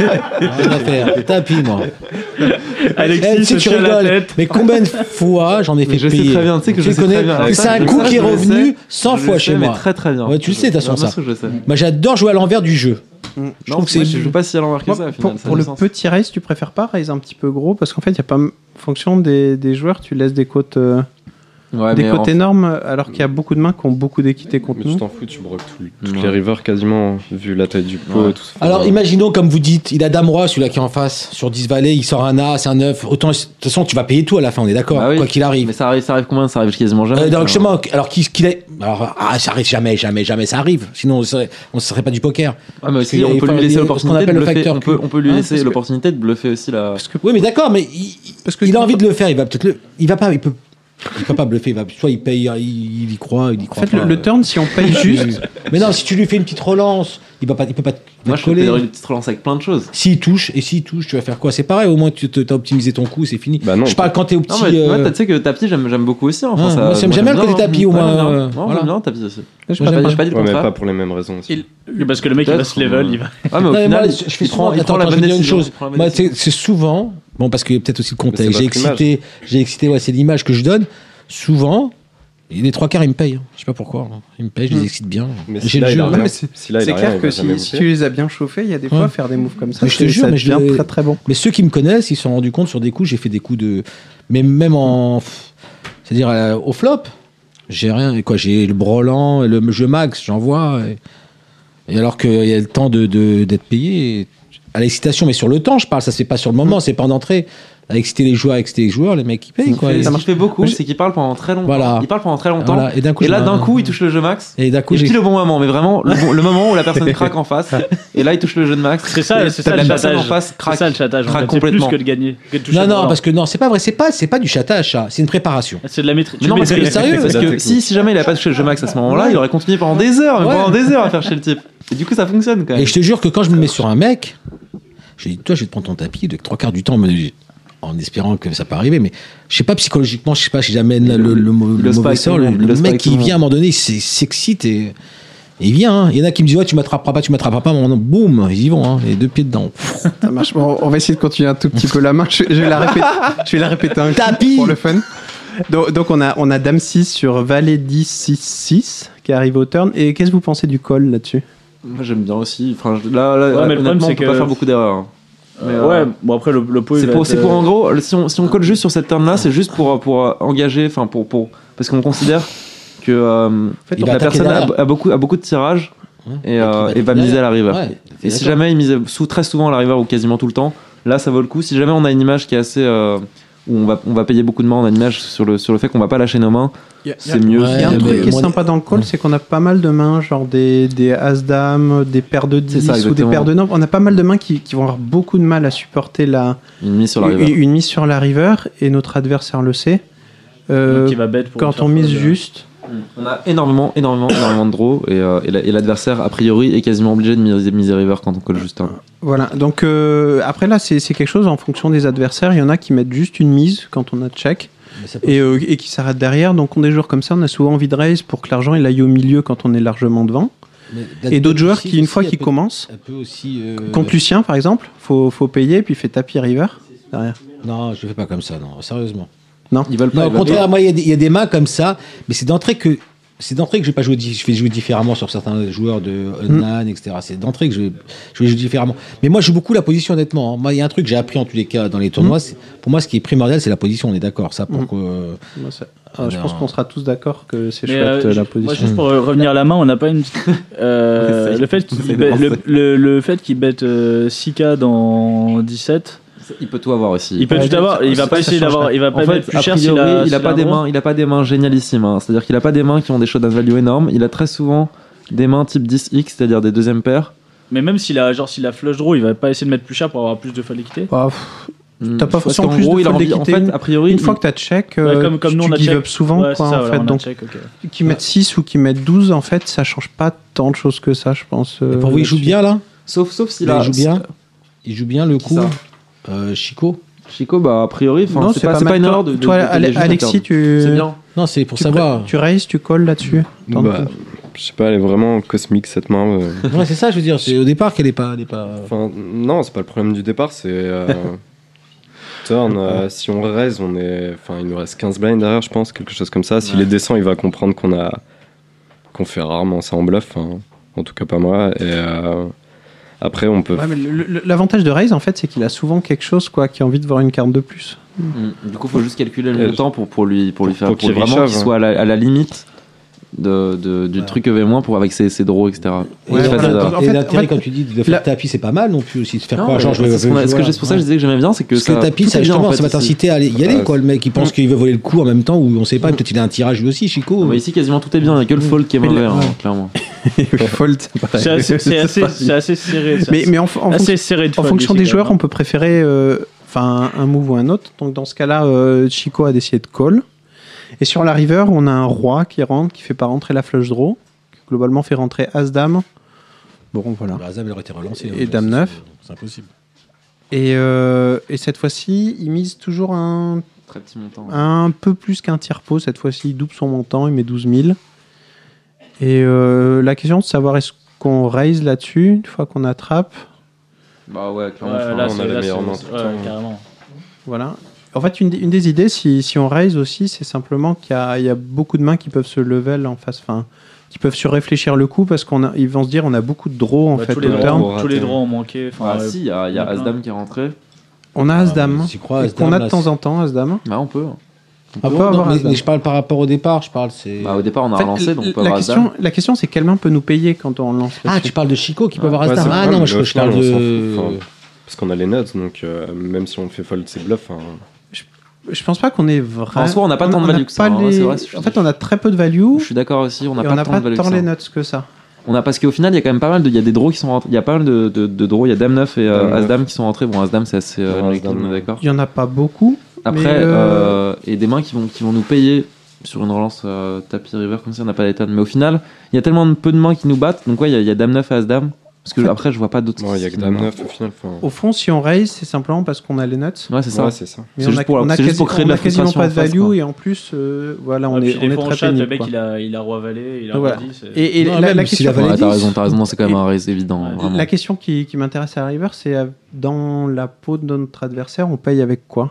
Speaker 7: Rien à faire, tapis moi. Eh,
Speaker 6: Alexis
Speaker 7: tu sais,
Speaker 6: se
Speaker 7: tu
Speaker 6: tient la
Speaker 7: rigoles.
Speaker 6: tête.
Speaker 7: Mais combien de fois j'en ai fait
Speaker 9: Mais je sais
Speaker 7: payer
Speaker 9: très bien, tu sais que je sais
Speaker 7: connais.
Speaker 9: très bien.
Speaker 7: Et
Speaker 9: Ouais,
Speaker 7: C'est
Speaker 9: ça,
Speaker 7: un
Speaker 9: je
Speaker 7: coup
Speaker 9: sais,
Speaker 7: qui est
Speaker 9: je le
Speaker 7: revenu
Speaker 9: sais.
Speaker 7: 100
Speaker 9: Je
Speaker 7: fois
Speaker 9: le
Speaker 7: chez
Speaker 9: sais, mais
Speaker 7: moi.
Speaker 9: très très bien.
Speaker 7: Ouais, tu le sais, de toute façon,
Speaker 9: Bien
Speaker 7: ça.
Speaker 9: sûr que Je le sais.
Speaker 7: Moi, j'adore jouer à l'envers du jeu.
Speaker 8: Mm.
Speaker 9: Je
Speaker 7: trouve que c'est-
Speaker 9: Je joue pas si à l'envers que
Speaker 8: Moi,
Speaker 9: ça. au
Speaker 8: pour,
Speaker 9: final, ça a
Speaker 8: pour
Speaker 9: du
Speaker 8: le
Speaker 9: sens.
Speaker 8: petit raise, tu préfères pas raise un petit peu gros parce qu'en fait, il y a pas m- fonction des, des joueurs, tu laisses des côtes, euh,
Speaker 9: Ouais,
Speaker 8: des
Speaker 9: mais
Speaker 8: côtes
Speaker 9: en-
Speaker 8: énormes alors qu'il y a beaucoup de mains qui ont beaucoup d'équité contre
Speaker 5: Mais tu
Speaker 8: nous.
Speaker 5: t'en fous, tu broques tout- toutes
Speaker 9: Ouais.
Speaker 5: les rivers quasiment, vu la taille du pot.
Speaker 9: Ouais.
Speaker 5: Tout ça.
Speaker 7: Alors
Speaker 5: Enfin,
Speaker 7: imaginons, comme vous dites, il a Dame Roi, celui-là qui est en face, sur 10 valets, il sort un As, un 9. Autant, de toute façon, tu vas payer tout à la fin, on est d'accord,
Speaker 9: Bah oui.
Speaker 7: quoi qu'il arrive.
Speaker 9: Mais ça arrive, ça arrive combien Ça arrive quasiment jamais.
Speaker 7: Euh, dans le
Speaker 9: Enfin,
Speaker 7: chemin, alors qu'il qu'il est. Alors, ah, ça arrive jamais, jamais, jamais, ça arrive. Sinon, on serait, on serait pas du poker.
Speaker 9: Ah, mais aussi,
Speaker 7: Parce
Speaker 9: on
Speaker 7: qu'il
Speaker 9: peut
Speaker 7: y a-
Speaker 9: lui
Speaker 7: il y
Speaker 9: laisser
Speaker 7: a ce qu'on
Speaker 9: l'opportunité de
Speaker 7: appelle le
Speaker 9: bluffer.
Speaker 7: facteur
Speaker 9: On peut,
Speaker 7: cul.
Speaker 9: on peut lui
Speaker 7: Hein,
Speaker 9: laisser
Speaker 7: parce que-
Speaker 9: l'opportunité de bluffer aussi la.
Speaker 7: Oui, mais d'accord, mais il, il a envie de le faire, il va peut-être le. Il va pas, il peut. Il peut pas bluffer, il va, soit il paye, il, il y croit, il y
Speaker 8: En
Speaker 7: croit
Speaker 8: fait, le,
Speaker 7: pas.
Speaker 8: le turn, si on paye juste,
Speaker 7: Mais non, si tu lui fais une petite relance, il va pas, il peut pas te
Speaker 9: Moi,
Speaker 7: te
Speaker 9: je peux
Speaker 7: coller.
Speaker 9: d'ailleurs une petite relance avec plein de choses.
Speaker 7: S'il touche, et s'il touche, tu vas faire quoi C'est pareil, au moins tu te- t'as optimisé ton coup, c'est fini.
Speaker 5: Bah non,
Speaker 7: je parle quand t'es au
Speaker 9: Non,
Speaker 7: petit.
Speaker 9: mais
Speaker 7: euh,
Speaker 9: ouais, t'as- tu sais que tapis, j'aime j'aime beaucoup aussi. hein. Enfin,
Speaker 7: Ah,
Speaker 9: ça-
Speaker 7: moi, j'aime jamais le
Speaker 9: bien,
Speaker 7: côté
Speaker 9: hein.
Speaker 7: tapis, au
Speaker 9: Ouais,
Speaker 7: moins,
Speaker 9: j'aime bien.
Speaker 7: euh,
Speaker 9: Ouais,
Speaker 7: voilà.
Speaker 9: J'aime bien le tapis aussi.
Speaker 8: je
Speaker 9: J'ai pas
Speaker 7: j'aime
Speaker 9: j'ai pas dit le
Speaker 5: ouais, mais
Speaker 9: contraire.
Speaker 5: pas pour les mêmes raisons aussi.
Speaker 6: Il- Parce que le mec, il va se level, il va.
Speaker 9: Ah, mais au
Speaker 7: Non, mais
Speaker 9: final,
Speaker 7: moi,
Speaker 9: il-
Speaker 7: je- je
Speaker 9: il
Speaker 7: fais
Speaker 9: prend-
Speaker 7: souvent.
Speaker 9: il prend
Speaker 7: Attends,
Speaker 9: la
Speaker 7: attends, je
Speaker 9: bonne
Speaker 7: vais dire une
Speaker 9: décision,
Speaker 7: chose.
Speaker 9: il prend la bonne
Speaker 7: Moi,
Speaker 9: décision.
Speaker 7: c'est c'est souvent. Bon, parce qu'il y a peut-être aussi le
Speaker 5: Mais
Speaker 7: contexte.
Speaker 5: c'est
Speaker 7: J'ai
Speaker 5: votre
Speaker 7: excité, j'ai excité. Ouais, c'est l'image que je donne. Souvent, les trois quarts, ils me payent. hein. Je sais pas pourquoi. hein. Ils me payent, je
Speaker 9: Hmm.
Speaker 7: les excite bien.
Speaker 5: Mais
Speaker 7: J'ai
Speaker 5: si
Speaker 7: le
Speaker 5: là, il
Speaker 7: jeu.
Speaker 5: a
Speaker 8: Non,
Speaker 5: rien,
Speaker 8: mais c'est-
Speaker 5: si là, il
Speaker 8: c'est
Speaker 5: a rien,
Speaker 8: clair
Speaker 5: il
Speaker 8: que
Speaker 5: va
Speaker 8: si,
Speaker 5: jamais
Speaker 8: si
Speaker 5: vous
Speaker 8: tu les as bien chauffés, il y a des fois
Speaker 7: Ouais.
Speaker 8: faire des moves comme ça.
Speaker 7: Mais je te
Speaker 8: c'est-
Speaker 7: jure,
Speaker 8: ça
Speaker 7: mais je
Speaker 8: devient
Speaker 7: l'ai-
Speaker 8: très très bon.
Speaker 7: Mais ceux qui me connaissent, ils se sont rendus compte sur des coups, j'ai fait des coups de. Mais même en. C'est-à-dire euh, au flop, j'ai rien. et Quoi, j'ai le Brolant, le jeu max, j'en vois. Et, et alors qu'il y a le temps d'être de, d'être payé. et- À l'excitation, mais sur le temps, je parle, ça c'est pas sur le
Speaker 9: Mm.
Speaker 7: moment, c'est pas en entrée. À exciter les joueurs, à exciter les joueurs, les mecs qui payent, quoi.
Speaker 9: Et
Speaker 7: Et,
Speaker 9: Mm. Ça marche fait beaucoup,
Speaker 7: Moi, j'ai-
Speaker 9: c'est qu'il parle pendant très longtemps.
Speaker 7: Voilà.
Speaker 9: Il parle pendant très longtemps.
Speaker 7: Voilà, et d'un coup,
Speaker 9: Et
Speaker 7: je
Speaker 9: là,
Speaker 7: me-
Speaker 9: d'un coup, il touche le jeu max.
Speaker 7: et d'un coup,
Speaker 9: Et
Speaker 7: j'ai.
Speaker 9: pile le bon moment, mais vraiment le, bon- le moment où la personne craque en face. Et là, il touche le jeu de max.
Speaker 6: C'est ça,
Speaker 9: Et
Speaker 6: c'est ça
Speaker 9: la
Speaker 6: le
Speaker 9: personne en
Speaker 6: chantage.
Speaker 9: face
Speaker 6: C'est
Speaker 9: craque.
Speaker 6: ça le chattage. en
Speaker 9: craque
Speaker 6: fait. C'est plus
Speaker 9: complètement.
Speaker 6: que de gagner. que de toucher
Speaker 7: Non,
Speaker 6: le
Speaker 7: non,
Speaker 6: ballon.
Speaker 7: parce que non, c'est pas vrai, c'est pas, c'est pas du chatage, ça. C'est une préparation.
Speaker 6: C'est de la maîtrise.
Speaker 9: Mais
Speaker 6: tu
Speaker 9: non, parce que,
Speaker 6: maîtrises.
Speaker 7: sérieux,
Speaker 9: parce
Speaker 5: c'est
Speaker 9: que
Speaker 5: la
Speaker 9: si, si jamais il a pas touché le jeu max à ce moment-là,
Speaker 7: Ouais.
Speaker 9: il aurait continué pendant des heures, mais
Speaker 7: Ouais.
Speaker 9: pendant des heures à faire chez le type. Et du coup, ça fonctionne quand même.
Speaker 7: Et je te jure que quand je me mets sur un mec, je dis, toi, je vais te prendre ton tapis, de trois quarts du temps, mais- en espérant que ça peut arriver, mais je sais pas psychologiquement, je sais pas si jamais le, le, le, mo-
Speaker 9: il
Speaker 7: le
Speaker 9: ose pas
Speaker 7: mauvais
Speaker 9: avec tout
Speaker 7: sort,
Speaker 9: le
Speaker 7: le,
Speaker 9: monde, il
Speaker 7: le
Speaker 9: ose pas
Speaker 7: mec
Speaker 9: avec tout
Speaker 7: qui
Speaker 9: le
Speaker 7: vient à un moment donné, il s'est- s'excite et et il vient. hein. Il y en a qui me disent, ouais, tu m'attraperas pas, tu m'attraperas pas, maintenant, boum, ils y vont, hein, les deux pieds dedans.
Speaker 8: Ça marche. Bon, on va essayer de continuer un tout petit peu la main. Je, je vais, la répéter, je vais la répéter un coup
Speaker 7: Tapis.
Speaker 8: pour le fun. Donc, donc on, a, on a Dame 6 sur Valet 10 6 6 qui arrive au turn. Et qu'est-ce que vous pensez du call là-dessus
Speaker 9: Moi, j'aime bien aussi. Enfin, je- là, là
Speaker 6: Ouais, mais le
Speaker 9: honnêtement,
Speaker 6: problème, c'est
Speaker 9: on peut pas
Speaker 6: que-
Speaker 9: faire beaucoup d'erreurs. hein. Mais,
Speaker 6: Euh,
Speaker 9: euh,
Speaker 6: Ouais, bon après le, le pot. il
Speaker 9: C'est
Speaker 6: va
Speaker 9: pour,
Speaker 6: être,
Speaker 9: c'est pour
Speaker 6: euh,
Speaker 9: en gros, si on, si on colle juste sur cette turn là, c'est juste pour, euh, pour euh, engager, enfin pour, pour. Parce qu'on considère que euh,
Speaker 7: Il va
Speaker 9: la
Speaker 7: attaquer
Speaker 9: personne a,
Speaker 7: derrière.
Speaker 9: a beaucoup, a beaucoup de tirages
Speaker 7: Ouais.
Speaker 9: et,
Speaker 7: Donc, il
Speaker 9: euh,
Speaker 7: va
Speaker 9: et va
Speaker 7: derrière.
Speaker 9: miser à la river.
Speaker 7: Ouais,
Speaker 9: et si
Speaker 7: d'accord.
Speaker 9: jamais il mise sous, très souvent à la river ou quasiment tout le temps, là ça vaut le coup. Si jamais on a une image qui est assez. euh, où on va, on va payer beaucoup de mains, on a une image sur le, sur le fait qu'on va pas lâcher nos mains, c'est mieux.
Speaker 7: Ouais,
Speaker 8: Il y a un
Speaker 7: mais
Speaker 8: truc qui est
Speaker 7: moi,
Speaker 8: sympa dans le call,
Speaker 7: Ouais.
Speaker 8: c'est qu'on a pas mal de mains, genre des, des As-Dame, des paires de
Speaker 9: C'est
Speaker 8: 10
Speaker 9: ça,
Speaker 8: ou des
Speaker 9: exactement.
Speaker 8: paires de 9. On a pas mal de mains qui, qui vont avoir beaucoup de mal à supporter la,
Speaker 9: Une mise sur la
Speaker 8: une,
Speaker 9: river.
Speaker 8: une mise sur la river. Et notre adversaire le sait. Euh,
Speaker 6: donc il va bête pour
Speaker 8: quand
Speaker 6: faire
Speaker 8: on mise
Speaker 6: fold.
Speaker 8: juste,
Speaker 9: On a énormément, énormément, énormément de draws et, euh, et la- et l'adversaire, a priori, est quasiment obligé de miser, miser river quand on colle juste un.
Speaker 8: Voilà, donc euh, après là, c'est c'est quelque chose en fonction des adversaires. Il y en a qui mettent juste une mise quand on a check
Speaker 7: Mais ça peut-
Speaker 8: et, euh, et qui s'arrêtent derrière. Donc, on des joueurs comme ça, on a souvent envie de raise pour que l'argent il aille au milieu quand on est largement devant.
Speaker 7: mais
Speaker 8: Et d'autres joueurs
Speaker 7: aussi-
Speaker 8: qui, une
Speaker 7: aussi,
Speaker 8: fois
Speaker 7: elle
Speaker 8: qu'ils
Speaker 7: peut-
Speaker 8: commencent,
Speaker 7: elle peut aussi, euh,
Speaker 8: contre Lucien par exemple, faut, faut payer puis il fait tapis river derrière.
Speaker 7: Non, je le fais pas comme ça, non, sérieusement.
Speaker 9: Ils veulent pas.
Speaker 7: Non, au
Speaker 9: ils veulent pas.
Speaker 7: contraire, moi, il y a des- il y, a des mains comme ça, mais c'est d'entrée que. C'est d'entrée que je vais pas jouer, di- je vais jouer différemment sur certains joueurs de
Speaker 8: Mm.
Speaker 7: Unnan, etc. C'est d'entrée que je vais, je vais jouer différemment. Mais moi, je joue beaucoup la position, honnêtement. hein. Moi, il y a un truc que j'ai appris en tous les cas dans les tournois. c'est- Pour moi, ce qui est primordial, c'est la position. On est d'accord, ça. Pour
Speaker 8: Mm.
Speaker 7: que, euh,
Speaker 8: Moi, ça- Ah, je
Speaker 7: Non.
Speaker 8: pense qu'on sera tous d'accord que c'est
Speaker 6: Mais,
Speaker 8: chouette
Speaker 6: euh,
Speaker 8: euh, la
Speaker 6: ju- Moi,
Speaker 8: position.
Speaker 6: juste pour euh, revenir à la main, on n'a pas une. euh, le fait
Speaker 9: Essaye
Speaker 6: qu'il
Speaker 9: de
Speaker 6: bet- le,
Speaker 9: penser.
Speaker 6: le, le fait qu'il bête euh, 6K dans 17,
Speaker 9: Il peut tout avoir aussi.
Speaker 6: il peut
Speaker 8: Ouais,
Speaker 6: tout avoir. Il va
Speaker 8: ça
Speaker 6: pas essayer
Speaker 8: change
Speaker 6: d'avoir. Il va pas
Speaker 9: En
Speaker 6: mettre
Speaker 9: fait,
Speaker 6: plus
Speaker 9: a
Speaker 6: cher
Speaker 9: priori,
Speaker 6: s'il a.
Speaker 9: il a
Speaker 6: s'il
Speaker 9: pas
Speaker 6: un
Speaker 9: des
Speaker 6: gros.
Speaker 9: mains, il a pas des mains génialissimes. hein. C'est-à-dire qu'il a pas des mains qui ont des showdown value énormes. Il a très souvent des mains type 10x, c'est-à-dire des deuxièmes paires.
Speaker 6: Mais même s'il a genre s'il a flush draw, il va pas essayer de mettre plus cher pour avoir plus de fold équité.
Speaker 8: Bah, pff, T'as pas
Speaker 9: Hmm, Parce
Speaker 8: forcément
Speaker 9: qu'en
Speaker 8: plus
Speaker 9: gros,
Speaker 8: de
Speaker 9: il a
Speaker 8: fold
Speaker 9: envie- En
Speaker 8: d'équité.
Speaker 9: fait, a priori,
Speaker 8: Une fois
Speaker 9: il-
Speaker 8: que t'as check,
Speaker 6: Ouais,
Speaker 8: euh,
Speaker 6: comme- comme
Speaker 8: tu,
Speaker 6: nous, on
Speaker 8: tu
Speaker 6: a
Speaker 8: give
Speaker 6: check.
Speaker 8: up souvent
Speaker 6: Ouais, c'est
Speaker 8: quoi,
Speaker 6: ça,
Speaker 8: en
Speaker 6: voilà,
Speaker 8: fait.
Speaker 6: on a
Speaker 8: Donc
Speaker 6: check, ok.
Speaker 8: qui mettent 6 ou qui mettent 12, en fait, ça change pas tant de choses que ça, je pense. euh,
Speaker 7: et pour vous, il joue
Speaker 8: là-dessus.
Speaker 7: bien là.
Speaker 9: sauf sauf s'il
Speaker 7: Là,
Speaker 9: a
Speaker 7: il joue bien. Il joue bien le
Speaker 9: Qui
Speaker 7: coup.
Speaker 9: ça
Speaker 7: Euh, Chico.
Speaker 9: Chico, bah a priori, enfin,
Speaker 8: Non,
Speaker 9: c'est pas, c'est pas
Speaker 8: mal.
Speaker 9: une
Speaker 8: Toi-
Speaker 9: erreur de. de-
Speaker 8: Toi,
Speaker 9: de- de-
Speaker 8: Ale-
Speaker 9: de- de-
Speaker 8: Alexis, tu.
Speaker 9: c'est bien.
Speaker 7: Non, c'est pour
Speaker 8: Tu,
Speaker 7: savoir.
Speaker 8: pré- tu raises, tu colles là-dessus. Dans le
Speaker 5: Bah,
Speaker 8: coup.
Speaker 5: je sais pas, elle est vraiment cosmique cette main. euh.
Speaker 7: Ouais, c'est ça. Je veux dire, c'est au départ qu'elle est pas, elle est pas.
Speaker 5: Enfin, non, c'est pas le problème du départ, c'est. euh, turn, euh, si on raise, on est. Enfin, il nous reste 15 blinds derrière, je pense, quelque chose comme ça. S'il est décent, il va comprendre qu'on a. qu'on fait rarement ça en bluff, hein. en tout cas pas moi. Et euh, après, on peut.
Speaker 8: Ouais, mais le- le- L'avantage de Raise, en fait, c'est qu'il a souvent quelque chose quoi, qui a envie de voir une carte de plus.
Speaker 9: Hmm, Du coup, faut juste calculer
Speaker 5: Et
Speaker 6: Euh,
Speaker 9: le temps pour, pour lui, pour lui
Speaker 5: pour-
Speaker 9: faire
Speaker 5: pour
Speaker 9: pour
Speaker 5: qu'il
Speaker 9: vraiment
Speaker 5: réchave,
Speaker 9: qu'il
Speaker 5: hein.
Speaker 9: soit à la, à la limite de, de- du truc EV- moins pour avec ses, ses draws, etc. Et
Speaker 8: Ouais,
Speaker 9: qu'il fasse
Speaker 8: voilà,
Speaker 9: des-
Speaker 8: donc, en
Speaker 7: et
Speaker 8: fait-
Speaker 7: l'intérêt,
Speaker 8: en fait,
Speaker 7: quand tu dis de faire
Speaker 8: la-
Speaker 7: tapis, c'est pas mal non plus aussi de faire
Speaker 9: Non,
Speaker 7: quoi
Speaker 9: mais
Speaker 7: genre, je
Speaker 9: c'est
Speaker 7: veux-
Speaker 9: ce qu'on a- ce que
Speaker 7: voilà.
Speaker 9: j'ai- c'est pour ça que je disais que j'aimais bien, c'est que
Speaker 7: Parce que
Speaker 9: ça.
Speaker 7: tapis,
Speaker 9: tout
Speaker 7: ça
Speaker 9: est bien, en
Speaker 7: justement,
Speaker 9: fait,
Speaker 7: ça va
Speaker 9: ici.
Speaker 7: t'inciter à aller- y aller,
Speaker 5: Ouais.
Speaker 7: quoi. Le mec, il pense qu'il veut voler le coup en même temps, ou on sait pas, peut-être il a un tirage lui aussi, Chico.
Speaker 9: Non, mais ici, quasiment tout est bien, il n'y a que le fold qui est mauvais, hein, clairement.
Speaker 6: C'est assez, c'est assez- c'est Ah, assez serré. ça.
Speaker 8: Mais, mais en, f- en
Speaker 6: assez serré de
Speaker 8: En
Speaker 6: fold
Speaker 8: fonction
Speaker 6: ici,
Speaker 8: des
Speaker 6: quand
Speaker 8: joueurs,
Speaker 6: même,
Speaker 8: on peut préférer euh, enfin un move ou un autre. Donc dans ce cas-là, euh, Chico a décidé de call. Et sur la river, on a un roi qui rentre, qui fait pas rentrer la flush draw, qui globalement fait rentrer as dame. Bon voilà.
Speaker 7: Bah, Zab, elle aurait été relancée.
Speaker 8: Et
Speaker 7: hein,
Speaker 8: Dame
Speaker 7: c'est-
Speaker 8: neuf.
Speaker 7: c'est- C'est impossible.
Speaker 8: Et, euh, et cette fois-ci, il mise toujours un,
Speaker 9: Très petit montant.
Speaker 8: un peu plus qu'un tiers pot. Cette fois-ci, il double son montant, il met 12 000. Et euh, la question de savoir est-ce qu'on raise là-dessus une fois qu'on attrape.
Speaker 9: Bah ouais,
Speaker 6: Ouais,
Speaker 9: clairement. enfin,
Speaker 6: Euh, là,
Speaker 5: on a
Speaker 6: c'est-
Speaker 5: les
Speaker 6: là,
Speaker 5: meilleures
Speaker 6: c'est-
Speaker 5: mains tout le
Speaker 6: ouais,
Speaker 5: temps.
Speaker 6: carrément.
Speaker 8: Voilà. En fait, une, des- une des idées, si, si on raise aussi, c'est simplement qu'il y a, il y a beaucoup de mains qui peuvent se level en face, enfin, qui peuvent surréfléchir le coup parce qu'on a- ils vont se dire on a beaucoup de draws en
Speaker 6: Bah,
Speaker 8: fait
Speaker 6: tous, les
Speaker 8: au
Speaker 5: draws.
Speaker 8: turn.
Speaker 5: on
Speaker 6: droits,
Speaker 5: va
Speaker 6: tous les
Speaker 5: rater.
Speaker 6: droits ont manqué.
Speaker 9: Ah
Speaker 6: enfin, euh,
Speaker 9: si, il y a, il y a
Speaker 6: plein.
Speaker 9: As-Dame qui est rentré.
Speaker 8: On a
Speaker 7: Ah,
Speaker 8: As-Dame,
Speaker 7: mais j'y crois,
Speaker 8: et qu'on
Speaker 7: As-Dame,
Speaker 8: a de
Speaker 7: là,
Speaker 8: temps
Speaker 7: c'est-
Speaker 8: en temps As-Dame.
Speaker 9: Bah on peut.
Speaker 8: On
Speaker 7: Ah,
Speaker 8: peut
Speaker 7: non,
Speaker 8: avoir
Speaker 7: mais-
Speaker 8: As-Dame.
Speaker 7: mais je parle par rapport au départ, je parle, c'est.
Speaker 9: Bah au départ, on a
Speaker 8: En fait,
Speaker 9: relancé, donc on
Speaker 8: la,
Speaker 9: peut avoir As-Dame.
Speaker 8: question, la question, c'est quelle main peut nous payer quand on lance
Speaker 7: Ah,
Speaker 8: là-dessus
Speaker 7: tu parles de Chico qui peut avoir
Speaker 5: Ouais,
Speaker 7: As-Dame.
Speaker 5: c'est
Speaker 7: Ah
Speaker 5: vrai,
Speaker 7: non, moi
Speaker 5: mais
Speaker 7: je
Speaker 5: au
Speaker 7: je parle
Speaker 5: final, hein, on
Speaker 7: de.
Speaker 5: s'en fout. Enfin, parce qu'on a les notes, donc euh, même si on fait fold, c'est bluff. hein.
Speaker 8: Je pense pas qu'on est vrai.
Speaker 9: En soi, on n'a pas tant de value que ça, hein, ouais, c'est vrai, c'est
Speaker 8: En fait, on a très peu de value.
Speaker 9: Je suis d'accord aussi, on n'a
Speaker 8: et
Speaker 9: pas tant de value que
Speaker 8: tant
Speaker 9: ça.
Speaker 8: les notes que ça.
Speaker 9: On a parce qu'au final, il y a quand même pas mal de, il y a des draws qui sont rentrés, il y a pas mal de, de, de draws, il y a Dame 9 et euh,
Speaker 5: Dame
Speaker 9: As Dame qui sont rentrés. Bon, As Dame c'est assez euh,
Speaker 5: Ouais,
Speaker 9: clean,
Speaker 5: As-Dame,
Speaker 9: on est
Speaker 5: ouais.
Speaker 9: d'accord.
Speaker 8: Il y en a pas beaucoup.
Speaker 9: Après
Speaker 8: Mais, euh,
Speaker 9: euh, et des mains qui vont qui vont nous payer sur une relance euh, tapis river comme ça, on n'a pas les tonnes. Mais au final, il y a tellement de peu de mains qui nous battent. Donc ouais, il y a- il y, a Dame 9 et As Dame parce que après je vois pas d'autres.
Speaker 5: Bon, il y a que Dame 9 au final. enfin.
Speaker 8: Au fond, si on raise, c'est simplement parce qu'on a les notes.
Speaker 9: Ouais, c'est ça.
Speaker 5: Ouais, c'est ça.
Speaker 8: Mais
Speaker 9: C'est
Speaker 8: on
Speaker 9: juste
Speaker 8: a,
Speaker 9: pour-
Speaker 8: on a
Speaker 9: c'est juste pour
Speaker 8: quasi-
Speaker 9: créer de
Speaker 8: on a
Speaker 9: la
Speaker 8: quasiment
Speaker 9: frustration
Speaker 8: pas
Speaker 9: en
Speaker 8: de
Speaker 9: face,
Speaker 8: value
Speaker 9: quoi.
Speaker 8: et en plus, euh, voilà, on
Speaker 6: Ouais, puis
Speaker 8: est, on
Speaker 6: des
Speaker 8: est
Speaker 6: fois, on
Speaker 8: très
Speaker 6: chatte, le
Speaker 8: pénible.
Speaker 6: mec,
Speaker 8: quoi.
Speaker 6: il a, il a roi valet, il a
Speaker 8: Donc
Speaker 6: roi
Speaker 8: voilà.
Speaker 6: 10. euh.
Speaker 8: Et, et
Speaker 7: Non,
Speaker 8: la,
Speaker 7: même
Speaker 8: la
Speaker 7: s'il
Speaker 8: question,
Speaker 7: avait
Speaker 9: Ouais,
Speaker 7: Valais
Speaker 9: t'as
Speaker 7: dix.
Speaker 9: raison, t'as raison, non, c'est quand même un raise évident.
Speaker 6: Ouais,
Speaker 9: vraiment.
Speaker 8: la question qui, qui m'intéresse à la River, c'est euh, dans la peau de notre adversaire, on paye avec quoi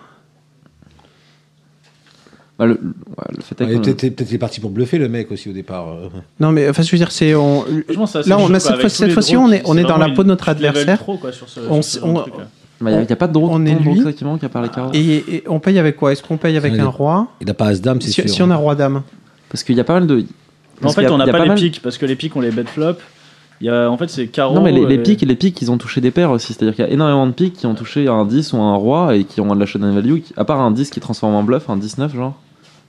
Speaker 9: Bah, le, le- ouais, le fait est
Speaker 7: Ouais,
Speaker 9: qu'on-
Speaker 7: Peut-être peut-être il est parti pour bluffer le mec aussi au départ. euh.
Speaker 8: Non, mais enfin, je veux dire, c'est on,
Speaker 6: Franchement, ça, c'est
Speaker 8: Là,
Speaker 6: le
Speaker 8: on
Speaker 6: jeu,
Speaker 8: a
Speaker 6: quoi,
Speaker 8: cette
Speaker 6: avec
Speaker 8: fois-
Speaker 6: tous
Speaker 8: cette
Speaker 6: les
Speaker 8: fois-ci,
Speaker 6: draws
Speaker 8: on est-
Speaker 6: qui
Speaker 8: on
Speaker 6: se
Speaker 8: est dans la
Speaker 6: vraiment,
Speaker 8: peau de notre
Speaker 6: ils te level
Speaker 8: adversaire.
Speaker 6: trop, quoi, sur ce-
Speaker 8: On
Speaker 6: sur
Speaker 8: s-
Speaker 6: ce
Speaker 8: on-
Speaker 6: truc, là.
Speaker 9: Bah, il y a- il y a pas de draw.
Speaker 8: On est
Speaker 9: tant, donc,
Speaker 8: lui.
Speaker 9: ça, qui manque, il y a pas les cartes.
Speaker 8: et, et on paye avec quoi Est-ce qu'on paye avec
Speaker 7: Ouais.
Speaker 8: un roi
Speaker 7: Il n'a pas As-Dame, Ah, c'est
Speaker 8: si,
Speaker 7: sûr.
Speaker 8: si on a roi dame,
Speaker 9: Parce qu'il y a pas mal de.
Speaker 6: En
Speaker 9: parce qu'il
Speaker 6: fait,
Speaker 9: y
Speaker 6: on
Speaker 9: il
Speaker 6: n'a
Speaker 9: y
Speaker 6: pas les
Speaker 9: mal-
Speaker 6: pics, parce que les pics, on les bet flop. Il y a, en fait, c'est carreau.
Speaker 9: Non, mais les, les
Speaker 6: euh,
Speaker 9: piques, les piques, ils ont touché des paires aussi. C'est-à-dire qu'il y a énormément de piques qui ont touché un 10 ou un roi et qui ont de la showdown value. qui- À part un 10 qui transforme en bluff, un 19, genre.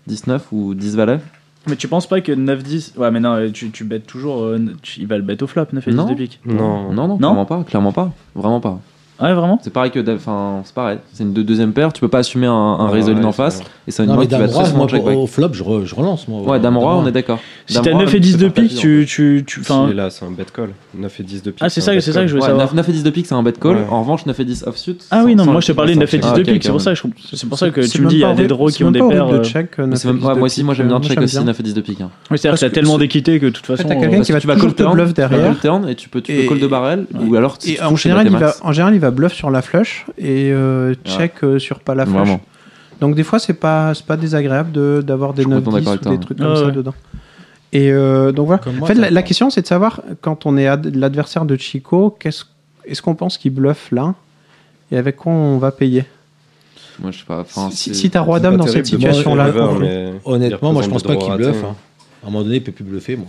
Speaker 9: 19 ou 10 valets.
Speaker 6: Mais tu penses pas que 9-10. Ouais, mais non, euh, tu, tu bêtes toujours. euh, tu- il va le bet au flop, 9 et 10
Speaker 9: Non.
Speaker 6: des pics.
Speaker 5: Non.
Speaker 9: Non, non, clairement pas. Clairement pas. Vraiment pas.
Speaker 6: Ouais, vraiment
Speaker 9: C'est pareil que. Dave- Enfin, c'est pareil. C'est une deux- deuxième paire. Tu peux pas assumer un, un
Speaker 6: Ah,
Speaker 5: Ouais,
Speaker 9: raise all-in en
Speaker 5: c'est
Speaker 9: face.
Speaker 5: vrai.
Speaker 9: Et c'est une
Speaker 7: Non,
Speaker 9: main
Speaker 7: mais
Speaker 9: qui va
Speaker 7: Dame
Speaker 9: très
Speaker 7: Roi,
Speaker 9: souvent
Speaker 7: moi,
Speaker 9: check
Speaker 7: pour-
Speaker 9: back.
Speaker 7: au flop, je, re- je relance. Moi,
Speaker 9: Ouais, Dame Roi, on est d'accord.
Speaker 6: Si
Speaker 9: Dame
Speaker 6: t'as
Speaker 9: Roi,
Speaker 6: 9 et
Speaker 9: même
Speaker 6: 10
Speaker 9: c'est
Speaker 6: de
Speaker 9: pas
Speaker 6: piques,
Speaker 9: tapis,
Speaker 6: tu, tu, tu. Enfin.
Speaker 5: Si, là, c'est un bet call. 9 et 10 de pique.
Speaker 6: Ah, c'est ça,
Speaker 5: un
Speaker 6: c'est
Speaker 5: bet
Speaker 6: ça que
Speaker 5: call.
Speaker 6: je voulais
Speaker 9: Ouais,
Speaker 6: savoir.
Speaker 9: 9, 9 et 10 de pique, c'est un bet call.
Speaker 5: Ouais.
Speaker 9: En revanche, 9 et 10 offsuit.
Speaker 6: Ah oui, non, moi je te
Speaker 5: sans-
Speaker 6: parlais de 9 et 10
Speaker 9: sans-
Speaker 6: de
Speaker 9: ok,
Speaker 6: pique, c'est
Speaker 9: ok,
Speaker 6: pour ça,
Speaker 9: ouais.
Speaker 6: je comprends- c'est pour ça que
Speaker 8: C'est
Speaker 6: tu me
Speaker 8: même
Speaker 6: dis, il y
Speaker 8: pas
Speaker 6: a
Speaker 8: au
Speaker 6: des
Speaker 8: ré-
Speaker 6: draws
Speaker 8: c'est
Speaker 6: qui ont
Speaker 8: même
Speaker 6: des
Speaker 8: pas au
Speaker 6: paires.
Speaker 8: rate de
Speaker 6: euh,
Speaker 8: check, euh,
Speaker 9: Mais
Speaker 8: notre
Speaker 9: c'est même-
Speaker 8: liste
Speaker 9: ouais,
Speaker 8: de
Speaker 9: moi aussi, moi j'aime bien
Speaker 8: piques, euh,
Speaker 9: check 10
Speaker 8: moi,
Speaker 9: et
Speaker 8: j'aime
Speaker 9: 9 et 10 de pique. hein.
Speaker 6: Oui, c'est-à-dire
Speaker 8: Parce
Speaker 6: qu'il y a
Speaker 8: que-
Speaker 6: tellement d'équité que de toute façon.
Speaker 8: t'as
Speaker 6: euh,
Speaker 8: quelqu'un
Speaker 9: Parce
Speaker 8: qui
Speaker 9: que
Speaker 8: va
Speaker 9: tu vas
Speaker 8: toujours
Speaker 9: call
Speaker 8: te
Speaker 9: turn,
Speaker 8: bluff
Speaker 9: tu vas
Speaker 8: derrière.
Speaker 9: call turn et tu peux, tu peux
Speaker 8: Et-
Speaker 9: call de barrel ou alors si
Speaker 8: Et
Speaker 9: tu
Speaker 8: en
Speaker 9: touches, c'est
Speaker 8: général, il va,
Speaker 9: max.
Speaker 8: en général, il va bluff sur la flush et euh, check euh, sur pas la flush.
Speaker 9: Vraiment.
Speaker 8: Donc des fois, c'est pas c'est pas désagréable de d'avoir des
Speaker 9: Je suis
Speaker 8: 9
Speaker 9: complètement
Speaker 8: 10
Speaker 9: d'accord
Speaker 8: ou
Speaker 9: avec
Speaker 8: des
Speaker 9: toi, hein.
Speaker 8: trucs comme
Speaker 6: Ah
Speaker 8: ça
Speaker 6: ouais.
Speaker 8: dedans. Et euh, donc voilà.
Speaker 7: Comme
Speaker 8: en
Speaker 7: moi,
Speaker 8: fait, la,
Speaker 7: ça-
Speaker 8: la question, c'est de savoir quand on est ad- l'adversaire de Chico, qu'est-ce est-ce qu'on pense qu'il bluffe là et avec quoi on va payer
Speaker 9: Moi je sais pas. enfin,
Speaker 8: Si,
Speaker 9: c'est-
Speaker 8: si t'as roi
Speaker 5: C'est
Speaker 8: dame
Speaker 5: pas
Speaker 8: dans cette
Speaker 5: terrible de
Speaker 8: situation là,
Speaker 5: River, mais
Speaker 7: Honnêtement,
Speaker 5: il
Speaker 7: moi, je
Speaker 5: représente
Speaker 7: pense pas
Speaker 5: des
Speaker 7: qu'il
Speaker 5: droits
Speaker 7: bluffe.
Speaker 5: ratés,
Speaker 7: hein. À un moment donné, il peut plus bluffer. Moi.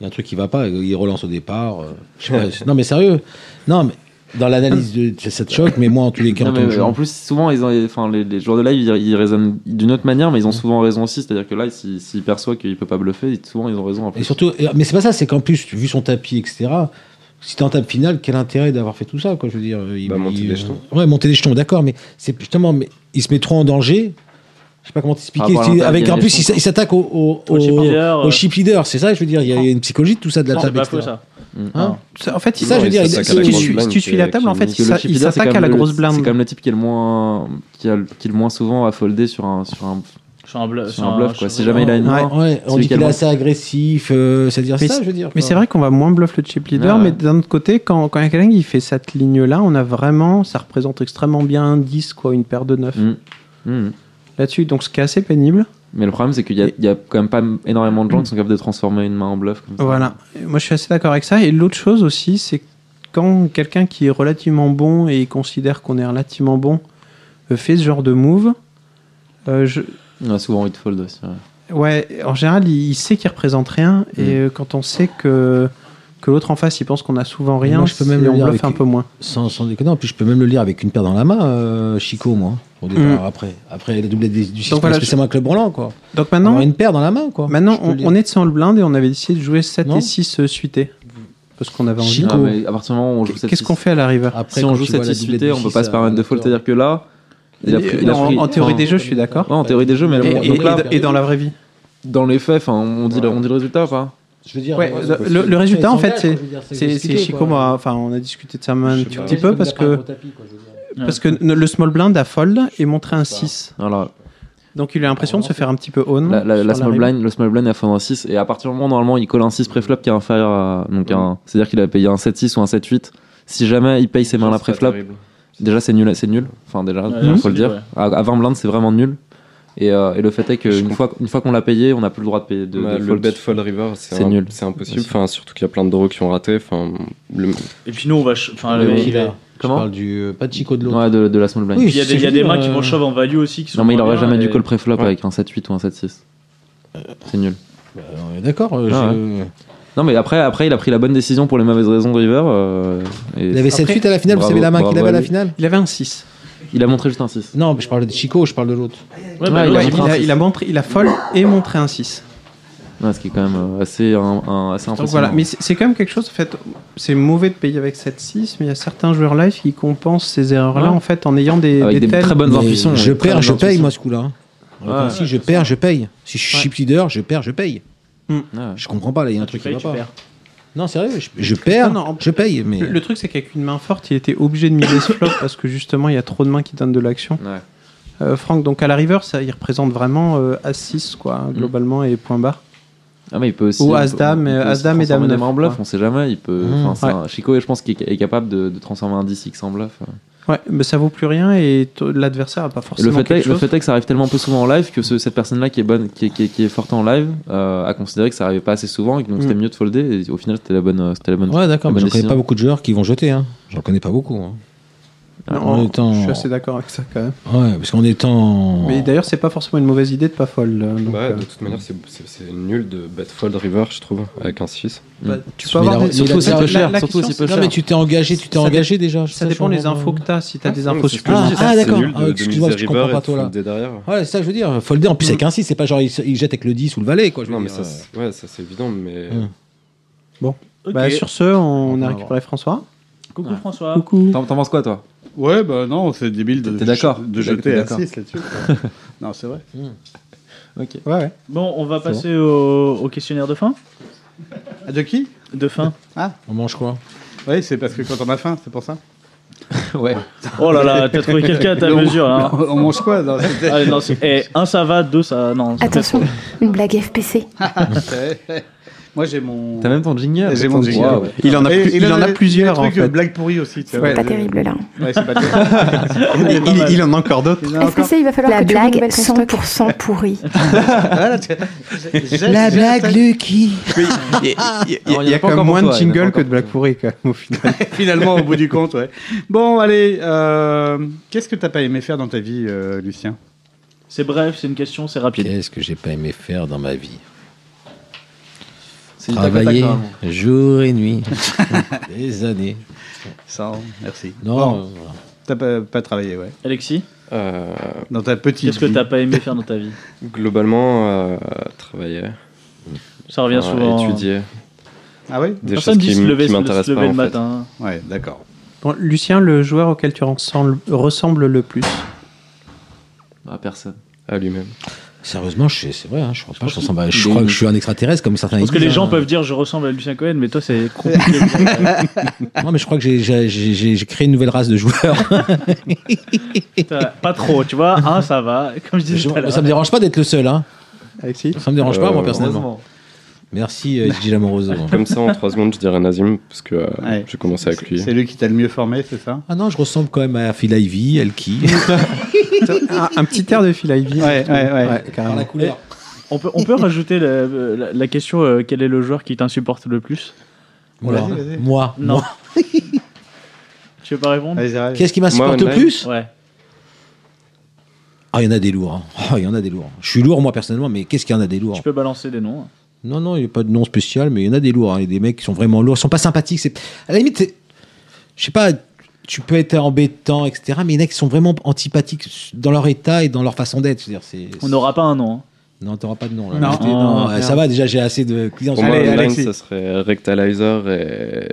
Speaker 7: Il y a un truc qui va pas. Il relance au départ. euh, je sais pas. non, mais sérieux. Non, mais dans l'analyse de de cette choc, mais moi, en tous les cas,
Speaker 9: Non,
Speaker 7: en
Speaker 9: mais,
Speaker 7: tant que
Speaker 9: euh,
Speaker 7: joueur-
Speaker 9: en plus, souvent, ils ont, enfin, les, les joueurs de live, ils, ils raisonnent d'une autre manière,
Speaker 8: Mm.
Speaker 9: mais ils ont souvent raison aussi. C'est-à-dire que là, s'ils s'ils perçoivent qu'il peut pas bluffer, ils- souvent, ils ont raison. En
Speaker 7: Et
Speaker 9: plus.
Speaker 7: surtout, et- mais c'est pas ça, c'est qu'en plus, vu son tapis, etc., si t'es en table finale, quel intérêt d'avoir fait tout ça, quoi, je veux dire. euh, il-
Speaker 5: Bah, monter
Speaker 7: il-
Speaker 5: des jetons.
Speaker 7: Ouais, monter des jetons, d'accord, mais c'est justement, mais il se met trop en danger. Je sais pas comment
Speaker 9: Par
Speaker 7: t'expliquer.
Speaker 9: rapport à
Speaker 7: c'est-
Speaker 9: l'intérêt
Speaker 7: Avec,
Speaker 9: de
Speaker 7: en
Speaker 9: gagner
Speaker 7: plus,
Speaker 9: des
Speaker 7: il s'a- il s'attaque au, au,
Speaker 6: Au chip
Speaker 7: au-
Speaker 6: leader, euh.
Speaker 7: au chip leader, c'est ça, je veux dire. Il y a il y a une psychologie de tout ça de la
Speaker 6: C'est
Speaker 7: table,
Speaker 6: pas faux
Speaker 7: etc.
Speaker 6: ça.
Speaker 9: Mm.
Speaker 7: Hein
Speaker 8: en fait, il
Speaker 7: Ça, je veux dire,
Speaker 5: il
Speaker 7: il-
Speaker 5: s'attaque
Speaker 7: si
Speaker 5: à la
Speaker 7: tu
Speaker 5: grosse
Speaker 7: suis-
Speaker 5: blinde
Speaker 8: si tu suis
Speaker 5: qui-
Speaker 8: la table,
Speaker 5: qui
Speaker 8: en fait,
Speaker 5: nique.
Speaker 9: Parce que
Speaker 8: ça-
Speaker 9: le chip
Speaker 8: il
Speaker 9: leader, c'est
Speaker 8: s'attaque
Speaker 9: quand même
Speaker 8: à la
Speaker 9: le-
Speaker 8: grosse blinde.
Speaker 9: C'est quand même le type qui est le moins, qui, a- qui est le moins souvent à folder sur un, sur un,
Speaker 6: Euh, Sur un, bluff-
Speaker 9: C'est un bluff, quoi. Si jamais il a une
Speaker 7: Ouais,
Speaker 9: main,
Speaker 7: ouais, on
Speaker 9: celui
Speaker 7: dit
Speaker 9: qui a
Speaker 7: qu'il est
Speaker 9: le
Speaker 7: assez agressif, euh, c'est-à-dire
Speaker 8: Mais
Speaker 7: ça,
Speaker 8: c'est-
Speaker 7: je veux dire.
Speaker 8: Mais
Speaker 7: quoi.
Speaker 8: c'est vrai qu'on va moins bluff le chip leader,
Speaker 9: Ah ouais.
Speaker 8: mais d'un autre côté, quand, quand il y a quelqu'un qui fait cette ligne-là, on a vraiment, ça représente extrêmement bien un 10, quoi, une paire de 9
Speaker 9: Mm. Mhm.
Speaker 8: là-dessus. Donc ce qui est assez pénible.
Speaker 9: Mais le problème, c'est qu'il y, a- il y a quand même pas m- énormément de gens qui sont capables de transformer une main en bluff. Comme ça.
Speaker 8: Voilà. Moi, je suis assez d'accord avec ça. Et l'autre chose aussi, c'est quand quelqu'un qui est relativement bon et il considère qu'on est relativement bon euh, fait ce genre de move, euh, je,
Speaker 9: On a souvent envie de fold aussi. ouais.
Speaker 8: Ouais, en général, il, il sait qu'il représente rien, et
Speaker 9: Mm.
Speaker 8: euh, quand on sait que, que l'autre en face, il pense qu'on a souvent rien,
Speaker 7: Moi, je peux même
Speaker 8: et
Speaker 7: le
Speaker 8: on
Speaker 7: lire
Speaker 8: bluffe
Speaker 7: avec-
Speaker 8: un peu moins.
Speaker 7: Sans, sans déconner, en plus je peux même le lire avec une paire dans la main, euh, Chico, moi. Au départ, après, après la doublette des- du 6,
Speaker 8: voilà,
Speaker 7: parce que
Speaker 8: je-
Speaker 7: c'est un club branlant, quoi.
Speaker 8: Donc
Speaker 7: Avoir
Speaker 8: maintenant,
Speaker 7: une paire dans la main, quoi.
Speaker 8: maintenant
Speaker 7: Je peux
Speaker 8: on,
Speaker 7: le lire.
Speaker 8: on est de 100 le blind, et on avait décidé de jouer 7
Speaker 7: Non.
Speaker 8: et 6 euh, suités. Parce qu'on avait envie.
Speaker 7: Chic.
Speaker 9: Ah, mais à partir du moment où on joue cette
Speaker 8: Qu'est-ce qu'on fait à la river
Speaker 7: Après,
Speaker 9: Si on
Speaker 7: quand
Speaker 9: joue
Speaker 7: tu vois
Speaker 9: cette
Speaker 7: la doublette du
Speaker 9: disputé, on peut
Speaker 7: six
Speaker 9: pas se
Speaker 7: à-
Speaker 9: permettre de fold. C'est-à-dire que là, il a pris. il a
Speaker 8: en,
Speaker 9: pris-
Speaker 8: en théorie
Speaker 9: enfin,
Speaker 8: des jeux, je suis d'accord.
Speaker 9: Ouais, en théorie des jeux, mais
Speaker 8: Et,
Speaker 9: bon,
Speaker 8: et-
Speaker 9: donc là,
Speaker 8: et- et dans la vraie vie.
Speaker 9: dans les faits, enfin, on dit, le- on dit le résultat, ou pas
Speaker 7: Je veux dire,
Speaker 8: Ouais,
Speaker 7: ouais,
Speaker 8: le-
Speaker 7: c'est-
Speaker 8: le- le
Speaker 7: c'est-
Speaker 8: résultat, en
Speaker 7: c'est-
Speaker 8: fait, c'est-
Speaker 7: je veux dire,
Speaker 8: C'est c'est
Speaker 7: expliqué,
Speaker 8: Chico,
Speaker 7: quoi.
Speaker 8: moi, enfin, on a discuté de ça un
Speaker 7: Je sais
Speaker 8: petit
Speaker 7: pas.
Speaker 8: petit
Speaker 7: C'est
Speaker 8: peu,
Speaker 7: comme
Speaker 8: parce
Speaker 7: la paire
Speaker 8: que,
Speaker 7: au tapis, quoi, je veux dire.
Speaker 8: parce que le small blind a fold et montré un 6.
Speaker 9: Voilà.
Speaker 8: Donc il a l'impression de se faire un petit peu own.
Speaker 9: La, la- la
Speaker 8: sur
Speaker 9: small
Speaker 8: river.
Speaker 9: blind, le small blind, il a fondre un 6. Et à partir du moment, normalement, il colle un 6 préflop qui est inférieur à. Donc, un- c'est-à-dire qu'il a payé un 7-6 ou un 7-8. Si jamais il paye ses mains
Speaker 5: C'est
Speaker 9: la
Speaker 5: pas
Speaker 9: préflop,
Speaker 5: terrible.
Speaker 9: déjà c'est nul, c'est nul. Enfin, déjà,
Speaker 6: Ouais,
Speaker 9: il
Speaker 6: ouais,
Speaker 9: faut le
Speaker 6: c'est
Speaker 9: dire.
Speaker 6: nul,
Speaker 9: À, à 20 blindes, c'est vraiment nul. Et, euh, et le fait est
Speaker 5: Je
Speaker 9: qu'une fois, une fois qu'on l'a payé, on n'a plus le droit de payer de,
Speaker 5: Bah,
Speaker 9: de
Speaker 5: le
Speaker 9: fold.
Speaker 5: bet fold river, c'est
Speaker 9: C'est
Speaker 5: un-
Speaker 9: nul.
Speaker 5: c'est impossible.
Speaker 9: Merci.
Speaker 5: Enfin, surtout qu'il y a plein de draws qui ont raté. Enfin, le-
Speaker 6: Et puis nous, on va. ch- Enfin,
Speaker 9: Mais
Speaker 6: le-
Speaker 9: oui,
Speaker 6: il
Speaker 7: il
Speaker 6: y
Speaker 7: a-
Speaker 9: Comment
Speaker 7: Je parle du euh, pas de Chico de l'autre.
Speaker 9: Ouais, de, de la small blind.
Speaker 7: Oui,
Speaker 6: a des, il y a
Speaker 7: c'est
Speaker 6: des
Speaker 7: dur,
Speaker 6: mains qui
Speaker 7: euh,
Speaker 6: vont shove en value aussi. Qui sont
Speaker 9: non, mais il
Speaker 6: moins
Speaker 9: aurait
Speaker 6: bien,
Speaker 9: jamais dû
Speaker 6: et-
Speaker 9: call préflop
Speaker 5: Ouais.
Speaker 9: avec un 7-8 ou un 7-6. C'est nul.
Speaker 7: Euh, on est D'accord. euh,
Speaker 9: Ah,
Speaker 7: je-
Speaker 9: Non, mais après, après, il a pris la bonne décision pour les mauvaises raisons de River. euh, et
Speaker 7: Il avait 7-8 à la finale, vous
Speaker 9: bravo,
Speaker 7: savez la main qu'il
Speaker 9: bravo
Speaker 7: avait à
Speaker 9: à
Speaker 7: la
Speaker 9: lui.
Speaker 7: finale
Speaker 8: Il avait un 6.
Speaker 9: il a montré juste un 6.
Speaker 7: Non, mais je parle de Chico, je parle de l'autre.
Speaker 6: Ouais,
Speaker 9: Ouais,
Speaker 6: bah,
Speaker 9: il
Speaker 8: Ouais,
Speaker 9: a
Speaker 6: ouais,
Speaker 8: il,
Speaker 9: montré un
Speaker 8: a,
Speaker 9: six.
Speaker 8: il a montré, il a fold et montré un 6.
Speaker 9: Ouais, ce qui est quand même euh, assez, un, un- assez impressionnant.
Speaker 8: Donc voilà, mais c'est c'est quand même quelque chose, en fait, c'est mauvais de payer avec 7-6, mais il y a certains joueurs live qui compensent ces erreurs-là,
Speaker 9: Ouais.
Speaker 8: en fait, en ayant des,
Speaker 9: Avec des
Speaker 8: tels-
Speaker 9: très bonnes
Speaker 7: Mais
Speaker 9: intuitions.
Speaker 7: Je
Speaker 9: ouais, très
Speaker 7: perds,
Speaker 9: bonnes
Speaker 7: je paye,
Speaker 9: intuitions.
Speaker 7: moi, ce coup-là. hein.
Speaker 9: Ouais.
Speaker 7: si je perds, je paye. Si je suis chip leader, je perds, je paye.
Speaker 9: Ouais.
Speaker 7: Je comprends pas, là, il y a un
Speaker 6: tu
Speaker 7: truc qui
Speaker 6: fais,
Speaker 7: va
Speaker 6: tu
Speaker 7: pas.
Speaker 6: perds.
Speaker 7: Non, sérieux, je, je perds,
Speaker 8: Non, non, en-
Speaker 7: je paye, mais
Speaker 8: Le, le truc, c'est qu'avec une main forte, il était obligé de miser ce flop parce que justement, il y a trop de mains qui donnent de l'action.
Speaker 9: Ouais.
Speaker 8: Euh, Franck, donc à la river, ça, il représente vraiment euh, As-6, quoi,
Speaker 9: Mm.
Speaker 8: hein, globalement, et point barre.
Speaker 9: Ah, mais il peut aussi.
Speaker 8: Ou
Speaker 9: il peut-
Speaker 8: As-Dame,
Speaker 9: il peut
Speaker 8: euh,
Speaker 9: aussi
Speaker 8: As-Dame et
Speaker 9: transformer
Speaker 8: Dame
Speaker 9: des mains en
Speaker 8: neuf,
Speaker 9: bluff,
Speaker 8: quoi.
Speaker 9: on sait jamais. Il peut.
Speaker 7: Mmh.
Speaker 9: enfin, c'est un- Chico, je pense qu'il est capable de, de transformer un 10x en bluff. ouais.
Speaker 8: Ouais, mais ça vaut plus rien et t- l'adversaire a pas
Speaker 9: Et le,
Speaker 8: forcément
Speaker 9: fait
Speaker 8: quelque
Speaker 9: est, le
Speaker 8: chose.
Speaker 9: fait est que ça arrive tellement peu souvent en live que ce- cette personne-là qui est bonne, qui est, qui est- qui est forte en live, euh, a considéré que ça arrivait pas assez souvent et que donc
Speaker 8: Mmh.
Speaker 9: c'était mieux de folder. Et au final, c'était la bonne. euh, C'était la bonne.
Speaker 7: Ouais, d'accord,
Speaker 9: Bonne
Speaker 7: mais j'en connais
Speaker 9: décision.
Speaker 7: pas beaucoup de joueurs qui vont jeter. Hein. J'en connais pas beaucoup. hein.
Speaker 8: Non,
Speaker 7: En étant-
Speaker 8: Je suis assez d'accord avec ça quand même.
Speaker 7: Ouais, parce qu'on est en.
Speaker 8: Mais d'ailleurs, c'est pas forcément une mauvaise idée de pas fold. euh, donc,
Speaker 5: Bah,
Speaker 8: euh,
Speaker 5: de toute manière, c'est- c'est c'est nul de bet fold river, je trouve, avec un 6.
Speaker 8: bah, tu peux
Speaker 7: Mais
Speaker 8: avoir
Speaker 7: la-
Speaker 8: des-
Speaker 7: mais la-
Speaker 9: Surtout si
Speaker 7: la-
Speaker 9: peu
Speaker 8: la-
Speaker 9: cher.
Speaker 8: la
Speaker 9: Surtout
Speaker 8: question,
Speaker 9: si peu
Speaker 7: Non,
Speaker 9: cher.
Speaker 7: mais tu t'es engagé, tu t'es
Speaker 8: Ça
Speaker 7: engagé déjà.
Speaker 8: Ça dépend des infos que t'as. Si t'as des infos
Speaker 7: Ah,
Speaker 8: supplémentaires.
Speaker 7: ah, d'accord.
Speaker 5: C'est nul
Speaker 7: Ah,
Speaker 5: de, de
Speaker 7: excuse-moi,
Speaker 5: miser
Speaker 7: je comprends
Speaker 5: river
Speaker 7: pas,
Speaker 5: et de
Speaker 7: toi, là.
Speaker 5: folder derrière.
Speaker 7: Ouais, ça je veux dire, folder en plus avec un 6, c'est pas genre il, se- il jette avec le 10 ou le valet quoi. je veux
Speaker 5: Non, mais
Speaker 7: dire,
Speaker 5: ça,
Speaker 7: euh,
Speaker 5: c'est- ouais, ça c'est évident, mais.
Speaker 7: Hum.
Speaker 8: Bah,
Speaker 6: Ok.
Speaker 8: sur ce, on
Speaker 7: va
Speaker 8: a
Speaker 7: voir.
Speaker 8: récupéré François.
Speaker 6: Coucou François.
Speaker 8: Coucou.
Speaker 9: T'en t'en penses quoi, toi
Speaker 4: Ouais, bah non, c'est débile de,
Speaker 9: T'es d'accord
Speaker 4: de
Speaker 9: T'es
Speaker 4: jeter à
Speaker 9: d'accord
Speaker 4: 6 là-dessus. quoi. non, c'est vrai.
Speaker 8: Ouais, ouais.
Speaker 6: Bon, on va passer au, au questionnaire de fin.
Speaker 4: Ah, de qui
Speaker 6: De fin.
Speaker 7: On mange quoi
Speaker 4: Oui, c'est parce que quand on a faim, c'est pour ça.
Speaker 9: Ouais.
Speaker 6: Oh là là, t'as trouvé quelqu'un à ta mesure. Hein.
Speaker 4: on mange quoi non, c'était-
Speaker 6: Allez, non, c'est- eh, un ça va, deux ça. Non, c'est
Speaker 10: Attention, une blague FPC.
Speaker 4: Moi j'ai mon.
Speaker 9: T'as même ton jingle.
Speaker 4: J'ai mon
Speaker 9: Wow.
Speaker 4: jingle, ouais.
Speaker 8: Il en a,
Speaker 4: Et-
Speaker 8: plus-
Speaker 4: et
Speaker 8: il en a
Speaker 4: des-
Speaker 8: plusieurs
Speaker 4: des
Speaker 8: en
Speaker 4: trucs,
Speaker 8: fait.
Speaker 4: euh, blagues pourries aussi. tu vois.
Speaker 8: Ouais.
Speaker 10: Pas terrible là.
Speaker 4: Ouais, c'est pas terrible.
Speaker 8: Il, il- il en a encore d'autres.
Speaker 4: Il y en a
Speaker 10: Est-ce que
Speaker 4: encore.
Speaker 10: c'est il va falloir
Speaker 3: La
Speaker 10: que tu
Speaker 3: blague
Speaker 10: renouvelles ton stock
Speaker 3: 100% pourrie.
Speaker 4: Voilà, tu- j'ai- j'ai- j'ai-
Speaker 7: Lucky
Speaker 8: Il y a, il y a-
Speaker 9: Alors,
Speaker 8: il y a
Speaker 9: pas
Speaker 8: quand même
Speaker 9: encore
Speaker 8: moins de
Speaker 9: pour toi, il y en a
Speaker 8: jingles que
Speaker 9: pas
Speaker 8: de
Speaker 9: encore
Speaker 8: blagues
Speaker 9: pour
Speaker 8: pourries quand même, au final.
Speaker 4: Finalement, au bout du compte, ouais. Bon, allez, euh, qu'est-ce que t'as pas aimé faire dans ta vie, euh, Lucien
Speaker 6: C'est bref, c'est une question, c'est rapide.
Speaker 7: Qu'est-ce que j'ai pas aimé faire dans ma vie
Speaker 9: C'est du tac au tac,
Speaker 7: Travailler
Speaker 9: normalement.
Speaker 7: jour et nuit. des années.
Speaker 4: Ça, merci.
Speaker 7: Non,
Speaker 4: Bon,
Speaker 7: euh,
Speaker 4: t'as pas, pas travaillé, ouais.
Speaker 6: Alexis,
Speaker 5: Euh,
Speaker 4: Dans ta petite
Speaker 6: qu'est-ce que
Speaker 4: vie.
Speaker 6: t'as pas aimé faire dans ta vie
Speaker 5: globalement, euh, travailler,
Speaker 6: Ça revient
Speaker 5: euh,
Speaker 6: souvent. hein.
Speaker 5: étudier,
Speaker 4: Ah oui
Speaker 5: des
Speaker 6: Personne
Speaker 5: choses
Speaker 6: dit
Speaker 5: qui
Speaker 6: se
Speaker 5: m-
Speaker 6: lever,
Speaker 5: qui
Speaker 6: se
Speaker 5: m'intéressent
Speaker 6: se
Speaker 5: pas.
Speaker 6: lever le
Speaker 5: en fait.
Speaker 6: matin.
Speaker 4: Ouais, d'accord.
Speaker 8: Bon, Lucien, le joueur auquel tu ressembles, ressembles le plus.
Speaker 9: Ah, personne.
Speaker 5: À lui-même.
Speaker 7: Sérieusement, je suis- c'est vrai, hein, je crois pas. Je, ressemble à- je
Speaker 9: il est-
Speaker 7: crois que je suis un extraterrestre comme certains.
Speaker 6: Parce que
Speaker 7: disent,
Speaker 6: les gens
Speaker 7: hein.
Speaker 6: peuvent dire je ressemble à Lucien Cohen, mais toi c'est compliqué.
Speaker 7: hein. Non, mais je crois que j'ai- j'ai- j'ai j'ai- j'ai créé une nouvelle race de joueurs.
Speaker 6: T'as- pas trop, tu vois. Un, ça va. Comme je disais tout à
Speaker 7: Je-
Speaker 6: l'heure.
Speaker 7: ça me dérange pas d'être le seul. Hein.
Speaker 8: Alexis
Speaker 7: Ça me dérange pas, moi,
Speaker 5: Euh,
Speaker 7: personnellement.
Speaker 6: Heureusement.
Speaker 7: Merci, euh, DJ Lamoroso.
Speaker 5: Comme ça, en 3 secondes, je dirais Nazim, parce que euh,
Speaker 11: Ouais.
Speaker 5: j'ai commencé avec lui.
Speaker 11: C'est lui qui t'a le mieux formé, c'est ça
Speaker 7: Ah non, je ressemble quand même à Phil Ivey, Elki.
Speaker 8: un, un petit air de Phil Ivey.
Speaker 11: Ouais, ouais, ouais.
Speaker 7: Par la couleur.
Speaker 6: On peut, on peut rajouter la, la- la question euh, quel est le joueur qui t'insupporte le plus
Speaker 7: Moi,
Speaker 11: Vas-y, vas-y.
Speaker 7: moi,
Speaker 6: Non.
Speaker 7: moi.
Speaker 6: tu veux pas répondre
Speaker 11: Vas-y, vas-y.
Speaker 7: Qu'est-ce qui m'insupporte le
Speaker 5: online.
Speaker 7: plus
Speaker 6: Ouais.
Speaker 7: Ah, il y en a des lourds. hein. Ah, il y en a des lourds. Je suis lourd, moi, personnellement, mais qu'est-ce qu'il y en a des lourds
Speaker 6: Tu peux balancer des noms.
Speaker 7: Non, non, il n'y a pas de nom spécial, mais il y en a des lourds. hein. Il y a des mecs qui sont vraiment lourds. Ils sont pas sympathiques. C'est... À la limite, c'est- je sais pas, tu peux être embêtant, etc. Mais il y en a qui sont vraiment antipathiques dans leur état et dans leur façon d'être. Je veux dire, c'est...
Speaker 6: On n'aura pas un nom. hein.
Speaker 7: Non, t'auras pas de nom. Là.
Speaker 8: Non.
Speaker 7: J'étais- non,
Speaker 6: Oh,
Speaker 7: euh, ça
Speaker 8: merde.
Speaker 7: va, déjà, j'ai assez de clients.
Speaker 5: Pour
Speaker 7: sur-
Speaker 5: moi,
Speaker 8: Allez,
Speaker 5: online,
Speaker 8: Alexis.
Speaker 5: ça serait Rectalizer et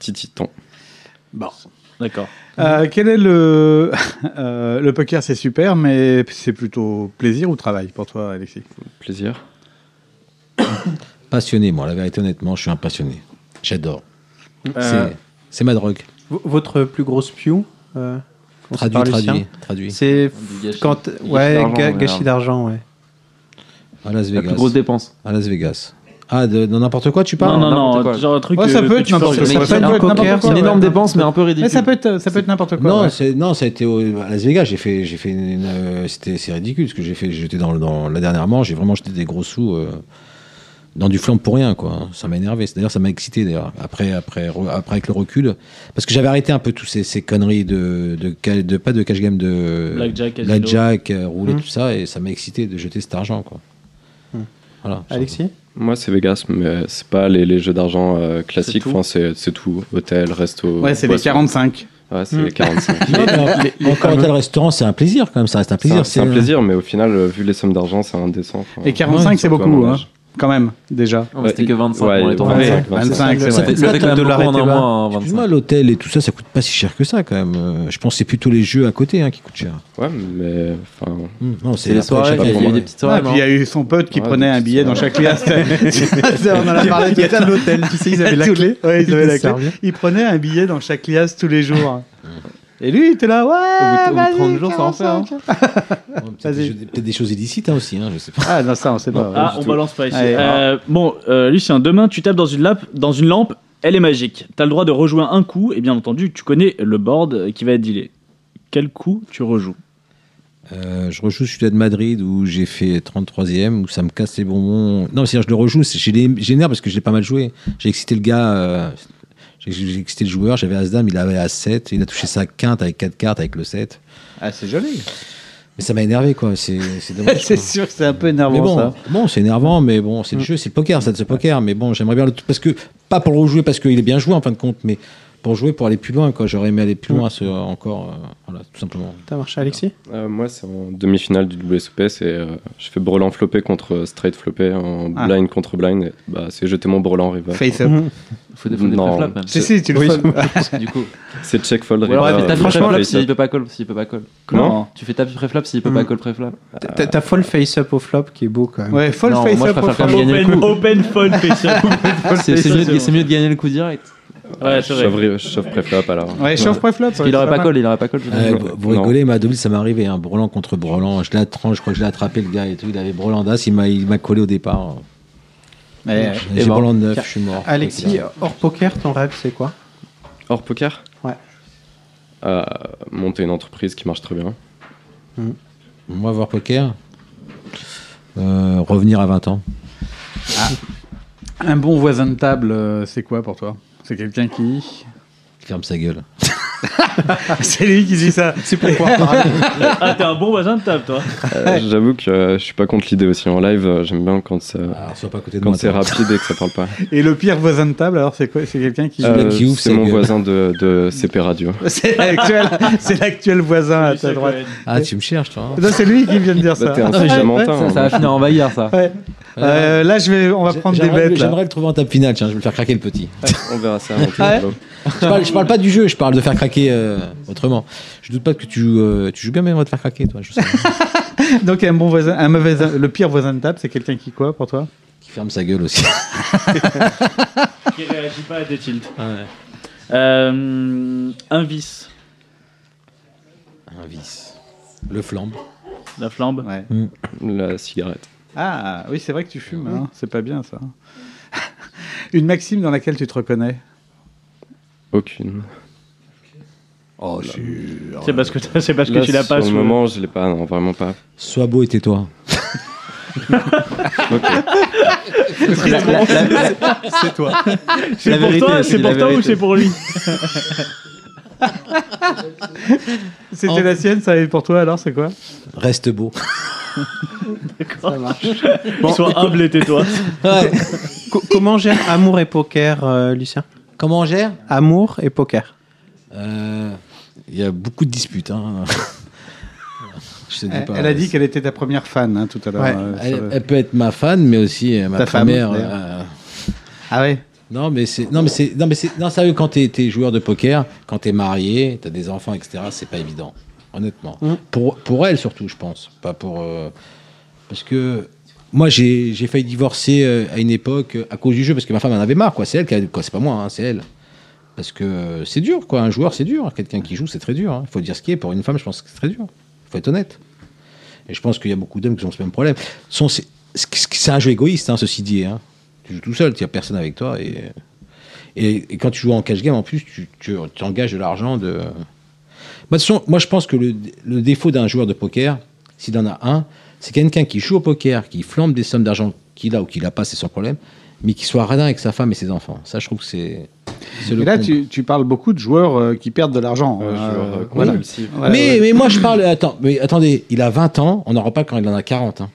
Speaker 5: Tititan.
Speaker 6: D'accord.
Speaker 11: Euh,
Speaker 4: quel est le. euh, le poker, c'est super, mais c'est plutôt plaisir ou travail pour toi, Alexis
Speaker 5: Plaisir.
Speaker 7: Passionné, moi, la vérité, honnêtement, je suis un passionné. J'adore.
Speaker 8: Euh,
Speaker 7: C'est, c'est ma drogue.
Speaker 8: v- votre plus grosse pew euh, quand c'est
Speaker 7: Traduit,
Speaker 8: par
Speaker 7: traduit,
Speaker 8: Lucien,
Speaker 7: traduit.
Speaker 8: C'est
Speaker 9: Du gâchis.
Speaker 8: quand
Speaker 9: Gâchis
Speaker 8: ouais
Speaker 9: d'argent,
Speaker 8: ga-
Speaker 9: ouais,
Speaker 8: gâchis d'argent ouais.
Speaker 7: À Las
Speaker 9: La
Speaker 7: Vegas.
Speaker 9: plus grosse dépense.
Speaker 7: À Las Vegas. Ah, de, dans n'importe quoi, tu parles
Speaker 6: non, non, non.
Speaker 9: n'importe quoi.
Speaker 6: Genre un truc.
Speaker 4: Ouais, ça
Speaker 6: que-
Speaker 4: peut
Speaker 6: que
Speaker 4: être
Speaker 6: tu fais
Speaker 4: n'importe
Speaker 6: organiser.
Speaker 4: quoi.
Speaker 9: C'est
Speaker 4: Ça peut
Speaker 9: un
Speaker 4: être n'importe
Speaker 9: poker,
Speaker 4: quoi,
Speaker 9: c'est une énorme
Speaker 4: ouais.
Speaker 9: dépense, mais un peu
Speaker 4: Mais
Speaker 9: ridicule.
Speaker 4: ça peut être, ça peut être n'importe quoi.
Speaker 7: Non,
Speaker 4: ouais.
Speaker 7: c'est- non, ça a été au- à Las Vegas. J'ai fait, j'ai fait une, euh, c'était, c'est ridicule ce que j'ai fait. J'étais dans, le- dans la dernièrement, j'ai vraiment jeté des gros sous euh, dans du flanc pour rien, quoi. Ça m'a énervé. D'ailleurs, ça m'a excité. D'ailleurs, après, après, re- après avec le recul, parce que j'avais arrêté un peu tous ces, ces conneries de, de, ca- de- pas de cash game de
Speaker 6: Blackjack, casino.
Speaker 7: blackjack, euh, roulette,
Speaker 8: Hmm.
Speaker 5: Hum.
Speaker 7: tout ça, et ça m'a excité de jeter cet argent, quoi. Voilà.
Speaker 8: Alexis
Speaker 5: Moi, c'est Vegas, mais c'est pas les, les jeux d'argent euh, classiques.
Speaker 6: tout.
Speaker 5: Enfin, c'est c'est tout. Hôtel, resto.
Speaker 4: Ouais, c'est les Hmm.
Speaker 5: boisson.
Speaker 4: 45.
Speaker 5: Ouais, c'est
Speaker 8: Mm.
Speaker 5: les 45.
Speaker 7: Non, mais en- encore tel restaurant, c'est un plaisir quand même. Ça reste un
Speaker 5: C'est un-
Speaker 7: plaisir.
Speaker 5: C'est un plaisir, mais au final, euh, vu les sommes d'argent, c'est indécent. Enfin,
Speaker 4: Et 45, c'est
Speaker 5: surtout à
Speaker 4: beaucoup,
Speaker 5: mon
Speaker 4: hein,
Speaker 5: âge.
Speaker 4: quand même, déjà.
Speaker 9: Non, mais C'était
Speaker 5: Ouais,
Speaker 9: que 25
Speaker 5: ouais,
Speaker 9: pour les temps.
Speaker 5: ouais,
Speaker 9: 25.
Speaker 4: 25, c'est
Speaker 7: Ça
Speaker 4: vrai.
Speaker 7: fait-
Speaker 9: Le réclame de l'euro en un
Speaker 7: bah,
Speaker 9: mois, hein, 25.
Speaker 7: Excuse-moi, l'hôtel et tout ça, ça coûte pas si cher que ça quand même. Euh, Je pense que c'est plutôt les jeux à côté hein, qui coûtent cher.
Speaker 5: Ouais, mais enfin,
Speaker 7: Hum, Non,
Speaker 9: C'est les
Speaker 7: après,
Speaker 9: soirées,
Speaker 7: chacun
Speaker 9: il y a
Speaker 7: fait-
Speaker 9: eu des petites
Speaker 4: Ah,
Speaker 9: soirées.
Speaker 4: puis il y a eu son pote qui
Speaker 5: Ouais,
Speaker 4: prenait
Speaker 5: des
Speaker 4: un
Speaker 5: petits
Speaker 4: billet dans chaque liasse. on en a parlé tout à l'heure.
Speaker 8: l'hôtel, tu sais, ils
Speaker 4: Tous les- ouais, ils avaient la clé.
Speaker 8: servir.
Speaker 4: Il prenait un billet dans chaque liasse tous les jours. Et lui, il était là,
Speaker 8: Au bout de- au
Speaker 4: ouais,
Speaker 8: bout de
Speaker 4: vas-y,
Speaker 8: 30 jours, ça en fait, hein.
Speaker 4: 45.
Speaker 7: Ouais, peut-être des
Speaker 4: Vas-y.
Speaker 7: jeux- Peut-être des choses illicites hein, aussi, hein, je sais pas.
Speaker 4: Ah non, ça, on sait pas. ouais,
Speaker 6: Ah,
Speaker 4: du
Speaker 6: on
Speaker 4: tout.
Speaker 6: balance pas ici.
Speaker 4: Allez,
Speaker 6: Euh, bon, euh, Lucien, demain tu tapes dans une, lampe, dans une lampe, elle est magique. T'as le droit de rejouer un coup, et bien entendu, tu connais le board qui va être dealé. Quel coup tu rejoues
Speaker 7: Euh, je rejoue celui de Madrid où j'ai fait 33e, où ça me casse les bonbons. Non, c'est-à-dire, je le rejoue, c'est- j'ai les j'ai les nerfs parce que j'ai pas mal joué. J'ai excité le gars, euh, j'ai j'ai excité le joueur, j'avais As-Dame, il avait As-7, il a touché sa quinte avec 4 cartes, avec le 7.
Speaker 11: Ah, c'est joli.
Speaker 7: Mais ça m'a énervé, quoi, c'est c'est dommage.
Speaker 11: c'est
Speaker 7: quoi.
Speaker 11: sûr que c'est un peu
Speaker 7: Mais
Speaker 11: énervant,
Speaker 7: bon,
Speaker 11: ça. Mm.
Speaker 7: bon, c'est énervant, mais bon, c'est le jeu, c'est le poker, ça, c'est le poker. Mais bon, j'aimerais bien le parce que pas pour le rejouer parce qu'il est bien joué en fin de compte, mais pour jouer pour aller plus loin. Quoi, j'aurais aimé aller
Speaker 11: Mm.
Speaker 7: plus loin sur- encore, euh, voilà, tout simplement.
Speaker 8: T'as marché Alexis
Speaker 5: euh, moi, c'est en demi-finale du WSOP. C'est, euh, je fais brelan flopé contre euh, straight flopé, en
Speaker 11: Ah.
Speaker 5: blind contre blind. et, bah, c'est jeter mon brelan river.
Speaker 4: Face up.
Speaker 9: Mhm. Faut des faut des
Speaker 5: Non.
Speaker 9: préflaps, même.
Speaker 4: Si, si, tu le
Speaker 8: Oui.
Speaker 4: fais.
Speaker 9: Du coup.
Speaker 5: C'est check fold
Speaker 9: Ou alors,
Speaker 5: river.
Speaker 9: tu fais tapis
Speaker 5: euh,
Speaker 9: préflap
Speaker 5: face
Speaker 9: s'il
Speaker 5: up.
Speaker 9: peut pas call. S'il peut pas call.
Speaker 5: Comment
Speaker 9: Tu fais tapis préflap s'il peut
Speaker 8: Hmm.
Speaker 9: pas call préflap.
Speaker 8: T'as- T'as t'as fold face-up au flop qui est beau quand même.
Speaker 4: Ouais, full
Speaker 9: Non,
Speaker 4: face
Speaker 9: moi, je
Speaker 4: up.
Speaker 9: préfère
Speaker 4: au
Speaker 9: faire
Speaker 4: fond.
Speaker 9: gagner le
Speaker 6: Open,
Speaker 9: coup.
Speaker 6: open fold, face up.
Speaker 9: C'est
Speaker 6: c'est
Speaker 9: c'est mieux de-
Speaker 6: bon.
Speaker 9: c'est mieux de gagner le coup direct.
Speaker 6: Ouais, c'est vrai.
Speaker 5: Shove ri- shove préflop alors.
Speaker 4: Ouais, chauffe préflop.
Speaker 9: Parce qu'il aurait pas call, il aurait pas call.
Speaker 7: Euh, vous vous
Speaker 5: Non.
Speaker 7: rigolez, mais à Deauville, ça m'est arrivé, hein, Brelan contre Brelan. Je l'attrape, je crois que je l'ai attrapé le gars et tout. Il avait Brelan d'As, il m'a, il m'a collé au départ.
Speaker 11: Mais, euh,
Speaker 7: J'ai
Speaker 9: eh ben.
Speaker 7: Brelan de 9, je suis mort.
Speaker 8: Alexis, hors poker, ton rêve c'est quoi
Speaker 5: Hors poker
Speaker 8: Ouais.
Speaker 5: Euh, monter une entreprise qui marche très bien.
Speaker 7: Moi, voir poker, euh, revenir à 20 ans.
Speaker 4: Un bon voisin de table, euh, c'est quoi pour toi C'est quelqu'un qui.
Speaker 7: Ferme sa gueule.
Speaker 4: c'est lui qui dit ça.
Speaker 8: C'est pour pouvoir parler.
Speaker 6: Ah, t'es un bon voisin de table, toi.
Speaker 5: Euh, J'avoue que euh, je suis pas contre l'idée aussi en live. euh, J'aime bien quand ça.
Speaker 7: Ah, Alors, sois pas à côté de
Speaker 5: Quand
Speaker 7: moi.
Speaker 5: c'est
Speaker 7: toi.
Speaker 5: rapide et que ça parle pas.
Speaker 4: Et le pire voisin de table, alors, c'est quoi C'est quelqu'un qui.
Speaker 7: Euh, qui ouvre
Speaker 5: c'est
Speaker 7: sa
Speaker 5: mon
Speaker 7: gueule.
Speaker 5: voisin de, de CP Radio.
Speaker 4: C'est l'actuel, c'est l'actuel voisin à ta droite.
Speaker 7: Ah, tu me cherches, toi. hein.
Speaker 4: Non, c'est lui qui vient de dire
Speaker 5: Bah,
Speaker 4: ça.
Speaker 7: Ah,
Speaker 5: t'es un
Speaker 4: Ouais,
Speaker 5: samantin.
Speaker 4: ouais.
Speaker 9: Ah, Ça ça va finir en bagarre, ça.
Speaker 4: Ouais. Euh, là, je vais, on va
Speaker 7: J'ai-
Speaker 4: prendre des
Speaker 7: j'aimerais le-
Speaker 4: bêtes. là.
Speaker 7: J'aimerais le trouver en table finale, tiens, je vais le faire craquer le petit.
Speaker 5: On verra ça. on
Speaker 4: Ah ouais
Speaker 5: verra.
Speaker 7: Je parle, je parle pas du jeu, je parle de faire craquer euh, autrement. Je doute pas que tu, euh, tu joues bien, mais on va te faire craquer, toi. Je sais.
Speaker 11: Donc un bon voisin, un mauvais, le pire voisin de table, c'est quelqu'un qui quoi pour toi
Speaker 7: Qui ferme sa gueule aussi.
Speaker 6: Qui réagit pas à des tilts. Euh, un vice,
Speaker 7: Un vice. Le flambe.
Speaker 6: la flambe.
Speaker 5: La cigarette.
Speaker 11: Ah oui, c'est vrai que tu fumes, hein. c'est pas bien ça. Une maxime dans laquelle tu te reconnais
Speaker 5: Aucune.
Speaker 11: Oh,
Speaker 6: C'est parce que, t'as- c'est parce que
Speaker 5: Là,
Speaker 6: tu l'as pas
Speaker 5: Sur
Speaker 6: sous
Speaker 5: le moment, je l'ai pas, non, vraiment pas.
Speaker 7: Sois beau et tais-toi.
Speaker 5: Ok.
Speaker 11: c'est toi.
Speaker 6: C'est pour toi, c'est pour toi ou c'est pour lui
Speaker 11: C'était la sienne, ça et pour toi alors c'est quoi
Speaker 7: Reste beau.
Speaker 6: Sois humble et tais-toi.
Speaker 8: Co- comment gère amour et poker, euh, Lucien
Speaker 7: Comment on gère
Speaker 8: Amour et poker.
Speaker 7: Euh, Il y a beaucoup de disputes. hein. Je te dis
Speaker 11: Elle,
Speaker 7: pas,
Speaker 11: elle a dit qu'elle était ta première fan hein, tout à l'heure.
Speaker 8: Ouais,
Speaker 11: euh, sur
Speaker 7: Elle,
Speaker 11: le-
Speaker 7: elle peut être ma fan, mais aussi euh, ma
Speaker 11: Ta femme,
Speaker 7: première.
Speaker 11: d'ailleurs.
Speaker 7: euh,
Speaker 11: Ah ouais
Speaker 7: Non, mais c'est non, mais c'est non, mais c'est non, sérieux. Quand t'es es joueur de poker, quand t'es marié, t'as des enfants, etc. C'est pas évident, honnêtement. Pour pour elle surtout, je pense. Pas pour euh, parce que moi j'ai j'ai failli divorcer euh, à une époque euh, à cause du jeu parce que ma femme en avait marre. Quoi, c'est elle qui a quoi, c'est pas moi, hein, c'est elle. Parce que euh, c'est dur, quoi. Un joueur, c'est dur. Quelqu'un qui joue, c'est très dur. hein. Il faut dire ce qui est. Pour une femme, je pense que c'est très dur. faut être honnête. Et je pense qu'il y a beaucoup d'hommes qui ont ce même problème. Ce sont- C'est c'est- c'est un jeu égoïste, hein, ceci dit. hein. Tu joues tout seul, tu n'as personne avec toi. Et, et, et quand tu joues en cash game, en plus, tu, tu, tu engages de l'argent de. Moi, de toute façon, moi, je pense que le, le défaut d'un joueur de poker, s'il en a un, c'est quelqu'un qui joue au poker, qui flambe des sommes d'argent qu'il a ou qu'il n'a pas, c'est son problème, mais qui soit radin avec sa femme et ses enfants. Ça, je trouve que c'est. c'est le
Speaker 11: Et là,
Speaker 7: comble.
Speaker 11: tu, tu parles beaucoup de joueurs euh, qui perdent de l'argent.
Speaker 5: Euh,
Speaker 11: hein,
Speaker 5: joueur,
Speaker 11: euh,
Speaker 5: euh,
Speaker 11: voilà.
Speaker 5: compulsif.
Speaker 11: Voilà,
Speaker 7: mais,
Speaker 11: ouais.
Speaker 7: mais moi, je parle. Attends, mais attendez, il a 20 ans, on n'en parle pas quand il en a 40. hein.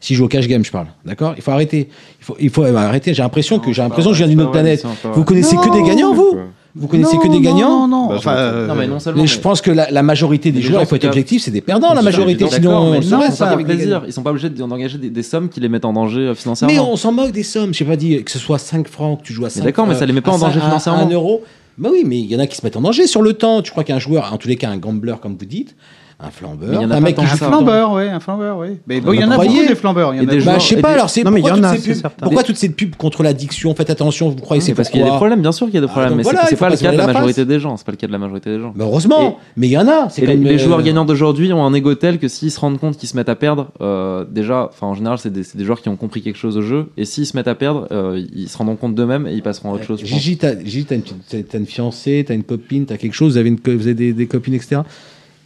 Speaker 7: Si je joue au cash game, je parle. D'accord Il faut arrêter. Il faut, il faut euh, arrêter. J'ai l'impression que j'ai l'impression que je viens d'une autre planète. Vous connaissez que des gagnants, vous Vous connaissez que des
Speaker 11: Non,
Speaker 7: gagnants
Speaker 11: non,
Speaker 5: Bah, je
Speaker 11: enfin,
Speaker 5: me-
Speaker 11: euh,
Speaker 9: Non, mais non
Speaker 7: Mais
Speaker 9: seulement.
Speaker 7: je pense que la, la majorité des
Speaker 9: Les
Speaker 7: joueurs, il
Speaker 9: gens
Speaker 7: faut
Speaker 9: sont
Speaker 7: être
Speaker 9: cap-
Speaker 7: objectif, c'est des perdants, la
Speaker 9: Bien sûr,
Speaker 7: majorité.
Speaker 9: évidemment.
Speaker 7: Sinon,
Speaker 9: D'accord, mais
Speaker 7: on
Speaker 9: les
Speaker 7: s'en
Speaker 9: gens
Speaker 7: va,
Speaker 9: sont
Speaker 7: ça.
Speaker 9: partis avec des gagnants. Ils sont pas obligés d'en- d'engager des, des sommes qui les mettent en danger euh, financièrement.
Speaker 7: Mais on s'en moque des sommes. J'ai pas dit que ce soit 5 francs, que tu joues à 5
Speaker 9: d'accord, mais ça les met pas en danger financièrement.
Speaker 7: 1 euro. Bah oui, mais il y en a qui se mettent en danger sur le temps. Tu crois qu'un joueur, en tous les cas, un gambler, comme vous dites, un
Speaker 9: Mais il
Speaker 7: flambeur,
Speaker 9: y en a
Speaker 7: un
Speaker 9: pas
Speaker 7: mec qui
Speaker 9: tant
Speaker 7: joue
Speaker 11: un
Speaker 9: que ça.
Speaker 11: flambeur, oui, un flambeur, oui. Mais bon, il y en a
Speaker 7: Croyez-
Speaker 11: beaucoup des flambeurs. Il y en
Speaker 9: Et
Speaker 11: a
Speaker 9: des
Speaker 11: beaucoup.
Speaker 7: Bah,
Speaker 9: gens-
Speaker 7: je sais pas,
Speaker 9: des-
Speaker 7: alors c'est
Speaker 8: Non, mais
Speaker 7: pourquoi,
Speaker 8: il y en
Speaker 7: toutes
Speaker 8: a,
Speaker 7: ces
Speaker 8: c'est
Speaker 7: pubs-
Speaker 8: certain.
Speaker 7: pourquoi toutes ces pubs contre l'addiction Faites attention, vous croyez c'est
Speaker 9: Mais parce qu'il y a des
Speaker 7: pourquoi
Speaker 9: problèmes, bien sûr qu'il y a des
Speaker 7: Ah,
Speaker 9: problèmes,
Speaker 7: donc
Speaker 9: mais
Speaker 7: voilà,
Speaker 9: c'est-
Speaker 7: il
Speaker 9: c'est
Speaker 7: faut
Speaker 9: pas le
Speaker 7: pas se
Speaker 9: cas de la
Speaker 7: voiler la
Speaker 9: majorité des gens. C'est pas le cas de la majorité des gens.
Speaker 7: Bah, Heureusement,
Speaker 9: Et-
Speaker 7: mais il y en a. C'est
Speaker 9: Et les,
Speaker 7: comme,
Speaker 9: les
Speaker 7: euh,
Speaker 9: joueurs gagnants d'aujourd'hui ont un ego tel que s'ils se rendent compte qu'ils se mettent à perdre, euh, déjà, enfin en général, c'est des, c'est des joueurs qui ont compris quelque chose au jeu, et s'ils se mettent à perdre, euh, ils se rendront compte d'eux-mêmes et ils passeront à autre chose. je pense.
Speaker 7: Gigi, t'as Gigi, t'as une, petite- t'as- t'as une fiancée, t'as une copine, t'as quelque chose, vous avez, une, co- vous avez des, des copines, etc.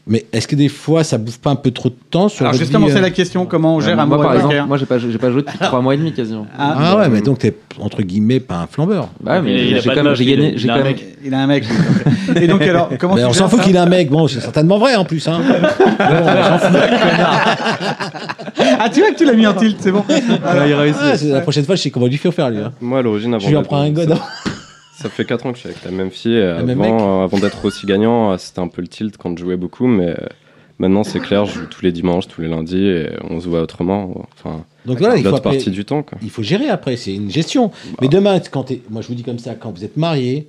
Speaker 7: Mais est-ce que des fois ça bouffe pas un peu trop de temps sur
Speaker 11: Alors
Speaker 7: votre
Speaker 11: justement,
Speaker 7: vie,
Speaker 11: c'est
Speaker 7: euh,
Speaker 11: la question, comment on
Speaker 9: Ouais,
Speaker 11: gère
Speaker 9: moi,
Speaker 11: un mot
Speaker 9: par
Speaker 11: à
Speaker 9: exemple, moi j'ai pas, j'ai pas joué depuis 3 mois et demi quasiment.
Speaker 7: Ah,
Speaker 11: Ah,
Speaker 7: ouais, mais donc t'es entre guillemets pas un flambeur.
Speaker 9: Bah, ouais,
Speaker 6: Il a- il a
Speaker 9: mais j'ai
Speaker 6: pas de
Speaker 9: quand même
Speaker 6: meuf,
Speaker 9: j'ai
Speaker 6: il a-
Speaker 9: gagné,
Speaker 6: il
Speaker 9: j'ai
Speaker 6: a
Speaker 9: quand
Speaker 6: un
Speaker 9: même
Speaker 6: mec.
Speaker 11: il a un mec. Et donc alors, comment
Speaker 9: Ben,
Speaker 7: Mais
Speaker 11: tu
Speaker 7: on s'en
Speaker 11: gères
Speaker 7: fout
Speaker 11: ça
Speaker 7: qu'il ait un mec, bon, c'est certainement vrai en plus. Hein.
Speaker 11: Ah, tu vois que tu l'as mis en tilt, c'est Ah bon.
Speaker 9: il a réussi.
Speaker 7: Ah, c'est- la prochaine fois, je sais comment lui faire faire lui. hein.
Speaker 5: Moi, à l'origine, avant
Speaker 7: Je lui en
Speaker 5: d'être-
Speaker 7: prends un god.
Speaker 5: ça, ça fait 4 ans que je suis avec la même fille. et
Speaker 7: Le même
Speaker 5: avant euh, avant d'être aussi gagnant, euh, c'était un peu le tilt quand je jouais beaucoup, mais euh, maintenant, c'est clair, je joue tous les dimanches, tous les lundis, et on se voit autrement. Enfin,
Speaker 7: Donc voilà, il faut,
Speaker 5: l'autre
Speaker 7: appeler-
Speaker 5: partie du temps, quoi.
Speaker 7: il faut gérer après, c'est une gestion.
Speaker 5: Bah.
Speaker 7: Mais demain, quand t'es- moi je vous dis comme ça, quand vous êtes marié,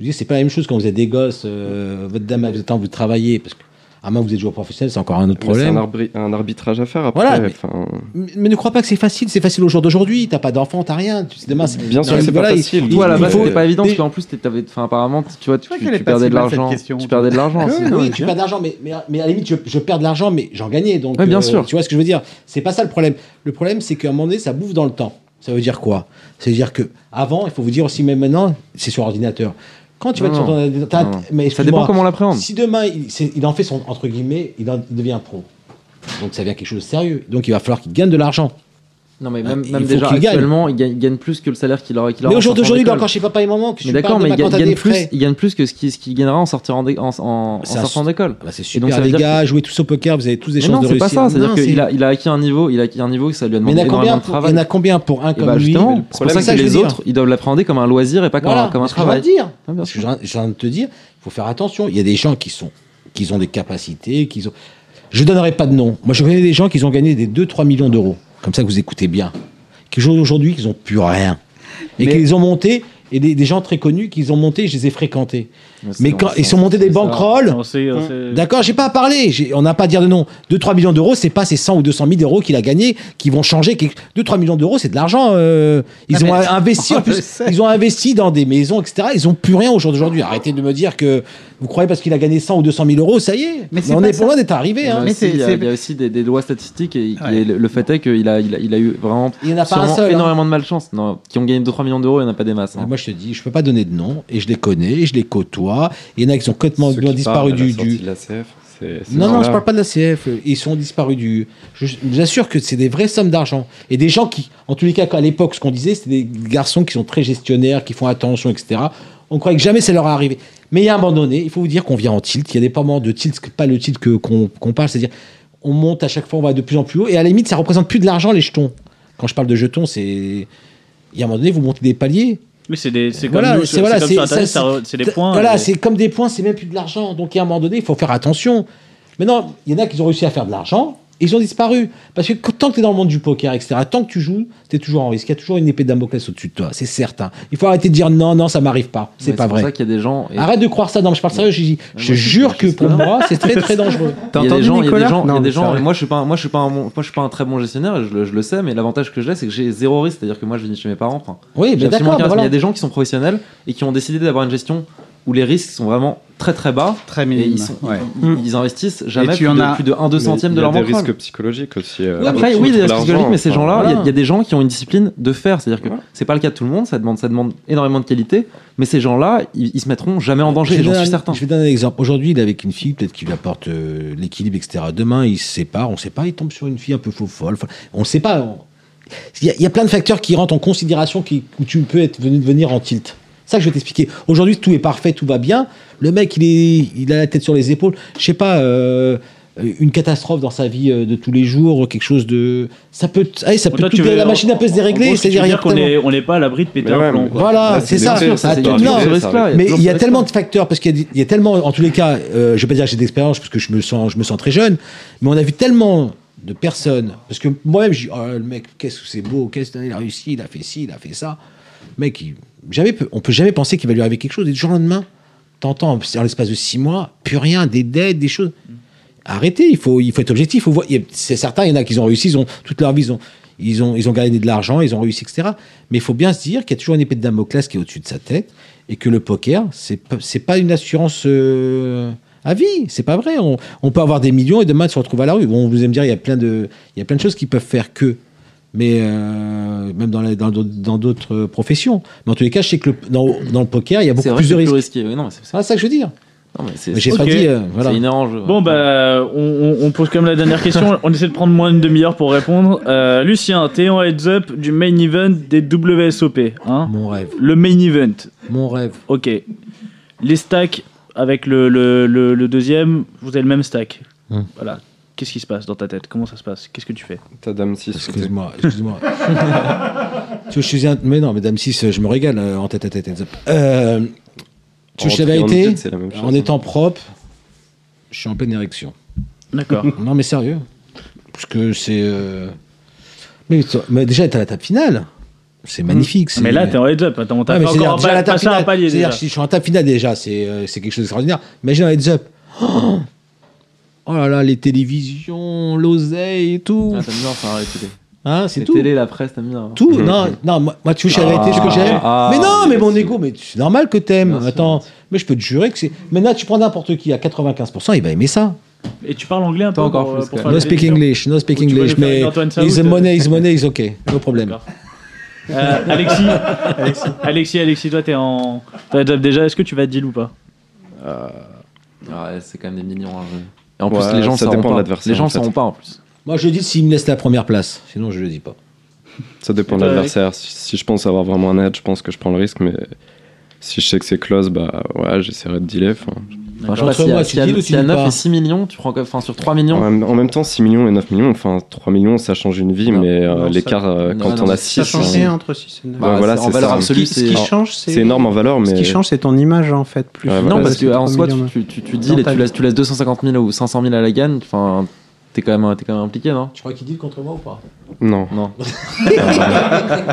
Speaker 7: je vous dis c'est pas la même chose quand vous êtes des gosses, euh, votre dame a le temps vous travaillez, parce que à moins que vous êtes joueur professionnel, c'est encore un autre
Speaker 5: Mais C'est un,
Speaker 7: problème.
Speaker 5: arbri- un arbitrage à faire après.
Speaker 7: Voilà, mais-
Speaker 5: enfin,
Speaker 7: Mais mais ne crois pas que c'est facile, c'est facile au jour d'aujourd'hui, t'as pas d'enfant, t'as rien. tu- Demain, c'est-
Speaker 5: Bien sûr
Speaker 7: Non,
Speaker 5: que
Speaker 7: mais
Speaker 5: c'est pas
Speaker 7: il-
Speaker 5: facile.
Speaker 7: il-
Speaker 9: Toi, à la
Speaker 7: il
Speaker 9: base,
Speaker 7: faut-
Speaker 9: c'était pas évident, parce
Speaker 7: des-
Speaker 9: qu'en plus, t'étais- t'avais- enfin, apparemment, tu- tu vois, tu,
Speaker 11: vois
Speaker 9: tu-
Speaker 11: qu'elle est
Speaker 9: tu
Speaker 11: pas
Speaker 9: perdais
Speaker 11: si
Speaker 9: de
Speaker 11: mal,
Speaker 9: l'argent.
Speaker 11: cette question.
Speaker 9: Tu perdais de l'argent. aussi.
Speaker 7: Oui, tu perds de l'argent, mais, mais, mais à la limite, je, je perds de l'argent, mais j'en gagnais. Donc, euh,
Speaker 9: Ouais, bien sûr.
Speaker 7: Tu vois ce que je veux dire C'est pas ça le problème. Le problème, c'est qu'à un moment donné, ça bouffe dans le temps. Ça veut dire quoi Ça veut dire que avant, il faut vous dire aussi, même maintenant, c'est sur ordinateur. Quand tu vas
Speaker 9: Non,
Speaker 7: sur ton
Speaker 9: non.
Speaker 7: ordinateur, t'as-
Speaker 9: Non.
Speaker 7: mais
Speaker 9: Ça dépend
Speaker 7: excuse-moi,
Speaker 9: comment on l'appréhende.
Speaker 7: Si demain, il, c'est- il en fait son entre guillemets, il, en- il devient pro. Donc ça devient quelque chose de sérieux. Donc il va falloir qu'il gagne de l'argent.
Speaker 9: Non, mais même,
Speaker 7: Il
Speaker 9: même
Speaker 7: faut
Speaker 9: déjà,
Speaker 7: qu'il gagne.
Speaker 9: actuellement, il gagne, il gagne plus que le salaire qu'il aura. qu'il
Speaker 7: Mais
Speaker 9: aura en
Speaker 7: aujourd'hui,
Speaker 9: sortant
Speaker 7: aujourd'hui, il est
Speaker 9: d'école.
Speaker 7: encore chez papa et maman. Que
Speaker 9: Mais
Speaker 7: tu
Speaker 9: d'accord,
Speaker 7: parles
Speaker 9: mais
Speaker 7: de
Speaker 9: il
Speaker 7: pas quand
Speaker 9: gagne,
Speaker 7: t'as
Speaker 9: gagne
Speaker 7: des
Speaker 9: plus,
Speaker 7: frais.
Speaker 9: il gagne plus que ce qu'il ce qu'il gagnera en, sortant dé- en, en, en
Speaker 7: C'est un-
Speaker 9: sortant d'école.
Speaker 7: Ah bah, c'est
Speaker 9: Et donc,
Speaker 7: super
Speaker 9: ça veut
Speaker 7: les
Speaker 9: dire
Speaker 7: gars, jouez tous au poker, vous avez tous des
Speaker 9: Mais
Speaker 7: chances
Speaker 9: non,
Speaker 7: de
Speaker 9: c'est
Speaker 7: réussir.
Speaker 9: pas ça. C'est-à-dire
Speaker 7: Non, c'est-
Speaker 9: qu'il a, il a acquis un niveau, il a acquis un niveau que ça lui a
Speaker 7: Mais il y
Speaker 9: demandé
Speaker 7: en a
Speaker 9: énormément
Speaker 7: combien
Speaker 9: de
Speaker 7: pour- il y
Speaker 9: travail.
Speaker 7: en a combien pour un
Speaker 9: Et
Speaker 7: comme
Speaker 9: bah,
Speaker 7: lui
Speaker 9: justement,
Speaker 5: le
Speaker 9: c'est pour
Speaker 5: problème,
Speaker 9: ça
Speaker 7: c'est
Speaker 9: que
Speaker 7: que je
Speaker 9: les
Speaker 7: veux
Speaker 9: autres, ils doivent l'appréhender comme un loisir et pas comme
Speaker 7: Voilà,
Speaker 9: un- comme un
Speaker 7: ce que je viens de
Speaker 9: travail.
Speaker 7: dire.
Speaker 9: Ah, bien
Speaker 7: Ce que
Speaker 9: sûr.
Speaker 7: je viens- je viens de te dire, il faut faire attention. Il y a des gens qui sont, qui ont des capacités, qui ont. Je donnerai pas de nom. Moi, je connais des gens qui ont gagné des 2-3 millions d'euros. Comme ça, que vous écoutez bien. Qui jouent aujourd'hui, qui n'ont plus rien. Et
Speaker 11: Mais-
Speaker 7: qui les ont montés. et des, des gens très connus qu'ils ont montés, je les ai fréquentés. Mais quand ils sont montés des bankrolls, d'accord, j'ai pas à parler, j'ai- on n'a pas à dire de nom. 2-3 millions d'euros, c'est pas ces 100 ou 200 000 euros qu'il a gagné qui vont changer. 2-3 millions d'euros, c'est de l'argent. euh, ils
Speaker 11: Ah,
Speaker 7: ont
Speaker 11: mais-
Speaker 7: investi, en
Speaker 11: Je
Speaker 7: plus,
Speaker 11: sais.
Speaker 7: ils ont investi dans des maisons, etc. Ils ont plus rien au jour d'aujourd'hui. Arrêtez de me dire que vous croyez parce qu'il a gagné 100 ou 200 000 euros, ça y est.
Speaker 11: Mais
Speaker 7: Mais
Speaker 11: c'est
Speaker 7: on
Speaker 11: pas
Speaker 7: est pour
Speaker 11: ça.
Speaker 7: loin d'être arrivé. hein.
Speaker 11: Mais
Speaker 9: aussi,
Speaker 11: c'est-
Speaker 9: il, y a,
Speaker 11: c'est-
Speaker 9: il y a aussi des, des lois statistiques et,
Speaker 11: Ouais.
Speaker 9: et le, le fait est qu'il a, il a, il a eu vraiment
Speaker 7: Il y en a pas un
Speaker 9: sûrement
Speaker 7: seul, hein.
Speaker 9: énormément de malchance. Non, qui ont gagné 2-3 millions d'euros, il n'y en a pas des masses.
Speaker 7: Ah,
Speaker 9: hein.
Speaker 7: Moi, je te dis, je peux pas donner de nom, et je les connais, je les côtoie. Il y en a qui sont complètement
Speaker 5: Ceux qui parlent
Speaker 7: disparus
Speaker 5: à la
Speaker 7: du.
Speaker 5: sortie
Speaker 7: du-
Speaker 5: de la CF, c'est- c'est
Speaker 7: Non, non,
Speaker 5: normal.
Speaker 7: je parle pas de la CF. euh, Ils sont disparus du. Je je vous assure que c'est des vraies sommes d'argent. Et des gens qui, en tous les cas, à l'époque, ce qu'on disait, c'était des garçons qui sont très gestionnaires, qui font attention, etc. On croyait que jamais ça leur arrivait. Mais il y a un moment donné, il faut vous dire qu'on vient en tilt. Il y a des moments de tilt, que- pas le tilt que- qu'on qu'on parle, c'est-à-dire on monte à chaque fois, on va de plus en plus haut. Et à la limite, ça représente plus de l'argent, les jetons. Quand je parle de jetons, c'est. Il y a un moment donné, vous montez des paliers.
Speaker 6: Oui, c'est des- c'est comme
Speaker 7: Voilà,
Speaker 6: nous,
Speaker 7: c'est voilà,
Speaker 6: comme
Speaker 7: c'est
Speaker 6: sur Internet,
Speaker 7: ça,
Speaker 6: ça re- c'est des
Speaker 7: T'as-
Speaker 6: points.
Speaker 7: Voilà,
Speaker 6: mais-
Speaker 7: c'est comme des points, c'est même plus de l'argent. Donc, il y a un moment donné, il faut faire attention. Maintenant, il y en a qui ont réussi à faire de l'argent, et ils ont disparu. Parce que quand- tant que tu es dans le monde du poker, etc., tant que tu joues, tu es toujours en risque. Il y a toujours une épée de Damoclès au-dessus de toi, c'est certain. Il faut arrêter de dire non, non, ça m'arrive pas. C'est
Speaker 9: Mais
Speaker 7: pas
Speaker 9: pour
Speaker 7: vrai.
Speaker 9: ça qu'il y a des gens. et-
Speaker 7: Arrête de croire ça. Non, mais je parle sérieux. Je, dis- je te
Speaker 9: aussi,
Speaker 7: jure
Speaker 9: je
Speaker 7: que
Speaker 9: sais
Speaker 7: pour
Speaker 9: pas.
Speaker 7: moi, c'est très, très dangereux.
Speaker 8: T'as
Speaker 9: il y a des
Speaker 8: entendu
Speaker 9: gens, il y a des
Speaker 8: Nicolas
Speaker 9: gens- il y a
Speaker 8: Non,
Speaker 9: des
Speaker 8: mais
Speaker 9: gens-
Speaker 8: ça-
Speaker 9: et moi je suis pas, un- moi je suis pas, un, bon- moi je suis pas un très bon gestionnaire. Je, le- je le sais, mais l'avantage que j'ai, c'est que j'ai zéro risque, c'est-à-dire que moi je vis chez mes parents. Enfin,
Speaker 7: Oui,
Speaker 9: j'ai
Speaker 7: mais
Speaker 9: absolument
Speaker 7: d'accord. mais
Speaker 9: aucun risque. Mais Il y
Speaker 7: voilà.
Speaker 9: a des gens qui sont professionnels et qui ont décidé d'avoir une gestion où les risques sont vraiment très très bas.
Speaker 11: Très
Speaker 9: Et
Speaker 11: minime.
Speaker 9: ils, sont,
Speaker 11: ouais.
Speaker 9: ils-
Speaker 7: Mm.
Speaker 9: ils investissent jamais
Speaker 11: tu
Speaker 9: plus,
Speaker 11: en
Speaker 9: de,
Speaker 11: as-
Speaker 9: plus de 1 2
Speaker 5: Mais
Speaker 9: centième
Speaker 5: il y
Speaker 9: de
Speaker 5: a
Speaker 9: leur
Speaker 5: des
Speaker 9: banque.
Speaker 5: risques psychologiques aussi. euh, au-dessus
Speaker 7: Ouais,
Speaker 9: Après, oui,
Speaker 5: de
Speaker 9: des risques
Speaker 5: l'argent,
Speaker 9: psychologiques, mais ces
Speaker 5: enfin,
Speaker 9: gens-là, il y a-
Speaker 7: voilà.
Speaker 9: il y, a des gens qui ont une discipline de faire. C'est-à-dire que c'est pas le cas de tout le monde, ça demande, ça demande énormément de qualité, mais ces gens-là, ils, ils se mettront jamais en
Speaker 7: Je
Speaker 9: danger, et
Speaker 7: vais
Speaker 9: j'en
Speaker 7: donner
Speaker 9: suis
Speaker 7: un-
Speaker 9: certain.
Speaker 7: Je vais donner un exemple. Aujourd'hui, il est avec une fille, peut-être qu'il lui apporte euh, l'équilibre, etc. Demain, il se sépare, on ne sait pas, il tombe sur une fille un peu faux folle. folle. On ne sait pas. on- Il y, a- il y a plein de facteurs qui rentrent en considération qui, où tu peux être venu devenir en tilt. Ça que je vais t'expliquer. Aujourd'hui, tout est parfait, tout va bien. Le mec, il, est, il a la tête sur les épaules. Je sais pas, euh, une catastrophe dans sa vie euh, de tous les jours, quelque chose de. Ça peut. t- allez, ça
Speaker 6: Bon,
Speaker 7: peut
Speaker 6: toi,
Speaker 7: tout,
Speaker 6: tu veux-
Speaker 7: la machine
Speaker 6: en-
Speaker 7: peut se
Speaker 6: en gros,
Speaker 7: dérégler.
Speaker 6: ce que tu
Speaker 7: C'est-à-dire,
Speaker 6: veux
Speaker 7: il y a
Speaker 6: dire qu'on
Speaker 7: tellement-
Speaker 6: est- on n'est pas à l'abri de péter
Speaker 5: Mais ouais,
Speaker 6: un plomb.
Speaker 5: mais-
Speaker 6: quoi.
Speaker 7: Voilà,
Speaker 5: Là,
Speaker 7: c'est
Speaker 5: des
Speaker 7: ça.
Speaker 5: risques,
Speaker 7: Ça
Speaker 5: c'est
Speaker 7: tombe
Speaker 5: des
Speaker 7: bien.
Speaker 5: risques,
Speaker 9: risque-là,
Speaker 5: ça.
Speaker 9: il y a
Speaker 7: Mais
Speaker 9: toujours hein.
Speaker 7: il y a
Speaker 9: ce
Speaker 7: tellement de facteurs, parce qu'il y, a- il y a tellement, en tous les cas, euh, je vais pas dire que j'ai d'expérience, parce que je me sens, je me sens très jeune, mais on a vu tellement de personnes, parce que moi-même, je dis, oh, le mec, qu'est-ce que c'est beau, qu'est-ce qu'il a réussi, il a fait ci, il a fait ça. Le mec, il- jamais, peut- on peut jamais penser qu'il va lui arriver quelque chose, et du jour au lendemain, t'entends, dans l'espace de six mois, plus rien, des dettes, des choses. Arrêtez, il faut, il faut être objectif. faut voir- il y a- C'est certain, il y en a qui ont réussi, ils ont toute leur vie, ils ont, ils ont, ils ont gagné de l'argent, ils ont réussi, etc. Mais il faut bien se dire qu'il y a toujours une épée de Damoclès qui est au-dessus de sa tête et que le poker, c'est pas- c'est pas une assurance euh, à vie. C'est pas vrai. On, on peut avoir des millions et demain se retrouve à la rue. Bon, vous allez me dire, il y a plein de, il y a plein de choses qui peuvent faire que. Mais euh, même dans la- dans d'autres dans d'autres professions. Mais en tous les cas, je sais que le- dans, dans le poker, il y a
Speaker 9: C'est
Speaker 7: beaucoup
Speaker 9: vrai que
Speaker 7: plus de
Speaker 9: c'est plus
Speaker 7: risques. Ah,
Speaker 9: risqué. Oui, non, mais c'est- c'est-
Speaker 7: C'est ça que je veux dire.
Speaker 9: non, mais c'est-
Speaker 7: Mais J'ai
Speaker 9: c'est-
Speaker 7: pas
Speaker 6: Ok.
Speaker 7: dit. euh, voilà.
Speaker 9: c'est inhérent. je-
Speaker 6: Bon, bah, on, on- on pose quand même la dernière question. on essaie de prendre moins d'une demi-heure pour répondre. Euh, Lucien, t'es en heads up du main event des WSOP. Hein
Speaker 7: Mon rêve.
Speaker 6: le main event,
Speaker 7: Mon rêve.
Speaker 6: ok. Les stacks avec le, le- le- le deuxième, vous avez le même stack.
Speaker 7: Hmm.
Speaker 6: Voilà. Qu'est-ce qui se passe dans ta tête Comment ça se passe Qu'est-ce que tu fais
Speaker 5: T'as dame 6.
Speaker 7: Excuse-moi, excuse-moi. tu veux que je suis un... Mais non, Madame 6, je me régale euh, en tête à tête. Euh, tu veux que je te la vérité
Speaker 5: C'est la même chose.
Speaker 7: En étant propre, je suis en pleine érection.
Speaker 6: D'accord.
Speaker 7: Non, mais sérieux. Parce que c'est. euh, Mais, toi- mais déjà, t'es à la table finale. C'est magnifique. c'est-
Speaker 6: Ah, mais là, t'es en heads up. Attends, on t'a
Speaker 7: Ouais,
Speaker 6: fait
Speaker 7: mais c'est-à-dire,
Speaker 6: encore
Speaker 7: déjà,
Speaker 6: pas-
Speaker 7: la table
Speaker 6: passer un
Speaker 7: finale-
Speaker 6: palier
Speaker 7: c'est-à-dire
Speaker 6: déjà.
Speaker 7: que si je suis en table finale déjà, c'est euh, c'est quelque chose d'extraordinaire. Imagine un heads up. Oh, Oh là là, les télévisions, l'oseille et tout.
Speaker 9: Ah, t'aimes bien, ça, arrête, t'es-
Speaker 7: Hein, c'est
Speaker 9: les
Speaker 7: tout.
Speaker 9: télé, la presse, t'aimes bien.
Speaker 7: Tout, non, non, moi, moi, tu veux, j'avais été ce que j'aime.
Speaker 9: Ah,
Speaker 7: mais non, mais
Speaker 9: bien
Speaker 7: mon
Speaker 9: sûr.
Speaker 7: ego, mais c'est normal que t'aimes.
Speaker 9: Bien sûr,
Speaker 7: Attends,
Speaker 9: bien sûr.
Speaker 7: mais je peux te jurer que c'est. Maintenant, tu prends n'importe qui à 95%, il va aimer ça.
Speaker 6: Et tu parles anglais un peu
Speaker 9: Toi encore
Speaker 6: pour,
Speaker 9: plus,
Speaker 6: euh, pour
Speaker 9: quand
Speaker 6: faire
Speaker 9: même.
Speaker 7: no
Speaker 6: les
Speaker 7: speak
Speaker 6: émissions
Speaker 7: English, no speak
Speaker 6: Ou tu veux
Speaker 7: English,
Speaker 6: lui faire
Speaker 7: mais
Speaker 6: une Antoine Saoud,
Speaker 7: is the
Speaker 6: euh.
Speaker 7: money, is money, is okay, no problème.
Speaker 6: D'accord. Euh, Alexis, Alexis, Alexis, toi t'es en t'es en heads up déjà. Est-ce que tu vas deal ou pas
Speaker 9: Ah ouais, c'est quand même des millions. hein, je- Et en plus,
Speaker 5: Ouais,
Speaker 9: les gens
Speaker 5: ça
Speaker 9: ne
Speaker 5: dépend de
Speaker 9: pas.
Speaker 5: l'adversaire,
Speaker 9: Les gens
Speaker 5: en fait.
Speaker 9: ne pas en plus.
Speaker 7: Moi, je dis s'il me laisse la première place, sinon je le dis pas.
Speaker 5: Ça dépend de
Speaker 6: Ouais.
Speaker 5: l'adversaire. Si, si je pense avoir vraiment un edge, je pense que je prends le risque, mais si je sais que c'est close, bah ouais, j'essaierai de dealer. enfin.
Speaker 9: Enfin,
Speaker 7: Entre
Speaker 9: je sais pas, s'il y a-
Speaker 7: moi, tu
Speaker 9: s'il y a
Speaker 7: dis ou tu
Speaker 9: s'il y a
Speaker 7: dis
Speaker 9: 9
Speaker 7: pas
Speaker 9: et 6 millions, tu prends que- enfin sur 3
Speaker 5: En,
Speaker 9: millions.
Speaker 5: même, en même temps, 6 millions et 9 millions, enfin 3 millions, ça change une vie,
Speaker 9: Non,
Speaker 5: mais euh,
Speaker 8: non, ça-
Speaker 5: l'écart euh,
Speaker 9: non,
Speaker 5: quand
Speaker 9: non,
Speaker 5: on a
Speaker 9: ça
Speaker 8: Ça
Speaker 5: 6,
Speaker 8: change
Speaker 9: c'est-
Speaker 8: rien entre 6 et 9.
Speaker 5: Bah, voilà,
Speaker 9: en
Speaker 5: c'est
Speaker 9: valeur
Speaker 5: ça.
Speaker 9: absolue,
Speaker 8: ce qui
Speaker 9: c'est
Speaker 8: change, c'est
Speaker 5: c'est énorme en valeur, mais
Speaker 8: Ce qui change, c'est ton image en fait. Plus
Speaker 5: Ouais,
Speaker 9: Non,
Speaker 5: Voilà,
Speaker 9: parce
Speaker 5: c'est
Speaker 9: que en soi, tu,
Speaker 8: millions.
Speaker 9: tu, tu, tu deals
Speaker 8: Dans
Speaker 9: et
Speaker 8: ta
Speaker 9: tu
Speaker 8: vie.
Speaker 9: laisses, tu laisses 250 000 ou 500 000 à la gagne. Enfin, t'es quand même, t'es quand même impliqué, non
Speaker 7: Tu crois qu'il dit contre moi ou pas
Speaker 5: Non.
Speaker 9: Non.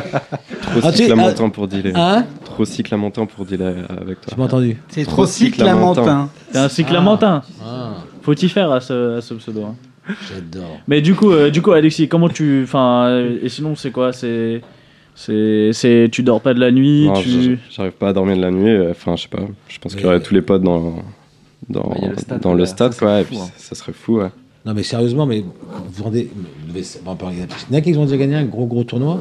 Speaker 5: Trop
Speaker 7: Ah, tu sais,
Speaker 8: Ah,
Speaker 9: Ah,
Speaker 5: cyclamantin pour dealer.
Speaker 7: Hein
Speaker 5: trop cyclamentin pour dealer avec toi.
Speaker 7: J'ai pas entendu.
Speaker 11: C'est trop
Speaker 9: hein.
Speaker 11: cyclamentin.
Speaker 6: C'est un cyclamentin.
Speaker 7: Ah,
Speaker 6: Faut t'y faire à ce, à ce pseudo. hein.
Speaker 7: j'adore.
Speaker 6: Mais du coup, euh, du coup, Alexis, comment tu, enfin, euh, et sinon, c'est quoi, c'est, c'est, c'est, tu dors pas de la nuit,
Speaker 5: Non,
Speaker 6: tu,
Speaker 5: je- J'arrive pas à dormir de la nuit. euh, Enfin, je sais pas. Je pense qu'il y aurait tous les potes dans dans,
Speaker 9: Ouais, il y a le stade,
Speaker 5: dans le
Speaker 9: ouais,
Speaker 5: stade,
Speaker 9: ça serait
Speaker 5: quoi. et
Speaker 9: fou,
Speaker 5: puis,
Speaker 9: hein.
Speaker 5: ça- ça serait fou, ouais.
Speaker 7: Non, mais sérieusement, mais vous rendez. vous devez- bon, par exemple, Il y en a qui ont déjà gagné un gros gros tournoi.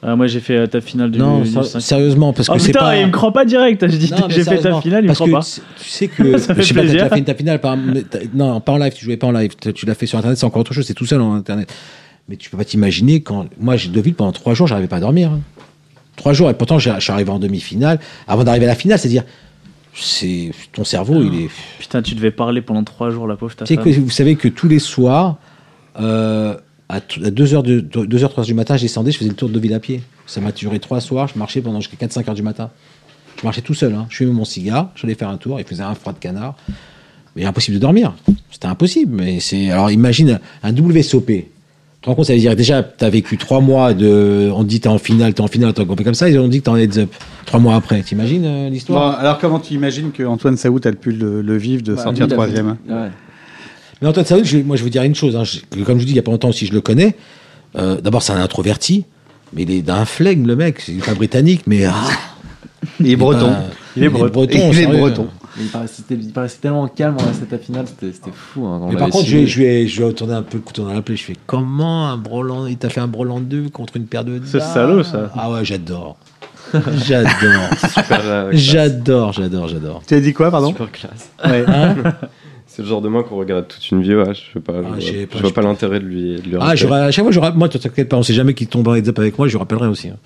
Speaker 6: Ah, moi j'ai fait euh, ta finale du.
Speaker 7: non,
Speaker 6: du
Speaker 7: ser-
Speaker 6: cinq-
Speaker 7: sérieusement, parce
Speaker 6: Oh
Speaker 7: que c'est
Speaker 6: putain,
Speaker 7: pas.
Speaker 6: il me croit pas direct. Je dis,
Speaker 7: Non, mais
Speaker 6: j'ai fait ta
Speaker 7: sérieusement,
Speaker 6: finale, il me
Speaker 7: parce
Speaker 6: croit
Speaker 7: que
Speaker 6: pas.
Speaker 7: tu- Tu sais que. je sais pas,
Speaker 6: Ça fait
Speaker 7: t'as
Speaker 6: plaisir.
Speaker 7: déjà fait une- ta finale par. mais t'as- Non, pas en live, tu jouais pas en live. Tu tu l'as fait sur Internet, c'est encore autre chose, c'est tout seul en Internet. Mais tu peux pas t'imaginer quand. Moi, j'ai Deauville pendant trois jours, j'arrivais pas à dormir. hein. Trois jours, et pourtant, j'ai- je suis arrivé en demi-finale. Avant d'arriver à la finale, c'est-à-dire. C'est ton cerveau,
Speaker 6: Ah.
Speaker 7: il est.
Speaker 6: Putain, tu devais parler pendant trois jours, la pauvre ta
Speaker 7: Tu sais
Speaker 6: femme.
Speaker 7: que vous savez que tous les soirs, euh, à 2h, 2h, 3h du matin, je descendais, je faisais le tour de Deauville à pied. Ça m'a duré 3 soirs, je marchais pendant jusqu'à 4-5 heures du matin. Je marchais tout seul, hein. je fumais mon cigare, j'allais faire un tour, il faisait un froid de canard. Mais impossible de dormir. C'était impossible. Mais c'est... Alors imagine un WSOP. Tu te rends compte, ça veut dire que déjà, tu as vécu 3 mois de. On te dit t'es en finale, t'es en finale, t'es en compé comme ça, et on te dit que t'es en heads up. 3 mois après, t'imagines euh, l'histoire
Speaker 11: Bon, alors comment tu imagines que Antoine Saout a le pu le, le vivre de sortir
Speaker 9: lui, il a fait-
Speaker 11: troisième hein
Speaker 9: Ouais.
Speaker 7: Mais Antoine Saoud, je- moi je veux dire une chose, hein, je- que comme je vous dis il n'y a pas longtemps si je le connais, euh, d'abord c'est un introverti, mais il est d'un flegme le mec, c'est pas britannique, mais... ah,
Speaker 11: Il est breton.
Speaker 7: pas-
Speaker 11: Il est breton.
Speaker 7: breton,
Speaker 11: Il est
Speaker 7: sérieux.
Speaker 11: breton.
Speaker 9: Mais Il paraissait, il paraissait tellement calme, on restait à finale, c'était c'était fou. hein, quand on
Speaker 7: Mais par
Speaker 9: l'avait
Speaker 7: contre, je
Speaker 9: signé.
Speaker 7: vais, je, vais, je vais retourner un peu le couteau dans la plaie. Je fais comment un Broland, il t'a fait un Broland 2 contre une paire de.
Speaker 6: C'est
Speaker 7: dames
Speaker 6: salaud, ça.
Speaker 7: Ah ouais, j'adore. J'adore.
Speaker 5: Super, euh,
Speaker 7: j'adore, j'adore, j'adore.
Speaker 11: Tu as dit quoi, pardon
Speaker 5: super classe.
Speaker 7: Hein
Speaker 5: C'est le genre de main qu'on regarde toute une vie, ouais. Je sais pas. Je
Speaker 7: Ah,
Speaker 5: vois-
Speaker 7: j'ai
Speaker 5: je
Speaker 7: pas-
Speaker 5: vois
Speaker 7: je-
Speaker 5: pas l'intérêt de lui. De lui
Speaker 7: Ah,
Speaker 5: rater.
Speaker 7: j'aurais- à chaque fois, j'aurais. Moi, t'inquiète pas, on sait jamais qui tombe en heads up avec moi, je lui rappellerai aussi. hein.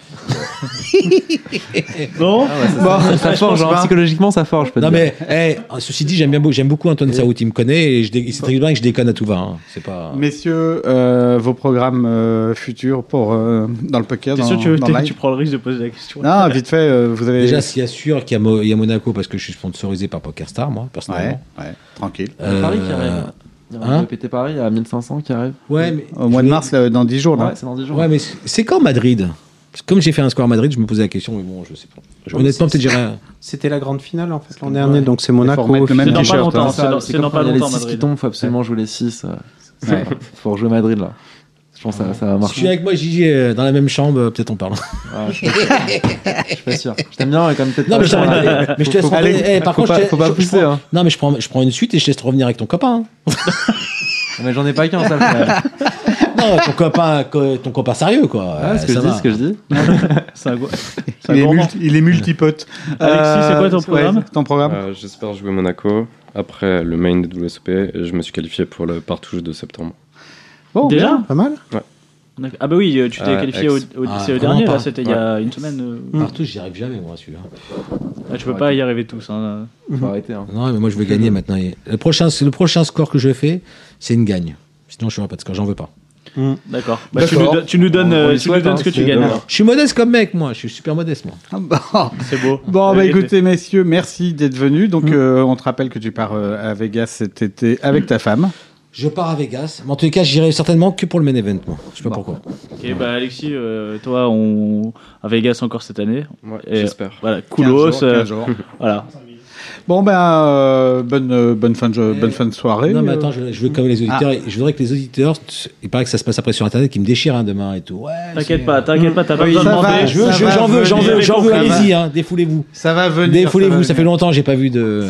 Speaker 6: Bon,
Speaker 9: Ah ouais, ça, ça- ça forge, hein, psychologiquement ça forge. je peux
Speaker 7: Non
Speaker 9: te dire.
Speaker 7: mais, hey, ah, ceci dit, j'aime bien, beau- j'aime beaucoup Antoine Saout, il me connaît et je dé- il sait très bien que je déconne à tout va. hein. C'est pas.
Speaker 11: Messieurs, euh, vos programmes euh, futurs pour, euh, dans le poker,
Speaker 6: t'es
Speaker 11: dans,
Speaker 6: sûr que tu, veux-
Speaker 11: dans
Speaker 6: t'es-
Speaker 11: le live
Speaker 6: tu prends le risque de poser la question
Speaker 11: Non, vite fait, euh, vous allez...
Speaker 7: Déjà, s'il y a sûr qu'il y a, Mo- il y a Monaco parce que je suis sponsorisé par PokerStar, moi
Speaker 11: ouais,
Speaker 7: personnellement. Euh,
Speaker 11: ouais, tranquille.
Speaker 9: Il y a Paris qui arrive. Il y a
Speaker 7: hein
Speaker 9: le PT Paris à 1500 qui arrive.
Speaker 7: Ouais, mais
Speaker 11: Au mois de mars, là, dans 10
Speaker 4: Hein
Speaker 11: jours, là.
Speaker 9: Ouais, c'est dans 10 jours.
Speaker 7: Ouais, mais c'est c'est quand Madrid Parce que Comme j'ai fait un score à Madrid, je me posais la question, mais bon, je sais pas. Honnêtement, peut-être j'irai. à-
Speaker 8: C'était la grande finale en fait l'an dernier, donc c'est Monaco.
Speaker 11: remettre le même
Speaker 6: C'est dans pas
Speaker 11: t-shirt,
Speaker 6: longtemps,
Speaker 11: hein.
Speaker 6: c'est dans- c'est dans pas
Speaker 9: Il y a
Speaker 6: longtemps,
Speaker 9: les 6 qui
Speaker 6: Madrid.
Speaker 9: tombent, faut absolument jouer les 6. Faut rejouer Madrid là. Je pense que ça, ça va
Speaker 7: Si tu es
Speaker 9: marcher.
Speaker 7: avec moi, Gigi, euh, dans la même chambre, euh, peut-être on parle.
Speaker 9: Ouais, je suis pas sûr. Je suis pas sûr. Je t'aime bien, mais comme peut-être
Speaker 7: Non, mais, je
Speaker 9: pas.
Speaker 7: t'arrête. mais je te laisse.
Speaker 9: Faut-
Speaker 7: parler. Eh, par
Speaker 9: faut
Speaker 7: contre,
Speaker 9: pas-
Speaker 7: je te-
Speaker 9: faut pas
Speaker 7: je- je
Speaker 9: pousser,
Speaker 7: prends-
Speaker 9: hein.
Speaker 7: Non, mais je prends, je prends une suite et je te laisse te revenir avec ton copain.
Speaker 9: Mais j'en ai pas qu'un, ça. frère.
Speaker 7: hein. Non, ton copain, co- ton copain sérieux, quoi.
Speaker 9: Ah, ce
Speaker 7: Euh,
Speaker 9: que je
Speaker 7: ça
Speaker 9: dis,
Speaker 7: va.
Speaker 9: ce que je dis.
Speaker 6: C'est un gros- c'est un
Speaker 11: Il est,
Speaker 6: gourmand.
Speaker 11: multi- il est multipote. Euh,
Speaker 6: Alexis, c'est quoi ton programme
Speaker 11: ouais, Ton programme
Speaker 5: Euh, J'espère jouer Monaco. Après le main de WSOP, et je me suis qualifié pour le partouche de septembre.
Speaker 11: Bon,
Speaker 6: Déjà
Speaker 11: bien, pas mal.
Speaker 6: D'accord. Ah bah oui, euh, tu t'es
Speaker 5: Ah,
Speaker 6: qualifié au,
Speaker 5: ex.
Speaker 6: au-
Speaker 7: Ah,
Speaker 6: c'est le
Speaker 7: vraiment
Speaker 6: dernier, là,
Speaker 7: pas.
Speaker 6: c'était il y a une semaine. euh.
Speaker 7: Partout, j'y arrive jamais, moi, celui-là.
Speaker 6: Ah, tu peux pas y arriver tous. Hein.
Speaker 9: Faut arrêter. hein.
Speaker 7: Non, mais moi, je veux gagner maintenant. Et Le prochain, le prochain score que je fais, c'est une gagne. Sinon, je ne pas de score, j'en veux pas.
Speaker 6: D'accord. Bah, tu, nous,
Speaker 11: D'accord.
Speaker 6: don- tu nous donnes,
Speaker 9: On- on
Speaker 6: euh,
Speaker 9: lui
Speaker 6: tu nous
Speaker 9: souhaite,
Speaker 6: donnes
Speaker 9: hein,
Speaker 6: ce que tu
Speaker 9: c'est-
Speaker 6: gagnes
Speaker 9: euh,
Speaker 6: alors.
Speaker 7: Je suis modeste comme mec, moi. Je suis super modeste, moi.
Speaker 11: Ah, bon.
Speaker 6: C'est beau.
Speaker 11: Bon, bah
Speaker 6: Vérité.
Speaker 11: écoutez, messieurs, merci d'être venus. Donc,
Speaker 6: Mm.
Speaker 11: euh, on te rappelle que tu pars euh, à Vegas cet été avec ta femme.
Speaker 7: Je pars à Vegas. Mais en tous les cas, j'irai certainement que pour le main event, moi. Je sais pas pourquoi.
Speaker 6: Ok, bah Alexis, euh, toi, on à Vegas encore cette année.
Speaker 5: Ouais,
Speaker 6: Et-
Speaker 5: J'espère.
Speaker 6: Voilà,
Speaker 11: 15 jours,
Speaker 6: coolos. euh,
Speaker 11: 15 jours.
Speaker 6: voilà.
Speaker 11: Bon, ben, euh, bonne, euh, bonne, fin de, jeu- bonne fin de soirée.
Speaker 7: Non, mais
Speaker 11: Euh, Ah.
Speaker 7: attends, je, je veux quand même les auditeurs. et Je voudrais que les auditeurs. Il paraît que ça se passe après sur Internet qui me déchirent hein, demain et tout. Ouais,
Speaker 6: T'inquiète
Speaker 7: c'est-
Speaker 6: pas, t'inquiète pas, t'as pas
Speaker 11: Oui,
Speaker 6: besoin de
Speaker 11: ça va,
Speaker 6: demander.
Speaker 7: Je veux-
Speaker 11: Ça
Speaker 7: je-
Speaker 11: va
Speaker 7: J'en veux, j'en
Speaker 11: venir,
Speaker 7: veux, j'en veux.
Speaker 11: ça va.
Speaker 7: Allez-y, hein, défoulez-vous.
Speaker 11: Ça va venir.
Speaker 7: Défoulez-vous, ça fait
Speaker 11: longtemps.
Speaker 7: longtemps, j'ai pas vu de.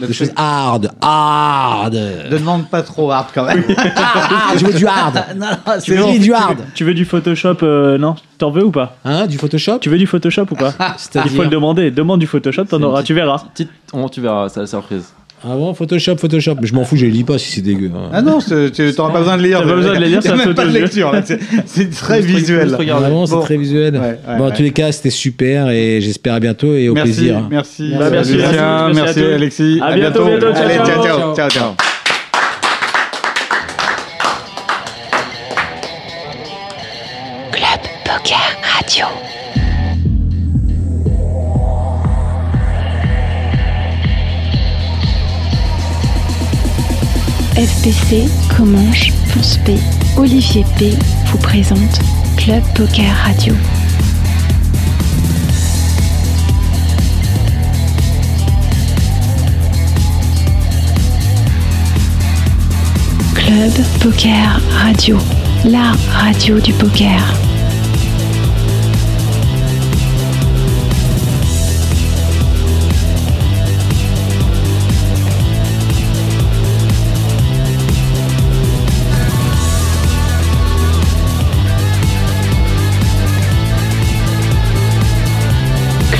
Speaker 7: De choses hard, hard,
Speaker 11: Ne demande pas trop hard quand même.
Speaker 7: hard, je veux du hard,
Speaker 11: non, non,
Speaker 7: je veux du hard,
Speaker 6: Tu veux du Photoshop euh, Non T'en veux ou pas
Speaker 7: hein, du Photoshop,
Speaker 6: Tu veux du Photoshop ou pas Il faut le demander. Demande du Photoshop, t'en
Speaker 9: C'est une
Speaker 6: auras,
Speaker 9: petite-
Speaker 6: tu verras.
Speaker 9: Petite, on, tu verras, c'est la surprise.
Speaker 7: Ah bon, Photoshop, Photoshop. Mais je m'en fous, je les lis pas si c'est dégueu. hein.
Speaker 11: Ah non, c'est- tu n'auras pas besoin de lire.
Speaker 6: T'as pas besoin de les lire,
Speaker 11: Il y a
Speaker 6: ça
Speaker 11: même
Speaker 6: saute
Speaker 11: pas
Speaker 6: aux
Speaker 11: de
Speaker 6: yeux.
Speaker 11: lecture. là, c'est- C'est très visuel.
Speaker 7: Vraiment, Ah c'est
Speaker 11: Bon.
Speaker 7: très visuel.
Speaker 11: Ouais, ouais,
Speaker 7: bon, en
Speaker 11: ouais.
Speaker 7: tous les cas, c'était super et j'espère à bientôt et au
Speaker 11: merci,
Speaker 7: plaisir.
Speaker 11: Merci,
Speaker 6: Bah, merci,
Speaker 11: Lucien,
Speaker 6: merci, merci
Speaker 11: merci,
Speaker 6: à tous.
Speaker 11: Alexis.
Speaker 6: À bientôt, bientôt, ciao,
Speaker 11: Allez,
Speaker 6: ciao.
Speaker 11: ciao, ciao, ciao.
Speaker 2: Club Poker Radio.
Speaker 3: FPC, Comanche, Ponce P, Olivier P vous présente Club Poker Radio. Club Poker Radio, la radio du poker.